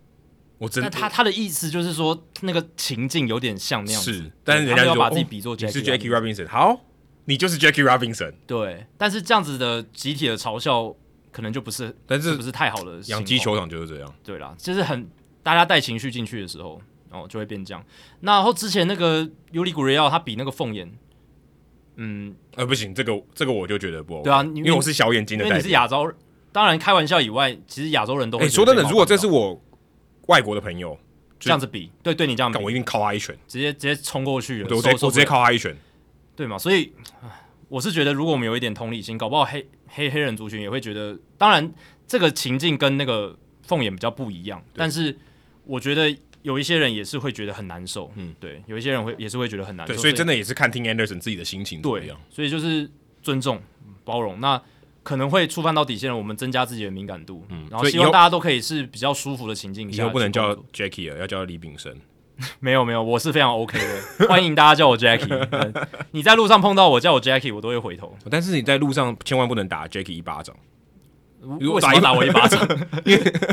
Speaker 1: 我真
Speaker 2: 那
Speaker 1: 的
Speaker 2: 他他的意思就是说，那个情境有点像那样子，
Speaker 1: 是，但是
Speaker 2: 对
Speaker 1: 人
Speaker 2: 他
Speaker 1: 家
Speaker 2: 们
Speaker 1: 就
Speaker 2: 要
Speaker 1: 说
Speaker 2: 把自己比作
Speaker 1: 哦你
Speaker 2: Jackie，
Speaker 1: 是 Jackie Robinson，好，你就是 Jackie Robinson。
Speaker 2: 对。但是这样子的集体的嘲笑，可能就不是，
Speaker 1: 但
Speaker 2: 这
Speaker 1: 是
Speaker 2: 不是太好的情况
Speaker 1: 养鸡球场就是这样，
Speaker 2: 对啦，就是很大家带情绪进去的时候，哦，就会变这样。那然后之前那个尤里古瑞奥他比那个凤眼，嗯，
Speaker 1: 呃，不行，这个这个我就觉得不 OK，
Speaker 2: 对啊，
Speaker 1: 因
Speaker 2: 因
Speaker 1: 为我是小眼睛
Speaker 2: 因
Speaker 1: 的
Speaker 2: 为
Speaker 1: 代
Speaker 2: 你是
Speaker 1: 表。
Speaker 2: 亚洲，当然开玩笑以外，其实亚洲人都会
Speaker 1: 哎，
Speaker 2: 觉
Speaker 1: 说
Speaker 2: 得
Speaker 1: 真
Speaker 2: 被冒犯到。
Speaker 1: 的，如果这是我外国的朋友，
Speaker 2: 这样子比，对对你这样比
Speaker 1: 干，我一定靠他一拳，
Speaker 2: 直接直接冲过去了，
Speaker 1: 对我直
Speaker 2: 收
Speaker 1: 接我直接
Speaker 2: 收不了
Speaker 1: 靠他一拳。
Speaker 2: 啊对嘛？所以唉我是觉得，如果我们有一点同理心，搞不好黑黑黑人族群也会觉得，当然这个情境跟那个凤眼比较不一样，但是我觉得有一些人也是会觉得很难受，嗯，对，有一些人会也是会觉得很难受，
Speaker 1: 对，所以真的也是看 Tim Anderson 自己的心情怎么
Speaker 2: 对啊
Speaker 1: 样。，
Speaker 2: 所以就是尊重、包容，那可能会触犯到底线了，我们增加自己的敏感度，嗯，然后
Speaker 1: 所以
Speaker 2: 希
Speaker 1: 以
Speaker 2: 望
Speaker 1: 后
Speaker 2: 大家都可以是比较舒服的情境
Speaker 1: 以
Speaker 2: 下去
Speaker 1: 后
Speaker 2: 工作，
Speaker 1: 不能叫 Jackie 了，要叫李炳生。
Speaker 2: 没有没有，我是非常 OK 的，欢迎大家叫我 Jackie，嗯 你在路上碰到我叫我 Jackie，我都会回头。
Speaker 1: 但是你在路上千万不能打 Jackie 一巴掌，如
Speaker 2: 为
Speaker 1: 果
Speaker 2: 什
Speaker 1: 打
Speaker 2: 么
Speaker 1: 一
Speaker 2: 要打我一巴掌？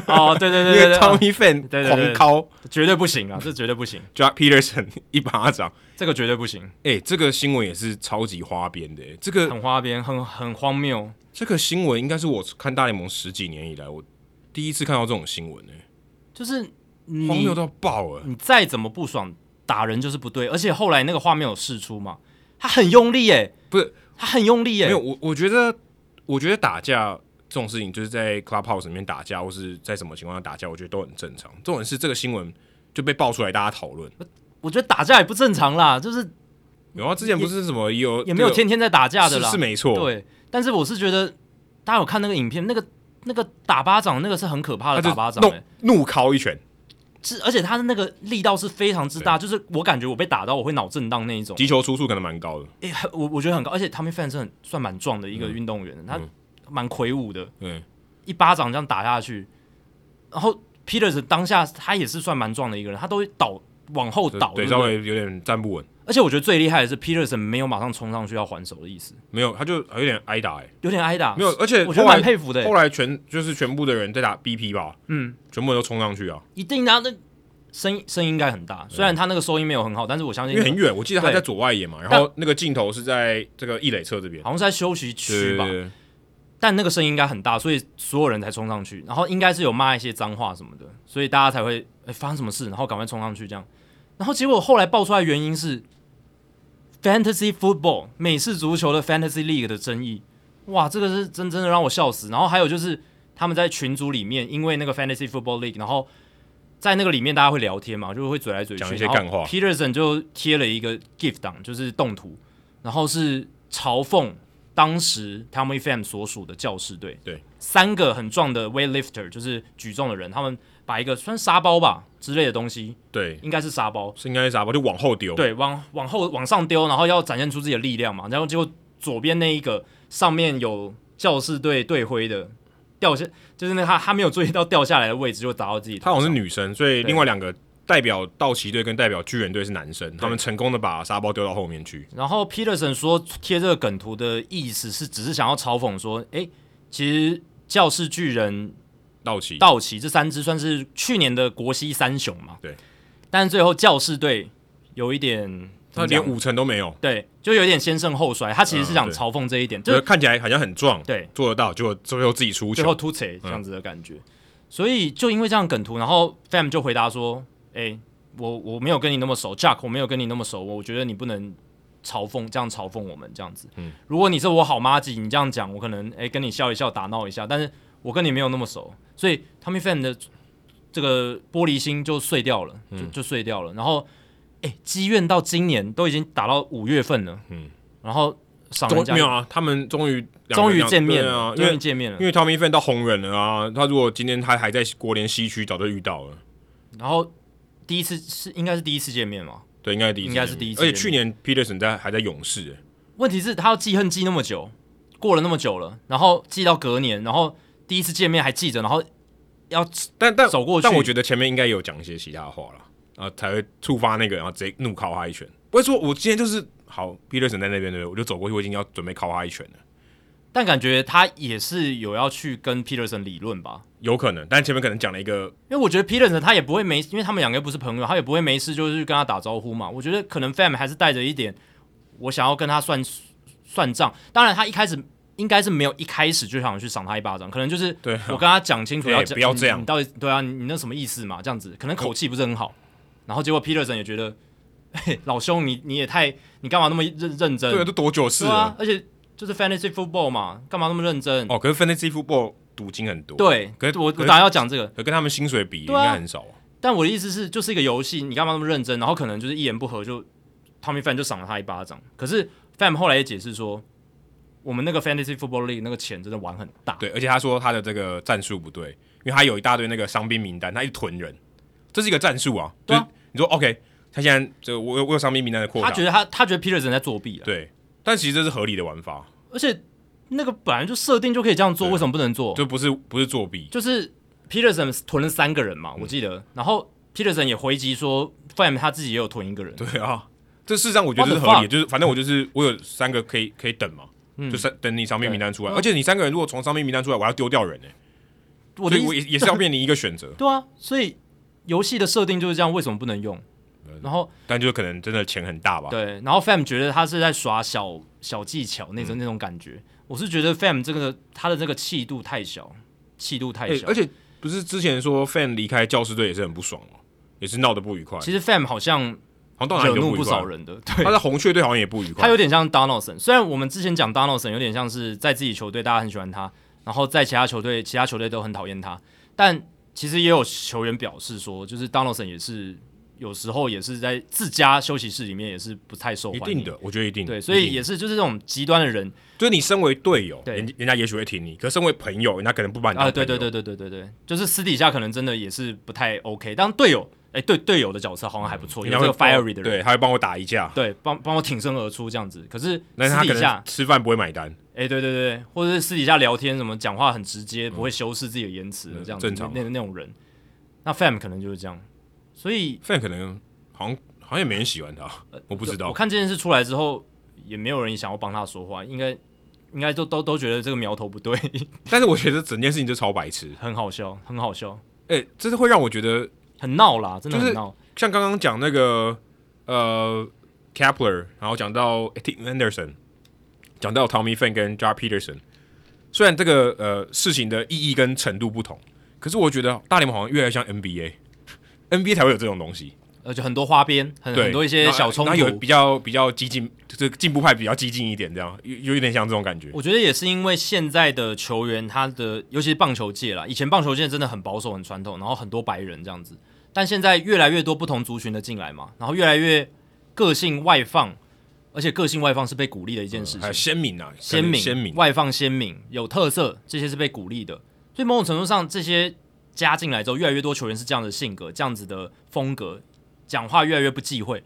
Speaker 2: 哦，对对
Speaker 1: 因
Speaker 2: 对
Speaker 1: 为
Speaker 2: 对对，
Speaker 1: Tommy Fan
Speaker 2: 对对
Speaker 1: 狂
Speaker 2: 对
Speaker 1: 敲
Speaker 2: 绝对不行啊，这绝对不行，
Speaker 1: Jack Peterson 一巴掌。
Speaker 2: 这个绝对不行，
Speaker 1: 哎、这个新闻也是超级花边的、欸。这个
Speaker 2: 很花边，很很荒谬。
Speaker 1: 这个新闻应该是我看大联盟十几年以来，我第一次看到这种新闻呢、哎
Speaker 2: 就是
Speaker 1: 荒
Speaker 2: 你
Speaker 1: 谬到爆哎了。
Speaker 2: 你再怎么不爽，打人就是不对。而且后来那个画面有试出嘛，他很用力耶，
Speaker 1: 不是
Speaker 2: 他很用力耶，
Speaker 1: 没有，我我觉得，我觉得打架这种事情，就是在 Clubhouse 里面打架，或是在什么情况下打架，我觉得都很正常。重点是这个新闻就被爆出来，大家讨论。
Speaker 2: 我觉得打架也不正常啦，就是
Speaker 1: 然后之前不是什么也有
Speaker 2: 也没有
Speaker 1: 这个
Speaker 2: 天天在打架的啦，
Speaker 1: 是是没错，
Speaker 2: 对。但是我是觉得，大家有看那个影片，那个那个打巴掌，那个是很可
Speaker 1: 他
Speaker 2: 怕的
Speaker 1: 就
Speaker 2: 打巴掌耶
Speaker 1: 怒，怒敲一拳，
Speaker 2: 是，而且他的那个力道是非常之大，就是我感觉我被打到我会脑震荡那一种。
Speaker 1: 击球出速可能蛮高的。
Speaker 2: 诶、很我我觉得很高，而且 Tommy Fan 是很算蛮壮的一
Speaker 1: 嗯
Speaker 2: 个运动员，他蛮魁梧的，
Speaker 1: 对，
Speaker 2: 一巴掌这样打下去，然后 Peters 当下他也是算蛮壮的一个人，他都会倒往后倒，
Speaker 1: 对，
Speaker 2: 不
Speaker 1: 稍微有点站不稳。
Speaker 2: 而且我觉得最厉害的是 Peterson 没有马上冲上去要还手的意思，
Speaker 1: 没有，他就有点挨打哎、
Speaker 2: 有点挨打，
Speaker 1: 没有，而且
Speaker 2: 啊我觉得
Speaker 1: 后来
Speaker 2: 蛮佩服的、欸
Speaker 1: 后来全就是全部的人在打 BP 吧，
Speaker 2: 嗯，
Speaker 1: 全部人都冲上去啊，
Speaker 2: 一定啊，那声音声音应该很大，虽然他那个收音没有很好，但是我相
Speaker 1: 因
Speaker 2: 信
Speaker 1: 为很远，我记得他
Speaker 2: 对
Speaker 1: 在左外野嘛，然后那个镜头是在这个一垒侧这边，
Speaker 2: 好像是在休息区
Speaker 1: 对
Speaker 2: 吧，
Speaker 1: 对对
Speaker 2: 但那个声音应该很大，所以所有人才冲上去，然后应该是有骂一些脏话什么的，所以大家才会哎、诶发生什么事，然后赶快冲上去这样。然后结果后来爆出来的原因是 fantasy football 美式足球的 fantasy league 的争议，哇，这个是真真的让我笑死。然后还有就是他们在群组里面，因为那个 fantasy football league，然后在那个里面大家会聊天嘛，就会嘴来嘴去，
Speaker 1: 讲一些
Speaker 2: 然后
Speaker 1: 干话
Speaker 2: Peterson 就贴了一个 GIF 档，就是动图，然后是嘲讽当时 Tommy Pham 所属的教士队，
Speaker 1: 对，
Speaker 2: 三个很壮的 weightlifter，就是举重的人，他们把一个算沙包吧之类的东西，
Speaker 1: 对，
Speaker 2: 应该是沙包，
Speaker 1: 是应该是啥吧，就往后丢，，
Speaker 2: 对，往往后往上丢，然后要展现出自己的力量嘛。然后结果左边那一个上面有教士队队徽的掉下，就是那个他他没有注意到掉下来的位置，就打到自己头
Speaker 1: 她好像
Speaker 2: 上
Speaker 1: 是女生，所以另外两个代表道奇队跟代表巨人队是男生，他们成功的把沙包丢到后面去。
Speaker 2: 然后 Peterson 说贴这个梗图的意思是，只是想要嘲讽说，诶，其实教室巨人、
Speaker 1: 道奇，
Speaker 2: 道奇这三支算是去年的国西三雄嘛，
Speaker 1: 对。
Speaker 2: 但最后教士队有一点，
Speaker 1: 他连五成都没有，
Speaker 2: 对，就有点先胜后衰。他其实是
Speaker 1: 嗯
Speaker 2: 想
Speaker 1: 对
Speaker 2: 嘲讽这一点，就
Speaker 1: 就是看起来好像很壮，
Speaker 2: 对，
Speaker 1: 做得到，结果最后自己出
Speaker 2: 最后
Speaker 1: 球。
Speaker 2: 突锤这样子的感觉。所以就因为这样梗图，然后 Fam 就回答说：“哎、我我没有跟你那么熟，Jack，我没有跟你那么熟，我觉得你不能嘲讽这样嘲讽我们这样子。
Speaker 1: 嗯
Speaker 2: 如果你是我好妈鸡，你这样讲，我可能哎、跟你笑一笑，打闹一下，但是我跟你没有那么熟，所以 Tommy Fam 的这个玻璃心就碎掉了，
Speaker 1: 嗯
Speaker 2: 就就碎掉了。然后哎，积、怨到今年都已经打到五月份了，
Speaker 1: 嗯
Speaker 2: 然后赏人
Speaker 1: 终
Speaker 2: 家
Speaker 1: 没有啊，他们终于两个
Speaker 2: 终于
Speaker 1: 两
Speaker 2: 见面
Speaker 1: 对
Speaker 2: 了
Speaker 1: 啊，，因
Speaker 2: 终于
Speaker 1: 为
Speaker 2: 见面了
Speaker 1: 因。为 Tommy Fan 到红人了啊，他如果今天他还在国联西区，早就遇到了。
Speaker 2: 然后第一次是应该是第一次见面嘛？
Speaker 1: 对，应该是第一次见面，
Speaker 2: 应该是第一次
Speaker 1: 而且去
Speaker 2: 见面
Speaker 1: 年 Peterson 在还在勇士，欸
Speaker 2: 问题是他要记恨记那么久，过了那么久了，然后记到隔年，然后第一次见面还记着，然后要
Speaker 1: 但但
Speaker 2: 走过去
Speaker 1: 但我觉得前面应该有讲一些其他的话了，啊，才会触发那个，然后直接怒敲他一拳。不会说我今天就是好，Peterson 在那边对不对？我就走过去，我已经要准备敲他一拳了，
Speaker 2: 但感觉他也是有要去跟 Peterson 理论吧。
Speaker 1: 有可能。但前面可能讲了一个，
Speaker 2: 因为我觉得 Peterson 他也不会没，因为他们两个又不是朋友，他也不会没事就是跟他打招呼嘛。我觉得可能 Fam 还是带着一点我想要跟他算算账。当然，他一开始应该是没有一开始就想去赏他一巴掌，可能就是
Speaker 1: 对啊
Speaker 2: 我跟他讲清楚
Speaker 1: 哎
Speaker 2: 要讲、
Speaker 1: 不要这样
Speaker 2: 你你到底对啊，你你那什么意思嘛？这样子可能口气不是很好。然后结果 Peterson 也觉得，嘿，老兄你你也太你干嘛那么认认真？
Speaker 1: 对啊，都多久事
Speaker 2: 对
Speaker 1: 了？
Speaker 2: 啊，而且就是 Fantasy Football 嘛，干嘛那么认真？
Speaker 1: 哦，可是 Fantasy Football 赌金很多，，
Speaker 2: 对，
Speaker 1: 可是
Speaker 2: 我我
Speaker 1: 可是
Speaker 2: 等下要讲这个。
Speaker 1: 可跟他们薪水比应
Speaker 2: 对啊
Speaker 1: 该很少、啊。
Speaker 2: 但我的意思是，就是一个游戏，你干嘛那么认真？然后可能就是一言不合就 Tommy Fan 就赏了他一巴掌。可是 Fan 后来也解释说，我们那个 Fantasy Football League 那个钱真的玩很大，
Speaker 1: 对，而且他说他的这个战术不对，因为他有一大堆那个伤兵名单，他一囤人，这是一个战术啊。
Speaker 2: 对啊
Speaker 1: 就是你说 OK，他现在这个我有我有伤兵名单的扩
Speaker 2: 他
Speaker 1: 大，
Speaker 2: 觉得他他觉得 Peterson 在作弊了，
Speaker 1: 啊
Speaker 2: 啊
Speaker 1: 对，但其实这是合理的玩法，
Speaker 2: 而且那个本来就设定就可以这样做，
Speaker 1: 对
Speaker 2: 为什么不能做？就
Speaker 1: 就不是不是作弊。
Speaker 2: 就是 Peterson 囤了三个人嘛，我记得，然后 Peterson 也回击说 Fan 他自己也有囤一个人，
Speaker 1: 对啊，这事实上我觉得是合
Speaker 2: What
Speaker 1: 理的，
Speaker 2: the 嗯
Speaker 1: 就是反正我就是我有三个可以可以等嘛，就三等你伤病名单出来，而且你三个人如果从伤病名单出来，我要丢掉人呢、所
Speaker 2: 我的
Speaker 1: 以
Speaker 2: 意
Speaker 1: 我
Speaker 2: 思
Speaker 1: 也
Speaker 2: ，
Speaker 1: 也是要面临一个选择
Speaker 2: 对啊，所以游戏的设定就是这样，为什么不能用？然后
Speaker 1: 但就是可能真的钱很大吧。
Speaker 2: 对，然后 Fam 觉得他是在耍小小技巧那
Speaker 1: 嗯
Speaker 2: 种、那种感觉。我是觉得 Fam 这个他的这个气度太小，气度太
Speaker 1: 欸
Speaker 2: 小。
Speaker 1: 而且不是之前说 fan 离开教师队也是很不爽嘛，也是闹得不愉快，好
Speaker 2: 其实 Fam 好像
Speaker 1: 像到哪里
Speaker 2: 惹
Speaker 1: 都
Speaker 2: 怒
Speaker 1: 不愉
Speaker 2: 不
Speaker 1: 快
Speaker 2: 少。人的，对
Speaker 1: 他在红雀队好像也不愉快，
Speaker 2: 他有点像 Donaldson。虽然我们之前讲 Donaldson 有点像是在自己球队大家很喜欢他，然后在其他球队其他球队都很讨厌他，但其实也有球员表示说，就是 Donaldson 也是有时候也是在自家休息室里面也是不太受欢
Speaker 1: 一
Speaker 2: 迎。
Speaker 1: 定的，我觉得一定。
Speaker 2: 对，所
Speaker 1: 一
Speaker 2: 以
Speaker 1: 定
Speaker 2: 也是就是这种极端的人，
Speaker 1: 就是你身为队友，
Speaker 2: 对
Speaker 1: 人人家也许会挺你，可身为朋友，人家可能不把你当
Speaker 2: 啊，对
Speaker 1: 朋
Speaker 2: 对
Speaker 1: 友
Speaker 2: 对对对对对，就是私底下可能真的也是不太 OK，当队友，哎，对队友的角色好像还不错，
Speaker 1: 人
Speaker 2: 有
Speaker 1: 家
Speaker 2: 这
Speaker 1: 嗯会
Speaker 2: 个 fiery 的人，
Speaker 1: 对，他会帮我打一架，
Speaker 2: 对，帮帮我挺身而出这样子。可是
Speaker 1: 但是他
Speaker 2: 私
Speaker 1: 可
Speaker 2: 底下
Speaker 1: 能，吃饭不会买单，
Speaker 2: 哎，对对对，或者是私底下聊天什么，讲话很直接，不会修饰自己的言辞的
Speaker 1: 嗯
Speaker 2: 这样子，
Speaker 1: 正常
Speaker 2: 那那那种人，那 fam 可能就是这样，所以
Speaker 1: fan 可能好像好像也没人喜欢他，我不知
Speaker 2: 呃我
Speaker 1: 道。
Speaker 2: 看这件事出来之后，也没有人想要帮他说话，应该应该都都都觉得这个苗头不对，
Speaker 1: 但是我觉得整件事情就超白痴，
Speaker 2: 很好笑，很好笑，
Speaker 1: 哎、这是会让我觉得
Speaker 2: 很闹啦，真的
Speaker 1: 就
Speaker 2: 很
Speaker 1: 是
Speaker 2: 闹，
Speaker 1: 像刚刚讲那个呃 Kepler，然后讲到 Tim Anderson，讲到 Tommy Fan 跟 Jar Peterson，虽然这个呃事情的意义跟程度不同，可是我觉得大联盟好像越来越像 NBA。NBA 才会有这种东西，
Speaker 2: 而且很多花边，很
Speaker 1: 对，
Speaker 2: 嗯很多一些
Speaker 1: 然后
Speaker 2: 小冲突，
Speaker 1: 然后有比较比较激进，就是进步派比较激进一点，这样有有一点像这种感觉。
Speaker 2: 我觉得也是因为现在的球员，他的尤其是棒球界啦，以前棒球界真的很保守、很传统，然后很多白人这样子，但现在越来越多不同族群的进来嘛，然后越来越个性外放，而且个性外放是被鼓励的一件事
Speaker 1: 还
Speaker 2: 情
Speaker 1: 有，鲜明啊，
Speaker 2: 鲜明、
Speaker 1: 鲜明，
Speaker 2: 外放、鲜明、有特色，这些是被鼓励的。所以某种程度上，这些加进来之后，越来越多球员是这样的性格、这样子的风格，讲话越来越不忌讳，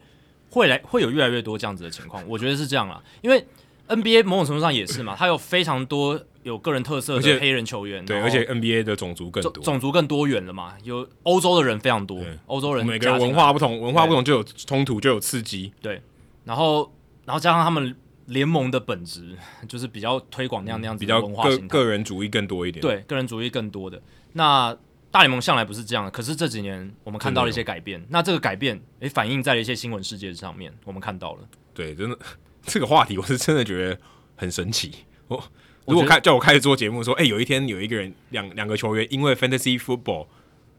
Speaker 2: 会来会有越来越多这样子的情况。我觉得是这样啦，因为 NBA 某种程度上也是嘛，它有非常多有个人特色
Speaker 1: 而且
Speaker 2: 的黑人球员，
Speaker 1: 对，
Speaker 2: 然后
Speaker 1: 而且 NBA 的种族更
Speaker 2: 种
Speaker 1: 多，
Speaker 2: 种族更多元了嘛，有欧洲的人非常多
Speaker 1: 对，
Speaker 2: 欧洲人
Speaker 1: 每个人
Speaker 2: 加进来
Speaker 1: 文化不同，文化不同就有冲突，就有刺激。
Speaker 2: 对，然后然后加上他们联盟的本质就是比较推广那样那样子
Speaker 1: 嗯比
Speaker 2: 的
Speaker 1: 较
Speaker 2: 文化
Speaker 1: 个
Speaker 2: 形态，
Speaker 1: 个人主义更多一点。，
Speaker 2: 对个人主义更多的。那大联盟向来不是这样的，可是这几年我们看到了一些改变，那这个改变也反映在了一些新闻事件上面，我们看到了。
Speaker 1: 对，真的这个话题我是真的觉得很神奇。我如
Speaker 2: 我
Speaker 1: 果
Speaker 2: 觉得
Speaker 1: 开叫我开始做节目说，哎、有一天有一个人两两个球员因为 fantasy football，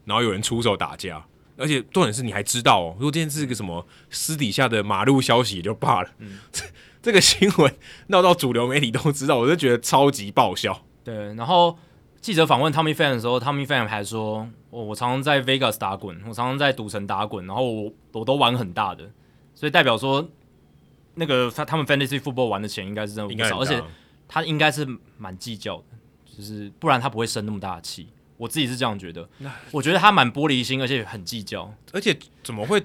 Speaker 1: 然后有人出手打架，而且重点是你还知道哦，如果这件事是个什么私底下的马路消息也就罢了，
Speaker 2: 嗯
Speaker 1: 这这个新闻闹到主流媒体都知道，我就觉得超级爆笑。
Speaker 2: 对，然后记者访问 Tommy Fan 的时候，Tommy Fan 还说：“哦我我常常在 Vegas 打滚，我常常在赌城打滚，然后我我都玩很大的，所以代表说那个他他们 Fantasy Football 玩的钱应该是真的
Speaker 1: 应
Speaker 2: 不
Speaker 1: 该
Speaker 2: 少，
Speaker 1: 很
Speaker 2: 而且
Speaker 1: 大啊
Speaker 2: 他应该是蛮计较的，就是不然他不会生那么大的气。我自己是这样觉得，我觉得他蛮玻璃心，而且很计较。
Speaker 1: 而且怎么会？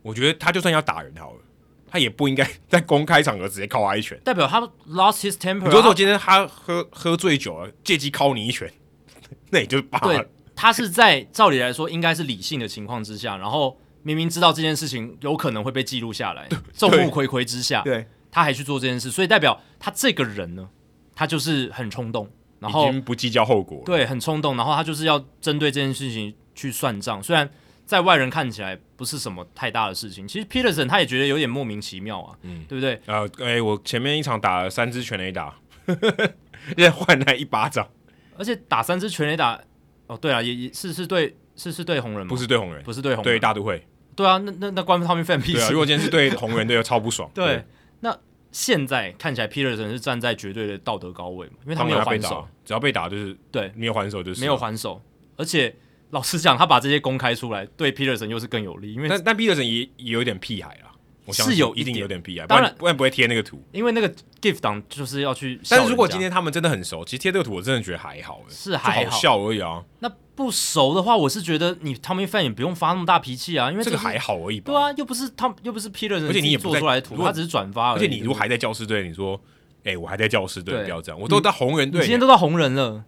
Speaker 1: 我觉得他就算要打人好了，他也不应该 在公开场合直接靠他一拳。
Speaker 2: 代表他 lost his temper 啊。
Speaker 1: 你如果今天他喝喝醉酒了，借机敲你一拳， 那也就罢了
Speaker 2: 对。，他是在照理来说应该是理性的情况之下，然后明明知道这件事情有可能会被记录下来，众目睽睽之下，
Speaker 1: 对，
Speaker 2: 他还去做这件事，所以代表他这个人呢，他就是很冲动，然
Speaker 1: 已
Speaker 2: 后
Speaker 1: 经不计较后果了。
Speaker 2: 对很冲动，然后他就是要针对这件事情去算账。虽然在外人看起来不是什么太大的事情，其实 Peterson 他也觉得有点莫名其妙啊，对不对？
Speaker 1: 呃，哎、我前面一场打了三支全垒打， 现在换来一巴掌，
Speaker 2: 而且打三支全垒打，哦，对啊，也也是是对是是对红人吗？
Speaker 1: 不是对红人，
Speaker 2: 嗯不是对红人，
Speaker 1: 对大都会。
Speaker 2: 对啊，那那那关他们 fan 屁
Speaker 1: 对啊，
Speaker 2: 事
Speaker 1: 如。果今天是对红人，队就超不爽。
Speaker 2: 对，，那现在看起来 Peterson 是站在绝对的道德高位嘛，因为他
Speaker 1: 当
Speaker 2: 没
Speaker 1: 然
Speaker 2: 有
Speaker 1: 要被
Speaker 2: 还
Speaker 1: 打
Speaker 2: 手，，
Speaker 1: 只要被打就是啊
Speaker 2: 对，
Speaker 1: 没有还手就是
Speaker 2: 没有。还手，而且老实讲，他把这些公开出来，对 Peterson 又是更有利，因为
Speaker 1: 但但 Peterson 也也有点屁孩啊，我相信
Speaker 2: 是有
Speaker 1: 一
Speaker 2: 一
Speaker 1: 定
Speaker 2: 点
Speaker 1: 有点屁孩，不
Speaker 2: 当
Speaker 1: 然
Speaker 2: 然
Speaker 1: 不然不会贴那个图。
Speaker 2: 因为那个 GIF 档就是要去笑人家，
Speaker 1: 但是如果今天他们真的很熟，其实贴这个图我真的觉得还好、欸，
Speaker 2: 是还
Speaker 1: 就
Speaker 2: 好
Speaker 1: 好笑而已啊，
Speaker 2: 那不熟的话，我是觉得你 Tommy Fan 也不用发那么大脾气啊，因为
Speaker 1: 这个
Speaker 2: 是
Speaker 1: 还好而已吧。
Speaker 2: 对啊，又不是 Tom 又不是 Peterson，
Speaker 1: 而且你也
Speaker 2: 自
Speaker 1: 不
Speaker 2: 己
Speaker 1: 在
Speaker 2: 做出来的
Speaker 1: 如
Speaker 2: 图，
Speaker 1: 果
Speaker 2: 他只是转发
Speaker 1: 而
Speaker 2: 已
Speaker 1: 且你如果还
Speaker 2: 对
Speaker 1: 在教师队，你说，哎、我还在教师队，
Speaker 2: 对
Speaker 1: 不要这样，我都到红人
Speaker 2: 不对
Speaker 1: 队
Speaker 2: 你今，天都到红人了，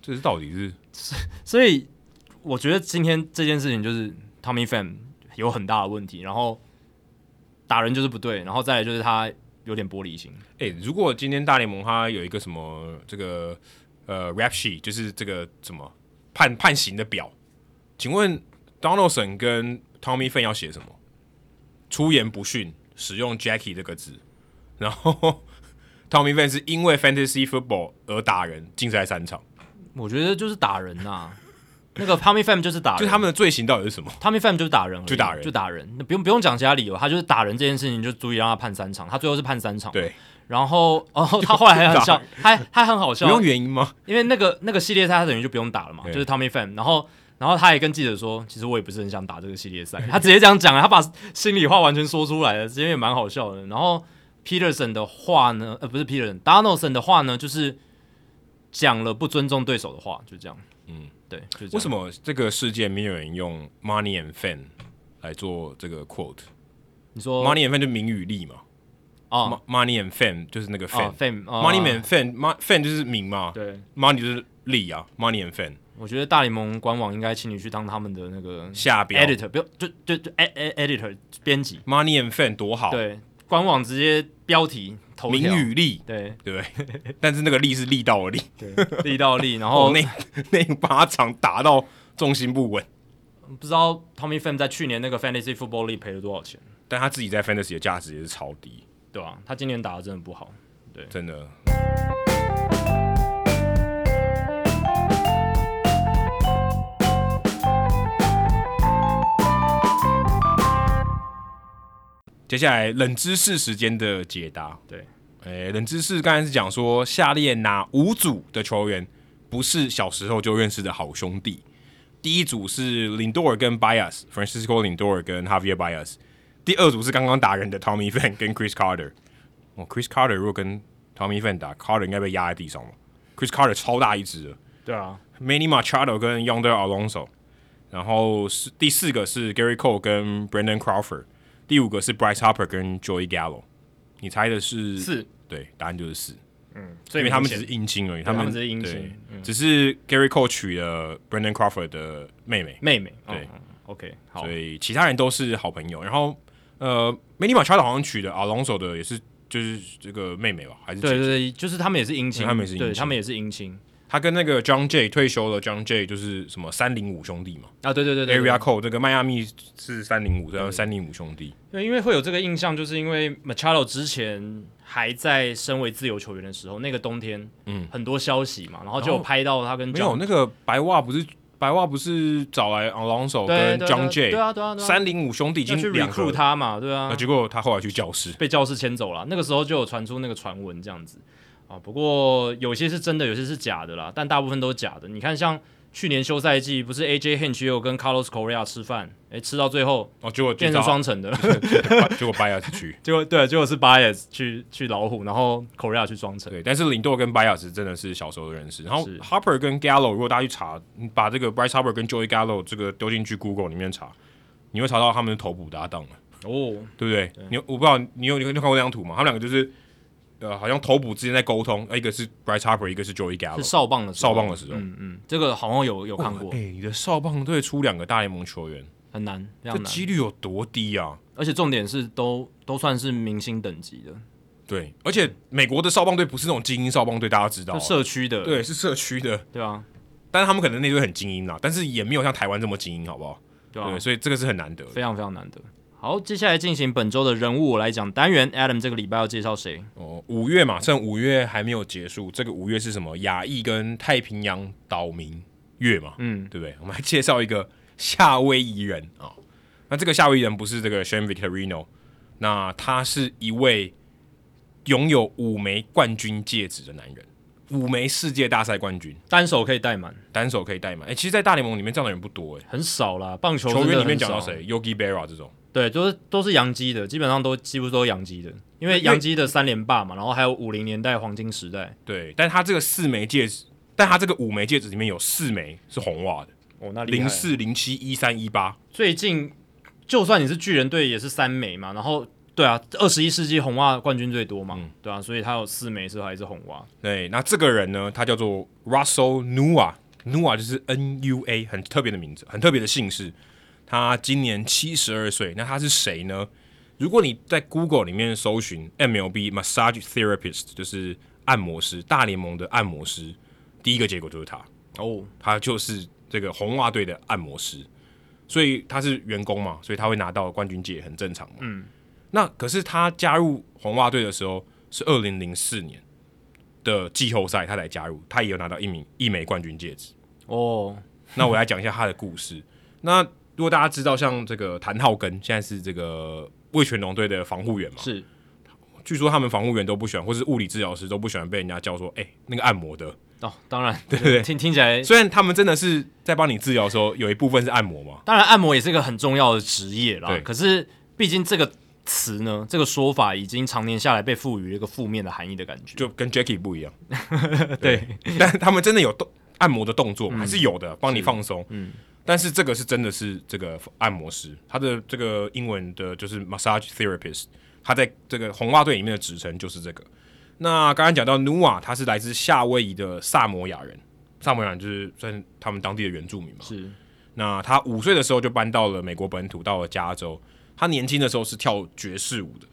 Speaker 1: 这是到底是
Speaker 2: 所以我觉得今天这件事情就是 Tommy Fan 有很大的问题，然后打人就是不对，然后再来就是他有点玻璃心，
Speaker 1: 哎、如果今天大联盟它有一个什么这个呃 rap sheet，就是这个什么判判刑的表，请问 Donaldson 跟 Tommy Fan 要写什么？出言不逊，使用 Jackie 这个字，然后 Tommy Fan 是因为 Fantasy Football 而打人，禁赛三场，
Speaker 2: 我觉得就是打人呐、 那个 Tommy Fan 就是打人，
Speaker 1: 就他们的罪行到底是什么？
Speaker 2: Tommy Pham 就是打人而已，
Speaker 1: 就打人
Speaker 2: 就打人。那不用不用讲其他理由，他就是打人这件事情就足以让他判三场，他最后是判三场。，
Speaker 1: 对，
Speaker 2: 然后 哦，他后来还很笑，他他很好
Speaker 1: 不
Speaker 2: 笑，
Speaker 1: 用原因吗？
Speaker 2: 因为那个那个系列赛他等于就不用打了嘛，
Speaker 1: 对
Speaker 2: 就是 Tommy Pham。然后然后他也跟记者说，其实我也不是很想打这个系列赛，他直接这样讲了，他把心里话完全说出来了，其实也蛮好笑的。然后 Peterson 的话呢，呃，不是 Peterson，Donaldson 的话呢，就是讲了不尊重对手的话，就这样。
Speaker 1: 嗯
Speaker 2: 嗯，对，就这
Speaker 1: 为
Speaker 2: 样
Speaker 1: 什。么这个世界没有人用 money and fan 来做这个 quote？money
Speaker 2: 你说
Speaker 1: and fan 就名与利嘛、
Speaker 2: 哦啊
Speaker 1: m o n e y and fan 就是那个
Speaker 2: 啊
Speaker 1: fan，money、
Speaker 2: ，fame
Speaker 1: and fan mo- fan 就是名嘛
Speaker 2: 对。
Speaker 1: ，money 就是利啊，money and fan
Speaker 2: 我觉得大联盟官网应该请你去当他们的那个
Speaker 1: 下标
Speaker 2: editor，不用就就就 e- e- editor 编辑。
Speaker 1: money and fan 多好，
Speaker 2: 对，官网直接标题头条
Speaker 1: 名，与利，
Speaker 2: 对
Speaker 1: 对不 对？但是那个利是力道的力，
Speaker 2: 对，力到力。然
Speaker 1: 哦
Speaker 2: 后，
Speaker 1: 那那一巴掌打到重心不稳，
Speaker 2: 不知道 Tommy Pham 在去年那个 Fantasy Football League 赔了多少钱，
Speaker 1: 但他自己在 fantasy 的价值也是超低，
Speaker 2: 对吧、他今年打的真的不好。
Speaker 1: 真的。接下来冷知识时间的解答，
Speaker 2: 对，
Speaker 1: 诶、冷知识刚才是讲说，下列哪五组的球员不是小时候就认识的好兄弟？第一组是 Lindor 跟 Bias，Francisco Lindor 跟 Javier Bias。第二组是刚刚打人的 Tommy Fan 跟 Chris Carter。哦，Chris Carter 如果跟 Tommy Fan 打，Carter 应该被压在地上吧？Chris Carter 超大一只的
Speaker 2: 对啊，
Speaker 1: ，Manny Machado 跟 Yonder Alonso。然后是第四个是 Gary Cole 跟 Brandon Crawford，第五个是 Bryce Harper 跟 Joey Gallo。你猜的是
Speaker 2: 四
Speaker 1: 对，答案就是四，
Speaker 2: 嗯，
Speaker 1: 因
Speaker 2: 所以
Speaker 1: 为他们只是姻亲而已，
Speaker 2: 他
Speaker 1: 们
Speaker 2: 们只是姻
Speaker 1: 对
Speaker 2: 亲，嗯
Speaker 1: 只是 Gary Cole 娶了 Brandon Crawford 的妹妹，
Speaker 2: 妹妹，
Speaker 1: 对
Speaker 2: 哦，OK，好
Speaker 1: 所，以其他人都是好朋友。然后呃，梅尼马乔 d 好像娶的 Alonso 的也是就是这个妹妹吧，还是姐
Speaker 2: 对
Speaker 1: 姐
Speaker 2: 对对，就是他们也是姻亲，
Speaker 1: 他们也是姻
Speaker 2: 对
Speaker 1: 亲
Speaker 2: 他们也是姻亲
Speaker 1: 他跟那个 John Jay 退休了，John Jay 就是什么三零五兄弟嘛
Speaker 2: 啊，对对对对对
Speaker 1: ，Area Code 这个迈阿密是三零五，然后三零五兄弟，
Speaker 2: 对，因为会有这个印象，就是因为 Machado 之前还在身为自由球员的时候，那个冬天，
Speaker 1: 嗯，
Speaker 2: 很多消息嘛，然后就
Speaker 1: 然
Speaker 2: 有
Speaker 1: 后
Speaker 2: 拍到他跟
Speaker 1: 没有
Speaker 2: John-
Speaker 1: 那个白袜不是白袜不是找来 Alonso
Speaker 2: 对
Speaker 1: 跟
Speaker 2: 对
Speaker 1: John
Speaker 2: 对
Speaker 1: Jay
Speaker 2: 对啊对啊对啊，
Speaker 1: 三零五兄弟已
Speaker 2: 要去
Speaker 1: 经两个
Speaker 2: recruit 他嘛，对啊
Speaker 1: 那，结果他后来去教室，
Speaker 2: 被教室牵走了，那个时候就有传出那个传闻这样子啊，不过有些是真的，有些是假的啦，但大部分都是假的。你看，像去年休赛季不是 AJ Hinch 也有跟 Carlos Correa 吃饭，诶，吃到最后
Speaker 1: 哦，结果
Speaker 2: 变
Speaker 1: 就
Speaker 2: 成
Speaker 1: 找
Speaker 2: 双城的，
Speaker 1: 结果 Bias 去，
Speaker 2: 结果对，结果是 Bias 去去老虎，然后 Correa 去双城。
Speaker 1: 对，但是领舵跟 Bias 真的是小时候的认识。然后
Speaker 2: 是
Speaker 1: Harper 跟 Gallo，如果大家去查，你把这个 Bryce Harper 跟 Joey Gallo 这个丢进去 Google 里面查，你会查到他们的头部搭档了，
Speaker 2: 哦，
Speaker 1: 对不对？你有我不知道你有你有看过那张图吗？他们两个就是呃，好像头部之间在沟通，呃一个是 Bryce Harper，一个是 Joey
Speaker 2: 是
Speaker 1: Gallo。
Speaker 2: 少棒的时候
Speaker 1: 少棒的时候
Speaker 2: 嗯嗯，这个好像有有看过
Speaker 1: 哎、，你的少棒队出两个大联盟球员，
Speaker 2: 很难，非
Speaker 1: 这
Speaker 2: 常难，
Speaker 1: 几率有多低啊？
Speaker 2: 而且重点是都都算是明星等级的，
Speaker 1: 对，而且美国的少棒队不是那种精英少棒队，大家知道啊
Speaker 2: 就，社区的，
Speaker 1: 对，是社区的，
Speaker 2: 对啊，
Speaker 1: 但是他们可能那队很精英啦，但是也没有像台湾这么精英，好不好？
Speaker 2: 对啊
Speaker 1: 对，，所以这个是很难得的。
Speaker 2: 非常非常难得。好，接下来进行本周的人物我来讲单元，Adam 这个礼拜要介绍谁？
Speaker 1: 哦，五月嘛，趁五月还没有结束，这个五月是什么？亚裔跟太平洋岛民月嘛，
Speaker 2: 嗯，
Speaker 1: 对不对？我们还介绍一个夏威夷人啊、哦那这个夏威夷人不是这个 Shane Victorino，那他是一位拥有五枚冠军戒指的男人，五枚世界大赛冠军，
Speaker 2: 单手可以带满，
Speaker 1: 单手可以带满。哎，其实，在大联盟里面这样的人不多哎。
Speaker 2: 很少啦。棒球
Speaker 1: 球
Speaker 2: 真
Speaker 1: 员
Speaker 2: 的
Speaker 1: 里面
Speaker 2: 很
Speaker 1: 讲到
Speaker 2: 少？
Speaker 1: 谁？Yogi Berra 这种，
Speaker 2: 对，就是都是洋基的，基本上都几乎都是洋基的，因为洋基的三连霸嘛，然后还有五零年代黄金时代。
Speaker 1: 对，但他这个四枚戒指，但他这个五枚戒指里面有四枚是红袜的。
Speaker 2: 哦，那厉害
Speaker 1: 零四、零七、一三、一八，
Speaker 2: 最近就算你是巨人队也是三枚嘛，然后对啊，二十一世纪红袜冠军最多嘛，对啊，所以他有四枚是还是红袜，
Speaker 1: 对，那这个人呢，他叫做 Russell Nua，Nua 就是 N U A，很特别的名字，很特别的姓氏。他今年七十二岁，那他是谁呢？如果你在 Google 里面搜寻 MLB massage therapist，就是按摩师，大联盟的按摩师，第一个结果就是他，
Speaker 2: 哦，
Speaker 1: 他就是这个红袜队的按摩师，所以他是员工嘛，所以他会拿到冠军戒，很正常嘛。
Speaker 2: 嗯，
Speaker 1: 那可是他加入红袜队的时候是二零零四年的季后赛，他才加入，他也有拿到一名一枚冠军戒指。
Speaker 2: 哦，
Speaker 1: 那我来讲一下他的故事。 那如果大家知道，像这个谭浩根现在是这个魏全龙队的防护员嘛，
Speaker 2: 是
Speaker 1: 据说他们防护员都不喜欢，或是物理治疗师都不喜欢被人家叫说，哎、那个按摩的。
Speaker 2: 哦，当然，
Speaker 1: 对对
Speaker 2: 听听起来，
Speaker 1: 虽然他们真的是在帮你治疗的时候，有一部分是按摩嘛，
Speaker 2: 当然按摩也是一个很重要的职业啦
Speaker 1: 对，
Speaker 2: 可是毕竟这个词呢，这个说法已经常年下来被赋予一个负面的含义的感觉，
Speaker 1: 就跟 Jackie 不 一样。对，但他们真的有动按摩的动作嘛，还是有的，帮你放松。嗯，但是这个是真的是这个按摩师，他的这个英文的就是 massage therapist，他在这个红袜队里面的职称就是这个。那刚刚讲到 Nua，他是来自夏威夷的萨摩亚人，萨摩亚人就是算是他们当地的原住民嘛。
Speaker 2: 是
Speaker 1: 那他五岁的时候就搬到了美国本土，到了加州。他年轻的时候是跳爵士舞的，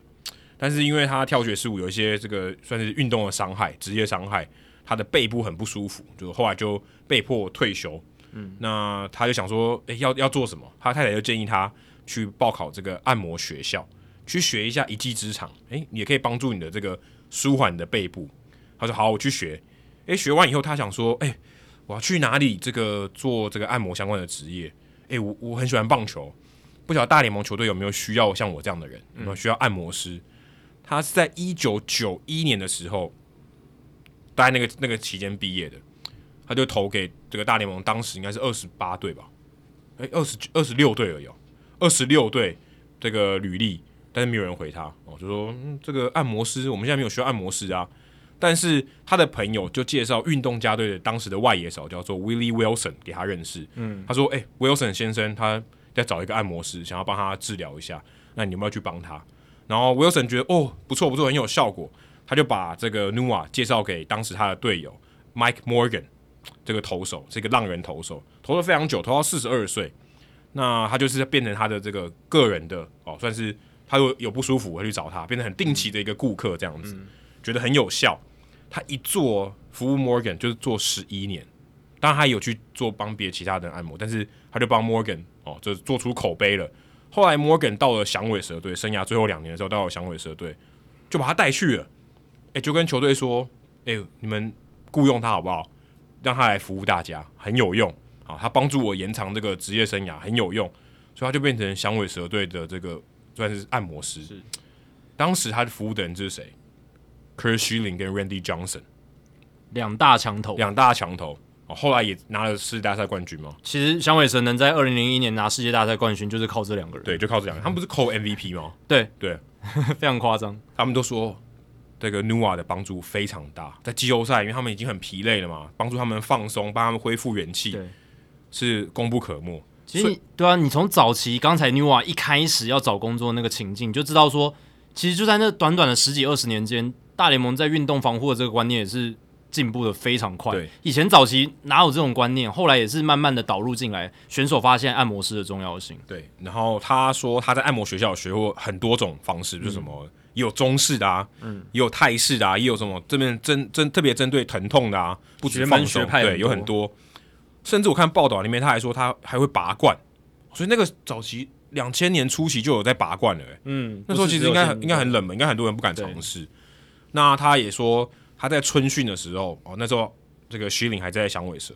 Speaker 1: 但是因为他跳爵士舞有一些这个算是运动的伤害，职业伤害，他的背部很不舒服，就后来就被迫退休。嗯，那他就想说，诶，要要做什么？他太太就建议他去报考这个按摩学校，去学一下一技之长，诶，也可以帮助你的这个舒缓你的背部。他说好，我去学。诶，学完以后，他想说，诶。我要去哪里这个做这个按摩相关的职业？诶、我我很喜欢棒球，不晓得大联盟球队有没有需要像我这样的人，有没有需要按摩师？他是在一九九一年的时候，大概那个那个期间毕业的，他就投给这个大联盟，当时应该是二十八队吧，诶、2二十二十六队而已、哦，二十六队这个履历，但是没有人回他，哦，就说、嗯、这个按摩师，我们现在没有需要按摩师啊，但是他的朋友就介绍运动家队的当时的外野手叫做 Willie Wilson 给他认识。嗯，他说：“哎、w i l s o n 先生，他在找一个按摩师，想要帮他治疗一下，那你有没有去帮他？”然后 Wilson 觉得哦，不错不错，很有效果。他就把这个 Nua 介绍给当时他的队友 Mike Morgan 这个投手，是一个浪人投手，投了非常久，投到四十二岁。那他就是变成他的这个个人的哦，算是他如果有不舒服，我会去找他，变成很定期的一个顾客这样子，觉得很有效。他一做服务 Morgan 就是做十一年，当然他有去做帮别的其他人按摩，但是他就帮 Morgan 哦，就是做出口碑了。后来 Morgan 到了响尾蛇队，生涯最后两年的时候到了响尾蛇队，就把他带去了，哎，就跟球队说，哎，你们雇佣他好不好？让他来服务大家，很有用。啊，他帮助我延长这个职业生涯，很有用，所以他就变成响尾蛇队的这个算是按摩师。当时他的服务的人就是谁？Kurt Schilling 跟 Randy Johnson
Speaker 2: 两大强头。
Speaker 1: 两大强头、哦，后来也拿了世界大赛冠军嘛。
Speaker 2: 其实响尾蛇能在二零零一年拿世界大赛冠军，就是靠这两个人。
Speaker 1: 对，就靠这两个，他们不是扣 MVP 吗？
Speaker 2: 对
Speaker 1: 对，
Speaker 2: 非常夸张。
Speaker 1: 他们都说这个 Nua 的帮助非常大，在季后赛，因为他们已经很疲累了嘛，帮助他们放松，帮他们恢复元气，
Speaker 2: 对，
Speaker 1: 是功不可没。
Speaker 2: 其实你对啊，你从早期刚才 Newa 一开始要找工作那个情境，你就知道说，其实就在那短短的十几二十年间，大联盟在运动防护的这个观念也是进步的非常快
Speaker 1: 对。
Speaker 2: 以前早期哪有这种观念，后来也是慢慢的导入进来，选手发现按摩师的重要
Speaker 3: 嗯
Speaker 2: 性。
Speaker 1: 对，然后他说他在按摩学校有学过很多种方式，就是什么、
Speaker 3: 嗯
Speaker 1: 也有中式的啊，嗯，也有泰式的啊，也有什么这边针针特别针对疼痛的啊，不只是
Speaker 3: 学门
Speaker 1: 放松
Speaker 3: 学派
Speaker 1: 对，
Speaker 3: 很
Speaker 1: 有很多，甚至我看报道里面他还说他还会拔罐，所以那个早期两千年初期就有在拔罐了、欸，
Speaker 3: 嗯，
Speaker 1: 那时候其实应该
Speaker 3: 不是只有
Speaker 1: 很应该很冷门，应该很多人不敢尝试。那他也说，他在春训的时候，哦，那时候这个徐岭还在响尾蛇，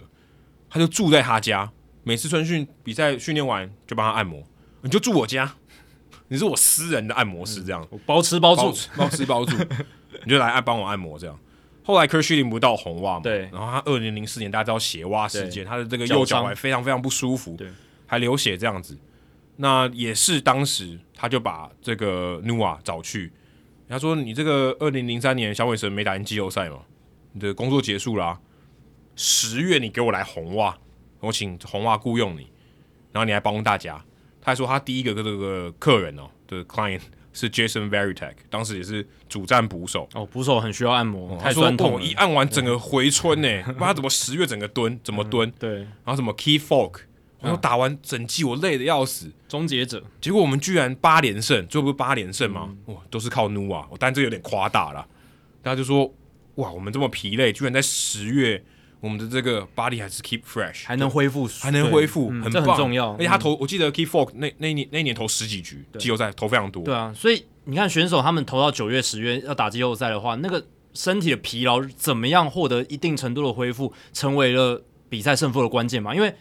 Speaker 1: 他就住在他家，每次春训比赛训练完就帮他按摩，你就住我家，你是我私人的按摩师这样。
Speaker 3: 我包吃嗯包
Speaker 1: 包
Speaker 3: 住，
Speaker 1: 包吃包住， 你就来按帮我按摩这样。后来 Kerr 林不到红袜嘛，
Speaker 3: 对
Speaker 1: 然后他二零零四年大家知道血袜事件，他的这个右
Speaker 3: 脚
Speaker 1: 脚
Speaker 3: 伤
Speaker 1: 踝非常非常不舒服，
Speaker 3: 对，
Speaker 1: 还流血这样子。那也是当时他就把这个 Nua 找去，他说：“你这个二零零三年小尾蛇没打进季后赛嘛，你的工作结束啦、十月你给我来红袜，我请红袜雇佣你，然后你来帮大家。”他还说他第一个这个客人哦，的 client 是 Jason Veritek，当时也是主战捕手。
Speaker 2: 哦，捕手很需要按摩，
Speaker 1: 他
Speaker 2: 太
Speaker 1: 哦说
Speaker 2: 酸：“痛
Speaker 1: 我
Speaker 2: 了。
Speaker 1: 一按完整个回春呢、 不知道他怎么十月整个蹲，怎么蹲，
Speaker 3: 对，
Speaker 1: 然后什么 Key Folk，我
Speaker 2: 嗯
Speaker 1: 说打完整季我累的要死，
Speaker 3: 终结者
Speaker 1: 结果我们居然八连胜，最后不是八连胜吗？
Speaker 2: 嗯
Speaker 1: 哇，都是靠 Nu 啊！我当然这有点夸大了，大家就说哇，我们这么疲累，居然在十月，我们的这个 body 还是 keep fresh，
Speaker 2: 还能恢复，
Speaker 1: 还能恢复，
Speaker 2: 嗯
Speaker 1: 很
Speaker 2: 这
Speaker 1: 棒，
Speaker 2: 很重要
Speaker 1: 而且他投，我记得 Key Folk 那那一年那一年投十几局季后赛，投非常多。
Speaker 2: 对啊，所以你看选手他们投到九月、十月要打季后赛的话，那个身体的疲劳怎么样获得一定程度的恢复，成为了比赛胜负的关键嘛？因为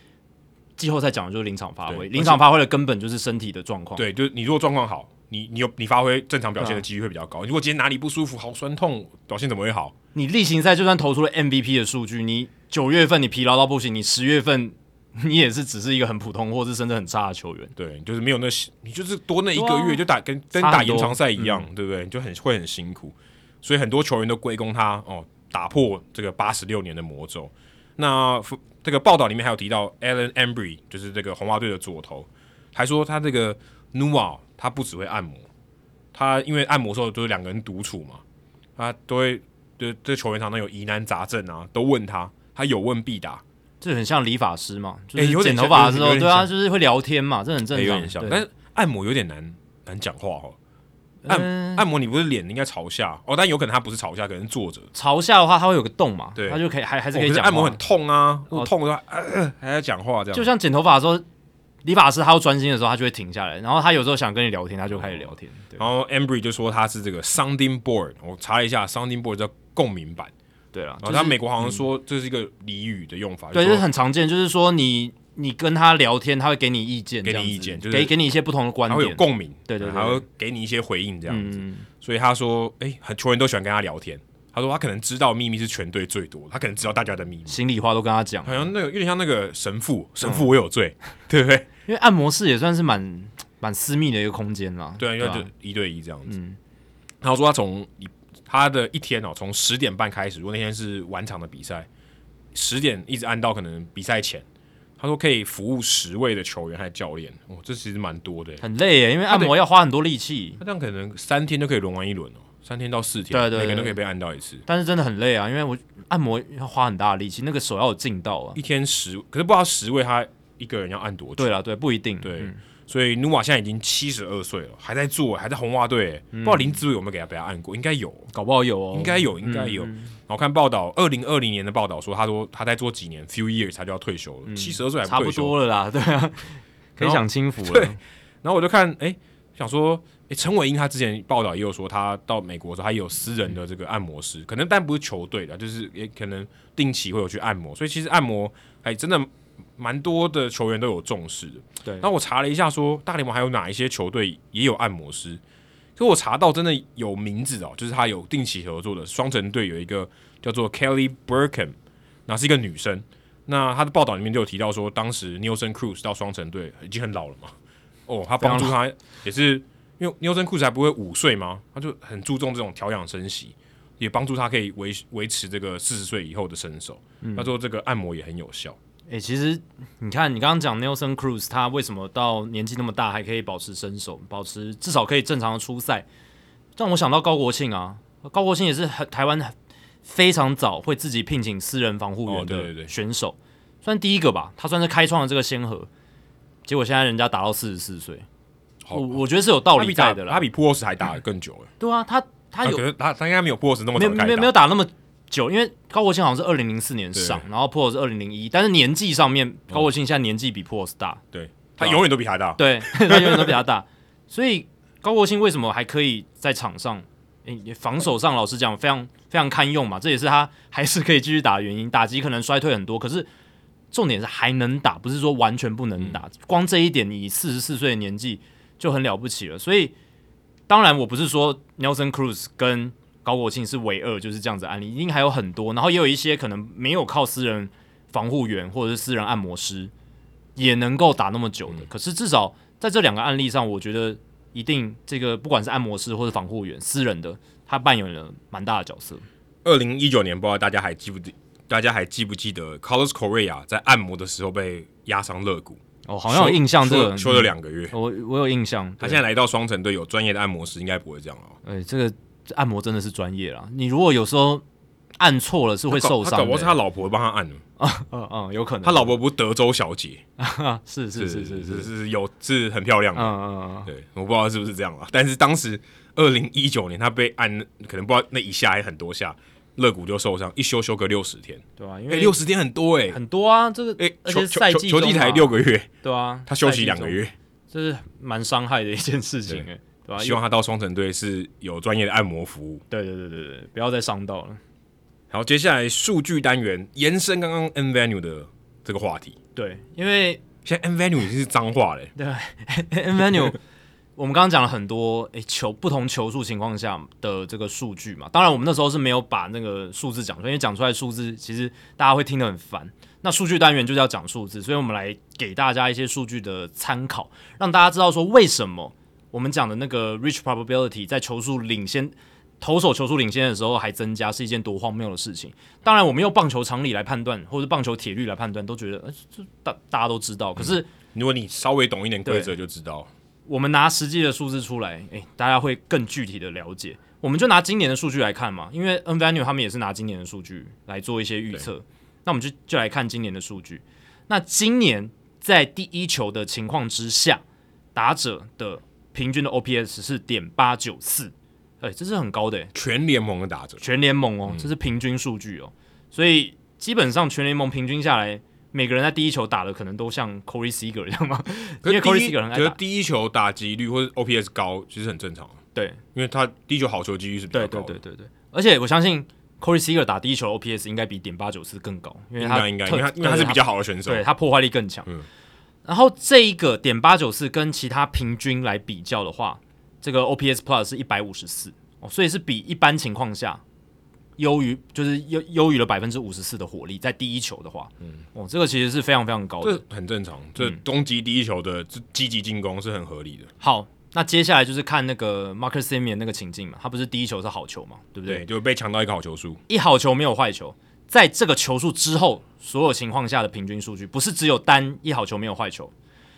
Speaker 2: 季后赛讲的就是临场发
Speaker 1: 对
Speaker 2: 挥，临场发挥的根本就是身体的状况。，
Speaker 1: 对，就是你如果状况好，你你有你发挥正常表
Speaker 2: 啊
Speaker 1: 现的几率会比较高。你如果今天哪里不舒服，好酸痛，表现怎么会好？
Speaker 2: 你例行赛就算投出了 MVP 的数据，你九月份你疲劳到不行，你十月份 你也是只是一个很普通或是甚至很差的球员。
Speaker 1: 对，你就是没有那，你就是多那一
Speaker 2: 对
Speaker 1: 个
Speaker 2: 啊
Speaker 1: 月就打跟跟
Speaker 2: 差很
Speaker 1: 打延
Speaker 2: 多嗯
Speaker 1: 长赛一样，对不对？你就很会很辛苦，所以很多球员都归功他哦，打破这个八十六年的魔咒。那这个报道里面还有提到 Alan Embry，就是这个红袜队的左投，还说他这个 Nua 他不只会按摩，他因为按摩的时候都是两个人独处嘛，他都会就这球员常常有疑难杂症啊，都问他，他有问必答，
Speaker 2: 这很像理发师嘛，就
Speaker 1: 哎
Speaker 2: 是
Speaker 1: 有点
Speaker 2: 剪
Speaker 1: 像
Speaker 2: 头发的时
Speaker 1: 有
Speaker 2: 候，
Speaker 1: 点
Speaker 2: 对啊，
Speaker 1: 像
Speaker 2: 就是会聊天嘛，这很正
Speaker 1: 欸
Speaker 2: 常。
Speaker 1: 有点像，
Speaker 2: 对
Speaker 1: 但是按摩有点难难讲话哦。按、
Speaker 2: 嗯
Speaker 1: 按摩你不是脸应该朝下哦，但有可能他不是朝下，可能是坐着。
Speaker 2: 朝下的话，它会有个洞嘛，
Speaker 1: 对
Speaker 2: 它就可以还还是
Speaker 1: 哦
Speaker 2: 可以
Speaker 1: 可
Speaker 2: 讲话。
Speaker 1: 按摩很痛啊，如果
Speaker 2: 哦
Speaker 1: 痛的话、呃呃还在讲话这样。
Speaker 2: 就像剪头发的时候，理发师他要专心的时候，他就会停下来，然后他有时候想跟你聊天，他就开始聊天。对
Speaker 1: 然后 Embry 就说他是这个 sounding board，我查了一下，sounding board 叫共鸣板。
Speaker 2: 对了，
Speaker 1: 然后
Speaker 2: 就啊是
Speaker 1: 哦
Speaker 2: 嗯
Speaker 1: 他美国好像说这是一个俚语的用法，
Speaker 2: 对，就
Speaker 1: 说
Speaker 2: 是很常见，就是说你你跟他聊天，他会给你意见，
Speaker 1: 给你
Speaker 2: 这样子
Speaker 1: 意见就是
Speaker 2: 给给你一些不同的观
Speaker 1: 他会有
Speaker 2: 点。
Speaker 1: 共鸣，
Speaker 2: 对对对
Speaker 1: 还会给你一些回应这样子。
Speaker 2: 嗯，
Speaker 1: 所以他说，哎、很球员都喜欢跟他聊天。他说他可能知道秘密是全队最多的，他可能知道大家的秘密。
Speaker 2: 心里话都跟他讲，
Speaker 1: 好像那个有点像那个神父，
Speaker 2: 嗯
Speaker 1: 神父我有 罪，对不对？
Speaker 2: 因为按摩室也算是蛮蛮私密的一个空间啦。
Speaker 1: 对啊，因为
Speaker 2: 吧
Speaker 1: 就一对一这样子。
Speaker 2: 嗯
Speaker 1: 然后说他从一他的一天哦，从十点半开始，如果那天是晚场的比赛，十点一直按到可能比赛前。他说可以服务十位的球员还有教练，哦，这其实蛮多的耶。
Speaker 2: 很累耶，因为按摩要花很多力气。
Speaker 1: 那这样可能三天就可以轮完一轮哦。三天到四天，
Speaker 2: 对对啊
Speaker 1: 每个人都
Speaker 2: 对
Speaker 1: 可以被按到一次，
Speaker 2: 但是真的很累啊，因为我按摩要花很大的力气，那个手要有劲道啊。
Speaker 1: 一天十，可是不知道十位他一个人要按多久。
Speaker 2: 对了，对，不一定。
Speaker 1: 对
Speaker 2: 嗯
Speaker 1: 所以努瓦现在已经七十二岁了，还在做，还在红袜队，
Speaker 2: 嗯
Speaker 1: 不知道林志伟有没有给他被他按过，应该有，
Speaker 2: 搞不好有哦，
Speaker 1: 应该有，应该有。
Speaker 2: 嗯
Speaker 1: 然后看报道，二零二零年的报道说，他说他再做几年，few years 他就要退休了，七十二岁还
Speaker 2: 嗯差不
Speaker 1: 退休。
Speaker 2: 多了啦，对啊，可以享清福了。
Speaker 1: 然后我就看，哎、想说，哎、陈伟英他之前报道也有说，他到美国的时候，他也有私人的这个按摩师，可能但不是球队的，就是也可能定期会有去按摩，所以其实按摩，哎、真的蛮多的球员都有重视的。
Speaker 2: 对
Speaker 1: 那我查了一下说大联盟还有哪一些球队也有按摩师，可我查到真的有名字哦，就是他有定期合作的，双城队有一个叫做 Kelly Burkham，那是一个女生。那她的报道里面就有提到说，当时 Nelson Cruz 到双城队已经很老了嘛，哦，他帮助他也是因为 Nelson Cruz 还不会五岁吗？他就很注重这种调养生息，也帮助他可以维维持这个四十岁以后的身手。
Speaker 2: 嗯
Speaker 1: 他说这个按摩也很有效。
Speaker 2: 哎、其实你看，你刚刚讲 Nelson Cruz，他为什么到年纪那么大还可以保持身手，保持至少可以正常的出赛？让我想到高国庆啊，高国庆也是很台湾非常早会自己聘请私人防护
Speaker 1: 哦
Speaker 2: 员
Speaker 1: 对对对
Speaker 2: 的选手，算第一个吧，他算是开创了这个先河。结果现在人家打到四十四岁，
Speaker 1: 好
Speaker 2: 我我觉得是有道
Speaker 1: 他
Speaker 2: 理
Speaker 1: 比
Speaker 2: 在
Speaker 1: 打
Speaker 2: 的
Speaker 1: 他
Speaker 2: 啦。
Speaker 1: 比 p o s 还打得更久了。
Speaker 2: 对啊，他他有
Speaker 1: 可是他他应该没有 p o s 那么
Speaker 2: 没
Speaker 1: 早开
Speaker 2: 有
Speaker 1: 打
Speaker 2: 没有没有打那么久，因为高国庆好像是二零零四年上，
Speaker 1: 对嗯
Speaker 2: 然后 p o s 是二零零一，但是年纪上面高国庆现在年纪比 p o s 大，
Speaker 1: 对他永远都比他大。
Speaker 2: 对， 他永远都比他大。所以高国庆为什么还可以在场上，诶、防守上老实讲非常非常堪用嘛，这也是他 还是可以继续打的原因。打击可能衰退很多，可是重点是还能打，不是说完全不能打。光这一点，以四十四岁的年纪就很了不起了。所以当然，我不是说 Nelson Cruz 跟高国庆是唯二就是这样子的案例，一定还有很多。然后也有一些可能没有靠私人防护员或者是私人按摩师也能够打那么久的。可是至少在这两个案例上，我觉得一定这个不管是按摩师或者防护员，私人的他扮演了蛮大的角色。
Speaker 1: 二零一九年，不知道大家还记不记？大家还记不记得 Carlos Correa 在按摩的时候被压伤肋骨，
Speaker 2: 哦，好像有印象这
Speaker 1: 休
Speaker 2: 个，嗯
Speaker 1: 休了两个月。
Speaker 2: 我我有印象。
Speaker 1: 他
Speaker 2: 对
Speaker 1: 现在来到双城队，有专业的按摩师，应该不会这样哦。
Speaker 2: 哎、这个按摩真的是专业啦。你如果有时候按错了，是会受
Speaker 1: 他搞
Speaker 2: 伤
Speaker 1: 不好是
Speaker 2: 的、
Speaker 1: 他老婆帮他按的。
Speaker 2: 嗯嗯，有可能。
Speaker 1: 他老婆不是德州小姐，
Speaker 2: 啊，是是是是
Speaker 1: 是
Speaker 2: 是，
Speaker 1: 是有是很漂亮
Speaker 2: 嗯
Speaker 1: 的。
Speaker 2: 嗯嗯
Speaker 1: 对，我不知道是不是这样啊。但是当时二零一九年他被按，可能不知道那一下还很多下，肋骨就受伤，一休休个六十天，
Speaker 3: 对啊，因
Speaker 1: 哎，
Speaker 3: 为
Speaker 1: 六十天很多哎，
Speaker 3: 很多啊，这个
Speaker 1: 哎，
Speaker 3: 而
Speaker 1: 球
Speaker 3: 且
Speaker 1: 球
Speaker 3: 赛
Speaker 1: 球
Speaker 3: 季
Speaker 1: 球季
Speaker 3: 中
Speaker 1: 才
Speaker 3: 嘛
Speaker 1: 六个月，
Speaker 3: 对啊，
Speaker 1: 他休
Speaker 3: 赛
Speaker 1: 息
Speaker 3: 季
Speaker 1: 两个
Speaker 3: 中，
Speaker 1: 月，
Speaker 3: 这是蛮伤害的一件事情哎、
Speaker 2: 啊
Speaker 3: 对吧、
Speaker 1: 希望他到双城队是有专业的按摩服务。
Speaker 3: 对对对对对，不要再伤到了。
Speaker 1: 好，接下来数据单元延伸刚刚 N Venue 的这个话题，
Speaker 3: 对，因为
Speaker 1: 现在 N Venue 已经是脏话嘞，
Speaker 2: m v e n u 我们刚刚讲了很多诶、球不同球速情况下的这个数据嘛，当然我们那时候是没有把那个数字讲出来，因为讲出来数字其实大家会听得很烦。那数据单元就是要讲数字，所以我们来给大家一些数据的参考，让大家知道说为什么我们讲的那个 reach probability 在球速领先。投手球速领先的时候还增加是一件多荒谬的事情。当然，我们用棒球常理来判断，或者棒球铁律来判断，都觉得呃这这大大家都知道。可是
Speaker 1: 如果你稍微懂一点规则就知道，
Speaker 2: 我们拿实际的数字出来，诶、大家会更具体的了解。我们就拿今年的数据来看嘛，因为 N Venue 他们也是拿今年的数据来做一些预测。那我们就就来看今年的数据。那今年在第一球的情况之下，打者的平均的 OPS 是点八九四，哎，这是很高的、诶
Speaker 1: 全联盟的打者
Speaker 2: 全联盟
Speaker 1: 嗯
Speaker 2: 哦，这是平均数据哦，所以基本上全联盟平均下来，每个人在第一球打的可能都像 Corey Seager 一样嘛，因为
Speaker 1: 可
Speaker 2: Corey
Speaker 1: 是第一
Speaker 2: Seager 很爱
Speaker 1: 可是
Speaker 2: 打，
Speaker 1: 第一球打击率或者 OPS 高，其实很正常啊，
Speaker 2: 对
Speaker 1: 因为他第一球好球几率是比较
Speaker 2: 对
Speaker 1: 高
Speaker 2: 对
Speaker 1: 的。
Speaker 2: 对对对，而且我相信 Corey Seager 打第一球的 OPS 应该比点八九四更高，因为
Speaker 1: 应
Speaker 2: 他
Speaker 1: 该应该，因
Speaker 2: 特
Speaker 1: 为他因为他是比较好的选手，
Speaker 2: 对他破坏力更强。
Speaker 1: 嗯
Speaker 2: 然后这一个点八九四跟其他平均来比较的话，这个 OPS Plus 是一百五十四哦，所以是比一般情况下优于，就是优优于了百分之五十四的火力，在第一球的话，嗯，哦，这个其实是非常非常高的。
Speaker 1: 这很正常。这
Speaker 2: 嗯
Speaker 1: 攻击第一球的这积极进攻是很合理的。
Speaker 2: 好，那接下来就是看那个 Marcus Simeon 那个情境嘛，他不是第一球是好球嘛，对不对？
Speaker 1: 对，就被抢到一个好球数，
Speaker 2: 一好球没有坏球，在这个球数之后，所有情况下的平均数据不是只 oh 有单一好球没有坏球，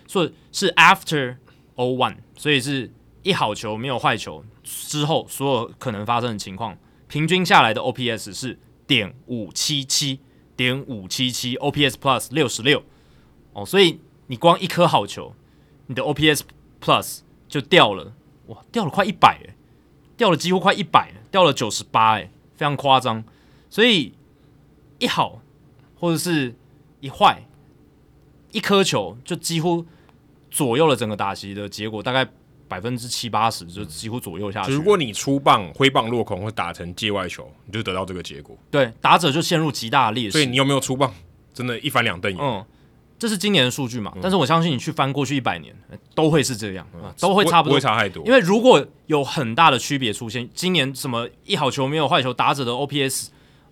Speaker 2: 所以是 after o one，所以是一好球没有坏球之后，所有可能发生的情况，平均下来的 OPS 是点五七七点五七七 OPS Plus 六十六哦，所以你光一颗好球，你的 OPS Plus 就掉了，哇，掉了快一百哎，掉了几乎快一百，欸掉了九十八哎，非常夸张。所以一好或者是一坏，一颗球就几乎左右了整个打席的结果，大概百分之七八十就几乎左右下去
Speaker 1: 就
Speaker 2: 了。
Speaker 1: 如果你出棒挥棒落空或打成界外球，你就得到这个结果。
Speaker 2: 对打者就陷入极大的劣势，
Speaker 1: 所以你有没有出棒，真的，一翻两瞪眼。
Speaker 2: 嗯，这是今年的数据
Speaker 1: 嗯
Speaker 2: 嘛？但是我相信你去翻过去一百年，呃都会是这样，啊都会差不
Speaker 1: 不
Speaker 2: 多
Speaker 1: 会。差太多。
Speaker 2: 因为如果有很大的区别出现，今年什么一好球没有坏球，打者的 OPS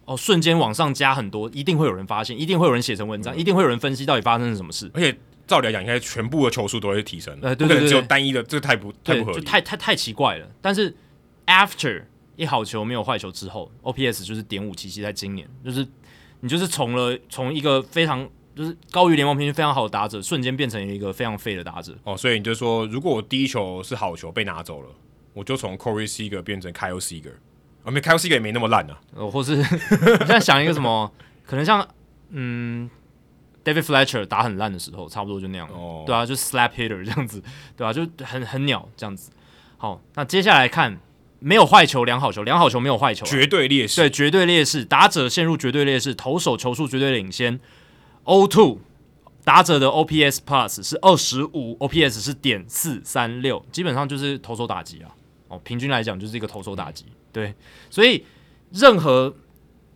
Speaker 2: 哦瞬间往上加很多，一定会有人发现，一定会有人写成文
Speaker 1: 嗯
Speaker 2: 章，一定会有人分析到底发生了什么事。
Speaker 1: 而且照理来讲，应该全部的球数都会提升，
Speaker 2: 呃对对
Speaker 1: 不可能只有
Speaker 2: 对对
Speaker 1: 单一的，这个太不太
Speaker 2: 对
Speaker 1: 不合，
Speaker 2: 就
Speaker 1: 理。
Speaker 2: 太太太奇怪了。但是 after 一好球没有坏球之后，OPS 就是点五七七，在今年就是你就是从了从一个非常就是高于联盟平均非常好的打者，瞬间变成一个非常废的打者。
Speaker 1: 哦，所以你就说，如果我第一球是好球被拿走了，我就从 Corey Seager 变成 Kyle Seager。啊，没 Kyle Seager 也没那么烂啊。
Speaker 2: 呃，或是你现在想一个什么，可能像嗯，David Fletcher 打很烂的时候，差不多就那样，
Speaker 1: 哦
Speaker 2: 对啊，就 slap hitter 这样子，对啊，就很很鸟这样子。好，那接下来看没有坏球，两好球，两好球没有坏球啊、
Speaker 1: 绝对劣势。
Speaker 2: 对绝对劣势，打者陷入绝对劣势，投手球数绝对领先。O two 打者的 OPS Plus 是二十五，OPS 是点四三六，基本上就是投手打击啊。哦，平均来讲就是一个投手打击。对，所以任何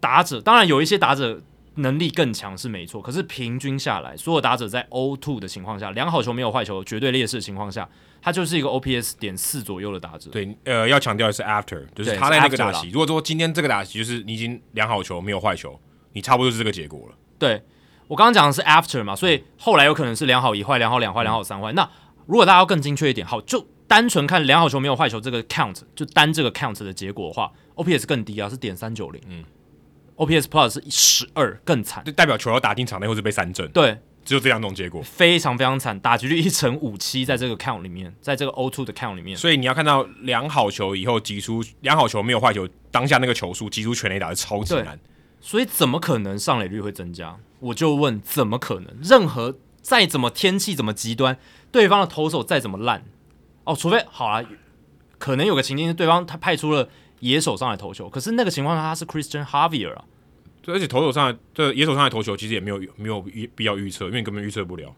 Speaker 2: 打者，当然有一些打者能力更强是没错，可是平均下来，所有打者在 O two 的情况下，两好球没有坏球，绝对劣势的情况下，他就是一个 OPS 点四左右的打者。
Speaker 1: 对，呃，要强调的是 after，就是
Speaker 2: 对
Speaker 1: 他在那个
Speaker 2: 是 after
Speaker 1: 打
Speaker 2: 啦
Speaker 1: 席。如果说今天这个打席就是你已经两好球没有坏球，你差不多就是这个结果了。
Speaker 2: 对我刚刚讲的是 after 嘛，所以后来有可能是两好一坏、两好两坏、两好三坏。那如果大家要更精确一点，好，就单纯看两好球没有坏球这个 count，就单这个 count 的结果的话，OPS 更低啊，是点三九零，嗯，OPS Plus 是十二，更惨，
Speaker 1: 就代表球要打进场内或是被三振，
Speaker 2: 对，
Speaker 1: 只有这两种结果。
Speaker 2: 非常非常惨，打击率一乘五七，在这个 count 里面，在这个 O two 的 count 里面，
Speaker 1: 所以你要看到两好球以后击出两好球没有坏球，当下那个球数击出全垒打是超级
Speaker 2: 对
Speaker 1: 难。
Speaker 2: 所以怎么可能上垒率会增加？我就问，怎么可能？任何再怎么天气怎么极端，对方的投手再怎么烂，哦，除非好啦，可能有个情境是对方他派出了野手上来投球，可是那个情况下他是 Christian Javier 啊，
Speaker 1: 对，而且投手上来，这野手上来投球，其实也没有没有预必要预测，因为你根本预测不了。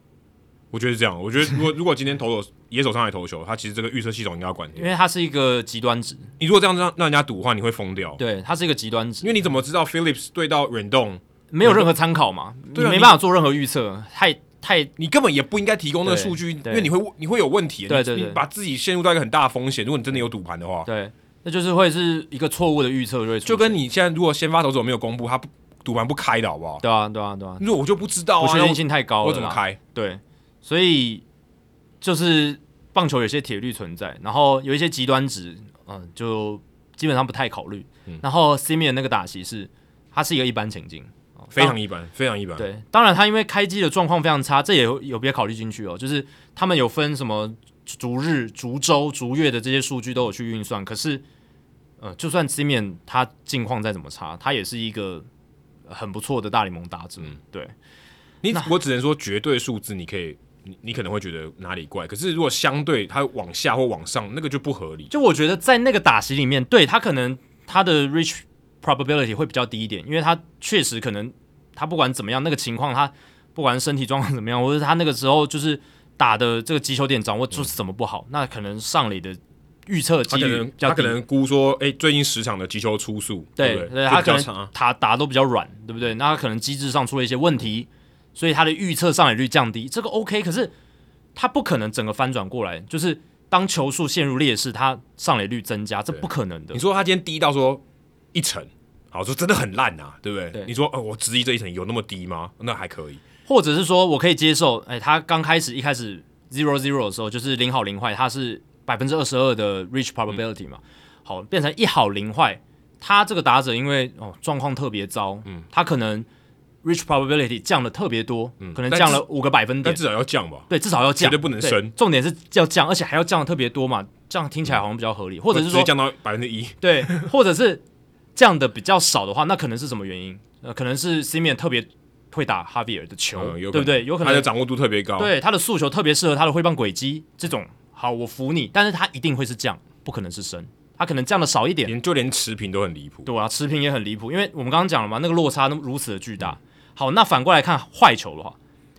Speaker 1: 我觉得是这样，我觉得如果如果今天投手野手上来投球，他其实这个预测系统应该要关
Speaker 2: 因
Speaker 1: 掉。
Speaker 2: 为他是一个极端值，
Speaker 1: 你如果这样让让人家赌的话，你会疯掉。
Speaker 2: 对，他是一个极端
Speaker 1: 因
Speaker 2: 值，
Speaker 1: 为你怎么知道 Phillips 对到 Rendon，
Speaker 2: 没有任何参考嘛，你
Speaker 1: 对啊
Speaker 2: 没
Speaker 1: 你
Speaker 2: 办法做任何预测，太太
Speaker 1: 你根本也不应该提供那个
Speaker 2: 对
Speaker 1: 数据，因
Speaker 2: 对
Speaker 1: 为你会你会有问题，
Speaker 2: 对
Speaker 1: 你
Speaker 2: 对对
Speaker 1: 你把自己陷入到一个很大的风险。如果你真的有赌盘的话，
Speaker 2: 对，那就是会是一个错误的预测就会出现，
Speaker 1: 就跟你现在如果先发投手没有公布，他不赌盘不开的好不好？
Speaker 2: 对啊对啊对啊，
Speaker 1: 如果我就不知道
Speaker 2: 不
Speaker 1: 啊，
Speaker 2: 确
Speaker 1: 那我
Speaker 2: 定性太高了，
Speaker 1: 我怎么？开？
Speaker 2: 对，所以就是棒球有些铁律存在，然后有一些极端值，嗯、就基本上不太考虑。然后 Simeon 那个打席是，它是一个一般情境，哦
Speaker 1: 非常一般，非常一般。
Speaker 2: 对，当然他因为开机的状况非常差，这也有有别考虑进去哦。就是他们有分什么逐日、逐周、逐月的这些数据都有去运算，可是，呃，就算 C 面他近况再怎么差，他也是一个很不错的大联盟打者。对，
Speaker 1: 你我只能说绝对数字，你可以，你你可能会觉得哪里怪，可是如果相对它往下或往上，那个就不合理。
Speaker 2: 就我觉得在那个打席里面，对他可能他的 reach probability 会比较低一点，因为他确实可能他不管怎么样，那个情况他不管身体状况怎么样，或者是他那个时候就是打的这个击球点掌握就是怎么不好，那可能上垒的预测
Speaker 1: 他
Speaker 2: 几
Speaker 1: 可
Speaker 2: 率
Speaker 1: 能
Speaker 2: 比较
Speaker 1: 他
Speaker 2: 低
Speaker 1: 可。能估说，哎、最近十场的击球出速，
Speaker 2: 对
Speaker 1: 不对？
Speaker 2: 对，
Speaker 1: 就
Speaker 2: 他
Speaker 1: 比较
Speaker 2: 可
Speaker 1: 长
Speaker 2: 能
Speaker 1: 啊。
Speaker 2: 打打都比较软，对不对？那他可能机制上出了一些问题，所以他的预测上垒率降低，这个 OK。可是他不可能整个翻转过来，就是当球数陷入劣势，他上垒率增加，这
Speaker 1: 对
Speaker 2: 不可能的
Speaker 1: 你。说他今天低到说一层，好说真的很烂啊，对不对？
Speaker 2: 对
Speaker 1: 你说，呃，我质疑这一层有那么低吗？那还可以。
Speaker 2: 或者是说我可以接受，哎、他刚开始一开始 zero zero 的时候，就是零好零坏，他是百分之二十二的 reach probability 嘛，好变成一好零坏，他这个打者因为哦状况特别糟，嗯，他可能 reach probability 降了特别多，可能降了五个百分
Speaker 1: 嗯但
Speaker 2: 点
Speaker 1: 至。少要降吧。
Speaker 2: 对，至少要降，
Speaker 1: 绝对不能升
Speaker 2: 重点是要降，而且还要降得特别多嘛，这样听起来好像比较合理，或者
Speaker 1: 嗯
Speaker 2: 是
Speaker 1: 直接
Speaker 2: 说
Speaker 1: 降到百分之一，
Speaker 2: 对，或者是降的比较少的话，那可能是什么原因？呃，可能是 C 面特别会打哈维尔的球，
Speaker 1: 嗯，有
Speaker 2: 哦对不对？有可
Speaker 1: 他的
Speaker 2: 能
Speaker 1: 掌握度特别高。，
Speaker 2: 对他的诉求特别适合他的挥棒轨迹这种。好，我服你，但是他一定会是降，不可能是升，他可能降的少一点。
Speaker 1: 连就连持平都很离谱。
Speaker 2: 对啊，持平也很离谱，因为我们刚刚讲了嘛，那个落差那么如此的巨大。好，那反过来看坏球的话，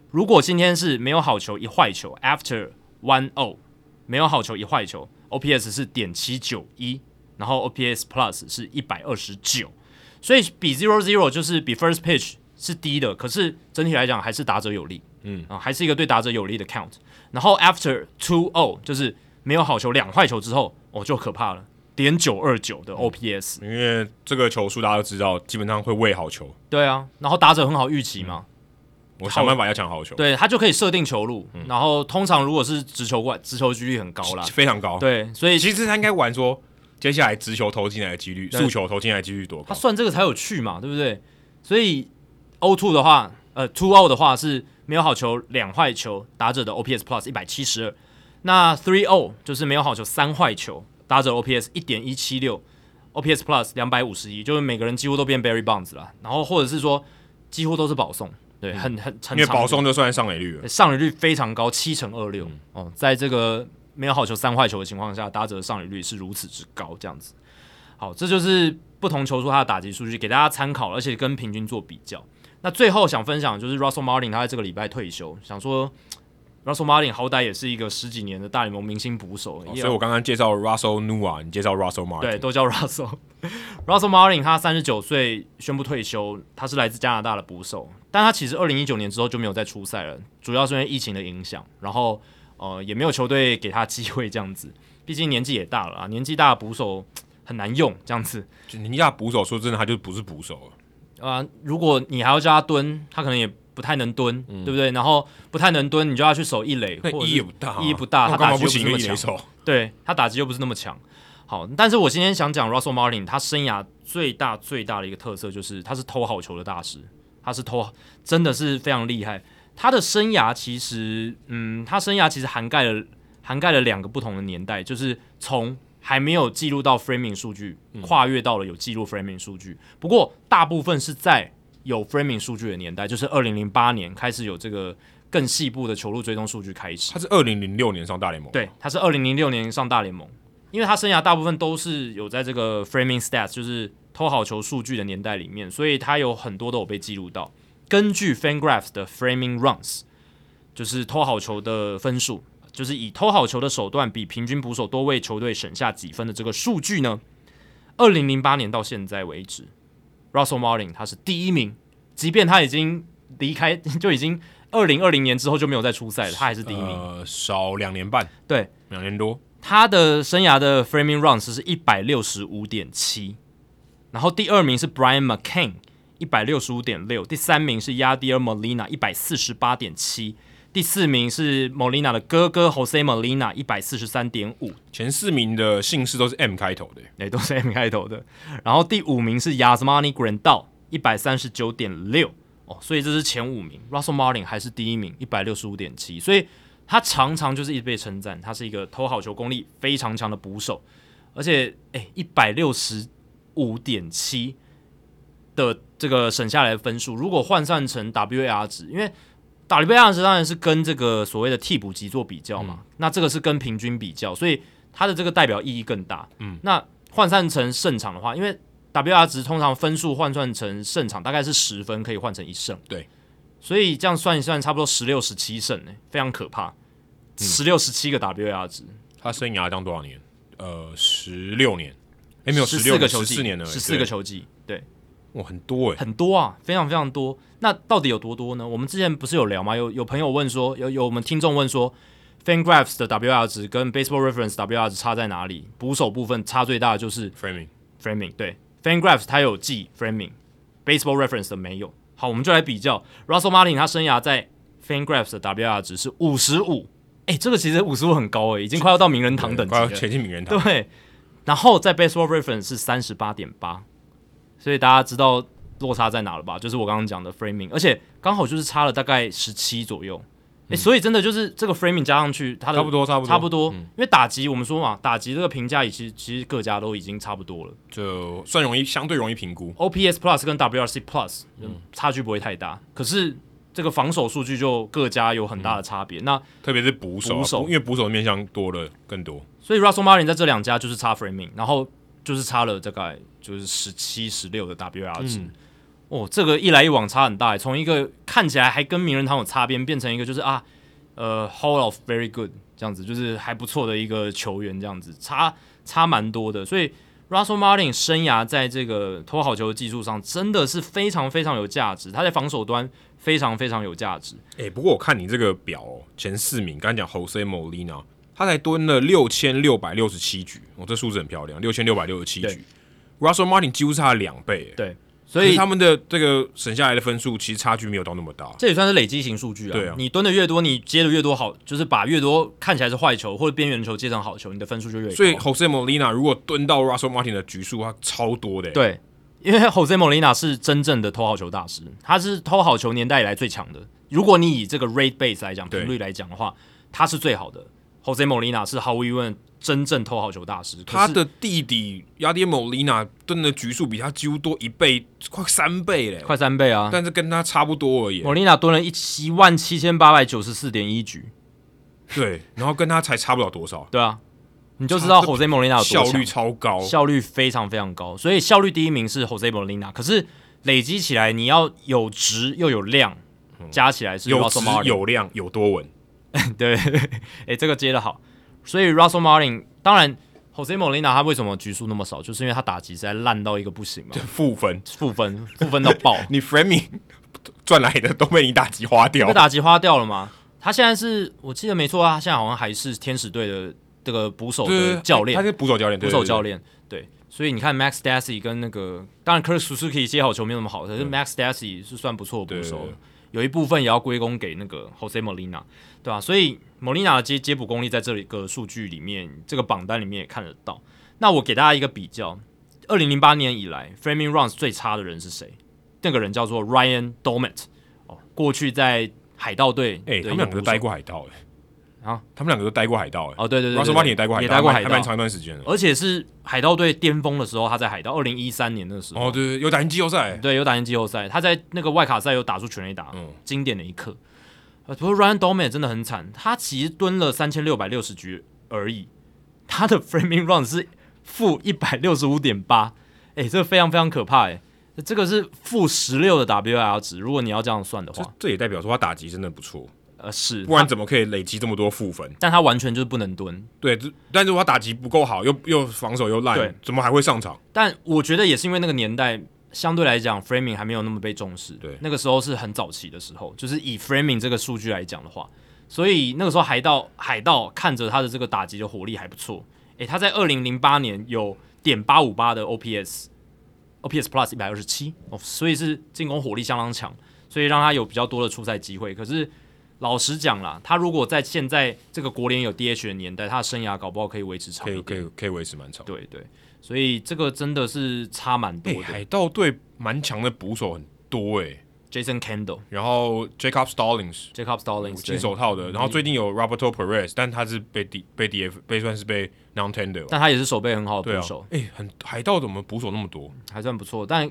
Speaker 2: 如果今天是没有好球一坏球，after one o，没有好球一坏球，OPS 是点七九一，然后 OPS plus 是一百二十九，所以比 zero zero 就是比 first pitch 是低的，可是整体来讲还是打者有利，嗯啊，还是一个对打者有利的 count。然后 after two o 就是没有好球两坏球之后，哦就可怕了，点九二九的 OPS。
Speaker 1: 因为这个球速大家都知道，基本上会喂好球，
Speaker 2: 对啊，然后打者很好预期嘛，
Speaker 1: 嗯我想办法要抢好球，
Speaker 2: 对他就可以设定球路，
Speaker 1: 嗯
Speaker 2: 然后通常如果是直球怪，直球几率很高啦，
Speaker 1: 非常高。，
Speaker 2: 对，所以
Speaker 1: 其实他应该玩说，接下来直球投进来的几率、速球投进来的几率多
Speaker 2: 他
Speaker 1: 高？
Speaker 2: 算这个才有趣嘛，对不对？所以 O two 的话，呃，two O 的话是没有好球两坏球，打者的 OPS Plus 一百七十二，那 three O 就是没有好球三坏球，打者 OPS 一点一七六，OPS Plus 两百五十一，就是每个人几乎都变 Barry Bonds 啦，然后或者是说几乎都是保送，对，很很
Speaker 1: 嗯
Speaker 2: 很
Speaker 1: 因为
Speaker 2: 常见
Speaker 1: 保送就算上垒率了，嗯
Speaker 2: 上垒率非常高，七成二六、哦，在这个没有好球三坏球的情况下，打者的上垒率是如此之高，这样子。好，这就是不同球数他的打击数据，给大家参考，而且跟平均做比较。那最后想分享的就是 Russell Martin 他在这个礼拜退休，想说嗯 Russell Martin 好歹也是一个十几年的大联盟明星捕手，
Speaker 1: 哦
Speaker 2: 也
Speaker 1: 所以我刚刚介绍 Russell Nua，你介绍 Russell Martin，
Speaker 2: 对，都叫 Russell。Russell Martin 他三十九岁宣布退休，他是来自加拿大的捕手，但他其实二零一九年之后就没有再出赛了，主要是因为疫情的影响，然后呃也没有球队给他机会这样子，毕竟年纪也大了啊，年纪大的捕手很难用这样子
Speaker 1: 就你亚捕手说真的，他就不是捕手了，
Speaker 2: 啊、如果你还要叫他蹲，他可能也不太能蹲，对不对？然后不太能蹲，你就要去守一垒，
Speaker 1: 那
Speaker 2: 或者
Speaker 1: 一
Speaker 2: 是
Speaker 1: 也不大啊，
Speaker 2: 一不大，
Speaker 1: 那
Speaker 2: 他
Speaker 1: 我干嘛
Speaker 2: 打击
Speaker 1: 不
Speaker 2: 又不是
Speaker 1: 请一
Speaker 2: 那
Speaker 1: 个
Speaker 2: 么
Speaker 1: 野
Speaker 2: 强。
Speaker 1: 手？
Speaker 2: 对他打击又不是那么强。好，但是我今天想讲 Russell Martin，他生涯最大最大的一个特色就是他是偷好球的大师，他是偷真的是非常厉害。他的生涯其实，嗯，他生涯其实涵盖了涵盖了两个不同的年代，就是从还没有记录到 framing 数据，跨越到了有记录 framing 数据。不过大部分是在有 framing 数据的年代，就是二零零八年开始有这个更细部的球路追踪数据开始。
Speaker 1: 他是二零零六年上大联盟，
Speaker 2: 对，他是二零零六年上大联盟，因为他生涯大部分都是有在这个 framing stats，就是偷好球数据的年代里面，所以他有很多都有被记录到。根据 FanGraphs 的 framing runs，就是偷好球的分数，就是以偷好球的手段比平均捕手多为球队省下几分的这个数据呢，二零零八年到现在为止，Russell Martin 他是第一名，即便他已经离开， 就已经二零二零年之后就没有再出赛了，他还是第一名。
Speaker 1: 呃，少两年半，
Speaker 2: 对，
Speaker 1: 两年多，
Speaker 2: 他的生涯的 framing runs 是一百六十五点七，然后第二名是 Brian McCain 一百六十五点六，第三名是 Yadier Molina 一百四十八点七，第四名是 Molina 的哥哥 Jose Molina 一百四十三点五，
Speaker 1: 前四名的姓氏都是 M 开头的，
Speaker 2: 也都是 M 开头的。然后第五名是 Yasmani Grandal 一百三十九点六哦，所以这是前五名。Russell Martin 还是第一名，一百六十五点七，所以他常常就是一直被称赞，他是一个投好球功力非常强的捕手，而且诶一百六十五点七的这个省下来的分数，如果换算成 WAR 值，因为 WAR 值当然是跟这个所谓的替补级做比较嘛，那这个是跟平均比较，所以它的这个代表意义更大。嗯，那换算成胜场的话，因为 WR 值通常分数换算成胜场大概是十分，可以换成一胜。
Speaker 1: 对，
Speaker 2: 所以这样算一算，差不多十六十七胜呢、非常可怕。
Speaker 1: 嗯
Speaker 2: 十六十七个 WR 值，
Speaker 1: 他生涯当多少年？呃，十六年，哎，没有
Speaker 2: 十
Speaker 1: 十
Speaker 2: 四
Speaker 1: 六
Speaker 2: 个球
Speaker 1: 十
Speaker 2: 季，
Speaker 1: 四年了，
Speaker 2: 十四个，球季，对，
Speaker 1: 哇，很多哎，
Speaker 2: 很多啊，非常非常多。那到底有多多呢？我们之前不是有聊吗？有有朋友问说，有有我们听众问说，FanGraphs 的 WR 值跟 Baseball Reference WR 值差在哪里？捕手部分差最大的就是
Speaker 1: framing
Speaker 2: framing，对，FanGraphs 它有记 framing，Baseball Reference 的没有。好，我们就来比较 Russell Martin 他生涯在 FanGraphs 的 WR 值是五十五，哎，这个其实五十五很高哎、已经快要到名人堂等级
Speaker 1: 快要
Speaker 2: 了。
Speaker 1: 前进名人堂，
Speaker 2: 对，然后在 Baseball Reference 是三十八点八，所以大家知道落差在哪了吧？就是我刚刚讲的 framing，而且刚好就是差了大概十七左右。诶，所以真的就是这个 framing 加上去，它
Speaker 1: 嗯
Speaker 2: 的
Speaker 1: 差不多差不多嗯
Speaker 2: 差不多，因为打击我们说嘛，打击这个评价也其实其实各家都已经差不多了
Speaker 1: 就算容易，相对容易评估。
Speaker 2: ，OPS Plus 跟 WRC Plus 嗯差距不会太大，可是这个防守数据就各家有很大的差别。那
Speaker 1: 特别是捕手啊、
Speaker 2: 捕手
Speaker 1: 因为捕手的面向多了更多。
Speaker 2: 所以 Russell Martin 在这两家就是差 framing，然后就是差了大概就是十七、十六的 WR 值。
Speaker 1: 嗯
Speaker 2: 哦，这个一来一往差很大耶，从一个看起来还跟名人堂有擦边，变成一个就是啊，呃，Hall of Very Good 这样子，就是还不错的一个球员这样子，差差蛮多的。所以 Russell Martin 生涯在这个投好球的技术上真的是非常非常有价值，他在防守端非常非常有价值。
Speaker 1: 哎、不过我看你这个表、哦，前四名，刚才讲 Jose Molina，他才蹲了六千六百六十七局，哦，这数字很漂亮，六千六百六十七
Speaker 3: 对
Speaker 1: 局。Russell Martin 几乎是他的两倍，哎
Speaker 3: 对
Speaker 1: 可
Speaker 2: 所
Speaker 1: 是
Speaker 2: 以
Speaker 1: 他们的这个省下来的分数其实差距没有到那么大。
Speaker 2: 这也算是累积型数据啊。
Speaker 1: 对啊
Speaker 2: 你蹲的越多，你接的越多好，就是把越多看起来是坏球或者边缘球接成好球，你的分数就越高。
Speaker 1: 所以 Jose Molina 如果蹲到 Russell Martin 的局数，他超多的。，
Speaker 2: 对，因为 Jose Molina 是真正的偷好球大师，他是偷好球年代以来最强的。如果你以这个 rate base 来讲，
Speaker 1: 对
Speaker 2: 频率来讲的话，他是最好的。Jose Molina 是毫无疑问真正偷好球大师，可
Speaker 1: 他
Speaker 2: 是
Speaker 1: 的弟弟亚迪莫利娜蹲的局数比他几乎多一倍，快三倍嘞，
Speaker 2: 快三倍啊！
Speaker 1: 但是跟他差不多而已。
Speaker 2: 莫 l 娜蹲了一一万七千八百九十四点一局，
Speaker 1: 对，然后跟他才差不了多少，
Speaker 2: 对啊，你就知道
Speaker 1: 差
Speaker 2: Jose Molina 有多
Speaker 1: 效
Speaker 2: 强
Speaker 1: 率超高。
Speaker 2: 效率非常非常高，所以效率第一名是 Jose Molina。可是累积起来，你要有值又有量，加起来是
Speaker 1: 嗯有
Speaker 2: Russell
Speaker 1: 质
Speaker 2: Martin。
Speaker 1: 有量有多稳，
Speaker 2: 对，哎、这个接的好。所以 Russell Martin，当然 Jose Molina 他为什么局数那么少，就是因为他打击实在烂到一个不行嘛，
Speaker 1: 负分。
Speaker 2: 负分负分到 爆，
Speaker 1: 你 Framing 赚来的都被你打击花掉
Speaker 2: 被。打击花掉了嘛。他现在是我记得没错，啊他现在好像还是天使队的这个捕手
Speaker 1: 对
Speaker 2: 的教练
Speaker 1: 他，是捕手教练，
Speaker 2: 捕
Speaker 1: 对
Speaker 2: 手教。练，对，所以你看 Max Stassi 跟那个，当然 Kirk Suzuki 接好球没有那么好，可是 Max Stassi 是算不错的
Speaker 1: 对
Speaker 2: 捕
Speaker 1: 对
Speaker 2: 手
Speaker 1: 对，
Speaker 2: 有一部分也要归功给那个 Jose Molina，对吧、所以 Molina 的接接捕功力在这里个数据里面，这个榜单里面也看得到。那我给大家一个比较，二零零八年以来 Framing Runs 最差的人是谁？那个人叫做 Ryan Domet，哦，过去在海盗队
Speaker 1: 对对哎，
Speaker 2: 的一个
Speaker 1: 他们两个都
Speaker 2: 捕手
Speaker 1: 待过海盗哎。
Speaker 2: 啊，
Speaker 1: 他们两个都待过海盗哎。
Speaker 2: 哦，对对对
Speaker 1: Russell
Speaker 2: 对
Speaker 1: Martin
Speaker 2: 对
Speaker 1: 也待过海盗，
Speaker 2: 也待过海
Speaker 1: 还
Speaker 2: 盗，
Speaker 1: 蛮长一段时间的。
Speaker 2: 而且是海盗队巅峰的时候，他在海盗，二零一三年的时候，
Speaker 1: 哦，对对，对有打进季后赛。
Speaker 2: 对，有打进季后赛，他在那个外卡赛有打出全垒打，
Speaker 1: 嗯
Speaker 2: 经典的一刻。呃，不过 Ryan Doman 真的很惨，他其实蹲了三千六百六十局而已，他的 framing run 是负一百六十五点八，哎，这个非常非常可怕哎、这个是负十六的 WR 值，如果你要这样算的
Speaker 1: 这
Speaker 2: 话，
Speaker 1: 这也代表说他打击真的不错，
Speaker 2: 呃是，
Speaker 1: 不然怎么可以累积这么多负分？
Speaker 2: 但他完全就是不能蹲，
Speaker 1: 对，这但是我打击不够好，又又防守又
Speaker 2: 对
Speaker 1: 烂，怎么还会上场？
Speaker 2: 但我觉得也是因为那个年代相对来讲，framing 还没有那么被重视。
Speaker 1: 对
Speaker 2: 那个时候是很早期的时候，就是以 framing 这个数据来讲的话，所以那个时候海盗海盗看着他的这个打击的火力还不错。诶，他在二零零八年有点八五八的 OPS。OPS Plus 一百二十七哦，所以是进攻火力相当强，所以让他有比较多的出赛机会。可是老实讲啦，他如果在现在这个国联有 DH 的年代，他的生涯搞不好可以维持长
Speaker 1: 可
Speaker 2: 一
Speaker 1: 以
Speaker 2: 点。
Speaker 1: 可以可以维持蛮长。
Speaker 2: 对对，所以这个真的是差蛮多
Speaker 1: 哎、
Speaker 2: 的。
Speaker 1: 海盗队蛮强的捕手很多哎、
Speaker 2: Jason Kendall、
Speaker 1: 然后 Jacob Stallings
Speaker 2: Jacob
Speaker 1: 五
Speaker 2: Stallings，
Speaker 1: 金
Speaker 2: 对嗯
Speaker 1: 手套的，然后最近有 Roberto Perez，但他是被 D 被 DF 被算是被 non tender，
Speaker 2: 但他也是手背很好
Speaker 1: 对
Speaker 2: 的
Speaker 1: 啊
Speaker 2: 捕手，，
Speaker 1: 哎、很海盗怎么捕手那么多？
Speaker 2: 还算不错。但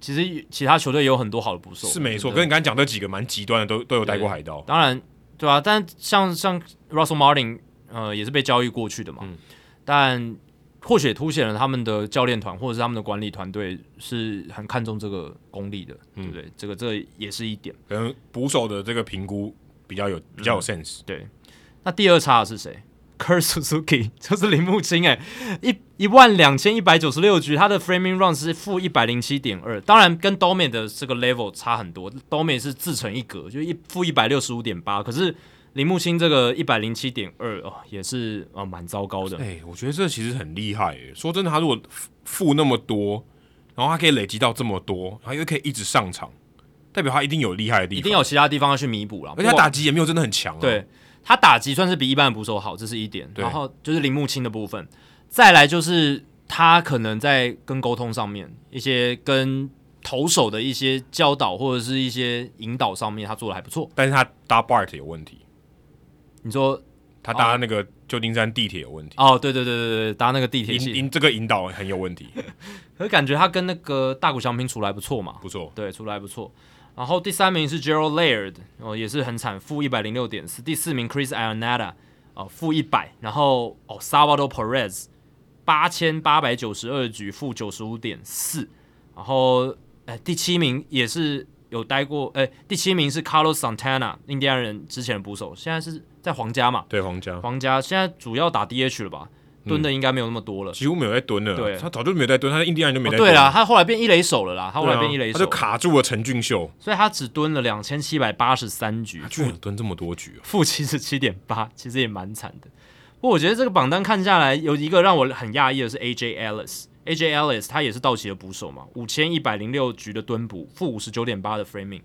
Speaker 2: 其实其他球队也有很多好的捕手，
Speaker 1: 是没错，
Speaker 2: 我
Speaker 1: 跟
Speaker 2: 觉
Speaker 1: 你
Speaker 2: 得
Speaker 1: 刚才讲这几个蛮极端的都都有待过
Speaker 2: 对
Speaker 1: 海盗，
Speaker 2: 当然对啊，但像像 Russell Martin，呃，也是被交易过去的嘛。
Speaker 1: 嗯
Speaker 2: 但或许也凸显了他们的教练团或者是他们的管理团队是很看重这个功力的，
Speaker 1: 嗯
Speaker 2: 对不对？这个这也是一点。
Speaker 1: 可能捕手的这个评估比较有比较
Speaker 2: 嗯
Speaker 1: 有 sense，、
Speaker 2: 对，那第二差的是谁？Kurt Suzuki 就是铃木清哎，一一万两千一百九十六局，他的 framing run 是负一百零七点二，当然跟 Domi 的这个 level 差很多，Domi 是自成一格，就一负一百六十五点八，可是铃木清这个一百零七点二哦，也是啊蛮、糟糕的。
Speaker 1: 哎、我觉得这其实很厉害、欸。说真的，他如果付付那么多，然后他可以累积到这么多，然后又可以一直上场，代表他一定有厉害的地方，
Speaker 2: 一定有其他地方要去弥补了，
Speaker 1: 而且他打击也没有真的很强、啊。，
Speaker 2: 对他打击算是比一般的捕手好，这是一点。
Speaker 1: 对
Speaker 2: 然后就是铃木清的部分，再来就是他可能在跟沟通上面一些跟投手的一些教导或者是一些引导上面，他做的还不错。
Speaker 1: 但是他搭 BART 有问题，
Speaker 2: 你说
Speaker 1: 他搭那个旧金山地铁有问题，
Speaker 2: 哦，对对对对对，搭那个地铁
Speaker 1: 引
Speaker 2: 系，
Speaker 1: 引这个引导很有问题，
Speaker 2: 可是感觉他跟那个大谷翔平处来不错嘛，
Speaker 1: 不错，
Speaker 2: 对，出来不错。然后第三名是 Gerald Laird，哦，也是很惨，负一百零六点四。第四名 Chris Ionetta，哦，负一百。然后哦，Salvador Perez 八千八百九十二局，负九十五点四。然后，哎，第七名也是有待过，哎，第七名是 Carlos Santana，印第安人之前的捕手，现在是在皇家嘛，
Speaker 1: 对皇家
Speaker 2: 皇家现在主要打 DH 了吧，蹲
Speaker 1: 嗯
Speaker 2: 的应该没有那么多了。
Speaker 1: 几乎没有在蹲了，
Speaker 2: 对
Speaker 1: 他早就没有在蹲，他在印第安人就没
Speaker 2: 哦
Speaker 1: 在蹲
Speaker 2: 对啦，，他后来变一垒手了啦，他后
Speaker 1: 对啊
Speaker 2: 来变一垒
Speaker 1: 他
Speaker 2: 手了，
Speaker 1: 就卡住了陈俊秀，
Speaker 2: 所以他只蹲了两千七百八十三局
Speaker 1: 他，居然有蹲这么多局哦，
Speaker 2: 负七十七点八，其实也蛮惨的。不过我觉得这个榜单看下来，有一个让我很讶异的是 AJ Ellis。AJ Ellis 他也是道奇的捕手嘛，五千一百零六局的蹲捕，负五十九点八的 framing。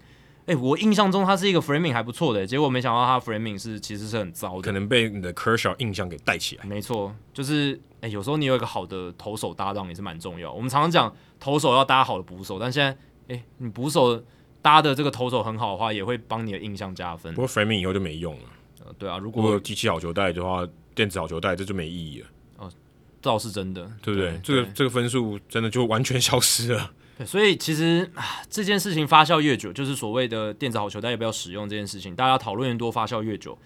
Speaker 2: 哎、我印象中他是一个 framing 还不错的，结果没想到他 framing 是其实是很糟
Speaker 1: 可
Speaker 2: 的。
Speaker 1: 能被你的 Kershaw 印象给带起来，
Speaker 2: 没错，就是哎、有时候你有一个好的投手搭档也是蛮重要。我们常常讲投手要搭好的捕手，但现在哎、你捕手搭的这个投手很好的话，也会帮你的印象加分
Speaker 1: 不。过 Framing 以后就没用了，
Speaker 2: 呃对啊，如
Speaker 1: 如果
Speaker 2: 果
Speaker 1: 有机器好球带的话，电子好球带这就没意义了，
Speaker 2: 倒是真的，
Speaker 1: 对不对？这
Speaker 2: 对
Speaker 1: 个这个分数真的就完全消失了，
Speaker 2: 对所以其实啊这件事情发酵越久，就是所谓的电子好球袋要不要使用这件事情，大家讨论越多，发酵越久。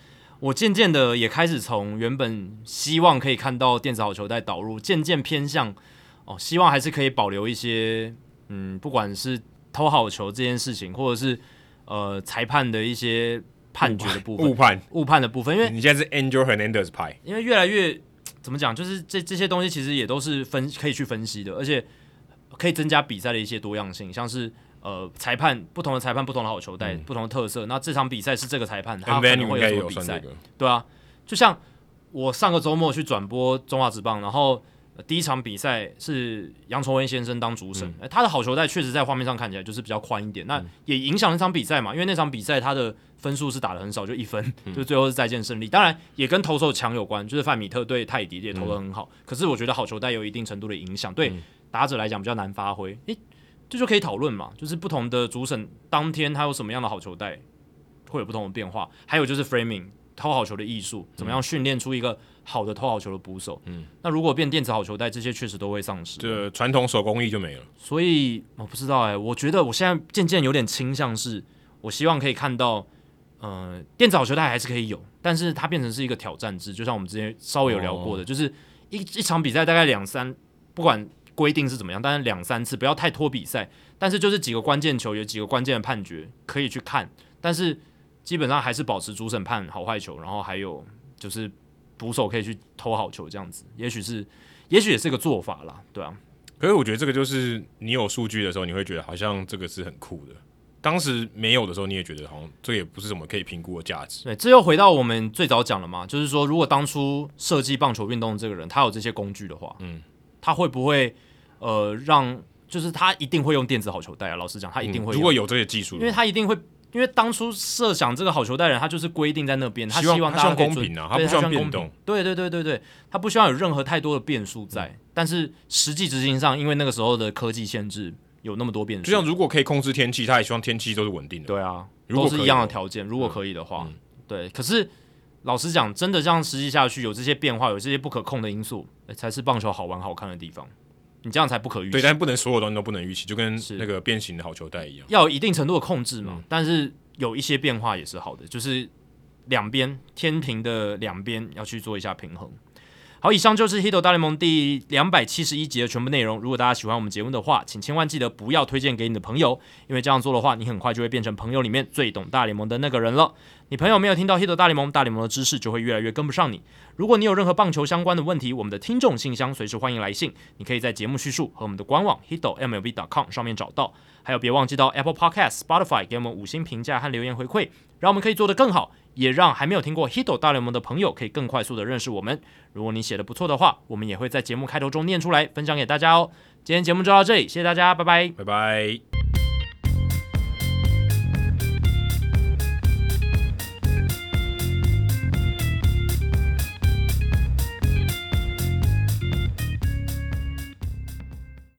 Speaker 2: 我渐渐的也开始从原本希望可以看到电子好球袋导入，渐渐偏向哦，希望还是可以保留一些嗯，不管是偷好球这件事情，或者是呃裁判的一些判决的部
Speaker 1: 误
Speaker 2: 分、
Speaker 1: 判。
Speaker 2: 误判的部分，因为
Speaker 1: 你现在是 Angel Hernandez 派，
Speaker 2: 因为越来越怎么讲，就是这这些东西其实也都是分可以去分析的，而且可以增加比赛的一些多样性，像是呃裁判不同的裁判不同的好球带、不同的特色，那这场比赛是这个裁判，
Speaker 1: 嗯
Speaker 2: 他
Speaker 1: n
Speaker 2: 可
Speaker 1: Van
Speaker 2: 能
Speaker 1: 应
Speaker 2: 会
Speaker 1: 该
Speaker 2: 有
Speaker 1: 也
Speaker 2: 什么
Speaker 1: 有
Speaker 2: 比
Speaker 1: 算这
Speaker 2: 赛，
Speaker 1: 个，
Speaker 2: 对啊，就像我上个周末去转播中华职棒，然后。呃第一场比赛是杨崇文先生当主审，呃他的好球带确实在画面上看起来就是比较宽一点，那也影响那场比赛嘛，因为那场比赛他的分数是打的很少，就一分，就最后是再见胜利。当然也跟投手强有关，就是范米特对泰迪也投的很好，可是我觉得好球带有一定程度的影响，对打者来讲比较难发挥。诶，这就可以讨论嘛，就是不同的主审当天他有什么样的好球带，会有不同的变化。还有就是 framing 投好球的艺术，怎么样训练出一个好的投好球的捕手？嗯，那如果变电子好球带，这些确实都会丧失。
Speaker 1: 这传统手工艺就没了。
Speaker 2: 所以我不知道哎、我觉得我现在渐渐有点倾向是，我希望可以看到，呃，电子好球带还是可以有，但是它变成是一个挑战制，就像我们之前稍微有聊过的，就是一一场比赛大概两三，不管规定是怎么样，但是两三次不要太拖比赛，但是就是几个关键球有几个关键的判决可以去看，但是基本上还是保持主审判好坏球，然后还有就是捕手可以去偷好球这样子，也许是，也许也是个做法啦，对啊。
Speaker 1: 可是我觉得这个就是你有数据的时候，你会觉得好像这个是很酷的。当时没有的时候，你也觉得好像这个也不是什么可以评估的价值。
Speaker 2: 对，这又回到我们最早讲了嘛，就是说，如果当初设计棒球运动的这个人他有这些工具的话，嗯，他会不会呃让，就是他一定会用电子好球带啊？老实讲，他一定会用、
Speaker 1: 嗯如果有这些技术
Speaker 2: 因为
Speaker 1: 的话，
Speaker 2: 他一定会，因为当初设想这个好球带人，他就是规定在那边，他
Speaker 1: 希望
Speaker 2: 大家
Speaker 1: 他希望
Speaker 2: 可以
Speaker 1: 公
Speaker 2: 遵
Speaker 1: 平啊他
Speaker 2: 对
Speaker 1: 不
Speaker 2: 他
Speaker 1: 希望
Speaker 2: 公
Speaker 1: 变
Speaker 2: 平
Speaker 1: 动。
Speaker 2: 对对对对对，他不希望有任何太多的变数在，
Speaker 1: 嗯
Speaker 2: 但是实际执行上，因为那个时候的科技限制有那么多变数，
Speaker 1: 就像如果可以控制天气，他也希望天气都是稳定的。
Speaker 2: 对啊，
Speaker 1: 如果
Speaker 2: 都
Speaker 1: 可
Speaker 2: 是
Speaker 1: 以
Speaker 2: 一样的
Speaker 1: 的嗯
Speaker 2: 条件，如果可以的话，对。可是老实讲，真的这样实际下去，有这些变化，有这些不可控的因素，诶才是棒球好玩好看的地方。你这样才不可预
Speaker 1: 对，
Speaker 2: 期，
Speaker 1: 但是不能所有东西都不能预期，就跟
Speaker 2: 是
Speaker 1: 那个变形的好球带一样。
Speaker 2: 要有一定程度的控制嘛。但是有一些变化也是好的，就是两边天平的两边要去做一下平衡。好，以上就是《h i t o 大联盟》第两百七十一集的全部内容。如果大家喜欢我们节目的话，请千万记得不要推荐给你的朋友，因为这样做的话，你很快就会变成朋友里面最懂大联盟的那个人了。你朋友没有听到《h i t o 大联盟》，大联盟的知识就会越来越跟不上你。如果你有任何棒球相关的问题，我们的听众信箱随时欢迎来信，你可以在节目叙述和我们的官网 h i t o mlb.com 上面找到。还有别忘记到 Apple Podcast、Spotify 给我们五星评价和留言回馈，让我们可以做得更好，也让还没有听过 Hito 大联盟的朋友可以更快速的认识我们。如果你写的不错的话，我们也会在节目开头中念出来，分享给大家哦。今天节目就到这里，谢谢大家，拜拜。
Speaker 1: 拜拜。